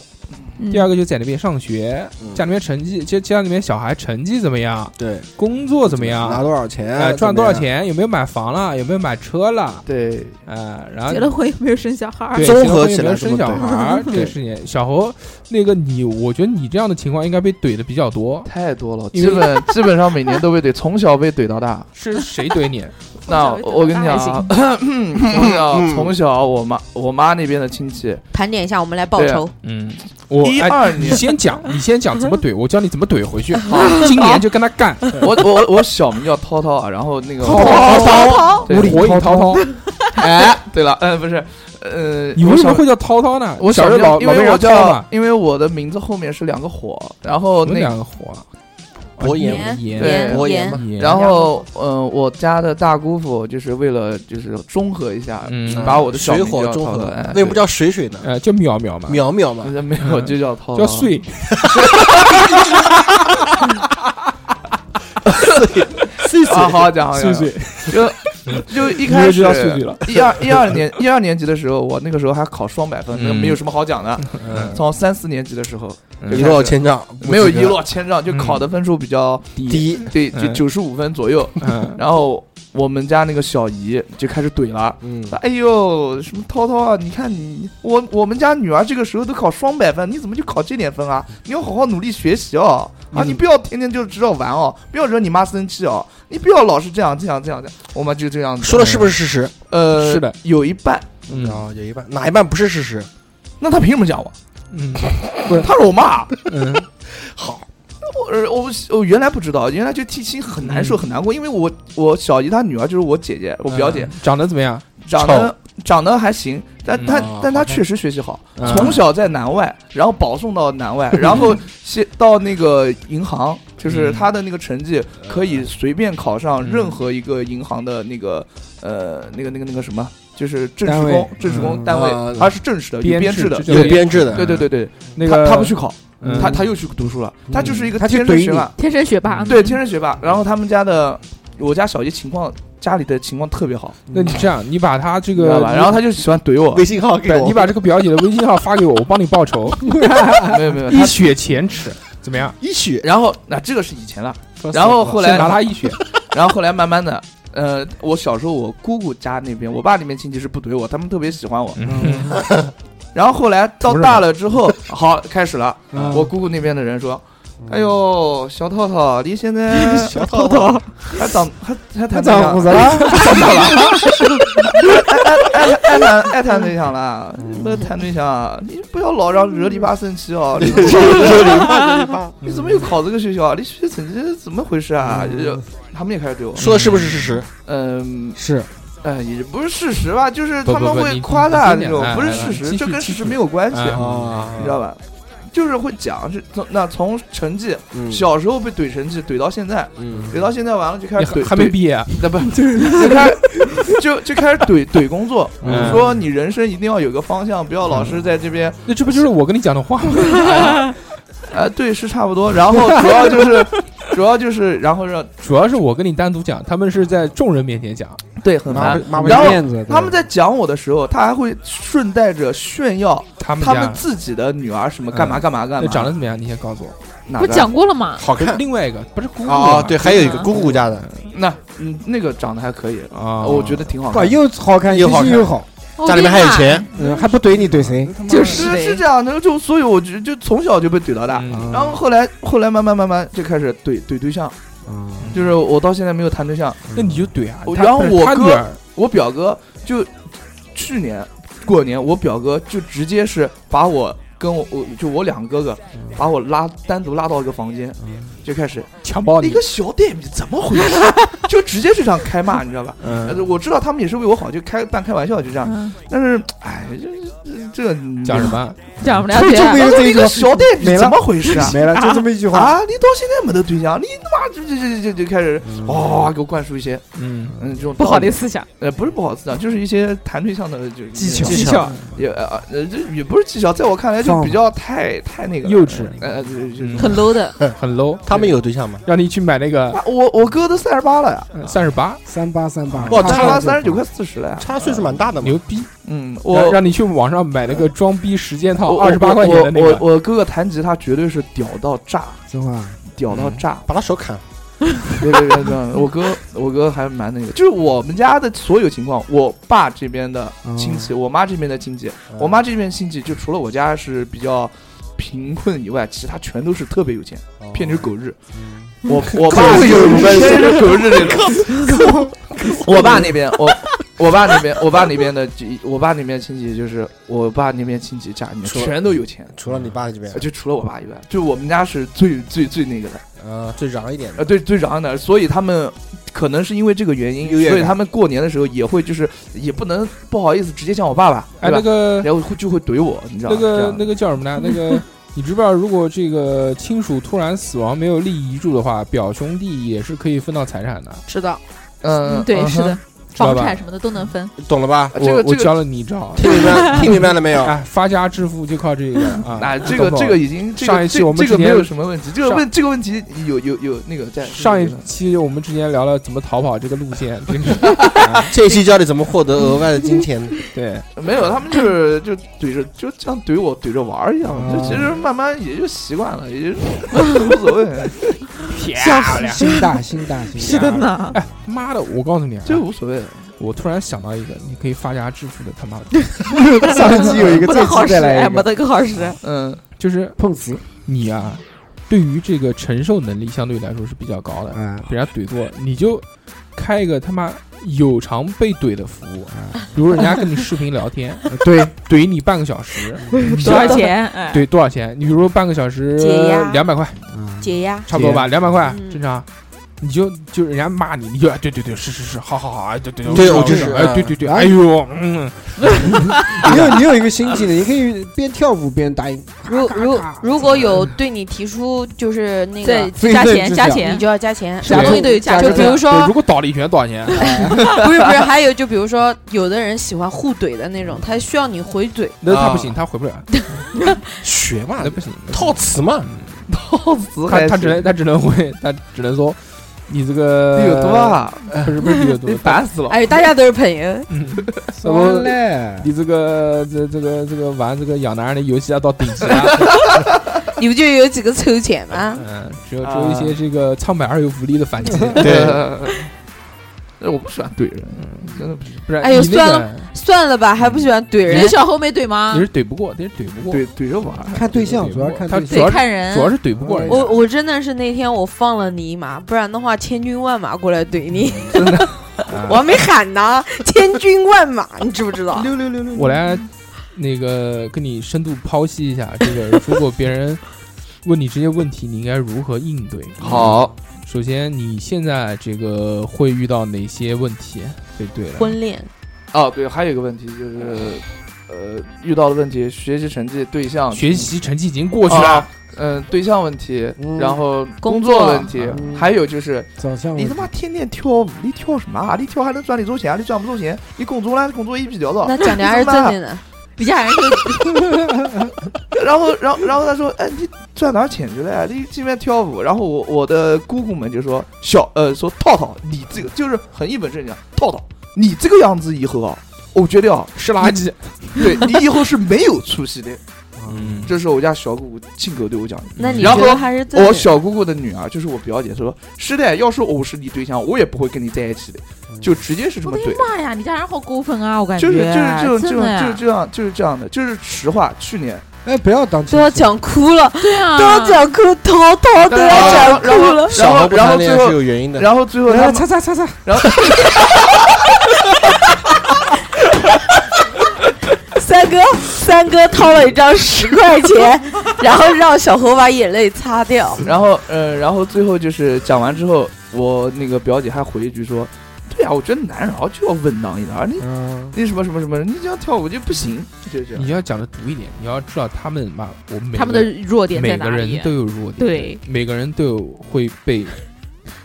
[SPEAKER 1] 第二个就在那边上学，
[SPEAKER 3] 嗯
[SPEAKER 1] 家里面成绩家家里面小孩成绩怎么样，
[SPEAKER 3] 对，
[SPEAKER 1] 工作怎么
[SPEAKER 3] 拿
[SPEAKER 1] 样，
[SPEAKER 3] 多少钱？啊
[SPEAKER 1] 哎赚多少
[SPEAKER 3] 怎么样？
[SPEAKER 1] 钱，有没有买房了，有没有买车了，
[SPEAKER 5] 对，
[SPEAKER 1] 呃，然后
[SPEAKER 7] 嗯结了婚有没有生小孩儿？
[SPEAKER 1] 对
[SPEAKER 3] 综
[SPEAKER 1] 结了
[SPEAKER 3] 合
[SPEAKER 1] 婚
[SPEAKER 3] 起
[SPEAKER 1] 有没有
[SPEAKER 3] 来
[SPEAKER 1] 生
[SPEAKER 3] 这
[SPEAKER 1] 小
[SPEAKER 3] 么怼
[SPEAKER 1] 孩儿这个事情，小侯那个你，我觉得你这样的情况应该被怼的比较多，
[SPEAKER 5] 太多了，
[SPEAKER 1] 因
[SPEAKER 5] 基
[SPEAKER 1] 为
[SPEAKER 5] 本 基本上每年都被怼，从小被怼到大。
[SPEAKER 1] 是谁怼 你？
[SPEAKER 5] 那
[SPEAKER 7] 从小被怼到
[SPEAKER 5] 我跟你
[SPEAKER 7] 大
[SPEAKER 5] 讲
[SPEAKER 7] 还行
[SPEAKER 5] 啊， 从小从小我妈我妈那边的亲戚，
[SPEAKER 6] 盘点一下，我们来报
[SPEAKER 5] 对啊
[SPEAKER 6] 仇。
[SPEAKER 1] 嗯，我
[SPEAKER 5] 一
[SPEAKER 1] 哎
[SPEAKER 5] 二
[SPEAKER 1] 你
[SPEAKER 5] 年，
[SPEAKER 1] 先讲，你先讲怎么怼，我教你怎么怼回去。今年就跟他干，
[SPEAKER 5] 我我我小名叫涛涛啊，然后那个
[SPEAKER 1] 嗯涛涛
[SPEAKER 2] 涛
[SPEAKER 5] 对
[SPEAKER 1] 火影
[SPEAKER 2] 涛
[SPEAKER 1] 涛
[SPEAKER 2] 涛
[SPEAKER 1] 涛，
[SPEAKER 5] 哎，对了，呃，不是，呃，
[SPEAKER 1] 你为什么
[SPEAKER 5] 我小
[SPEAKER 1] 会叫涛涛呢？
[SPEAKER 5] 我
[SPEAKER 1] 小时候
[SPEAKER 5] 叫
[SPEAKER 1] 老
[SPEAKER 5] 因
[SPEAKER 1] 老被
[SPEAKER 5] 为我
[SPEAKER 1] 人家涛
[SPEAKER 5] 叫
[SPEAKER 1] 嘛，，
[SPEAKER 5] 因为我的名字后面是两个火，然后
[SPEAKER 1] 有
[SPEAKER 5] 那
[SPEAKER 1] 两个火，
[SPEAKER 3] 伯颜
[SPEAKER 1] 啊颜
[SPEAKER 5] 对
[SPEAKER 1] 颜
[SPEAKER 3] 伯
[SPEAKER 6] 颜
[SPEAKER 3] 颜嘛，
[SPEAKER 1] 颜
[SPEAKER 5] 然后，呃，我家的大姑父就是为了就是中和一下，
[SPEAKER 1] 嗯
[SPEAKER 5] 把我的小
[SPEAKER 3] 水
[SPEAKER 5] 名
[SPEAKER 3] 火
[SPEAKER 5] 叫
[SPEAKER 3] 中
[SPEAKER 5] 涛
[SPEAKER 3] 和
[SPEAKER 5] 涛哎，
[SPEAKER 3] 为什么叫水水呢？
[SPEAKER 1] 呃，就淼淼嘛，
[SPEAKER 3] 淼淼嘛，
[SPEAKER 5] 对没有就叫涛，
[SPEAKER 1] 嗯叫，碎，
[SPEAKER 5] 碎碎，好啊好讲，好好
[SPEAKER 1] 碎
[SPEAKER 5] 讲，
[SPEAKER 1] 碎，
[SPEAKER 5] 就就一
[SPEAKER 1] 你
[SPEAKER 5] 开
[SPEAKER 1] 就
[SPEAKER 5] 始
[SPEAKER 1] 知道碎碎了。
[SPEAKER 5] 一二一二年一二年级的时候，我那个时候还考双百分，那个
[SPEAKER 1] 嗯
[SPEAKER 5] 没有什么好讲的。
[SPEAKER 1] 嗯
[SPEAKER 5] 从三四年级的时候，
[SPEAKER 1] 嗯
[SPEAKER 5] 就
[SPEAKER 3] 一
[SPEAKER 5] 开
[SPEAKER 3] 落
[SPEAKER 5] 始
[SPEAKER 3] 千丈，
[SPEAKER 5] 没有
[SPEAKER 3] 不及
[SPEAKER 5] 一
[SPEAKER 3] 格
[SPEAKER 5] 落千丈，就
[SPEAKER 1] 嗯
[SPEAKER 5] 考的分数比较低，
[SPEAKER 3] 低，
[SPEAKER 5] 对，就
[SPEAKER 1] 嗯
[SPEAKER 5] 九十五分左右。
[SPEAKER 1] 嗯，
[SPEAKER 5] 然后我们家那个小姨就开始怼了。
[SPEAKER 3] 嗯，
[SPEAKER 5] 哎呦，什么涛涛啊！你看你我我们家女儿这个时候都考双百分，你怎么就考这点分啊？你要好好努力学习哦！啊，
[SPEAKER 1] 嗯
[SPEAKER 5] 你不要天天就知道玩哦，不要惹你妈生气哦，你不要老是这样这样这样这样。我妈就这样子
[SPEAKER 3] 说的是不是事实？
[SPEAKER 5] 呃
[SPEAKER 1] 是的，
[SPEAKER 5] 有一半。
[SPEAKER 1] 嗯
[SPEAKER 3] 然哦后有一半，哪一半不是事实？
[SPEAKER 5] 那她凭什么讲我？
[SPEAKER 1] 嗯
[SPEAKER 5] 她是我妈。
[SPEAKER 1] 嗯，
[SPEAKER 5] 我呃我我原来不知道，原来就替亲很难受很难过，因为我我小姨她女儿就是我姐姐，我表姐
[SPEAKER 1] 嗯嗯长得怎么样？
[SPEAKER 5] 长得长得还行，但
[SPEAKER 1] 嗯
[SPEAKER 5] 她
[SPEAKER 3] 哦
[SPEAKER 5] 但
[SPEAKER 3] 好
[SPEAKER 5] 她
[SPEAKER 3] 看
[SPEAKER 5] 确实学习好，
[SPEAKER 1] 嗯
[SPEAKER 5] 从小在南外，然后保送到南 外，然后先到那个银行，就是
[SPEAKER 1] 嗯
[SPEAKER 5] 她的那个成绩可以随便考上
[SPEAKER 1] 嗯
[SPEAKER 5] 任何一个银行的那个呃那个那个那个什么，就是正
[SPEAKER 1] 单
[SPEAKER 5] 式
[SPEAKER 1] 位
[SPEAKER 5] 工正式工
[SPEAKER 1] 嗯
[SPEAKER 5] 单
[SPEAKER 3] 啊
[SPEAKER 5] 位，她是正式的，呃有编
[SPEAKER 1] 制
[SPEAKER 5] 制的，
[SPEAKER 1] 就叫
[SPEAKER 3] 有编制的，
[SPEAKER 5] 对对对对，
[SPEAKER 1] 那
[SPEAKER 5] 她
[SPEAKER 1] 个
[SPEAKER 5] 嗯她不去考，
[SPEAKER 1] 嗯
[SPEAKER 5] 她她又去读书了，她就是一个
[SPEAKER 2] 她去
[SPEAKER 5] 天生
[SPEAKER 2] 怼
[SPEAKER 5] 学
[SPEAKER 2] 你
[SPEAKER 5] 霸。
[SPEAKER 7] 天生学霸，嗯
[SPEAKER 5] 对，天生学霸。然后他们家的，我家小姨情况，家里的情况特别好，
[SPEAKER 1] 那你这样，你把他这
[SPEAKER 5] 知
[SPEAKER 1] 个
[SPEAKER 5] 道，吧？然后他就喜欢怼
[SPEAKER 1] 嗯
[SPEAKER 5] 我
[SPEAKER 3] 微，信号给
[SPEAKER 1] 对
[SPEAKER 3] 我，
[SPEAKER 1] 你把这个表姐的微信号发给我，我帮你报仇，
[SPEAKER 5] 没有没有。
[SPEAKER 1] 一
[SPEAKER 5] 他
[SPEAKER 1] 雪前耻，怎么样？
[SPEAKER 3] 一血，
[SPEAKER 5] 然后那这个是以前了，
[SPEAKER 1] 说
[SPEAKER 5] 然后后来
[SPEAKER 1] 先拿他一血，
[SPEAKER 5] 然后后来慢慢的，呃，我小时候我姑姑家那边，我爸那边亲戚是不怼我，他们特别喜欢我。
[SPEAKER 1] 嗯
[SPEAKER 5] 然后后来到
[SPEAKER 1] 不是
[SPEAKER 5] 大了之后，好开始了，
[SPEAKER 1] 嗯
[SPEAKER 5] 我姑姑那边的人说。哎呦，小套套，你现在小
[SPEAKER 3] 套
[SPEAKER 5] 套 还长还还谈啊对象
[SPEAKER 2] 胡子了？
[SPEAKER 5] 爱谈爱谈对象了，不谈对象啊，你不要老让惹你爸生气哦。你 你怎么又考这个学校啊？你学习成绩怎么回事啊？就他们也开始对我，
[SPEAKER 3] 说的是不是事实？
[SPEAKER 5] 嗯，
[SPEAKER 2] 是
[SPEAKER 5] 哎，也不是事实吧，就是
[SPEAKER 1] 不
[SPEAKER 5] 他们
[SPEAKER 1] 不不
[SPEAKER 5] 会
[SPEAKER 1] 你
[SPEAKER 5] 夸
[SPEAKER 1] 你
[SPEAKER 5] 大
[SPEAKER 1] 你
[SPEAKER 5] 那种
[SPEAKER 1] 哎，
[SPEAKER 5] 不是
[SPEAKER 1] 哎
[SPEAKER 5] 事
[SPEAKER 1] 哎
[SPEAKER 5] 实，
[SPEAKER 1] 继
[SPEAKER 5] 这
[SPEAKER 1] 续
[SPEAKER 5] 跟
[SPEAKER 1] 继
[SPEAKER 5] 事
[SPEAKER 1] 续
[SPEAKER 5] 实没有关系，
[SPEAKER 1] 哎
[SPEAKER 3] 啊
[SPEAKER 5] 你知道吧？就是会讲，是从那从成绩，小时候被怼成绩，怼到现在，
[SPEAKER 3] 嗯
[SPEAKER 5] 怼到现在完了就开
[SPEAKER 1] 你
[SPEAKER 5] 始
[SPEAKER 1] 还
[SPEAKER 5] 怼，
[SPEAKER 1] 还没
[SPEAKER 5] 怼
[SPEAKER 1] 毕业啊，
[SPEAKER 5] 那不就开始就就开始怼怼工作，
[SPEAKER 1] 嗯
[SPEAKER 5] 说你人生一定要有个方向，不要老是在这边
[SPEAKER 1] 那这不就是我跟你讲的话吗？
[SPEAKER 7] 嗯
[SPEAKER 5] 啊，对，是差不多。然后主要就是主要就是，然后让
[SPEAKER 1] 主要是我跟你单独讲，他们是在众人面前讲，
[SPEAKER 5] 对很
[SPEAKER 1] 妈
[SPEAKER 5] 烦。
[SPEAKER 1] 不妈
[SPEAKER 2] 妈妈
[SPEAKER 1] 不
[SPEAKER 5] 然后
[SPEAKER 2] 面子，
[SPEAKER 5] 他们在讲我的时候，他还会顺带着炫耀
[SPEAKER 1] 他们
[SPEAKER 5] 他
[SPEAKER 1] 家
[SPEAKER 5] 们自己的女儿什么干嘛干嘛
[SPEAKER 1] 那
[SPEAKER 5] 干
[SPEAKER 1] 嗯
[SPEAKER 5] 嘛，
[SPEAKER 1] 长得怎么样？你先告诉我。
[SPEAKER 5] 哪
[SPEAKER 7] 不
[SPEAKER 5] 个
[SPEAKER 7] 是讲过了吗？
[SPEAKER 3] 好看
[SPEAKER 1] 另外一个不是
[SPEAKER 5] 哦
[SPEAKER 1] 姑姑
[SPEAKER 3] 啊，对，还有一个
[SPEAKER 7] 嗯
[SPEAKER 3] 姑姑家的，
[SPEAKER 5] 那嗯那个长得还可以，
[SPEAKER 1] 啊，
[SPEAKER 5] 哦我觉得挺好看
[SPEAKER 2] 哇，。又好看
[SPEAKER 3] 又好
[SPEAKER 2] 心
[SPEAKER 3] 看
[SPEAKER 2] 情又好，
[SPEAKER 7] 我
[SPEAKER 3] 家里面还有
[SPEAKER 7] 跟你
[SPEAKER 3] 钱，
[SPEAKER 2] 嗯，还不怼你怼谁？
[SPEAKER 7] 就是是
[SPEAKER 5] 是这样的，就所以我就就从小就被怼到大。
[SPEAKER 1] 嗯
[SPEAKER 5] 然后后来，后来慢慢慢慢就开始怼怼对象，
[SPEAKER 2] 嗯
[SPEAKER 5] 就是我到现在没有谈对象。
[SPEAKER 1] 那你就怼啊，
[SPEAKER 5] 我
[SPEAKER 1] 他
[SPEAKER 5] 哦然后
[SPEAKER 1] 不是
[SPEAKER 5] 我
[SPEAKER 1] 他
[SPEAKER 5] 哥
[SPEAKER 1] 女儿
[SPEAKER 5] 我表哥就去年过年，我表哥就直接是把我跟我我就我两个哥哥把我拉单独拉到一个房间，就开始哎
[SPEAKER 1] 强暴
[SPEAKER 5] 一
[SPEAKER 1] 哦你
[SPEAKER 5] 个，小点你怎么回事？ 就直接就这样开骂，你知道吧？
[SPEAKER 1] 嗯，
[SPEAKER 5] 呃我知道他们也是为我好，就开半开玩笑就这样。
[SPEAKER 7] 嗯，
[SPEAKER 5] 但是哎，这这这
[SPEAKER 1] 讲什？么？
[SPEAKER 7] 讲不了
[SPEAKER 2] 就
[SPEAKER 7] 解
[SPEAKER 2] 就
[SPEAKER 7] 啊
[SPEAKER 2] 没。有这
[SPEAKER 5] 一个
[SPEAKER 2] 个
[SPEAKER 5] 小点你
[SPEAKER 2] 没了
[SPEAKER 5] 怎么回事啊？
[SPEAKER 2] 没了，就这么一句话。
[SPEAKER 5] 啊！你到现在没得对象，你他妈就就就就就开始哇、给我灌输一些
[SPEAKER 1] 嗯，
[SPEAKER 5] 嗯这种
[SPEAKER 7] 不好的
[SPEAKER 5] 意思。
[SPEAKER 7] 思想，
[SPEAKER 5] 呃，不是不好思想，就是一些谈对象的就技
[SPEAKER 2] 巧
[SPEAKER 1] 技巧
[SPEAKER 5] 也呃呃这也不是技巧，在我看来就
[SPEAKER 2] 放
[SPEAKER 5] 比较太太那个
[SPEAKER 1] 幼稚
[SPEAKER 5] 呃呃就就是
[SPEAKER 1] 嗯
[SPEAKER 7] 很 low 的。
[SPEAKER 1] 很 low。
[SPEAKER 3] 他们有对象吗？
[SPEAKER 1] 让你去买那个
[SPEAKER 5] 啊我我哥都三十八了呀，
[SPEAKER 1] 三十八，
[SPEAKER 2] 三八三八，
[SPEAKER 3] 哇
[SPEAKER 5] 他
[SPEAKER 3] 差
[SPEAKER 5] 妈
[SPEAKER 3] 了
[SPEAKER 5] 三十九快，四十 了呀，
[SPEAKER 3] 差岁数蛮大的嘛
[SPEAKER 1] 牛，逼！
[SPEAKER 5] 嗯，
[SPEAKER 1] 让
[SPEAKER 5] 我
[SPEAKER 1] 让你去网上买那个装逼时间套，
[SPEAKER 5] 我
[SPEAKER 1] 二十八块钱的那
[SPEAKER 5] 我
[SPEAKER 1] 个。
[SPEAKER 5] 我我哥哥弹吉他绝对是屌到炸，
[SPEAKER 2] 真话。
[SPEAKER 5] 屌
[SPEAKER 1] 嗯
[SPEAKER 5] 到炸，
[SPEAKER 3] 把他手砍，
[SPEAKER 5] 别别别别，我哥我哥还蛮那个，就是我们家的所有情况，我爸这边的
[SPEAKER 1] 嗯
[SPEAKER 5] 亲戚，我妈这边的亲戚，我妈这边亲戚就除了我家是比较贫困以外，其他全都是特别有钱，骗
[SPEAKER 3] 你
[SPEAKER 5] 你是狗日。我我爸
[SPEAKER 3] 狗日有什么关系
[SPEAKER 5] 偏是狗日那种。我爸那边，我我爸那边，我爸那边的就，我爸那边亲戚就是我爸那边亲戚家里面
[SPEAKER 3] 除了
[SPEAKER 5] 全都有钱，呃
[SPEAKER 3] 除了你爸这边，
[SPEAKER 5] 就除了我爸以外，就我们家是最最最那个的。
[SPEAKER 3] 呃，最瓤一点的，
[SPEAKER 5] 呃，对，最长的，所以他们可能是因为这个原因
[SPEAKER 3] 优越，感
[SPEAKER 5] 所以他们过年的时候也会就是也不能不好意思直接叫我爸爸，
[SPEAKER 1] 哎，
[SPEAKER 5] 对吧
[SPEAKER 1] 那个
[SPEAKER 5] 然后会就会怼我，你知道吗？
[SPEAKER 1] 那个那
[SPEAKER 5] 个
[SPEAKER 1] 个叫什么呢？那 个你知不知道，如果这个亲属突然死亡没有立遗嘱的话，表兄弟也是可以分到财产
[SPEAKER 5] 啊
[SPEAKER 1] 的，
[SPEAKER 6] 知道，
[SPEAKER 5] 嗯，
[SPEAKER 7] 对，
[SPEAKER 5] 嗯
[SPEAKER 7] 是的，，
[SPEAKER 1] 知道
[SPEAKER 7] 房
[SPEAKER 1] 吧
[SPEAKER 7] 产什么的都能分。
[SPEAKER 3] 懂了吧？
[SPEAKER 5] 啊这
[SPEAKER 1] 我
[SPEAKER 5] 个
[SPEAKER 1] 我
[SPEAKER 5] 这个
[SPEAKER 1] 教了你一招，啊
[SPEAKER 3] 听明白， 听明白了没有？
[SPEAKER 1] 哎，发家致富就靠这 个啊！
[SPEAKER 5] 啊，这
[SPEAKER 1] 懂不
[SPEAKER 5] 个
[SPEAKER 1] 懂
[SPEAKER 5] 这个已经这个
[SPEAKER 1] 上一期
[SPEAKER 5] 这
[SPEAKER 1] 我们
[SPEAKER 5] 这个
[SPEAKER 1] 之
[SPEAKER 5] 没
[SPEAKER 1] 前
[SPEAKER 5] 有什么问题，这个
[SPEAKER 1] 上
[SPEAKER 5] 问这个问题有有有那个在
[SPEAKER 1] 上一期我们之前聊了怎么逃跑这个路线，真 是
[SPEAKER 3] 这一期教你怎么获得额外的金钱。
[SPEAKER 1] 对，
[SPEAKER 5] 没有，他们 就是就怼着，就像怼我怼着玩儿一样，
[SPEAKER 1] 啊
[SPEAKER 5] 就其实慢慢也就习惯了，也就无 所谓，
[SPEAKER 1] 漂亮，
[SPEAKER 2] 心大心大心大，
[SPEAKER 7] 呢，
[SPEAKER 1] 哎，妈的，我告诉你啊，
[SPEAKER 5] 就无所谓。
[SPEAKER 1] 我突然想到一个，你可以发家致富的他妈的，
[SPEAKER 7] 啊
[SPEAKER 2] 上一期有一个，
[SPEAKER 6] 没
[SPEAKER 2] 这
[SPEAKER 6] 得好
[SPEAKER 2] 期
[SPEAKER 6] 使，
[SPEAKER 2] 再来
[SPEAKER 6] 哎，
[SPEAKER 2] 一
[SPEAKER 6] 没
[SPEAKER 2] 个
[SPEAKER 6] 得个好使。
[SPEAKER 5] 嗯，
[SPEAKER 1] 就是
[SPEAKER 2] 碰瓷
[SPEAKER 1] 你啊，对于这个承受能力相对来说是比较高的，
[SPEAKER 2] 啊，
[SPEAKER 1] 被人家怼过，你就开一个他妈有偿被怼的服务，比如人家跟你视频聊天，
[SPEAKER 2] 对，
[SPEAKER 1] 怼你半个小时，
[SPEAKER 7] 多少钱？哎，
[SPEAKER 1] 怼多少钱？你比如说半个小时
[SPEAKER 6] 解压
[SPEAKER 1] 两百块，
[SPEAKER 2] 啊
[SPEAKER 6] 解压，
[SPEAKER 1] 差不多吧，两百块
[SPEAKER 6] 嗯
[SPEAKER 1] 正常。你就就人家骂你，你就哎对对对，是是是，好好好，哎对对
[SPEAKER 3] 对
[SPEAKER 1] 我
[SPEAKER 3] 我就
[SPEAKER 1] 知
[SPEAKER 3] 是
[SPEAKER 1] 道哎对对对，
[SPEAKER 2] 啊
[SPEAKER 1] 哎呦，嗯，
[SPEAKER 2] 你有你有一个新技能，你可以边跳舞边答应，
[SPEAKER 6] 如如
[SPEAKER 1] 咔咔
[SPEAKER 6] 如果有对你提出就是那
[SPEAKER 7] 对，
[SPEAKER 6] 个，
[SPEAKER 2] 非
[SPEAKER 7] 加
[SPEAKER 2] 分
[SPEAKER 7] 钱
[SPEAKER 2] 之
[SPEAKER 7] 加
[SPEAKER 2] 想
[SPEAKER 6] 你
[SPEAKER 7] 钱，
[SPEAKER 6] 就要加钱，
[SPEAKER 1] 加
[SPEAKER 6] 东
[SPEAKER 1] 重
[SPEAKER 6] 西都有
[SPEAKER 2] 加
[SPEAKER 6] 就
[SPEAKER 2] 重
[SPEAKER 6] 比如
[SPEAKER 1] 对，如
[SPEAKER 6] 说
[SPEAKER 1] 果倒了一拳多少 钱？
[SPEAKER 6] 不是不是，还有就比如说有的人喜欢互怼的那种，他需要你回怼，
[SPEAKER 1] 那他
[SPEAKER 5] 啊
[SPEAKER 1] 不行，他回不 了，
[SPEAKER 3] 学嘛
[SPEAKER 1] 那，不行，
[SPEAKER 3] 套词嘛，
[SPEAKER 5] 套词
[SPEAKER 1] 他他只能他只能回，他只能说你这个
[SPEAKER 5] 有多，啊，
[SPEAKER 1] 不是不是理由
[SPEAKER 5] 你
[SPEAKER 1] 多，
[SPEAKER 5] 烦死了。
[SPEAKER 6] 哎，大家都是朋友，
[SPEAKER 1] 嗯，
[SPEAKER 2] 怎
[SPEAKER 1] 么
[SPEAKER 2] 嘞？
[SPEAKER 1] 你这个这这个这个玩这个养男人的游戏要啊到顶级 了，
[SPEAKER 6] 你不就有几个臭钱吗？
[SPEAKER 1] 嗯，只有只有一些这个苍白而又无力的 反击，
[SPEAKER 3] 对
[SPEAKER 5] 呃，我不喜欢怼人，真的不喜欢
[SPEAKER 1] 不然
[SPEAKER 6] 哎呦
[SPEAKER 1] 你那
[SPEAKER 6] 算
[SPEAKER 1] 个
[SPEAKER 6] 算了吧，还不喜欢怼
[SPEAKER 7] 你
[SPEAKER 6] 人
[SPEAKER 7] 的，小猴没怼吗
[SPEAKER 1] 你？是怼不过，你是怼不过，
[SPEAKER 5] 怼怼着玩儿。
[SPEAKER 2] 看对象，主要是看
[SPEAKER 1] 他
[SPEAKER 2] 对
[SPEAKER 1] 主
[SPEAKER 2] 象
[SPEAKER 1] 要
[SPEAKER 7] 得
[SPEAKER 1] 是
[SPEAKER 7] 看人，
[SPEAKER 1] 主要是怼不过人家，
[SPEAKER 6] 我我真的是那天我放了你一马，不然的话千军万马过来怼你，
[SPEAKER 1] 嗯
[SPEAKER 6] 我还没喊呢，千军万马，你知不知 道？
[SPEAKER 2] 六六六六
[SPEAKER 1] 我来那个跟你深度剖析一下，这个如果别人问你这些问题，你应该如何应对？，
[SPEAKER 5] 好，
[SPEAKER 1] 首先你现在这个会遇到哪些问题？对对了，
[SPEAKER 6] 婚恋，
[SPEAKER 5] 哦，对，还有一个问题就是，呃，遇到的问题，学习成绩、对象、
[SPEAKER 1] 学习成绩已经过去了，
[SPEAKER 6] 哦
[SPEAKER 5] 啊嗯、对象问题，
[SPEAKER 2] 嗯
[SPEAKER 5] 然后
[SPEAKER 6] 工
[SPEAKER 5] 工作
[SPEAKER 6] 作嗯
[SPEAKER 5] 问题，
[SPEAKER 2] 嗯
[SPEAKER 5] 还有就是
[SPEAKER 2] 长相
[SPEAKER 5] 你
[SPEAKER 2] 问
[SPEAKER 5] 他
[SPEAKER 2] 题，
[SPEAKER 5] 妈天天跳舞，你跳什么啊？你跳还能赚你多钱啊？你赚不多钱，你工作呢？工作一屁屌
[SPEAKER 6] 那
[SPEAKER 5] 的。
[SPEAKER 6] 讲的 还是正经的，
[SPEAKER 7] 比较人
[SPEAKER 5] 然后，然后，然后他说，哎，你赚哪儿钱去了？你这边跳舞。然后我我的姑姑们就说，小呃说套套，你这个就是很一本正经，啊套套，你这个样子以后啊，我觉得啊，
[SPEAKER 1] 是垃圾。
[SPEAKER 5] 对你以后是没有出息的。
[SPEAKER 1] 嗯，
[SPEAKER 5] 这是我家小姑姑亲口对我讲的。
[SPEAKER 6] 那你
[SPEAKER 5] 然
[SPEAKER 6] 觉
[SPEAKER 5] 后
[SPEAKER 6] 得还是正
[SPEAKER 5] 我
[SPEAKER 6] 经的？
[SPEAKER 5] 小姑姑的女儿就是我表姐说，是的，要是我是你对象，我也不会跟你在一起的，就直接是这
[SPEAKER 7] 我
[SPEAKER 5] 么
[SPEAKER 7] 的
[SPEAKER 5] 怼，
[SPEAKER 7] 妈呀，你家人好过分啊！我感觉哎
[SPEAKER 5] 就是就是这种这
[SPEAKER 7] 真
[SPEAKER 5] 种
[SPEAKER 7] 的
[SPEAKER 5] 就
[SPEAKER 7] 呀
[SPEAKER 5] 是这样就是这样的，就是实话。去年
[SPEAKER 2] 哎，不要当
[SPEAKER 6] 都要讲啊哭了，
[SPEAKER 7] 对啊，
[SPEAKER 6] 都要讲哭，头头都
[SPEAKER 5] 然
[SPEAKER 6] 要
[SPEAKER 5] 后
[SPEAKER 6] 讲哭了。
[SPEAKER 5] 然
[SPEAKER 3] 小
[SPEAKER 5] 后
[SPEAKER 3] 何不
[SPEAKER 5] 然后
[SPEAKER 3] 谈恋
[SPEAKER 5] 最
[SPEAKER 3] 爱是
[SPEAKER 5] 后
[SPEAKER 3] 有原因的。
[SPEAKER 5] 然后最后
[SPEAKER 2] 来
[SPEAKER 5] 他
[SPEAKER 2] 擦
[SPEAKER 5] 们
[SPEAKER 2] 擦擦擦，
[SPEAKER 6] 三哥，三哥掏了一张十块钱， 然后让小猴把眼泪擦掉。
[SPEAKER 5] 然后呃然后最后就是讲完之后，我那个表姐还回一句说，对啊，我觉得男人啊就要稳当一点，你
[SPEAKER 2] 嗯，
[SPEAKER 5] 你什么什么什么，你这样跳舞就不行，就是这样
[SPEAKER 1] 你。要讲的毒一点，你要知道他们嘛，我们每
[SPEAKER 7] 他们
[SPEAKER 1] 个
[SPEAKER 7] 的弱点在
[SPEAKER 1] 每
[SPEAKER 7] 哪
[SPEAKER 1] 个
[SPEAKER 7] 里啊
[SPEAKER 1] 人？都有弱点，
[SPEAKER 7] 对，
[SPEAKER 1] 每个人都有会被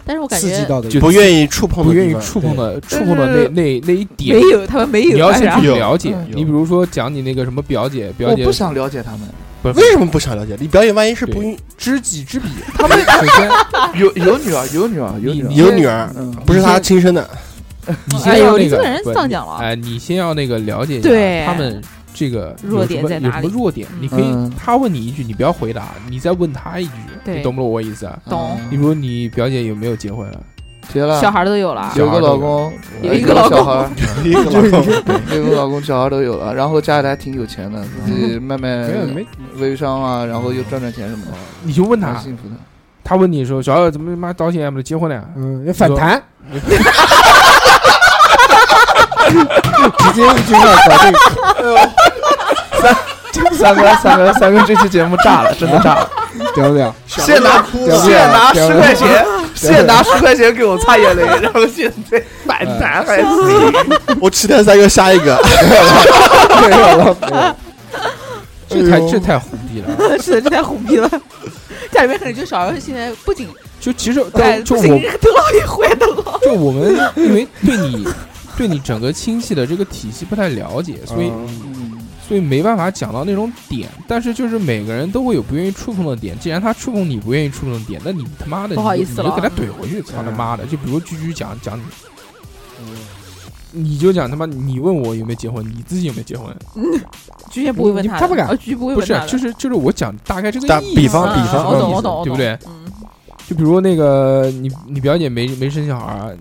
[SPEAKER 7] 但是我感
[SPEAKER 2] 刺激
[SPEAKER 7] 觉
[SPEAKER 2] 到的
[SPEAKER 1] 就
[SPEAKER 3] 哦不愿意触碰的
[SPEAKER 1] 不愿
[SPEAKER 3] 地
[SPEAKER 1] 意
[SPEAKER 3] 方，
[SPEAKER 1] 触碰的触
[SPEAKER 5] 对
[SPEAKER 1] 碰的
[SPEAKER 5] 但
[SPEAKER 1] 那
[SPEAKER 5] 是
[SPEAKER 1] 那那一点
[SPEAKER 7] 没，有，他们没有。
[SPEAKER 1] 你要先
[SPEAKER 7] 哎
[SPEAKER 1] 去
[SPEAKER 3] 有
[SPEAKER 1] 了解
[SPEAKER 5] 嗯。
[SPEAKER 1] 你比如说讲你那个什么表姐，表
[SPEAKER 5] 我
[SPEAKER 1] 姐
[SPEAKER 5] 不想了解他们，
[SPEAKER 1] 不是
[SPEAKER 3] 为什么不想了解？你表演万一是不允
[SPEAKER 1] 知己知彼，他们首先
[SPEAKER 5] 有有女儿，有女儿，有女儿，
[SPEAKER 1] 你
[SPEAKER 3] 有女儿，
[SPEAKER 5] 嗯，
[SPEAKER 3] 不是他亲生的，
[SPEAKER 1] 你
[SPEAKER 7] 哎
[SPEAKER 1] 先
[SPEAKER 7] 呦
[SPEAKER 1] 要那
[SPEAKER 7] 你这
[SPEAKER 1] 个
[SPEAKER 7] 个人
[SPEAKER 1] 不
[SPEAKER 7] 丧讲了
[SPEAKER 1] 哎，你先要那个了解一
[SPEAKER 7] 对
[SPEAKER 1] 下他们这个有
[SPEAKER 7] 弱
[SPEAKER 1] 什
[SPEAKER 7] 点
[SPEAKER 1] 么
[SPEAKER 7] 在
[SPEAKER 1] 有
[SPEAKER 7] 哪
[SPEAKER 1] 什么
[SPEAKER 7] 里
[SPEAKER 1] 弱点，
[SPEAKER 7] 嗯
[SPEAKER 1] 你可以
[SPEAKER 5] 嗯
[SPEAKER 1] 他问你一句，你不要回答，你再问他一句，
[SPEAKER 7] 对
[SPEAKER 1] 你懂不懂我意思啊？
[SPEAKER 5] 嗯
[SPEAKER 7] 懂
[SPEAKER 1] 你比如你表姐有没有结婚啊了？
[SPEAKER 5] 结了，
[SPEAKER 7] 小孩都有了，
[SPEAKER 1] 有
[SPEAKER 5] 有个老公，
[SPEAKER 7] 啊有
[SPEAKER 5] 呃
[SPEAKER 7] 一个老
[SPEAKER 5] 小孩，
[SPEAKER 3] 一 个老公
[SPEAKER 5] 有个老公，小孩都有了，然后家里还挺有钱的，自己卖卖
[SPEAKER 1] 没有没，
[SPEAKER 5] 微商啊，然后又赚赚钱什么的，
[SPEAKER 1] 你就问
[SPEAKER 5] 蛮
[SPEAKER 1] 他，
[SPEAKER 5] 幸福的。
[SPEAKER 1] 他问你说小二怎么妈到现在还没有结婚呢？
[SPEAKER 2] 嗯，要反弹，直接一句话搞定，
[SPEAKER 5] 三哥，三哥，三哥，这期节目炸了，真的炸了！
[SPEAKER 2] 屌不屌？
[SPEAKER 5] 现拿
[SPEAKER 3] 哭
[SPEAKER 2] 了
[SPEAKER 5] 现拿
[SPEAKER 2] 屌
[SPEAKER 5] 十
[SPEAKER 2] 了
[SPEAKER 5] 块钱，现拿十块钱给我擦眼泪，然后现在反
[SPEAKER 7] 嗯
[SPEAKER 5] 弹还行。
[SPEAKER 3] 我期待三个下一个，
[SPEAKER 1] 没有了，没有了这
[SPEAKER 3] 哎
[SPEAKER 1] 太
[SPEAKER 3] 呦
[SPEAKER 1] 这太虎逼 了。
[SPEAKER 7] 是的，这太虎逼了。家里面可能就小孩现在不仅
[SPEAKER 1] 就其实，
[SPEAKER 7] 哎
[SPEAKER 1] 但就
[SPEAKER 7] 不仅
[SPEAKER 1] 我
[SPEAKER 7] 头脑也坏的了。
[SPEAKER 1] 就我们因为对你对你整个亲戚的这个体系不太了解，所
[SPEAKER 3] 嗯
[SPEAKER 1] 以
[SPEAKER 2] 嗯
[SPEAKER 1] 所以没办法讲到那种点。但是就是每个人都会有不愿意触碰的点，既然他触碰你不愿意触碰的点，那你他妈的
[SPEAKER 7] 不好
[SPEAKER 1] 你
[SPEAKER 7] 意
[SPEAKER 1] 就
[SPEAKER 7] 思
[SPEAKER 1] 你
[SPEAKER 7] 了嗯
[SPEAKER 1] 就给他怼回去，操他妈
[SPEAKER 3] 嗯
[SPEAKER 1] 的！就比如居居讲讲你，你就讲他妈你问我有没有结婚，你自己有没有结婚？
[SPEAKER 7] 菊姐不会问
[SPEAKER 2] 你
[SPEAKER 7] 他的，
[SPEAKER 2] 他不敢
[SPEAKER 7] 呃菊不会
[SPEAKER 1] 不
[SPEAKER 7] 问
[SPEAKER 1] 是
[SPEAKER 7] 他，的。
[SPEAKER 1] 就是就是我讲大概这个
[SPEAKER 3] 打
[SPEAKER 1] 意思，
[SPEAKER 3] 比方
[SPEAKER 7] 啊
[SPEAKER 3] 比方
[SPEAKER 7] 我懂，我
[SPEAKER 1] 意思
[SPEAKER 7] 懂，我懂
[SPEAKER 1] 对不对？
[SPEAKER 7] 嗯，
[SPEAKER 1] 就比如那个你你表姐没没生小孩儿，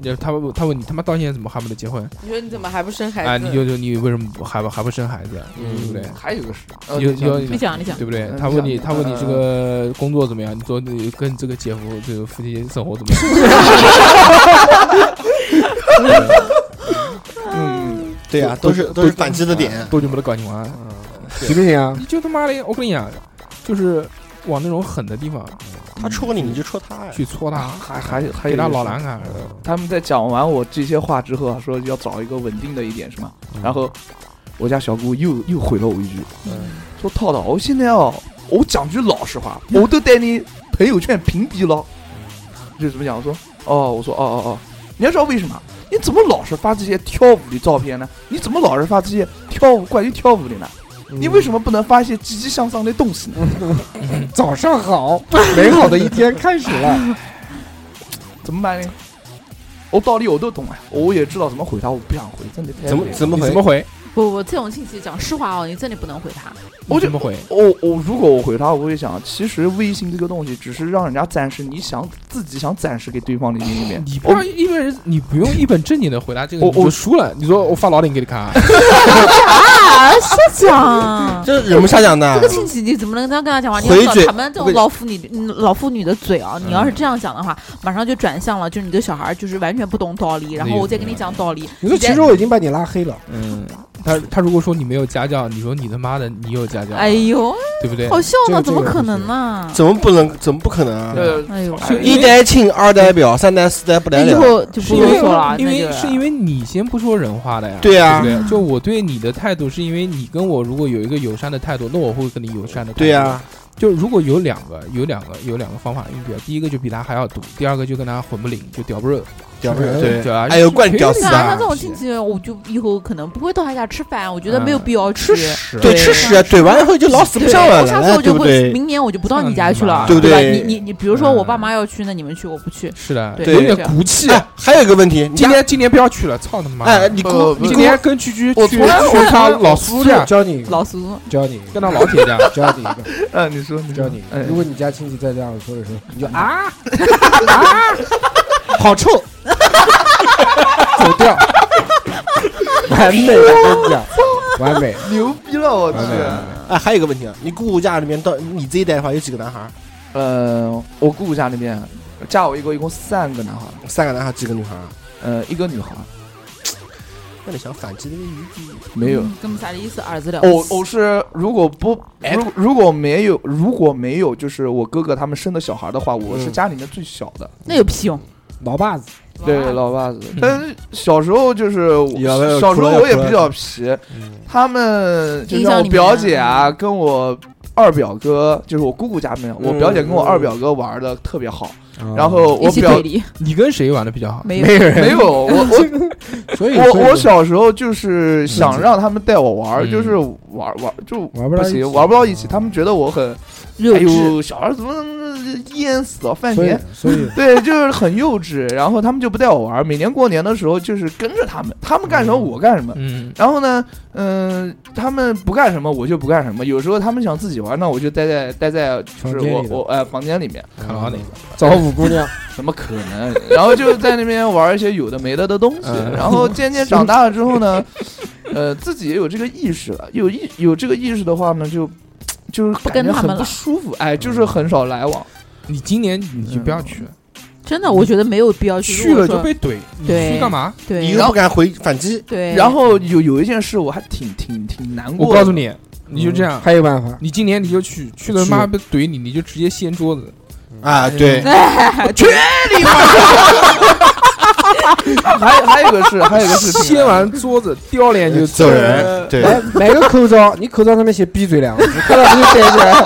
[SPEAKER 1] 你他问他问你他妈到现在怎么还没得结婚？
[SPEAKER 6] 你说你怎么还不生孩子？
[SPEAKER 1] 啊，你就就你为什么不还不还不生孩子，
[SPEAKER 7] 嗯
[SPEAKER 1] 对不对？
[SPEAKER 5] 嗯还有一个啊哦是，
[SPEAKER 1] 有有
[SPEAKER 7] 你讲，你讲
[SPEAKER 1] 对，不对
[SPEAKER 5] 嗯？
[SPEAKER 1] 他问你，
[SPEAKER 5] 这样
[SPEAKER 1] 他问你
[SPEAKER 5] 嗯
[SPEAKER 1] 这个工作怎么样？你说你跟这个姐夫这个夫妻生活怎么样？
[SPEAKER 3] 嗯， 对呀，都是
[SPEAKER 1] 都
[SPEAKER 3] 都是反击的点，
[SPEAKER 1] 多久没得搞清完？
[SPEAKER 7] 嗯
[SPEAKER 2] 行不行啊？
[SPEAKER 1] 你就他妈的，我跟你讲，就是往那种狠的地方
[SPEAKER 3] 他戳你你就戳他呀，
[SPEAKER 1] 去戳他，
[SPEAKER 7] 啊
[SPEAKER 5] 还还有还有
[SPEAKER 1] 给
[SPEAKER 5] 一个
[SPEAKER 1] 他
[SPEAKER 5] 是
[SPEAKER 1] 老难看。
[SPEAKER 7] 嗯
[SPEAKER 5] 他们在讲完我这些话之后啊，说要找一个稳定的一点是吗？
[SPEAKER 3] 嗯
[SPEAKER 5] 然后我家小姑又又回了我一句，说涛涛，我现在哦，我讲句老实话，
[SPEAKER 3] 嗯
[SPEAKER 5] 我都带你朋友圈屏蔽了。就怎么讲？我说哦，我说哦哦哦，你要知道为什么？你怎么老是发这些跳舞的照片呢？你怎么老是发这些跳舞关于跳舞的呢？
[SPEAKER 3] 嗯
[SPEAKER 5] 你为什么不能发一些积极向上的东西呢？
[SPEAKER 2] 嗯早上好，美好的一天开始 了。
[SPEAKER 5] 怎么办呢？我道理我都懂啊，我也知道怎么回答，我不想回，真的太
[SPEAKER 3] 怎么
[SPEAKER 5] 累了
[SPEAKER 3] 怎么
[SPEAKER 1] 你
[SPEAKER 3] 回
[SPEAKER 1] 怎么？回？
[SPEAKER 7] 不不，这种亲戚讲实话哦，你真的不能回他。
[SPEAKER 1] 你怎么回？
[SPEAKER 5] 我我如果我回他，我会想，其实微信这个东西只是让人家展示你想自己想展示给对方的那一面。
[SPEAKER 1] 你不
[SPEAKER 5] 我
[SPEAKER 1] 要一本人，你不用一本正经的回答这个，
[SPEAKER 5] 我
[SPEAKER 1] 你就
[SPEAKER 5] 我
[SPEAKER 1] 输了。你说我发老顶给你看啊，
[SPEAKER 7] 啊，瞎讲。啊
[SPEAKER 3] 这忍不瞎讲的
[SPEAKER 7] 这个，亲戚你怎么能这样跟他讲话？你
[SPEAKER 3] 回
[SPEAKER 7] 要知
[SPEAKER 3] 嘴
[SPEAKER 7] 道他们这
[SPEAKER 3] 我跟
[SPEAKER 7] 种
[SPEAKER 3] 你
[SPEAKER 7] 老妇女、嗯老妇女的嘴啊，
[SPEAKER 1] 嗯
[SPEAKER 7] 你要是这样讲的话，马上就转向了，就是你对小孩就是完全不懂道理，然后我再跟你讲道理。
[SPEAKER 2] 你说其
[SPEAKER 7] 再
[SPEAKER 2] 实我已经把你拉黑了，
[SPEAKER 1] 嗯，他他如果说你没有家教，你说你他妈的你有家教，啊
[SPEAKER 7] 哎呦，
[SPEAKER 1] 对不对？
[SPEAKER 7] 好笑
[SPEAKER 2] 这个
[SPEAKER 7] 呢，
[SPEAKER 2] 这
[SPEAKER 7] 怎
[SPEAKER 2] 个
[SPEAKER 7] 么
[SPEAKER 2] 不
[SPEAKER 7] 可
[SPEAKER 2] 行
[SPEAKER 7] 能啊呢？
[SPEAKER 3] 怎么不能怎么不可能啊？
[SPEAKER 5] 呃，
[SPEAKER 7] 哎呦，
[SPEAKER 5] 就
[SPEAKER 3] 一代亲，二代表，三代四代不
[SPEAKER 7] 那
[SPEAKER 3] 得
[SPEAKER 7] 以
[SPEAKER 3] 了，
[SPEAKER 7] 后就不
[SPEAKER 1] 因为
[SPEAKER 7] 用说了，
[SPEAKER 1] 因
[SPEAKER 7] 啊那
[SPEAKER 1] 为
[SPEAKER 7] 就是
[SPEAKER 1] 因为你先不说人话的呀，
[SPEAKER 3] 对啊呀
[SPEAKER 1] 不对？就我对你的态度，是因为你跟我如果有一个友善的态度，那我会跟你友善的态度。
[SPEAKER 3] 对啊呀，
[SPEAKER 1] 就如果有两个有两个有两个方法应对，第一个就比他还要毒，第二个就跟他混不灵，就屌不热，
[SPEAKER 3] 屌不人
[SPEAKER 1] 对啊，
[SPEAKER 3] 哎呦，惯屌
[SPEAKER 7] 对
[SPEAKER 3] 丝
[SPEAKER 7] 啊，
[SPEAKER 3] 啊
[SPEAKER 7] 像这！种亲戚，我就以后可能不会到他家吃饭，我觉得没有
[SPEAKER 1] 嗯
[SPEAKER 7] 必要去。
[SPEAKER 1] 吃屎，
[SPEAKER 3] 对，吃屎啊！怼完以后就老死不
[SPEAKER 7] 对，
[SPEAKER 3] 相往
[SPEAKER 7] 我下次
[SPEAKER 3] 来
[SPEAKER 7] 我
[SPEAKER 3] 了，对
[SPEAKER 7] 就
[SPEAKER 3] 不
[SPEAKER 7] 会，
[SPEAKER 3] 对？
[SPEAKER 7] 明年我就不到你家去了，
[SPEAKER 1] 对
[SPEAKER 3] 不
[SPEAKER 7] 吧？
[SPEAKER 3] 对
[SPEAKER 7] 你你你，比如说我爸
[SPEAKER 1] 嗯
[SPEAKER 7] 妈要去，那你们去，我不去。
[SPEAKER 1] 是的，
[SPEAKER 7] 对
[SPEAKER 1] 有点骨气。啊
[SPEAKER 3] 哎，还有一个问题，你
[SPEAKER 1] 今
[SPEAKER 3] 家
[SPEAKER 1] 年今年不要去了，操他妈！
[SPEAKER 3] 哎，你
[SPEAKER 5] 不
[SPEAKER 3] 姑
[SPEAKER 5] 不
[SPEAKER 3] 你
[SPEAKER 1] 今
[SPEAKER 3] 姑
[SPEAKER 1] 年跟居居
[SPEAKER 5] 我
[SPEAKER 1] 去
[SPEAKER 5] 从来
[SPEAKER 1] 去他老苏家，
[SPEAKER 5] 啊
[SPEAKER 2] 教你
[SPEAKER 7] 老苏，嗯
[SPEAKER 2] 教你一
[SPEAKER 1] 跟
[SPEAKER 2] 个，
[SPEAKER 1] 他老铁 家。
[SPEAKER 2] 教你一个，
[SPEAKER 5] 呃，你说，你
[SPEAKER 2] 教
[SPEAKER 5] 说，
[SPEAKER 2] 你一
[SPEAKER 5] 哎
[SPEAKER 2] 个。如果你家亲戚再这样说的时候，你就啊，
[SPEAKER 3] 好臭，
[SPEAKER 2] 走掉， 完美，我跟你讲，
[SPEAKER 3] 啊
[SPEAKER 2] 完美，
[SPEAKER 5] 牛逼了，我去。
[SPEAKER 2] 完美，完美
[SPEAKER 3] 哎，还有一个问题啊，你姑姑家里面到你这一代的话，有几个男孩儿？
[SPEAKER 5] 呃，我姑姑家那边嫁我一个，一共三个男孩，
[SPEAKER 3] 三个男孩儿，几个女孩儿啊？
[SPEAKER 5] 呃，一个女孩，
[SPEAKER 3] 那你想反击的余地？
[SPEAKER 5] 没有。哦
[SPEAKER 7] 根本啥的意思？儿子了，
[SPEAKER 5] 我我是如果不如如果没有如果没有就是我哥哥他们生的小孩的话，我是
[SPEAKER 3] 嗯
[SPEAKER 5] 家里面最小的，
[SPEAKER 7] 那有屁用？
[SPEAKER 2] 老把子，
[SPEAKER 5] 对老爸子。
[SPEAKER 2] 嗯
[SPEAKER 5] 但是小时候就是我
[SPEAKER 3] 要不要
[SPEAKER 5] 小时
[SPEAKER 3] 出
[SPEAKER 5] 候
[SPEAKER 3] 来
[SPEAKER 5] 我也
[SPEAKER 3] 出来
[SPEAKER 5] 比较皮，
[SPEAKER 2] 嗯
[SPEAKER 5] 他们就
[SPEAKER 7] 印
[SPEAKER 5] 像
[SPEAKER 7] 象
[SPEAKER 5] 我
[SPEAKER 7] 里面嗯
[SPEAKER 5] 表姐啊，跟我二表哥，就是我姑姑家里面，我
[SPEAKER 3] 嗯
[SPEAKER 5] 表姐跟我
[SPEAKER 3] 嗯
[SPEAKER 5] 二表哥玩的特别好。
[SPEAKER 2] 嗯
[SPEAKER 5] 然后
[SPEAKER 7] 一
[SPEAKER 5] 我
[SPEAKER 7] 起
[SPEAKER 5] 表
[SPEAKER 7] 对立，
[SPEAKER 1] 你跟谁玩的比较好？
[SPEAKER 7] 没有
[SPEAKER 2] 没人，
[SPEAKER 5] 没有我我
[SPEAKER 2] 所以所以嗯
[SPEAKER 5] 我我小时候就是想让他们带我
[SPEAKER 1] 嗯
[SPEAKER 5] 玩，就是玩玩就
[SPEAKER 2] 玩不到一起嗯
[SPEAKER 5] 行，玩不到一起，他们觉得我很
[SPEAKER 7] 幼
[SPEAKER 5] 哎
[SPEAKER 7] 稚。
[SPEAKER 5] 呦，小孩怎么淹死了啊饭
[SPEAKER 2] 所以
[SPEAKER 5] 钱。
[SPEAKER 2] 所以
[SPEAKER 5] 对，就是很幼稚，然后他们就不带我玩。每年过年的时候，就是跟着他们，他们干什么我干什么。
[SPEAKER 1] 嗯，
[SPEAKER 5] 然后呢，嗯、他们不干什么我就不干什么。有时候他们想自己玩，那我就待在待在就是
[SPEAKER 2] 房间
[SPEAKER 5] 我
[SPEAKER 2] 里头
[SPEAKER 5] 我呃房间里面，
[SPEAKER 1] 看好哪个？
[SPEAKER 2] 找五姑娘，
[SPEAKER 5] 怎么可能？然后就在那边玩一些有的没的的东西。
[SPEAKER 1] 嗯
[SPEAKER 5] 然后渐渐长大了之后呢，呃，自己也有这个意识了。有意有这个意识的话呢，就就是
[SPEAKER 7] 不
[SPEAKER 5] 感
[SPEAKER 7] 跟
[SPEAKER 5] 觉
[SPEAKER 7] 他
[SPEAKER 5] 很
[SPEAKER 7] 们
[SPEAKER 5] 不
[SPEAKER 7] 了嗯
[SPEAKER 5] 舒服，哎，就是很少来往。
[SPEAKER 1] 你今年你就不要去，
[SPEAKER 7] 真的，我觉得没有
[SPEAKER 5] 嗯
[SPEAKER 7] 必要
[SPEAKER 1] 去了就被怼，你
[SPEAKER 7] 嗯对
[SPEAKER 1] 去干嘛？
[SPEAKER 3] 你
[SPEAKER 7] 对
[SPEAKER 3] 又不敢回反击，
[SPEAKER 7] 对，
[SPEAKER 5] 然后有有一件事我还挺挺挺难过的。嗯
[SPEAKER 1] 我告诉你，你就这样，
[SPEAKER 2] 还有办法，
[SPEAKER 1] 你今年你就去，去了
[SPEAKER 2] 去
[SPEAKER 1] 妈不怼你，你就直接掀桌子，
[SPEAKER 3] 啊，对，
[SPEAKER 5] 还还有一个是，还有一个啊是
[SPEAKER 1] 掀完桌子丢脸就
[SPEAKER 3] 走 人，对，
[SPEAKER 2] 来哎买个口罩，你口罩上面写“闭嘴”两个字，看到不就戴起来？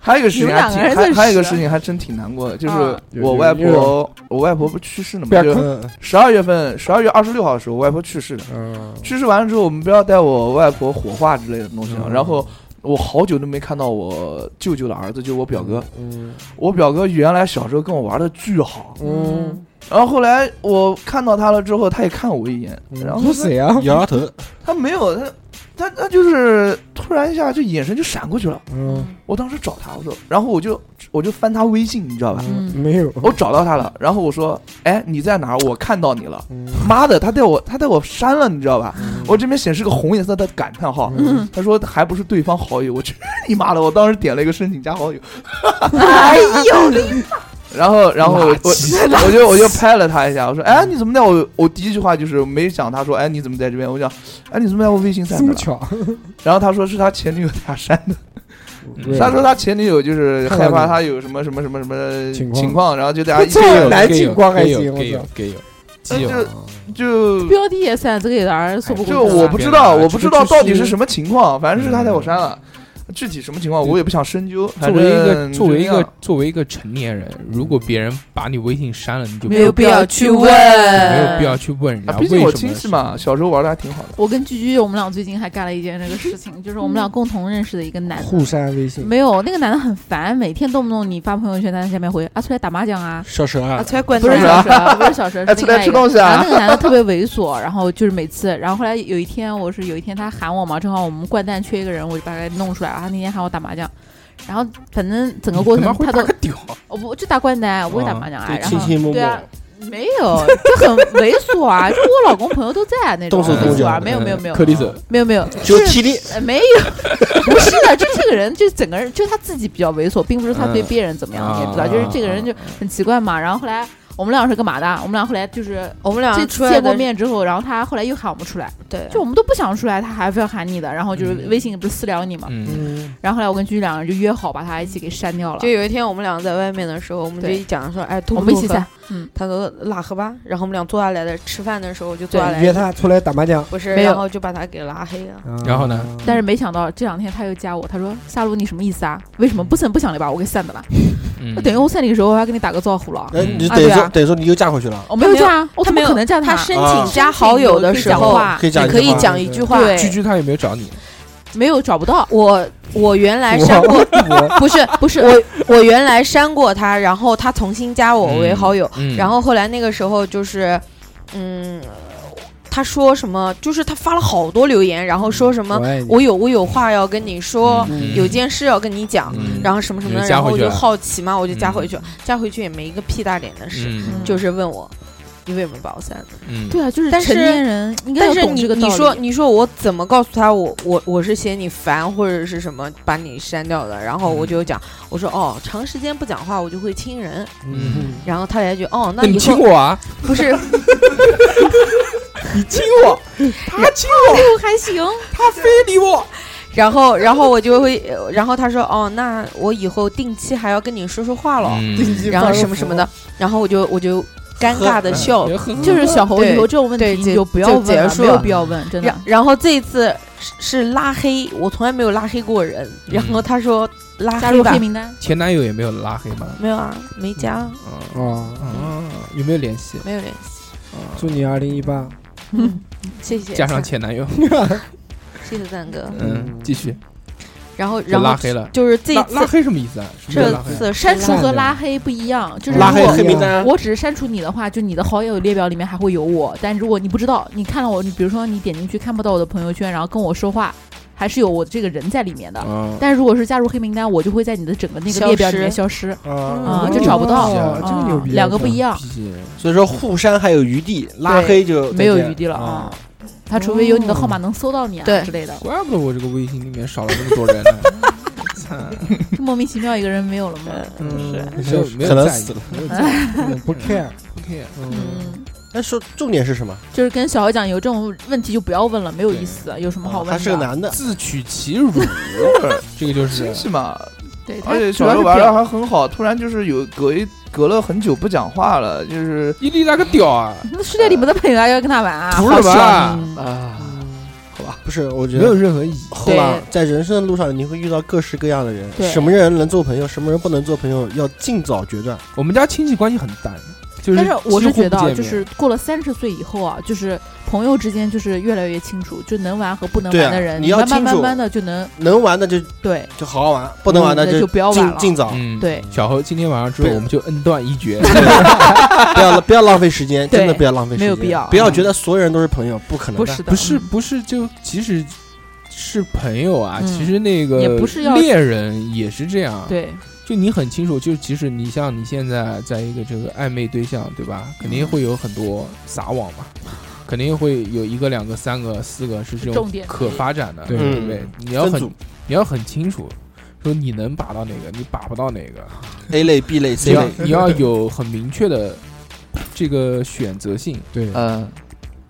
[SPEAKER 5] 还有一个事情
[SPEAKER 7] 你们
[SPEAKER 5] 还
[SPEAKER 7] 两个
[SPEAKER 5] 挺，
[SPEAKER 7] 人
[SPEAKER 5] 还
[SPEAKER 7] 在
[SPEAKER 5] 还有一个
[SPEAKER 7] 使
[SPEAKER 5] 事情还真挺难过的，就
[SPEAKER 7] 啊
[SPEAKER 5] 是我
[SPEAKER 2] 有
[SPEAKER 5] 外
[SPEAKER 2] 有
[SPEAKER 5] 婆，我外婆不去世了
[SPEAKER 1] 不要
[SPEAKER 5] 嘛，就
[SPEAKER 3] 嗯
[SPEAKER 5] 十二月份，十二月二十六号的时候，我外婆去世了。
[SPEAKER 2] 嗯，
[SPEAKER 5] 去世完了之后，我们不要带我外婆火化之类的东西了。
[SPEAKER 2] 嗯
[SPEAKER 5] 然后我好久都没看到我舅舅的儿子，就是我表哥。
[SPEAKER 2] 嗯
[SPEAKER 5] 我表哥原来小时候跟我玩的巨好，
[SPEAKER 2] 嗯，
[SPEAKER 5] 然后后来我看到他了之后，他也看我一眼，然后
[SPEAKER 2] 你是谁啊？
[SPEAKER 3] 摇摇头，
[SPEAKER 5] 他没有他。他他就是突然一下就眼神就闪过去了，
[SPEAKER 2] 嗯，
[SPEAKER 5] 我当时找他，我说，然后我就我就翻他微信，你知道吧？
[SPEAKER 7] 嗯
[SPEAKER 2] 没有，
[SPEAKER 5] 我找到他了，然后我说，哎，你在哪儿？我看到你了。
[SPEAKER 2] 嗯
[SPEAKER 5] 妈的，他带我他带我删了，你知道吧？我这边显示个红颜色的感叹号，
[SPEAKER 2] 嗯
[SPEAKER 5] 他说还不是对方好友，我去你妈的！我当时点了一个申请加好友，
[SPEAKER 7] 哎 呦，
[SPEAKER 5] 然后然后我我我就我就拍了他一下，我说哎你怎么在我我第一句话就是没想他说哎你怎么在这边？我讲哎你怎么在我微信上
[SPEAKER 2] 这
[SPEAKER 5] 面了？
[SPEAKER 2] 么巧，
[SPEAKER 5] 然后他说是他前女友他删的，
[SPEAKER 2] 对
[SPEAKER 5] 他说他前女友就是
[SPEAKER 2] 看到
[SPEAKER 5] 害
[SPEAKER 2] 你
[SPEAKER 5] 怕他有什么什么什么什么
[SPEAKER 2] 情况
[SPEAKER 5] 情况，然后就大家一起
[SPEAKER 2] 这个
[SPEAKER 1] 有
[SPEAKER 2] 男
[SPEAKER 1] 给
[SPEAKER 2] 警
[SPEAKER 1] 有
[SPEAKER 2] 官还
[SPEAKER 1] 给有
[SPEAKER 2] 行
[SPEAKER 1] 给
[SPEAKER 2] 我
[SPEAKER 1] 有
[SPEAKER 2] 操
[SPEAKER 1] 给有，
[SPEAKER 5] 呃
[SPEAKER 1] 基友
[SPEAKER 5] 就
[SPEAKER 1] 啊
[SPEAKER 5] 就
[SPEAKER 7] 标的也算，这个也让人说不过去
[SPEAKER 5] 就
[SPEAKER 7] 了。
[SPEAKER 5] 哎我不知道，我不知道
[SPEAKER 1] 这个就是
[SPEAKER 5] 到底是什么情况，反正是他带我删了，具体什么情况我也不想深究。
[SPEAKER 1] 作
[SPEAKER 5] 反
[SPEAKER 1] 为一个
[SPEAKER 5] 正
[SPEAKER 1] 作为一
[SPEAKER 5] 就这
[SPEAKER 1] 个
[SPEAKER 5] 样
[SPEAKER 1] 作为一个成年人，如果别人把你微信删了，你就
[SPEAKER 6] 没有必要去问
[SPEAKER 7] 呃
[SPEAKER 1] 没有必要去问人
[SPEAKER 5] 啊
[SPEAKER 1] 家，为
[SPEAKER 5] 毕
[SPEAKER 1] 什
[SPEAKER 5] 竟
[SPEAKER 1] 么
[SPEAKER 5] 我亲戚嘛，小时候玩的还挺好的。
[SPEAKER 7] 我跟居居，我们俩最近还干了一件这个事情，就是我们俩共同认识的一个男的。
[SPEAKER 2] 互删微
[SPEAKER 5] 嗯
[SPEAKER 2] 信，
[SPEAKER 7] 没有，那个男的很烦，每天动不动你发朋友圈，他在下面回啊出来打麻将啊，
[SPEAKER 3] 小蛇啊
[SPEAKER 6] 啊，，才管
[SPEAKER 7] 不是
[SPEAKER 5] 是
[SPEAKER 7] 小
[SPEAKER 5] 啊
[SPEAKER 7] 蛇啊，不是小 蛇，
[SPEAKER 5] 哎
[SPEAKER 7] 是
[SPEAKER 5] 出来
[SPEAKER 7] 另外一
[SPEAKER 5] 吃
[SPEAKER 7] 个
[SPEAKER 5] 东西啊
[SPEAKER 7] 然后那个男的特别猥琐，然后就是每次，然后后来有一天，我是有一天他喊我嘛，正好我们掼蛋缺一个人，我就把他弄出来。然啊后他那天喊我打麻将，然后反正整个过
[SPEAKER 3] 嗯
[SPEAKER 1] 他妈
[SPEAKER 7] 程
[SPEAKER 1] 会
[SPEAKER 7] 他
[SPEAKER 1] 打
[SPEAKER 7] 都
[SPEAKER 1] 个屌，
[SPEAKER 7] 我不就打掼蛋，我不会打麻将啊
[SPEAKER 3] 对，
[SPEAKER 7] 然
[SPEAKER 3] 卿
[SPEAKER 7] 后
[SPEAKER 3] 卿我
[SPEAKER 7] 对啊。没有，就很猥琐啊！就我老公朋友都在那种
[SPEAKER 3] 动手
[SPEAKER 7] 猥
[SPEAKER 3] 动
[SPEAKER 7] 琐
[SPEAKER 3] 脚
[SPEAKER 7] 啊，
[SPEAKER 3] 的嗯
[SPEAKER 7] 没有没有没有
[SPEAKER 1] 克里走，
[SPEAKER 7] 没有没有，
[SPEAKER 3] 就是体力，
[SPEAKER 7] 呃没有， 不是的，就这个人，就整个人，就他自己比较猥琐，并不是他对别人怎么样，
[SPEAKER 1] 嗯
[SPEAKER 7] 你也不知道，就是这个人就很奇怪嘛。然后后来我们俩是干嘛的？我们俩后来就是
[SPEAKER 6] 我们俩
[SPEAKER 7] 这
[SPEAKER 6] 出
[SPEAKER 7] 次
[SPEAKER 6] 来
[SPEAKER 7] 见过
[SPEAKER 6] 的
[SPEAKER 7] 面之后，然后他后来又喊我们出来，
[SPEAKER 6] 对，
[SPEAKER 7] 就我们都不想出来，他还非要喊你的，然后就是
[SPEAKER 1] 嗯
[SPEAKER 7] 微信不是私聊你嘛。
[SPEAKER 1] 嗯，
[SPEAKER 2] 嗯，
[SPEAKER 7] 然后后来我跟居居两个人就约好把他一起给删掉了
[SPEAKER 6] 就，有一天我们俩在外面的时候，我们就
[SPEAKER 7] 对
[SPEAKER 6] 一讲说，哎，
[SPEAKER 7] 我
[SPEAKER 6] 我
[SPEAKER 7] 们一起删。
[SPEAKER 6] 他说拉黑吧，然后我们俩坐下来的吃饭的时候我就坐下来，
[SPEAKER 2] 约他出来打麻将，
[SPEAKER 6] 不是，
[SPEAKER 7] 没有
[SPEAKER 6] 然后就把他给拉黑了。
[SPEAKER 2] 啊
[SPEAKER 1] 然后呢？
[SPEAKER 7] 但是没想到这两天他又加我，他说夏露你什么意思啊？为什么不声不响的把我给删的了？
[SPEAKER 1] 嗯
[SPEAKER 7] 那等于我删你的时候我还跟你打个招呼了，
[SPEAKER 3] 哎，你
[SPEAKER 7] 啊
[SPEAKER 3] 等于
[SPEAKER 7] 对
[SPEAKER 3] 说
[SPEAKER 7] 啊
[SPEAKER 3] 等于说你又加回去了，
[SPEAKER 7] 我没有加啊，我
[SPEAKER 6] 他
[SPEAKER 7] 怎
[SPEAKER 6] 没
[SPEAKER 7] 么
[SPEAKER 6] 有
[SPEAKER 7] 可能加
[SPEAKER 6] 他申请
[SPEAKER 1] 啊
[SPEAKER 6] 加
[SPEAKER 7] 申请
[SPEAKER 6] 好友
[SPEAKER 7] 我
[SPEAKER 6] 的
[SPEAKER 7] 可以
[SPEAKER 6] 时
[SPEAKER 7] 讲
[SPEAKER 6] 候，
[SPEAKER 7] 话
[SPEAKER 3] 可以加
[SPEAKER 6] 你
[SPEAKER 3] 一
[SPEAKER 6] 可
[SPEAKER 3] 句
[SPEAKER 6] 以
[SPEAKER 3] 话
[SPEAKER 6] 讲一句话。
[SPEAKER 7] 对
[SPEAKER 1] 居居他有没有找你？
[SPEAKER 7] 没有找不到，
[SPEAKER 6] 我我原来删过，
[SPEAKER 2] 我
[SPEAKER 6] 不是不是，我我原来删过他，然后他重新加我为好友，
[SPEAKER 1] 嗯，
[SPEAKER 6] 然后后来那个时候就是，嗯，他说什么，就是他发了好多留言，然后说什么
[SPEAKER 2] 我爱你
[SPEAKER 6] 我有我有话要跟你说，
[SPEAKER 1] 嗯
[SPEAKER 6] 有件事要跟你讲，
[SPEAKER 1] 嗯
[SPEAKER 6] 然后什么什么
[SPEAKER 1] 你
[SPEAKER 6] 的，
[SPEAKER 1] 加
[SPEAKER 6] 然后
[SPEAKER 1] 回
[SPEAKER 6] 我
[SPEAKER 1] 去
[SPEAKER 6] 就
[SPEAKER 1] 了
[SPEAKER 6] 好奇嘛，我就加
[SPEAKER 1] 嗯
[SPEAKER 6] 回去，加回去也没一个屁大点的事，
[SPEAKER 1] 嗯
[SPEAKER 6] 就是问我你为什么把我删了？
[SPEAKER 1] 嗯，
[SPEAKER 7] 对啊，就是
[SPEAKER 6] 但是
[SPEAKER 7] 成年人应该
[SPEAKER 6] 但
[SPEAKER 7] 要
[SPEAKER 6] 是
[SPEAKER 7] 懂
[SPEAKER 6] 你
[SPEAKER 7] 这个道
[SPEAKER 6] 你
[SPEAKER 7] 理。
[SPEAKER 6] 说你说我怎么告诉他我我我是嫌你烦或者是什么把你删掉的？然后我
[SPEAKER 7] 嗯
[SPEAKER 6] 就讲我说哦，长时间不讲话我就会亲人，
[SPEAKER 1] 嗯
[SPEAKER 6] 然后他来一句哦，那
[SPEAKER 1] 那你
[SPEAKER 6] 以
[SPEAKER 1] 亲
[SPEAKER 6] 后
[SPEAKER 1] 我啊？
[SPEAKER 6] 不是
[SPEAKER 1] 你亲 我，他亲
[SPEAKER 7] 就还行，
[SPEAKER 1] 他非礼我，
[SPEAKER 6] 然后，然后我就会，呃然后他说，哦，那我以后定期还要跟你说说话了，
[SPEAKER 7] 嗯
[SPEAKER 2] 嗯
[SPEAKER 1] 嗯
[SPEAKER 6] 然后什么什么的，然后我就我就尴尬的笑，
[SPEAKER 1] 嗯
[SPEAKER 7] 就是小猴以
[SPEAKER 6] 对
[SPEAKER 7] 后这种问题
[SPEAKER 6] 对
[SPEAKER 7] 你
[SPEAKER 6] 结
[SPEAKER 7] 就不要问
[SPEAKER 6] 就
[SPEAKER 7] 了，
[SPEAKER 6] 结束
[SPEAKER 7] 没有
[SPEAKER 6] 了
[SPEAKER 7] 必要问，真的
[SPEAKER 6] 然。然后这一次是是拉黑，我从来没有拉黑过人，然后他说拉嗯
[SPEAKER 7] 加
[SPEAKER 6] 黑
[SPEAKER 7] 入
[SPEAKER 6] 吧
[SPEAKER 7] 黑，名单，
[SPEAKER 1] 前男友也没有拉黑吗？
[SPEAKER 6] 没有啊，没加，
[SPEAKER 2] 啊，
[SPEAKER 1] 啊，有没有联系？
[SPEAKER 6] 没有联系，
[SPEAKER 2] 祝你二零一八，
[SPEAKER 6] 谢谢，
[SPEAKER 1] 加上前男友，
[SPEAKER 6] 谢谢赞哥，
[SPEAKER 1] 嗯，继续，
[SPEAKER 6] 然后
[SPEAKER 1] 就
[SPEAKER 6] 然
[SPEAKER 1] 拉
[SPEAKER 6] 后
[SPEAKER 1] 黑了。
[SPEAKER 6] 就是这
[SPEAKER 1] 拉拉
[SPEAKER 6] 次
[SPEAKER 1] 黑什么意思啊？什么叫拉
[SPEAKER 6] 这
[SPEAKER 1] 黑啊？
[SPEAKER 6] 次删
[SPEAKER 7] 删
[SPEAKER 6] 除
[SPEAKER 7] 除和
[SPEAKER 2] 了
[SPEAKER 7] 拉黑不一样，就是
[SPEAKER 2] 哦
[SPEAKER 7] 啊
[SPEAKER 3] 拉黑
[SPEAKER 7] 如果
[SPEAKER 3] 黑名
[SPEAKER 2] 啊
[SPEAKER 3] 单，
[SPEAKER 7] 我只是删除你的话，就你的好友列表里面还会有我，但如果你不知道，你看了我，你比如说你点进去看不到我的朋友圈，然后跟我说话，还是有我这个人在里面的。
[SPEAKER 1] 啊，
[SPEAKER 7] 但如果是加入黑名单，我就会在你的整个那个
[SPEAKER 6] 消
[SPEAKER 7] 列表里面
[SPEAKER 6] 失
[SPEAKER 7] 消失。
[SPEAKER 2] 啊
[SPEAKER 7] 就找不到
[SPEAKER 2] 哦这个牛逼啊，
[SPEAKER 7] 两个不一样，
[SPEAKER 3] 所以说互删还有余地，拉黑就
[SPEAKER 7] 没有余地了啊。他除非有你的号码能搜到你啊
[SPEAKER 6] 对
[SPEAKER 7] 之类的，
[SPEAKER 1] 怪不得我这个微信里面少了那么多人呢。
[SPEAKER 7] 就莫名其妙一个人没有了嘛。
[SPEAKER 1] 嗯， 没有没
[SPEAKER 3] 可
[SPEAKER 1] 有
[SPEAKER 3] 能
[SPEAKER 1] 在意
[SPEAKER 3] 死了。
[SPEAKER 1] 没有在意
[SPEAKER 2] 嗯不 care，
[SPEAKER 1] ，OK，
[SPEAKER 7] 嗯，
[SPEAKER 3] 但说重点是什么？
[SPEAKER 7] 就是跟小何讲，有这种问题就不要问了，没有
[SPEAKER 3] 啊 哦
[SPEAKER 7] 意思，有什么好问的？啊
[SPEAKER 3] 他是个男的，
[SPEAKER 1] 自取其辱，这个就
[SPEAKER 5] 亲
[SPEAKER 1] 是啊
[SPEAKER 5] 戚嘛，
[SPEAKER 7] 对，他
[SPEAKER 5] 而且
[SPEAKER 7] 哎主
[SPEAKER 5] 小
[SPEAKER 7] 要
[SPEAKER 5] 时候
[SPEAKER 7] 是
[SPEAKER 5] 玩啊的
[SPEAKER 7] 表
[SPEAKER 5] 还很好，突然就是有隔一隔了很久不讲话了，就是
[SPEAKER 1] 伊利那个屌啊！
[SPEAKER 7] 那世界里面的朋友啊要跟他玩啊，
[SPEAKER 1] 图
[SPEAKER 7] 好嗯
[SPEAKER 1] 什么
[SPEAKER 7] 爽
[SPEAKER 1] 啊
[SPEAKER 5] 啊，
[SPEAKER 3] 不是，我觉
[SPEAKER 2] 没有
[SPEAKER 3] 得
[SPEAKER 2] 任何意义。
[SPEAKER 3] 后来在人生的路上，你会遇到各式各样的人，
[SPEAKER 7] 对
[SPEAKER 3] 什么人能做朋友，什么人不能做朋友，要尽早决断。
[SPEAKER 1] 我们家亲戚关系很淡，就是
[SPEAKER 7] 但是我
[SPEAKER 1] 几
[SPEAKER 7] 是
[SPEAKER 1] 乎不
[SPEAKER 7] 觉得啊，
[SPEAKER 1] 见
[SPEAKER 7] 就
[SPEAKER 1] 面
[SPEAKER 7] 是过了三十岁以后啊，就是朋友之间就是越来越清楚，就能玩和不能
[SPEAKER 3] 对
[SPEAKER 7] 玩
[SPEAKER 3] 啊
[SPEAKER 7] 的人，
[SPEAKER 3] 你要
[SPEAKER 7] 慢慢
[SPEAKER 3] 清楚
[SPEAKER 7] 慢慢的就能
[SPEAKER 3] 能玩的就
[SPEAKER 7] 对，
[SPEAKER 3] 就好好玩，不能玩的
[SPEAKER 7] 嗯就不要玩
[SPEAKER 3] 尽
[SPEAKER 7] 了
[SPEAKER 3] 尽早，
[SPEAKER 1] 嗯，
[SPEAKER 7] 对。
[SPEAKER 1] 小侯今天晚上之后，
[SPEAKER 3] 对
[SPEAKER 1] 我们就恩断义绝。
[SPEAKER 3] 不要不要浪费时间，
[SPEAKER 7] 对
[SPEAKER 3] 真的不要浪费时间，
[SPEAKER 7] 没有必要嗯
[SPEAKER 3] 不要觉得所有人都是朋友，不可能
[SPEAKER 7] 不
[SPEAKER 3] 的。
[SPEAKER 7] 是的，
[SPEAKER 1] 不是
[SPEAKER 7] 嗯
[SPEAKER 1] 不是，就即使是朋友啊，
[SPEAKER 7] 嗯
[SPEAKER 1] 其实那个
[SPEAKER 7] 也不是要
[SPEAKER 1] 猎人也是这样。，
[SPEAKER 7] 对，
[SPEAKER 1] 就你很清楚，就即使你像你现在在一个这个暧昧对象，对吧？肯定会有很多撒网嘛，肯定会有一个、两个、三个、四个是这种
[SPEAKER 7] 重点
[SPEAKER 1] 可发展的，
[SPEAKER 2] 对
[SPEAKER 1] 对不对
[SPEAKER 3] 嗯？
[SPEAKER 1] 你要
[SPEAKER 3] 分
[SPEAKER 1] 很
[SPEAKER 3] 组
[SPEAKER 1] 你要很清楚。说你能把到哪个，你把不到哪个，
[SPEAKER 3] A 类、B 类、
[SPEAKER 1] 你
[SPEAKER 3] C
[SPEAKER 1] 要
[SPEAKER 3] 类，
[SPEAKER 1] 你要有很明确的这个选择性，
[SPEAKER 2] 对，
[SPEAKER 5] 嗯，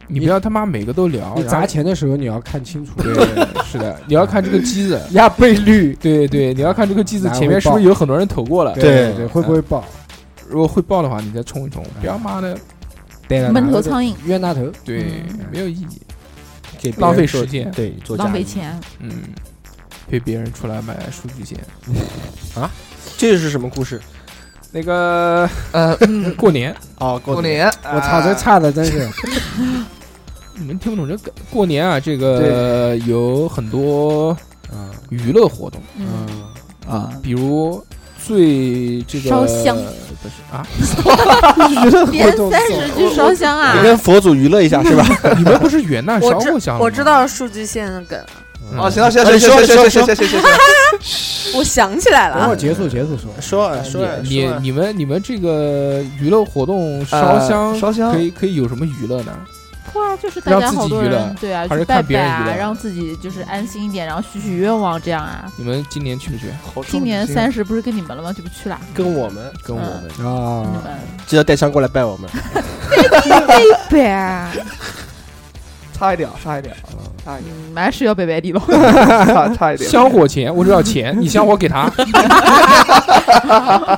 [SPEAKER 1] 你不要他妈每个都聊，然后
[SPEAKER 2] 你砸钱的时候你要看清楚，
[SPEAKER 1] 对，是的，你要看这个机子，
[SPEAKER 2] 压倍率，
[SPEAKER 1] 对
[SPEAKER 2] 嗯
[SPEAKER 1] 对，你要看这个机子
[SPEAKER 2] 哪
[SPEAKER 1] 前
[SPEAKER 2] 会
[SPEAKER 1] 面是不是
[SPEAKER 2] 爆
[SPEAKER 1] 有很多人投过了，嗯
[SPEAKER 3] 对
[SPEAKER 2] 对，会不会哎爆？
[SPEAKER 1] 如果会爆的话，你再冲一冲，不要妈的，
[SPEAKER 2] 呆了
[SPEAKER 7] 闷头
[SPEAKER 2] 哪个
[SPEAKER 7] 苍蝇，
[SPEAKER 2] 冤大头，
[SPEAKER 1] 对，
[SPEAKER 5] 嗯
[SPEAKER 1] 没有意义，
[SPEAKER 3] 给别人
[SPEAKER 1] 浪费
[SPEAKER 3] 做
[SPEAKER 1] 时间
[SPEAKER 3] 对，做
[SPEAKER 7] 浪
[SPEAKER 3] 家
[SPEAKER 7] 费
[SPEAKER 3] 务。
[SPEAKER 7] 钱，
[SPEAKER 1] 嗯，陪别人出来买数据线，
[SPEAKER 3] 这是什么故事？
[SPEAKER 1] 那个
[SPEAKER 5] 呃，
[SPEAKER 1] 过年，
[SPEAKER 3] 哦，
[SPEAKER 5] 过年，啊
[SPEAKER 2] 我操，这差的真是，
[SPEAKER 1] 你们听不懂这个过年啊，这个有很多
[SPEAKER 2] 啊
[SPEAKER 1] 娱乐活动，
[SPEAKER 7] 嗯，
[SPEAKER 2] 啊，
[SPEAKER 5] 啊，
[SPEAKER 1] 比如最这个
[SPEAKER 7] 烧香
[SPEAKER 1] 不是啊，
[SPEAKER 2] 娱乐
[SPEAKER 7] 别
[SPEAKER 2] 活动
[SPEAKER 7] 三十去烧香啊
[SPEAKER 3] 你，跟佛祖娱乐一下是吧？
[SPEAKER 1] 你们不是元旦
[SPEAKER 6] 我
[SPEAKER 1] 烧过
[SPEAKER 6] 知
[SPEAKER 1] 香吗
[SPEAKER 6] 我知，道数据线的梗，
[SPEAKER 1] 嗯
[SPEAKER 5] 哦，行了行
[SPEAKER 3] 哎
[SPEAKER 5] 了行了
[SPEAKER 3] 说
[SPEAKER 5] 行
[SPEAKER 3] 说说
[SPEAKER 5] 了行了行了行了行 了，
[SPEAKER 6] 我想起来
[SPEAKER 2] 等会
[SPEAKER 6] 了
[SPEAKER 2] 儿，结束结束说，
[SPEAKER 3] 说啊说啊
[SPEAKER 1] 你
[SPEAKER 3] 说
[SPEAKER 1] 你
[SPEAKER 3] 啊，
[SPEAKER 1] 你们你们这个娱乐活动烧
[SPEAKER 5] 呃
[SPEAKER 1] 香
[SPEAKER 5] 烧香
[SPEAKER 1] 可以可以有什么娱乐呢？
[SPEAKER 7] 哇，就是大
[SPEAKER 1] 让
[SPEAKER 7] 家
[SPEAKER 1] 自己
[SPEAKER 7] 好多
[SPEAKER 1] 娱乐
[SPEAKER 7] 人对啊，
[SPEAKER 1] 还
[SPEAKER 7] 去
[SPEAKER 1] 是
[SPEAKER 7] 拜
[SPEAKER 1] 看别
[SPEAKER 7] 拜
[SPEAKER 1] 人娱
[SPEAKER 7] 啊，
[SPEAKER 1] 乐
[SPEAKER 7] 让自己就是安心一点，然后许许愿望这样啊。
[SPEAKER 1] 你们今年去不 去？
[SPEAKER 5] 好
[SPEAKER 7] 今年
[SPEAKER 5] 伤心啊
[SPEAKER 7] 三十不是跟你们了吗？就不去了，
[SPEAKER 3] 跟我们
[SPEAKER 1] 跟我们
[SPEAKER 7] 你
[SPEAKER 2] 啊，
[SPEAKER 7] 们
[SPEAKER 3] 嗯 记得带香过来拜我们。
[SPEAKER 7] 拜啊，
[SPEAKER 5] 差一点，差一点， 差一点，
[SPEAKER 7] 嗯还是要拜拜的咯。
[SPEAKER 5] 差差一点，
[SPEAKER 1] 香火钱，我知道钱，你香火给 他。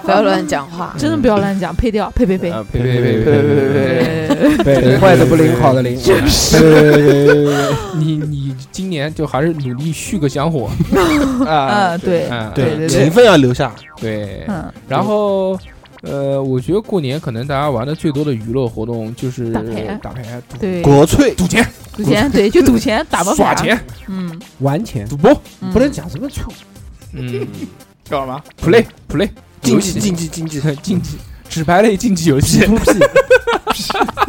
[SPEAKER 6] 不要乱讲话。
[SPEAKER 7] 真的不要乱讲，配掉，配配配。
[SPEAKER 1] 呸呸
[SPEAKER 2] 呸
[SPEAKER 1] 呸
[SPEAKER 2] 呸
[SPEAKER 5] 对对对
[SPEAKER 1] 呸！
[SPEAKER 5] 对对，
[SPEAKER 7] 嗯对，
[SPEAKER 2] 对，坏的不灵，好的灵，嗯
[SPEAKER 1] 你你今年就还是努力续个香火，
[SPEAKER 5] 啊
[SPEAKER 7] 嗯，，对，
[SPEAKER 1] 嗯，
[SPEAKER 7] 对对对
[SPEAKER 3] 勤奋要留下。
[SPEAKER 1] 对。
[SPEAKER 7] 嗯，
[SPEAKER 1] 然后，呃，我觉得过年可能大家玩的最多的娱乐活动就是
[SPEAKER 7] 打牌
[SPEAKER 1] 打牌、赌
[SPEAKER 7] 对，
[SPEAKER 3] 国粹
[SPEAKER 1] 赌钱、
[SPEAKER 7] 赌钱，对，就赌钱，打包牌
[SPEAKER 1] 耍
[SPEAKER 7] 啊，
[SPEAKER 1] 钱、
[SPEAKER 7] 嗯，
[SPEAKER 2] 玩钱
[SPEAKER 1] 赌博，
[SPEAKER 7] 嗯
[SPEAKER 2] 不能，讲什么错，
[SPEAKER 1] 嗯
[SPEAKER 5] 叫什么？
[SPEAKER 1] ，play play
[SPEAKER 3] 竞
[SPEAKER 1] 游
[SPEAKER 3] 技
[SPEAKER 1] 戏
[SPEAKER 3] 竞技竞技，
[SPEAKER 1] 竞技纸牌类竞技游戏
[SPEAKER 2] P，to P，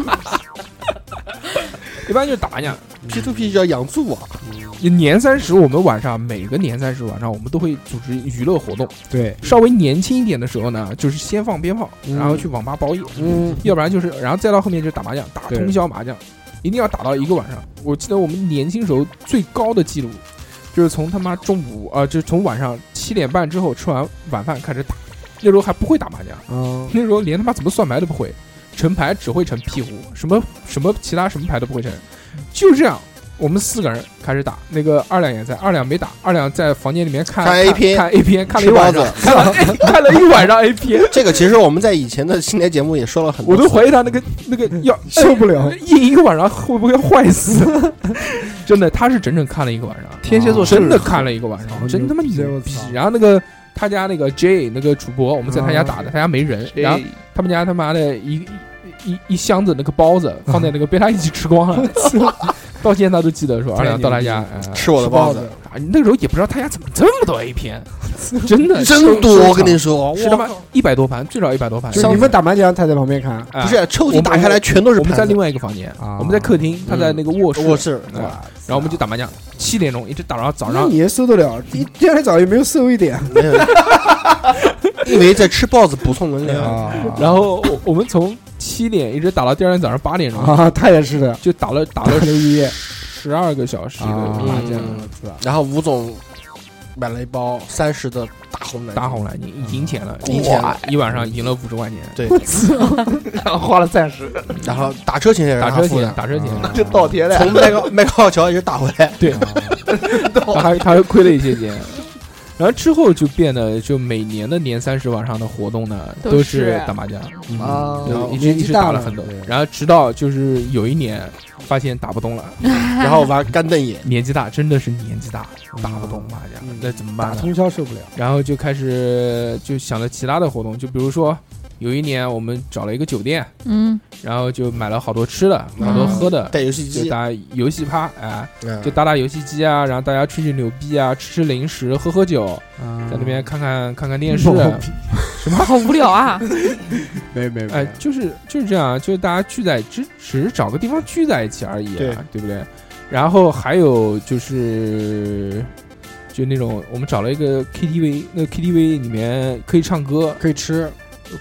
[SPEAKER 1] 一般就打呀。
[SPEAKER 3] P to P 叫养猪网，
[SPEAKER 2] 嗯
[SPEAKER 1] 年三十我们晚上每个年三十晚上我们都会组织娱乐活动。
[SPEAKER 2] 对，
[SPEAKER 1] 稍微年轻一点的时候呢，就是先放鞭炮，
[SPEAKER 2] 嗯
[SPEAKER 1] 然后去网吧包夜，
[SPEAKER 2] 嗯，
[SPEAKER 1] 要不然就是，然后再到后面就是打麻将，打
[SPEAKER 2] 对
[SPEAKER 1] 通宵麻将，一定要打到一个晚上。我记得我们年轻时候最高的记录，就是从他妈中午啊、呃就是从晚上七点半之后吃完晚饭开始打。那时候还不会打麻将，
[SPEAKER 2] 嗯，
[SPEAKER 1] 那时候连他妈怎么算牌都不会，成牌只会成屁股，什么什么其他什么牌都不会成，就这样。我们四个人开始打，那个二两也在，二两没打，二两在房间里面看
[SPEAKER 3] 看 A 片
[SPEAKER 1] 看 A 片，看了一
[SPEAKER 3] 吃
[SPEAKER 1] 晚
[SPEAKER 3] 包
[SPEAKER 1] 上
[SPEAKER 3] 子，。
[SPEAKER 1] 看了看了一晚上 A 片，
[SPEAKER 3] 这个其实我们在以前的新年节目也说了很多
[SPEAKER 1] 我
[SPEAKER 3] 次，
[SPEAKER 1] 都怀疑他那个那个要
[SPEAKER 2] 受不了，
[SPEAKER 1] 印一个晚上会不会要坏死？真的，他是整整看了一个晚上，
[SPEAKER 5] 天蝎座
[SPEAKER 2] 啊
[SPEAKER 5] 是
[SPEAKER 1] 真的看了一个晚
[SPEAKER 2] 好
[SPEAKER 1] 上，真他妈
[SPEAKER 2] 牛逼
[SPEAKER 1] 牛
[SPEAKER 2] 我
[SPEAKER 1] 逼
[SPEAKER 2] 操！
[SPEAKER 1] 然后那个他家那个 J 那个主播，我们在他家打的，他家没人，然后他们家他妈的一一一一箱子那个包子放在那个被他一起吃光了，到现在都记得说，
[SPEAKER 2] 太
[SPEAKER 1] 二两到他
[SPEAKER 2] 牛逼
[SPEAKER 1] 家
[SPEAKER 2] 了
[SPEAKER 1] 呃
[SPEAKER 3] 吃我的包子，
[SPEAKER 1] 啊那个时候也不知道他家怎么这么多 A 片，真的
[SPEAKER 3] 真多，我跟你
[SPEAKER 1] 说，
[SPEAKER 3] 说，
[SPEAKER 1] 是他妈一百多盘，最少一百多盘，
[SPEAKER 2] 就是你们打麻将，他在旁边看，
[SPEAKER 1] 哎
[SPEAKER 3] 不是抽屉打开来全都是
[SPEAKER 1] 我们在
[SPEAKER 3] 盘子嗯
[SPEAKER 1] 另外一个房间
[SPEAKER 2] 啊
[SPEAKER 1] 我们在客厅，他在那个卧室，
[SPEAKER 3] 卧室，
[SPEAKER 1] 嗯然后我们就打麻将，七点钟一直打到早上
[SPEAKER 2] 那你。也受得了？第第二天早上有没有瘦一点
[SPEAKER 3] 没有， 因为在吃包子补充能量。
[SPEAKER 2] 啊？
[SPEAKER 1] 然后我我们从七点一直打到第二天早上八点钟，
[SPEAKER 2] 啊，他也是的，
[SPEAKER 1] 就打了打
[SPEAKER 2] 打
[SPEAKER 1] 了
[SPEAKER 2] 了一夜啊
[SPEAKER 1] 十二个小时的麻将，
[SPEAKER 3] 嗯
[SPEAKER 2] 是吧？
[SPEAKER 3] 然后吴总买了一包三十的大红蓝，
[SPEAKER 1] 打红蓝鲸赢钱了，
[SPEAKER 3] 赢钱了，
[SPEAKER 1] 一晚上赢了五十块钱，
[SPEAKER 3] 对，
[SPEAKER 5] 然后花了三十，
[SPEAKER 3] 然后打车钱也是嗯
[SPEAKER 1] 打
[SPEAKER 3] 他
[SPEAKER 1] 车
[SPEAKER 3] 付
[SPEAKER 1] 钱
[SPEAKER 3] 的，
[SPEAKER 1] 打车钱，
[SPEAKER 2] 啊
[SPEAKER 5] 就倒贴了。
[SPEAKER 3] 从麦高麦高桥一直打回来，
[SPEAKER 1] 对，他还他还亏了一些钱。然后之后就变得，就每年的年三十晚上的活动呢，
[SPEAKER 7] 都
[SPEAKER 1] 都
[SPEAKER 7] 是
[SPEAKER 1] 打麻将，
[SPEAKER 2] 啊
[SPEAKER 1] 就一直
[SPEAKER 2] 年
[SPEAKER 1] 一
[SPEAKER 2] 纪
[SPEAKER 1] 直
[SPEAKER 2] 大
[SPEAKER 1] 打了
[SPEAKER 2] 了
[SPEAKER 1] 很多
[SPEAKER 2] 对，
[SPEAKER 1] 然后直到就是有一年发现打不动了，
[SPEAKER 3] 然后玩干瞪眼，
[SPEAKER 1] 年纪大真的是年纪大，打不动麻将
[SPEAKER 2] 嗯，
[SPEAKER 1] 那怎么办
[SPEAKER 2] 打
[SPEAKER 1] 呢？
[SPEAKER 2] 通宵受不了。
[SPEAKER 1] 然后就开始就想着其他的活动，就比如说有一年我们找了一个酒店，
[SPEAKER 7] 嗯，
[SPEAKER 1] 然后就买了好多吃的，买好
[SPEAKER 2] 嗯
[SPEAKER 1] 多喝的，
[SPEAKER 3] 带游戏
[SPEAKER 1] 就
[SPEAKER 3] 机，
[SPEAKER 1] 打游戏趴，哎，
[SPEAKER 3] 嗯
[SPEAKER 1] 就打打游戏机啊，然后大家吹吹牛逼啊，吃吃零食，喝喝酒，
[SPEAKER 2] 在
[SPEAKER 1] 在那边看看看看
[SPEAKER 2] 嗯
[SPEAKER 1] 电视，啊
[SPEAKER 7] 好无聊啊！
[SPEAKER 2] 没没
[SPEAKER 1] 哎
[SPEAKER 2] 没，，
[SPEAKER 1] 就是就是这样啊，就是大家聚在只只是找个地方聚在一起而已、啊，
[SPEAKER 3] 对
[SPEAKER 1] 不对？然后还有就是。就那种，我们找了一个 KTV，那个 KTV 里面可以唱歌，
[SPEAKER 2] 可以吃，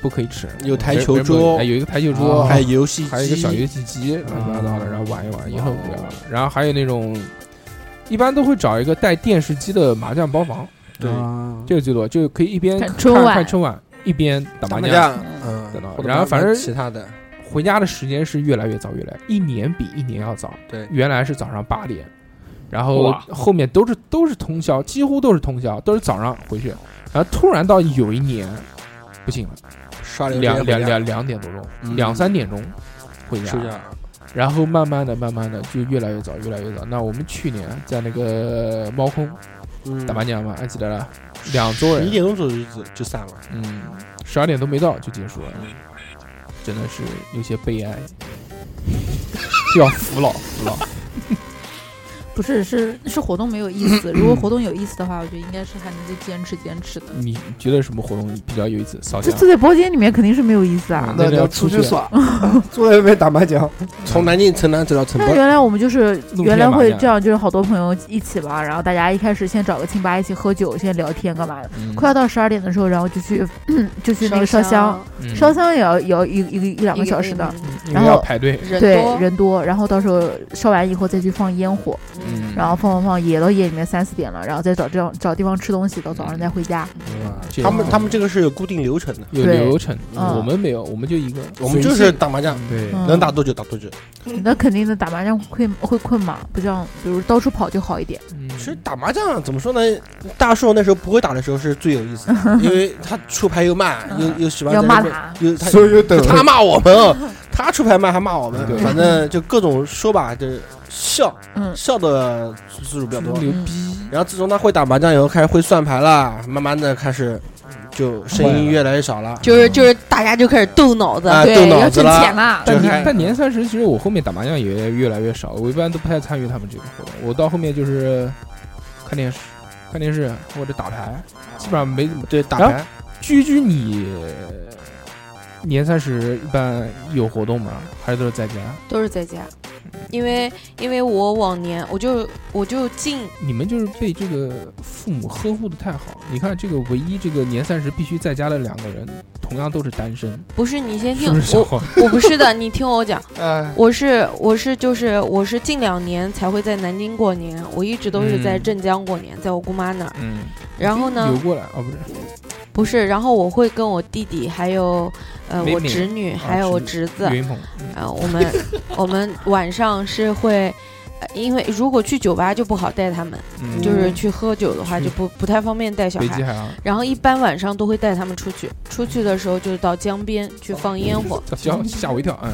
[SPEAKER 1] 不可以吃，
[SPEAKER 3] 有台
[SPEAKER 1] 人
[SPEAKER 3] 球
[SPEAKER 1] 人不
[SPEAKER 3] 桌
[SPEAKER 1] 哎有一个台球桌，
[SPEAKER 2] 啊
[SPEAKER 3] 还有游戏机，
[SPEAKER 1] 还有一个小游戏机，乱七八糟的，然后玩一玩也很无聊
[SPEAKER 3] 啊
[SPEAKER 2] 哇。
[SPEAKER 1] 然后还有那种，一般都会找一个带电视机的麻将包房，
[SPEAKER 3] 对
[SPEAKER 2] 啊
[SPEAKER 1] 这个最多，就可以一边
[SPEAKER 7] 看
[SPEAKER 1] 看
[SPEAKER 7] 春晚
[SPEAKER 1] 看春晚，一边打
[SPEAKER 3] 打
[SPEAKER 1] 麻
[SPEAKER 3] 麻
[SPEAKER 1] 将。
[SPEAKER 3] 将，嗯
[SPEAKER 1] 等到
[SPEAKER 3] 或者
[SPEAKER 1] 然后反正
[SPEAKER 3] 其他的，
[SPEAKER 1] 回家的时间是越来越早，越来一年比一年要早。
[SPEAKER 3] 对
[SPEAKER 1] 原来是早上八点，然后
[SPEAKER 5] 哇
[SPEAKER 1] 后面都是都是通宵，几乎都是通宵，都是早上回去，然后突然到有一年不行了，
[SPEAKER 3] 刷流
[SPEAKER 1] 两两
[SPEAKER 3] 回家
[SPEAKER 1] 两两点多钟，
[SPEAKER 3] 嗯
[SPEAKER 1] 两三点钟回家
[SPEAKER 3] 睡。觉，
[SPEAKER 1] 然后慢慢的、慢慢的就越来越早，越来越早。那我们去年在那个猫空
[SPEAKER 3] 嗯
[SPEAKER 1] 打麻将嘛，还记得了，两桌
[SPEAKER 3] 一
[SPEAKER 1] 人，
[SPEAKER 3] 点钟左右就就散了，
[SPEAKER 1] 嗯，十二点都没到就结束了，
[SPEAKER 3] 嗯
[SPEAKER 1] 真的是有些悲哀， 要服老服老。
[SPEAKER 7] 不是，是是活动没有意思。如果活动有意思的话，我觉得应该是还能再坚持坚持的。
[SPEAKER 1] 你觉得什么活动比较有意思？扫
[SPEAKER 7] 这
[SPEAKER 1] 街
[SPEAKER 7] 坐在包间里面肯定是没有意思
[SPEAKER 2] 嗯
[SPEAKER 7] 啊。
[SPEAKER 1] 那就
[SPEAKER 5] 那就
[SPEAKER 1] 要
[SPEAKER 5] 要
[SPEAKER 1] 出
[SPEAKER 5] 出
[SPEAKER 1] 去
[SPEAKER 5] 去耍，
[SPEAKER 2] 坐在那边打麻将，
[SPEAKER 1] 嗯
[SPEAKER 3] 从南京城南走到城
[SPEAKER 7] 那
[SPEAKER 3] 北，
[SPEAKER 7] 原来我们就是
[SPEAKER 1] 露天
[SPEAKER 7] 原来
[SPEAKER 1] 麻
[SPEAKER 7] 会
[SPEAKER 1] 将
[SPEAKER 7] 这样，就是好多朋友一起吧，然后大家一开始先找个清吧一起喝酒，先聊天干嘛的。
[SPEAKER 1] 嗯
[SPEAKER 7] 快要到十二点的时候，然后就去 就去那个烧香，
[SPEAKER 1] 嗯
[SPEAKER 7] 烧香也要也要一一个一两个小时的，，
[SPEAKER 1] 因为
[SPEAKER 7] 然后
[SPEAKER 1] 要排队，
[SPEAKER 6] 人
[SPEAKER 7] 对
[SPEAKER 6] 多，
[SPEAKER 7] 人多，然后到时候烧完以后再去放烟火，
[SPEAKER 1] 嗯，
[SPEAKER 7] 然后放放放也到夜里面三四点了，然后再找这样找地方吃东西，到早上再回家。
[SPEAKER 1] 这
[SPEAKER 3] 他们他们这个是有固定流程的，
[SPEAKER 1] 有
[SPEAKER 7] 对
[SPEAKER 1] 流程，
[SPEAKER 7] 嗯
[SPEAKER 1] 我们没有，我们就一个，
[SPEAKER 3] 我们就是打麻将，
[SPEAKER 1] 对
[SPEAKER 7] 嗯
[SPEAKER 3] 能打多久打多久。
[SPEAKER 7] 那肯定的，打麻将会会困嘛，不像就是到处跑就好一点。
[SPEAKER 1] 嗯
[SPEAKER 3] 其实打麻将怎么说呢？大树那时候不会打的时候是最有意思的，因为他出牌又慢，又又喜欢
[SPEAKER 7] 要
[SPEAKER 3] 在
[SPEAKER 7] 骂
[SPEAKER 3] 那边
[SPEAKER 7] 他，
[SPEAKER 3] 又他
[SPEAKER 2] 所以等
[SPEAKER 3] 他骂我们，他出牌慢还骂我们，
[SPEAKER 1] 对
[SPEAKER 3] 反正就各种说吧，就是笑
[SPEAKER 7] 嗯，
[SPEAKER 3] 笑的次数比较多。
[SPEAKER 1] 牛
[SPEAKER 7] 嗯
[SPEAKER 1] 逼，
[SPEAKER 3] 然后自从他会打麻将以后，开始会算牌啦，慢慢的开始就声音越来越少了，
[SPEAKER 6] 就是就是大家就开始动脑子，
[SPEAKER 3] 啊动
[SPEAKER 7] 对，要
[SPEAKER 3] 脑子
[SPEAKER 7] 挣钱
[SPEAKER 3] 了，
[SPEAKER 7] 啦。
[SPEAKER 1] 但
[SPEAKER 3] 就
[SPEAKER 1] 年
[SPEAKER 3] 开
[SPEAKER 1] 但年三十，其实我后面打麻将也越来越少，我一般都不太参与他们这个活动。我到后面就是看电视、看电视或者打牌，
[SPEAKER 3] 啊
[SPEAKER 1] 基本上没怎么。
[SPEAKER 3] 对打
[SPEAKER 1] 然
[SPEAKER 3] 牌，
[SPEAKER 1] 居居，你年三十一般有活动吗？还是都是在家？
[SPEAKER 6] 都是在家。因为因为我往年我就我就进
[SPEAKER 1] 你们就是被这个父母呵护的太好。你看，这个唯一这个年三十必须在家的两个人，同样都是单身，哦
[SPEAKER 6] 不是你先
[SPEAKER 1] 是
[SPEAKER 6] 听
[SPEAKER 1] 不是小
[SPEAKER 6] 我
[SPEAKER 1] 伙？
[SPEAKER 6] 我不是的，你听我讲，
[SPEAKER 5] 哎
[SPEAKER 3] 嗯，
[SPEAKER 6] 我是我是就是我是近两年才会在南京过年，我一直都是在
[SPEAKER 1] 嗯
[SPEAKER 6] 镇江过年，在我姑妈那儿。
[SPEAKER 1] 嗯，
[SPEAKER 6] 然后呢
[SPEAKER 1] 游，过来哦，不是，
[SPEAKER 6] 不是，然后我会跟我弟弟还有呃
[SPEAKER 1] 妹
[SPEAKER 6] 我
[SPEAKER 1] 妹
[SPEAKER 6] 侄女还
[SPEAKER 1] 啊
[SPEAKER 6] 有我
[SPEAKER 1] 侄
[SPEAKER 6] 侄子，
[SPEAKER 1] 岳云鹏，
[SPEAKER 6] 啊，我们 我们晚上是会，呃因为如果去酒吧就不好带他们，
[SPEAKER 1] 嗯，
[SPEAKER 6] 就是去喝酒的话
[SPEAKER 1] 去
[SPEAKER 6] 就不不太方便带小
[SPEAKER 1] 北极
[SPEAKER 6] 孩。
[SPEAKER 1] 海洋，
[SPEAKER 6] 然后一般晚上都会带他们出去，出去的时候就是到江边去放烟火，
[SPEAKER 1] 吓吓我一跳，嗯。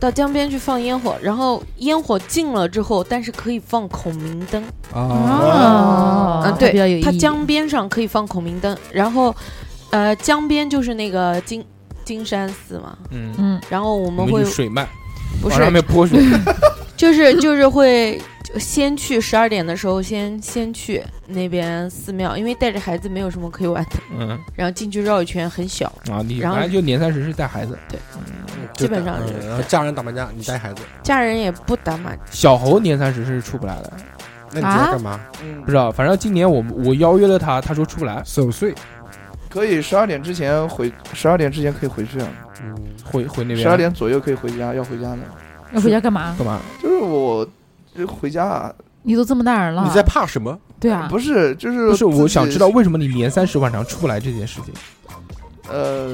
[SPEAKER 6] 到江边去放烟火，然后烟火禁了之后，但是可以放孔明灯，
[SPEAKER 7] 啊
[SPEAKER 6] 啊对
[SPEAKER 7] 比较有意义。
[SPEAKER 6] 它江边上可以放孔明灯，然后，呃，江边就是那个金金山寺嘛，
[SPEAKER 1] 嗯，
[SPEAKER 7] 嗯，
[SPEAKER 6] 然后我
[SPEAKER 1] 我
[SPEAKER 6] 们
[SPEAKER 1] 们
[SPEAKER 6] 会
[SPEAKER 1] 去水漫，
[SPEAKER 6] 不
[SPEAKER 1] 往
[SPEAKER 6] 是
[SPEAKER 1] 上面泼 水，
[SPEAKER 6] 就是就是会就先去十二点的时候先先去那边寺庙，因为带着孩子没有什么可以玩的，
[SPEAKER 1] 嗯
[SPEAKER 6] 然后进去绕一圈很小，
[SPEAKER 1] 啊，你
[SPEAKER 6] 然后
[SPEAKER 1] 反正就年三十是带孩子，
[SPEAKER 3] 就
[SPEAKER 6] 基本上
[SPEAKER 3] 打
[SPEAKER 6] 就是
[SPEAKER 3] 嗯然后家人打麻将，你带孩子，
[SPEAKER 6] 家人也不打麻将，
[SPEAKER 1] 小猴年三十是出不来的，
[SPEAKER 3] 那你在干嘛？
[SPEAKER 5] 嗯
[SPEAKER 1] 不知道，反正今年我我邀约了他，他说出不来，
[SPEAKER 2] 守岁，
[SPEAKER 5] 可以十二点之前回，十二点之前可以回去啊，
[SPEAKER 2] 嗯，
[SPEAKER 1] 回回那边
[SPEAKER 5] 十二点左右可以回家，要回家的。
[SPEAKER 7] 要回家干嘛？
[SPEAKER 1] 干嘛？
[SPEAKER 5] 就是我就回家啊，
[SPEAKER 7] 你都这么大人了，
[SPEAKER 3] 你在怕什么？
[SPEAKER 7] 对啊，
[SPEAKER 5] 不是就
[SPEAKER 1] 不
[SPEAKER 5] 是
[SPEAKER 1] 是，
[SPEAKER 5] 自己
[SPEAKER 1] 我想知道为什么你年三十晚上出不来这件事情。
[SPEAKER 5] 呃，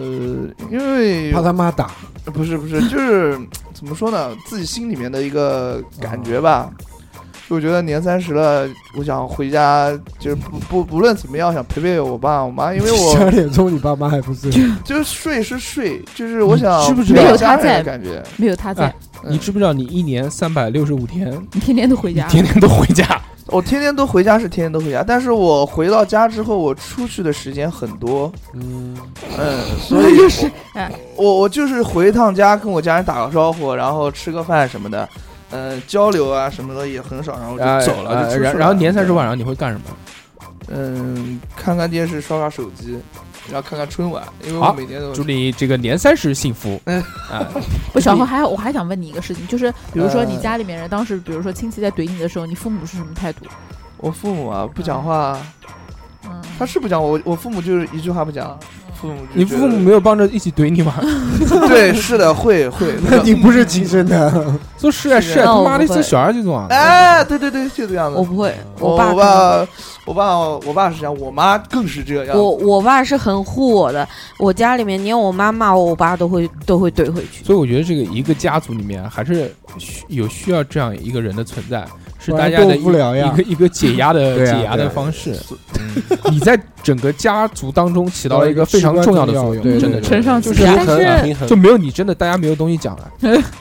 [SPEAKER 5] 因为
[SPEAKER 2] 怕他妈打，
[SPEAKER 5] 呃不是不是，就是怎么说呢，自己心里面的一个感觉吧。我觉得年三十了，我想回家，就是不不不论怎么样，想陪陪我爸我妈，因为
[SPEAKER 2] 十
[SPEAKER 5] 我
[SPEAKER 2] 二点钟你爸妈还不睡，
[SPEAKER 5] 就是睡是睡，就是我想
[SPEAKER 2] 你知不知
[SPEAKER 5] 陪
[SPEAKER 7] 道
[SPEAKER 5] 家人
[SPEAKER 7] 没有他在
[SPEAKER 5] 的感觉，
[SPEAKER 7] 没有他在，
[SPEAKER 1] 哎你知不知道你一年三百六十五天，
[SPEAKER 7] 你天天都回
[SPEAKER 1] 你
[SPEAKER 7] 家。
[SPEAKER 1] 天天都回家？
[SPEAKER 5] 我天天都回家是天天都回家，但是我回到家之后，我出去的时间很多，
[SPEAKER 1] 嗯，
[SPEAKER 5] 嗯，所 以我
[SPEAKER 7] 哎
[SPEAKER 5] 我我就是回一趟家，跟我家人打个招呼，然后吃个饭什么的，嗯，交流啊什么的也很少，然后
[SPEAKER 1] 呃
[SPEAKER 5] 就走了，就出去
[SPEAKER 1] 然
[SPEAKER 5] 了
[SPEAKER 1] 然后年三十晚上你会干什么？
[SPEAKER 5] 嗯，看看电视，刷刷手机，然后看看春晚，因为
[SPEAKER 1] 好
[SPEAKER 5] 我每天都
[SPEAKER 1] 祝你这个年三十幸福。
[SPEAKER 5] 嗯
[SPEAKER 1] 啊，
[SPEAKER 7] 我小何还有我还想问你一个事情，就是比如说你
[SPEAKER 5] 呃
[SPEAKER 7] 家里面人当时，比如说亲戚在怼你的时候，你父母是什么态度？
[SPEAKER 5] 我父母啊不讲话，
[SPEAKER 7] 嗯，
[SPEAKER 5] 他是不讲我，我父母就是一句话不讲，父母就
[SPEAKER 1] 你
[SPEAKER 5] 觉
[SPEAKER 1] 父母
[SPEAKER 5] 得
[SPEAKER 1] 没有帮着一起怼你吗？
[SPEAKER 5] 对，是的，会会， 那个
[SPEAKER 2] 你不是亲生的，
[SPEAKER 1] 说是啊是啊，
[SPEAKER 4] 那
[SPEAKER 1] 他
[SPEAKER 4] 我
[SPEAKER 1] 妈
[SPEAKER 4] 不
[SPEAKER 1] 的这
[SPEAKER 4] 会
[SPEAKER 1] 小孩就这种啊。
[SPEAKER 5] 哎，对对对，就这样子
[SPEAKER 4] 我。不会，
[SPEAKER 5] 我
[SPEAKER 4] 爸
[SPEAKER 5] 我爸我爸我爸是这样，我妈更是这样。
[SPEAKER 4] 我我爸是很护我的，我家里面连我妈骂我，我爸都会都会怼回去。
[SPEAKER 1] 所以我觉得这个一个家族里面还是需有需要这样一个人的存在，是
[SPEAKER 2] 不
[SPEAKER 1] 大
[SPEAKER 2] 然
[SPEAKER 1] 家的
[SPEAKER 2] 够无聊呀
[SPEAKER 1] 一个一个解压的
[SPEAKER 2] 对啊
[SPEAKER 1] 解压
[SPEAKER 2] 对
[SPEAKER 1] 的
[SPEAKER 2] 啊
[SPEAKER 1] 方式。嗯你在整个家族当中起到了一个非常
[SPEAKER 2] 至关
[SPEAKER 1] 重要的作
[SPEAKER 2] 重要
[SPEAKER 1] 用，
[SPEAKER 2] 对
[SPEAKER 1] 真的
[SPEAKER 2] 对
[SPEAKER 1] 真
[SPEAKER 7] 承
[SPEAKER 1] 的
[SPEAKER 7] 上
[SPEAKER 3] 就
[SPEAKER 7] 启
[SPEAKER 3] 是
[SPEAKER 7] 下
[SPEAKER 3] 平
[SPEAKER 7] 但
[SPEAKER 3] 衡啊平
[SPEAKER 7] 是
[SPEAKER 3] 衡
[SPEAKER 1] 就。没有你真的大家没有东西讲了，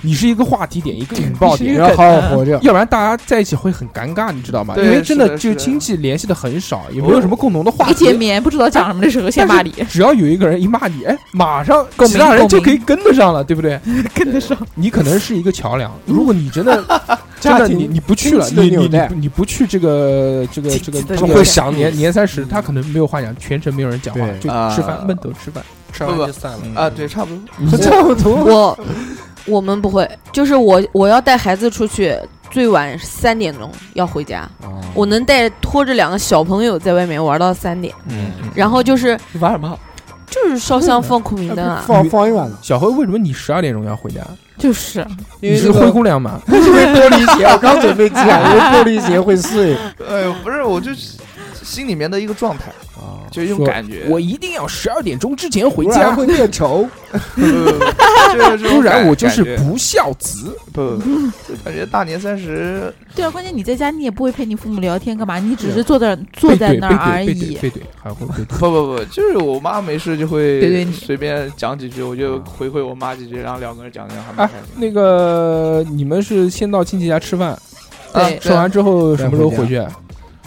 [SPEAKER 1] 你是一个话题点，一个引爆
[SPEAKER 2] 你
[SPEAKER 1] 点，然
[SPEAKER 2] 要
[SPEAKER 1] 后
[SPEAKER 2] 好好活着。
[SPEAKER 1] 要不然大家在一起会很尴尬，你知道吗？因
[SPEAKER 5] 对
[SPEAKER 1] 为真
[SPEAKER 5] 是的
[SPEAKER 1] 就是
[SPEAKER 5] 的
[SPEAKER 1] 亲戚联系的很少，也没有什么共同的话
[SPEAKER 7] 一
[SPEAKER 1] 题
[SPEAKER 7] 见。面不知道讲什么的 时候，先骂你，
[SPEAKER 1] 只要有一个人一骂你，哎，马上
[SPEAKER 7] 共鸣
[SPEAKER 1] 其他人就
[SPEAKER 7] 共鸣
[SPEAKER 1] 可以跟得上了，对不对？
[SPEAKER 7] 跟得上。
[SPEAKER 1] 你可能是一个桥梁。如果你真的真
[SPEAKER 2] 家
[SPEAKER 1] 的
[SPEAKER 2] 庭
[SPEAKER 1] 你你不去了，
[SPEAKER 2] 亲
[SPEAKER 1] 你
[SPEAKER 2] 戚的
[SPEAKER 1] 你
[SPEAKER 2] 纽
[SPEAKER 1] 你
[SPEAKER 2] 带
[SPEAKER 1] 不你不去这个这个这个，
[SPEAKER 4] 对
[SPEAKER 1] 这
[SPEAKER 4] 对
[SPEAKER 1] 个
[SPEAKER 4] 对
[SPEAKER 1] 想年年三十，他可能没有话讲，全程没有人讲话，
[SPEAKER 2] 对
[SPEAKER 1] 就
[SPEAKER 5] 啊
[SPEAKER 1] 吃饭闷头吃饭。
[SPEAKER 3] 吃完
[SPEAKER 5] 不
[SPEAKER 3] 就散了。
[SPEAKER 5] 啊，对，差不多。
[SPEAKER 1] 嗯
[SPEAKER 2] 这头
[SPEAKER 4] 我我们不会，就是我我要带孩子出去，最晚三点钟要回家。
[SPEAKER 3] 哦
[SPEAKER 4] 我能带拖着两个小朋友在外面玩到三点，
[SPEAKER 1] 嗯，
[SPEAKER 4] 然后就是
[SPEAKER 5] 玩什么？
[SPEAKER 4] 就是烧香放孔明灯啊，
[SPEAKER 2] 放放一晚了，
[SPEAKER 1] 小辉，为什么你十二点钟要回家？
[SPEAKER 7] 就是，
[SPEAKER 1] 你
[SPEAKER 2] 因为
[SPEAKER 1] 是灰姑娘吗？
[SPEAKER 2] 因为玻璃鞋，我刚准备讲，因为玻璃鞋会碎。
[SPEAKER 5] 哎呦，不是，我就是心里面的一个状态，
[SPEAKER 1] 啊
[SPEAKER 5] 就一种感觉。
[SPEAKER 1] 我一定要十二点钟之前回
[SPEAKER 2] 不然
[SPEAKER 1] 家，
[SPEAKER 2] 会变丑。
[SPEAKER 5] 不不不就是这种
[SPEAKER 1] 不然
[SPEAKER 5] 感
[SPEAKER 1] 我就是
[SPEAKER 5] 感觉
[SPEAKER 1] 不孝子。
[SPEAKER 5] 不，就感觉大年三十
[SPEAKER 7] 对啊，关键你在家你也不会陪你父母聊天干嘛，你只是坐在坐
[SPEAKER 1] 背
[SPEAKER 7] 在
[SPEAKER 1] 对
[SPEAKER 7] 那
[SPEAKER 1] 背
[SPEAKER 7] 儿而
[SPEAKER 1] 对背
[SPEAKER 7] 已。
[SPEAKER 1] 对背对，还会背对。
[SPEAKER 5] 不不不，就是我妈没事就
[SPEAKER 7] 对对
[SPEAKER 5] 会
[SPEAKER 7] 你
[SPEAKER 5] 随便讲几句，我就回回我妈几句，然后两个人讲讲还蛮
[SPEAKER 1] 哎
[SPEAKER 5] 开心。
[SPEAKER 1] 那个你们是先到亲戚家吃饭，
[SPEAKER 5] 啊
[SPEAKER 7] 对
[SPEAKER 1] 吃完之后什么时候哎回去？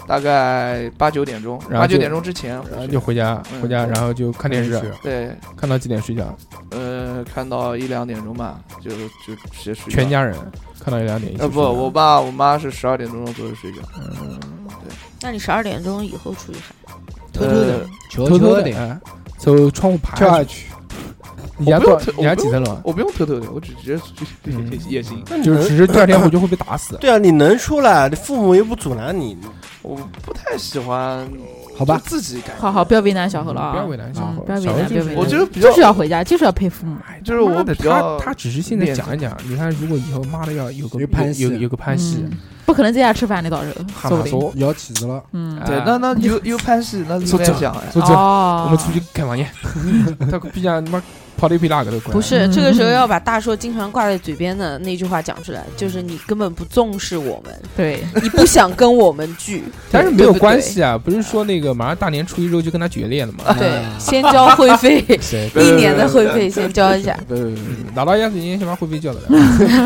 [SPEAKER 5] 大概八九点钟，
[SPEAKER 1] 然后
[SPEAKER 5] 八九
[SPEAKER 1] 就
[SPEAKER 5] 点钟之前回去，
[SPEAKER 1] 然后就回家，
[SPEAKER 5] 嗯
[SPEAKER 1] 回家然后就看电视，
[SPEAKER 5] 对，
[SPEAKER 1] 看到几点睡觉？
[SPEAKER 5] 呃，看到一两点钟吧，就就直接睡觉。
[SPEAKER 1] 全家人看到一两点一起
[SPEAKER 5] 呃
[SPEAKER 1] 睡
[SPEAKER 5] 不，
[SPEAKER 1] 觉。
[SPEAKER 5] 我爸我妈是十二点钟左右睡觉，
[SPEAKER 4] 那你十二点钟以后出去喊，
[SPEAKER 5] 偷偷的
[SPEAKER 3] 呃，
[SPEAKER 1] 偷偷的，哎从窗户爬
[SPEAKER 2] 跳
[SPEAKER 1] 下
[SPEAKER 2] 下
[SPEAKER 1] 去。
[SPEAKER 2] 去，
[SPEAKER 1] 你家
[SPEAKER 5] 我不
[SPEAKER 1] 多
[SPEAKER 5] 用
[SPEAKER 1] 少？
[SPEAKER 5] 偷
[SPEAKER 1] 你家几层楼啊？
[SPEAKER 5] 我不用偷偷的，我只直接出去
[SPEAKER 1] 嗯
[SPEAKER 5] 也行。
[SPEAKER 1] 就是只是第二天回去会被打死。
[SPEAKER 3] 对啊，你能出来，你父母又不阻拦你，
[SPEAKER 5] 我不太喜欢，
[SPEAKER 2] 好吧
[SPEAKER 5] 就自己感觉
[SPEAKER 7] 好好，不要为难小何了啊！
[SPEAKER 1] 不要为难小
[SPEAKER 7] 嗯
[SPEAKER 1] 何
[SPEAKER 7] 不要为
[SPEAKER 1] 小何
[SPEAKER 7] 难，
[SPEAKER 1] 就
[SPEAKER 7] 不要
[SPEAKER 1] 是
[SPEAKER 7] 为难。
[SPEAKER 5] 我觉得比较
[SPEAKER 7] 就是要回家，就是要陪父母。
[SPEAKER 5] 就是我
[SPEAKER 1] 妈的
[SPEAKER 5] 比较
[SPEAKER 1] 他他只是现在讲一讲，你看如果以后妈的要有个
[SPEAKER 2] 有
[SPEAKER 1] 有
[SPEAKER 2] 攀系
[SPEAKER 1] 有有个
[SPEAKER 7] 嗯
[SPEAKER 1] 潘西，
[SPEAKER 7] 不可能在家吃饭的，到时
[SPEAKER 1] 哈
[SPEAKER 7] 候说
[SPEAKER 1] 马
[SPEAKER 7] 不定。
[SPEAKER 1] 说
[SPEAKER 2] 摇旗子了。
[SPEAKER 7] 嗯，
[SPEAKER 1] 哎
[SPEAKER 5] 对，那那有有拍戏，那另
[SPEAKER 1] 说
[SPEAKER 5] 外
[SPEAKER 1] 这
[SPEAKER 5] 讲哎。
[SPEAKER 1] 说走，
[SPEAKER 7] 哦，
[SPEAKER 1] 我们出去开房 间，他逼家他妈跑的比哪个都快。
[SPEAKER 4] 不是
[SPEAKER 7] 嗯
[SPEAKER 4] 这个时候要把大硕经常挂在嘴边的那句话讲出来，就是你根本不重视我们，
[SPEAKER 7] 对，
[SPEAKER 1] 嗯
[SPEAKER 4] 你不想跟我们聚，
[SPEAKER 1] 但是没
[SPEAKER 4] 对
[SPEAKER 1] 有
[SPEAKER 4] 不对
[SPEAKER 1] 关系啊，不是说那个马上大年初一之后就跟他决裂了
[SPEAKER 7] 哦
[SPEAKER 1] 嘛？
[SPEAKER 4] 对， 先交会费，
[SPEAKER 2] 谁？
[SPEAKER 4] 一年的会费先交一下。
[SPEAKER 5] 对对 对
[SPEAKER 1] 嗯拿到压岁钱先把会费交得了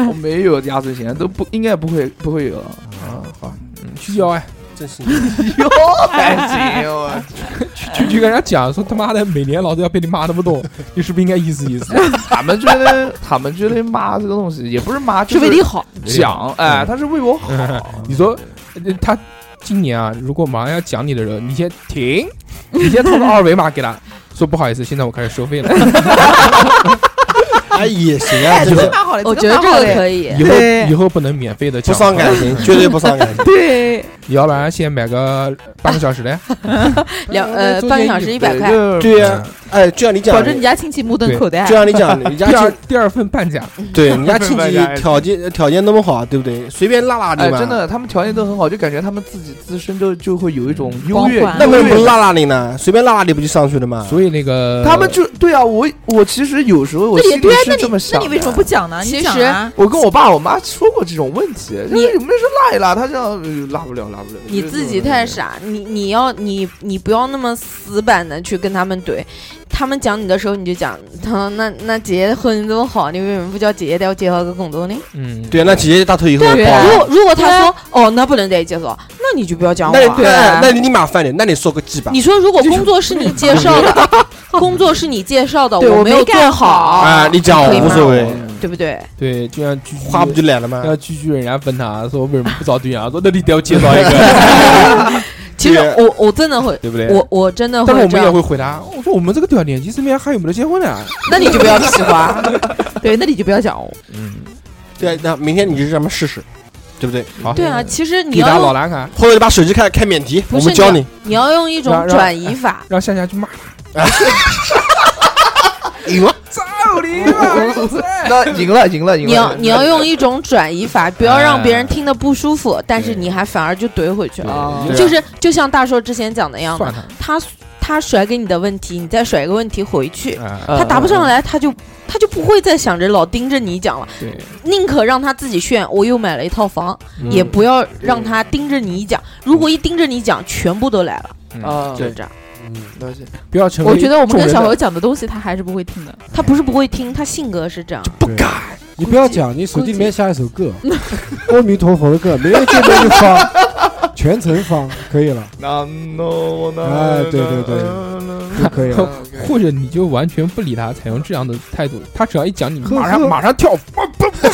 [SPEAKER 5] 我没有压岁钱，都不应该不会不会有。
[SPEAKER 1] 啊，好，嗯去要哎，
[SPEAKER 3] 真是
[SPEAKER 5] 哟，
[SPEAKER 7] 哎
[SPEAKER 5] 还行，我
[SPEAKER 1] 去去跟人家讲说他妈的每年老子要被你骂那么 多，你是不是应该意思意 思？
[SPEAKER 5] 他们觉得他们觉得妈这个东西也不是妈，
[SPEAKER 7] 是
[SPEAKER 5] 就
[SPEAKER 7] 为你
[SPEAKER 5] 是
[SPEAKER 7] 好。
[SPEAKER 5] 讲，
[SPEAKER 1] 嗯
[SPEAKER 5] 哎，他是为我好。
[SPEAKER 1] 你说呃他今年啊，如果马上要讲你的时候，你先停， 你先掏个二维码给他，说不好意思，现在我开始收费 了，
[SPEAKER 3] 哎也行啊，
[SPEAKER 7] 哎，
[SPEAKER 3] 就
[SPEAKER 7] 这
[SPEAKER 3] 是
[SPEAKER 7] 个蛮好的，
[SPEAKER 4] 我觉
[SPEAKER 7] 这
[SPEAKER 4] 得
[SPEAKER 7] 蛮
[SPEAKER 4] 这
[SPEAKER 7] 好
[SPEAKER 4] 个
[SPEAKER 7] 的。
[SPEAKER 4] 可以，
[SPEAKER 1] 以后
[SPEAKER 7] 对
[SPEAKER 1] 以后不能免费的
[SPEAKER 3] 不
[SPEAKER 1] 讲。
[SPEAKER 3] 伤感情，绝对不伤感情。
[SPEAKER 7] 对，
[SPEAKER 1] 要不然先买个半个小时的，
[SPEAKER 6] 两呃半个小时一百块，
[SPEAKER 5] 对
[SPEAKER 3] 对呀，
[SPEAKER 1] 嗯
[SPEAKER 6] 嗯
[SPEAKER 3] 哎，就像你讲
[SPEAKER 7] 保
[SPEAKER 3] 的，
[SPEAKER 7] 证你
[SPEAKER 3] 就
[SPEAKER 7] 家亲戚目瞪口呆。
[SPEAKER 3] 像你讲 的，你
[SPEAKER 1] 第
[SPEAKER 3] 家
[SPEAKER 6] 啊
[SPEAKER 1] 二
[SPEAKER 3] 亲
[SPEAKER 1] 第二份半价，
[SPEAKER 3] 对你家亲戚 条件条件那么好，对不对？随便拉拉你
[SPEAKER 5] 哎，
[SPEAKER 3] 嘛，
[SPEAKER 5] 真，的，他们条件都很好，就感觉他们自己自身就就会有一种优越
[SPEAKER 7] 嗯光环
[SPEAKER 3] 那为什么不
[SPEAKER 5] 优越
[SPEAKER 3] 拉拉你呢？随便拉拉你不就上去了吗？
[SPEAKER 1] 所以那个
[SPEAKER 5] 他们就对啊，我我其实有时候我心
[SPEAKER 7] 对呀，
[SPEAKER 5] 里
[SPEAKER 7] 对呀，啊那
[SPEAKER 5] 是
[SPEAKER 7] 你
[SPEAKER 5] 这么
[SPEAKER 7] 那
[SPEAKER 5] 想的。
[SPEAKER 7] 你为什么不讲呢？
[SPEAKER 6] 其
[SPEAKER 7] 你讲啊，
[SPEAKER 5] 我跟我爸我妈说过这种问题，就是你们是拉一拉，他这样呃拉不了，拉不了。
[SPEAKER 6] 你
[SPEAKER 5] 就是
[SPEAKER 6] 自己太傻，你你要你你不要那么死板的去跟他们怼，他们讲你的时候你就讲，他那那姐姐和你这么好，你为什么不叫姐姐带我介绍个工作呢？
[SPEAKER 1] 嗯，
[SPEAKER 3] 对啊，那姐姐大腿以后爆
[SPEAKER 6] 对啊，如
[SPEAKER 3] 了，
[SPEAKER 6] 果如果他说哦那不能带你介绍，那你就不要讲我
[SPEAKER 3] 那你
[SPEAKER 6] 啊。
[SPEAKER 3] 对
[SPEAKER 7] 啊
[SPEAKER 3] 那你立马翻脸，那你说个鸡巴
[SPEAKER 6] 你说如果工作是你介绍的，工作是你介绍的，
[SPEAKER 7] 对我
[SPEAKER 6] 没有
[SPEAKER 7] 没干
[SPEAKER 6] 做好，
[SPEAKER 3] 啊，你讲
[SPEAKER 6] 可以
[SPEAKER 3] 我无
[SPEAKER 6] 吗
[SPEAKER 3] 所谓，
[SPEAKER 6] 对不对？
[SPEAKER 1] 对，就像居居
[SPEAKER 3] 话不就来了吗？
[SPEAKER 5] 啊
[SPEAKER 1] 要居居，人家问他说为什么不找对象，说那你得要介绍一 个，
[SPEAKER 6] 其实
[SPEAKER 3] 对
[SPEAKER 6] 我我真的会，
[SPEAKER 1] 对不对？
[SPEAKER 6] 我我真的
[SPEAKER 1] 但是
[SPEAKER 6] 会
[SPEAKER 1] 我
[SPEAKER 6] 这
[SPEAKER 1] 们也
[SPEAKER 6] 样，
[SPEAKER 1] 会回答，我说我们这个屌年纪身边还有没得结婚啊的？
[SPEAKER 6] 那你就不要屁 话。
[SPEAKER 7] 对，那你就不要讲哦。
[SPEAKER 1] 嗯，
[SPEAKER 3] 对啊，那明天你就让他们试试，对不对？
[SPEAKER 1] 好，
[SPEAKER 6] 对啊，其实你
[SPEAKER 1] 嗯给大
[SPEAKER 6] 要
[SPEAKER 1] 家老
[SPEAKER 6] 用
[SPEAKER 1] 蓝看，
[SPEAKER 3] 或者你把手机开开免提，
[SPEAKER 6] 不
[SPEAKER 3] 我
[SPEAKER 6] 是
[SPEAKER 3] 们教你。
[SPEAKER 6] 你要用一
[SPEAKER 1] 让
[SPEAKER 6] 种
[SPEAKER 1] 让
[SPEAKER 6] 转移法，
[SPEAKER 1] 让夏夏 去骂他。
[SPEAKER 3] 赢了，
[SPEAKER 1] 哦
[SPEAKER 5] 那赢了，赢了，赢
[SPEAKER 6] 你
[SPEAKER 5] 了。
[SPEAKER 6] 要你要用一种转移法，不要让别人
[SPEAKER 1] 哎
[SPEAKER 6] 听得不舒服，但是
[SPEAKER 1] 对
[SPEAKER 6] 你还反而就怼回去了，
[SPEAKER 5] 啊
[SPEAKER 1] 对
[SPEAKER 6] 就是就像大硕之前讲的样子
[SPEAKER 1] 算，他
[SPEAKER 6] 他他甩给你的问题，你再甩一个问题回去，
[SPEAKER 1] 啊，
[SPEAKER 6] 他答不上
[SPEAKER 5] 来，
[SPEAKER 6] 来，他就他就不会再想着老盯着你讲了，
[SPEAKER 1] 对，
[SPEAKER 6] 宁可让他自己炫，我又买了一套房，
[SPEAKER 1] 嗯
[SPEAKER 6] 也不要让他盯着你讲。如果一盯着你讲，全部都来了，
[SPEAKER 5] 啊，
[SPEAKER 6] 就是这样。
[SPEAKER 5] 了解。
[SPEAKER 1] 不要成为
[SPEAKER 7] 我觉得我们
[SPEAKER 1] 众
[SPEAKER 7] 跟
[SPEAKER 1] 人
[SPEAKER 7] 小
[SPEAKER 1] 的
[SPEAKER 7] 何讲的东西，他还是不会听的。
[SPEAKER 6] 他不是不会听，他性格是这样。
[SPEAKER 3] 不敢。
[SPEAKER 2] 你不要讲，你手机里面下一首歌，阿弥陀佛的歌，没人见面就放，全程放，可以了，
[SPEAKER 5] 那 no
[SPEAKER 2] 哎对对对就 可以了。
[SPEAKER 5] 啊对。啊
[SPEAKER 1] 或者你就完全不理他，采用这样的态度，他只要一讲你，
[SPEAKER 2] 呵
[SPEAKER 1] 马上
[SPEAKER 2] 呵
[SPEAKER 1] 马上跳，不不不，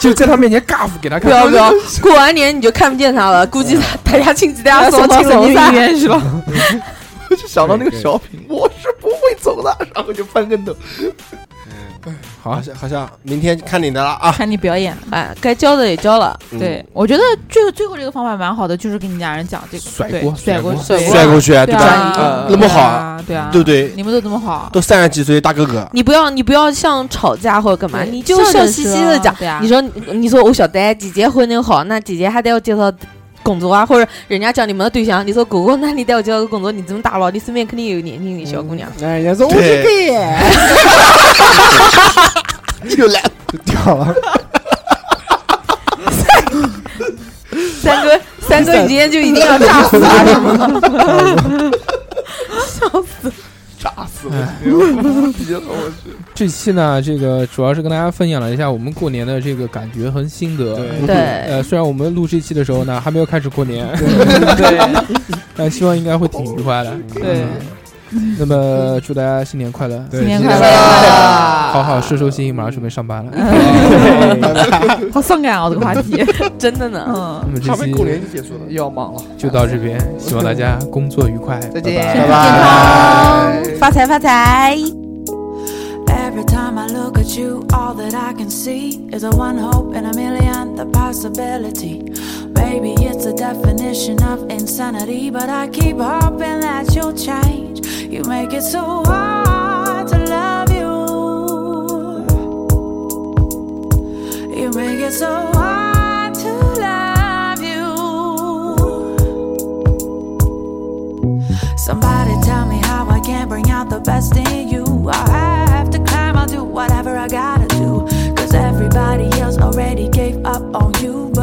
[SPEAKER 1] 就在他面前尬舞给他
[SPEAKER 6] 不
[SPEAKER 1] 看。
[SPEAKER 6] 要不要，过完年你就看不见他 了，估计他大家亲戚大家 送到青龙山。
[SPEAKER 7] 院去了。
[SPEAKER 5] 我就想到那个小品，我是不会走的，然后就翻跟头。
[SPEAKER 1] 好啊
[SPEAKER 3] 好，像好像明天看你的了啊。
[SPEAKER 7] 看你表演。
[SPEAKER 6] 哎，该交的也交了，
[SPEAKER 3] 嗯
[SPEAKER 7] 对，，我觉得最后最后这个方法蛮好的，就是跟你家人讲这个
[SPEAKER 1] 甩
[SPEAKER 7] 对
[SPEAKER 1] 锅甩
[SPEAKER 7] 甩
[SPEAKER 1] 锅
[SPEAKER 7] 甩
[SPEAKER 3] 甩过去，
[SPEAKER 7] 对
[SPEAKER 3] 对吧？
[SPEAKER 7] 啊
[SPEAKER 5] 嗯，
[SPEAKER 3] 那么好
[SPEAKER 7] 啊，对啊，
[SPEAKER 3] 对不对？
[SPEAKER 7] 你们都这么好，
[SPEAKER 3] 都三十几岁大哥哥，
[SPEAKER 6] 你不要你不要像吵架或者干嘛，
[SPEAKER 7] 对
[SPEAKER 6] 你就笑嘻嘻的讲。
[SPEAKER 7] 对啊，
[SPEAKER 6] 你说你说我晓得姐姐婚姻好，那姐姐还带我介绍工作啊，或者人家讲你们的对象，你说狗狗，那你带我介绍个工作，你这么大了，你身边肯定有年轻的小姑娘。
[SPEAKER 2] 哎，也是
[SPEAKER 7] 哦
[SPEAKER 2] 我
[SPEAKER 3] 对
[SPEAKER 2] 给
[SPEAKER 3] 又来
[SPEAKER 2] 掉了，
[SPEAKER 6] 三哥， 三哥，你今天就一定要炸死他是吗？
[SPEAKER 5] 炸死了！ 无敌了，我去！
[SPEAKER 1] 这期呢，这个主要是跟大家分享了一下我们过年的这个感觉和心得。
[SPEAKER 2] 对
[SPEAKER 6] 对，
[SPEAKER 1] 呃，虽然我们录这期的时候呢，还没有开始过年，
[SPEAKER 7] 对
[SPEAKER 1] 但希望应该会挺愉快的。
[SPEAKER 7] 对，
[SPEAKER 1] 那么祝大家新年快乐，
[SPEAKER 2] 对
[SPEAKER 7] 新年
[SPEAKER 2] 新
[SPEAKER 7] 快
[SPEAKER 2] 年
[SPEAKER 7] 乐，
[SPEAKER 1] 好好收收心，马上准备上班了。
[SPEAKER 7] 好伤感啊，这个话题，
[SPEAKER 6] 真的呢。
[SPEAKER 1] 那
[SPEAKER 7] 嗯，
[SPEAKER 1] 么这期
[SPEAKER 5] 就结束了，要忙了，
[SPEAKER 1] 就到这边，希望大家工作愉快，
[SPEAKER 5] 再见，
[SPEAKER 1] 拜拜
[SPEAKER 5] 拜
[SPEAKER 7] 身体健康
[SPEAKER 5] 拜
[SPEAKER 6] 发财发财！
[SPEAKER 8] Every time I look at you, all that I can see is a one hope in a million, the possibility. Baby, it's the definition of insanity, but I keep hoping that you'll change. You make it so hard to love you. You make it so hard to love you. Somebody tell me how I can bring out the best in you. I have to climb, I'll do whatever I gotta do. Cause everybody else already gave up on you. Oh,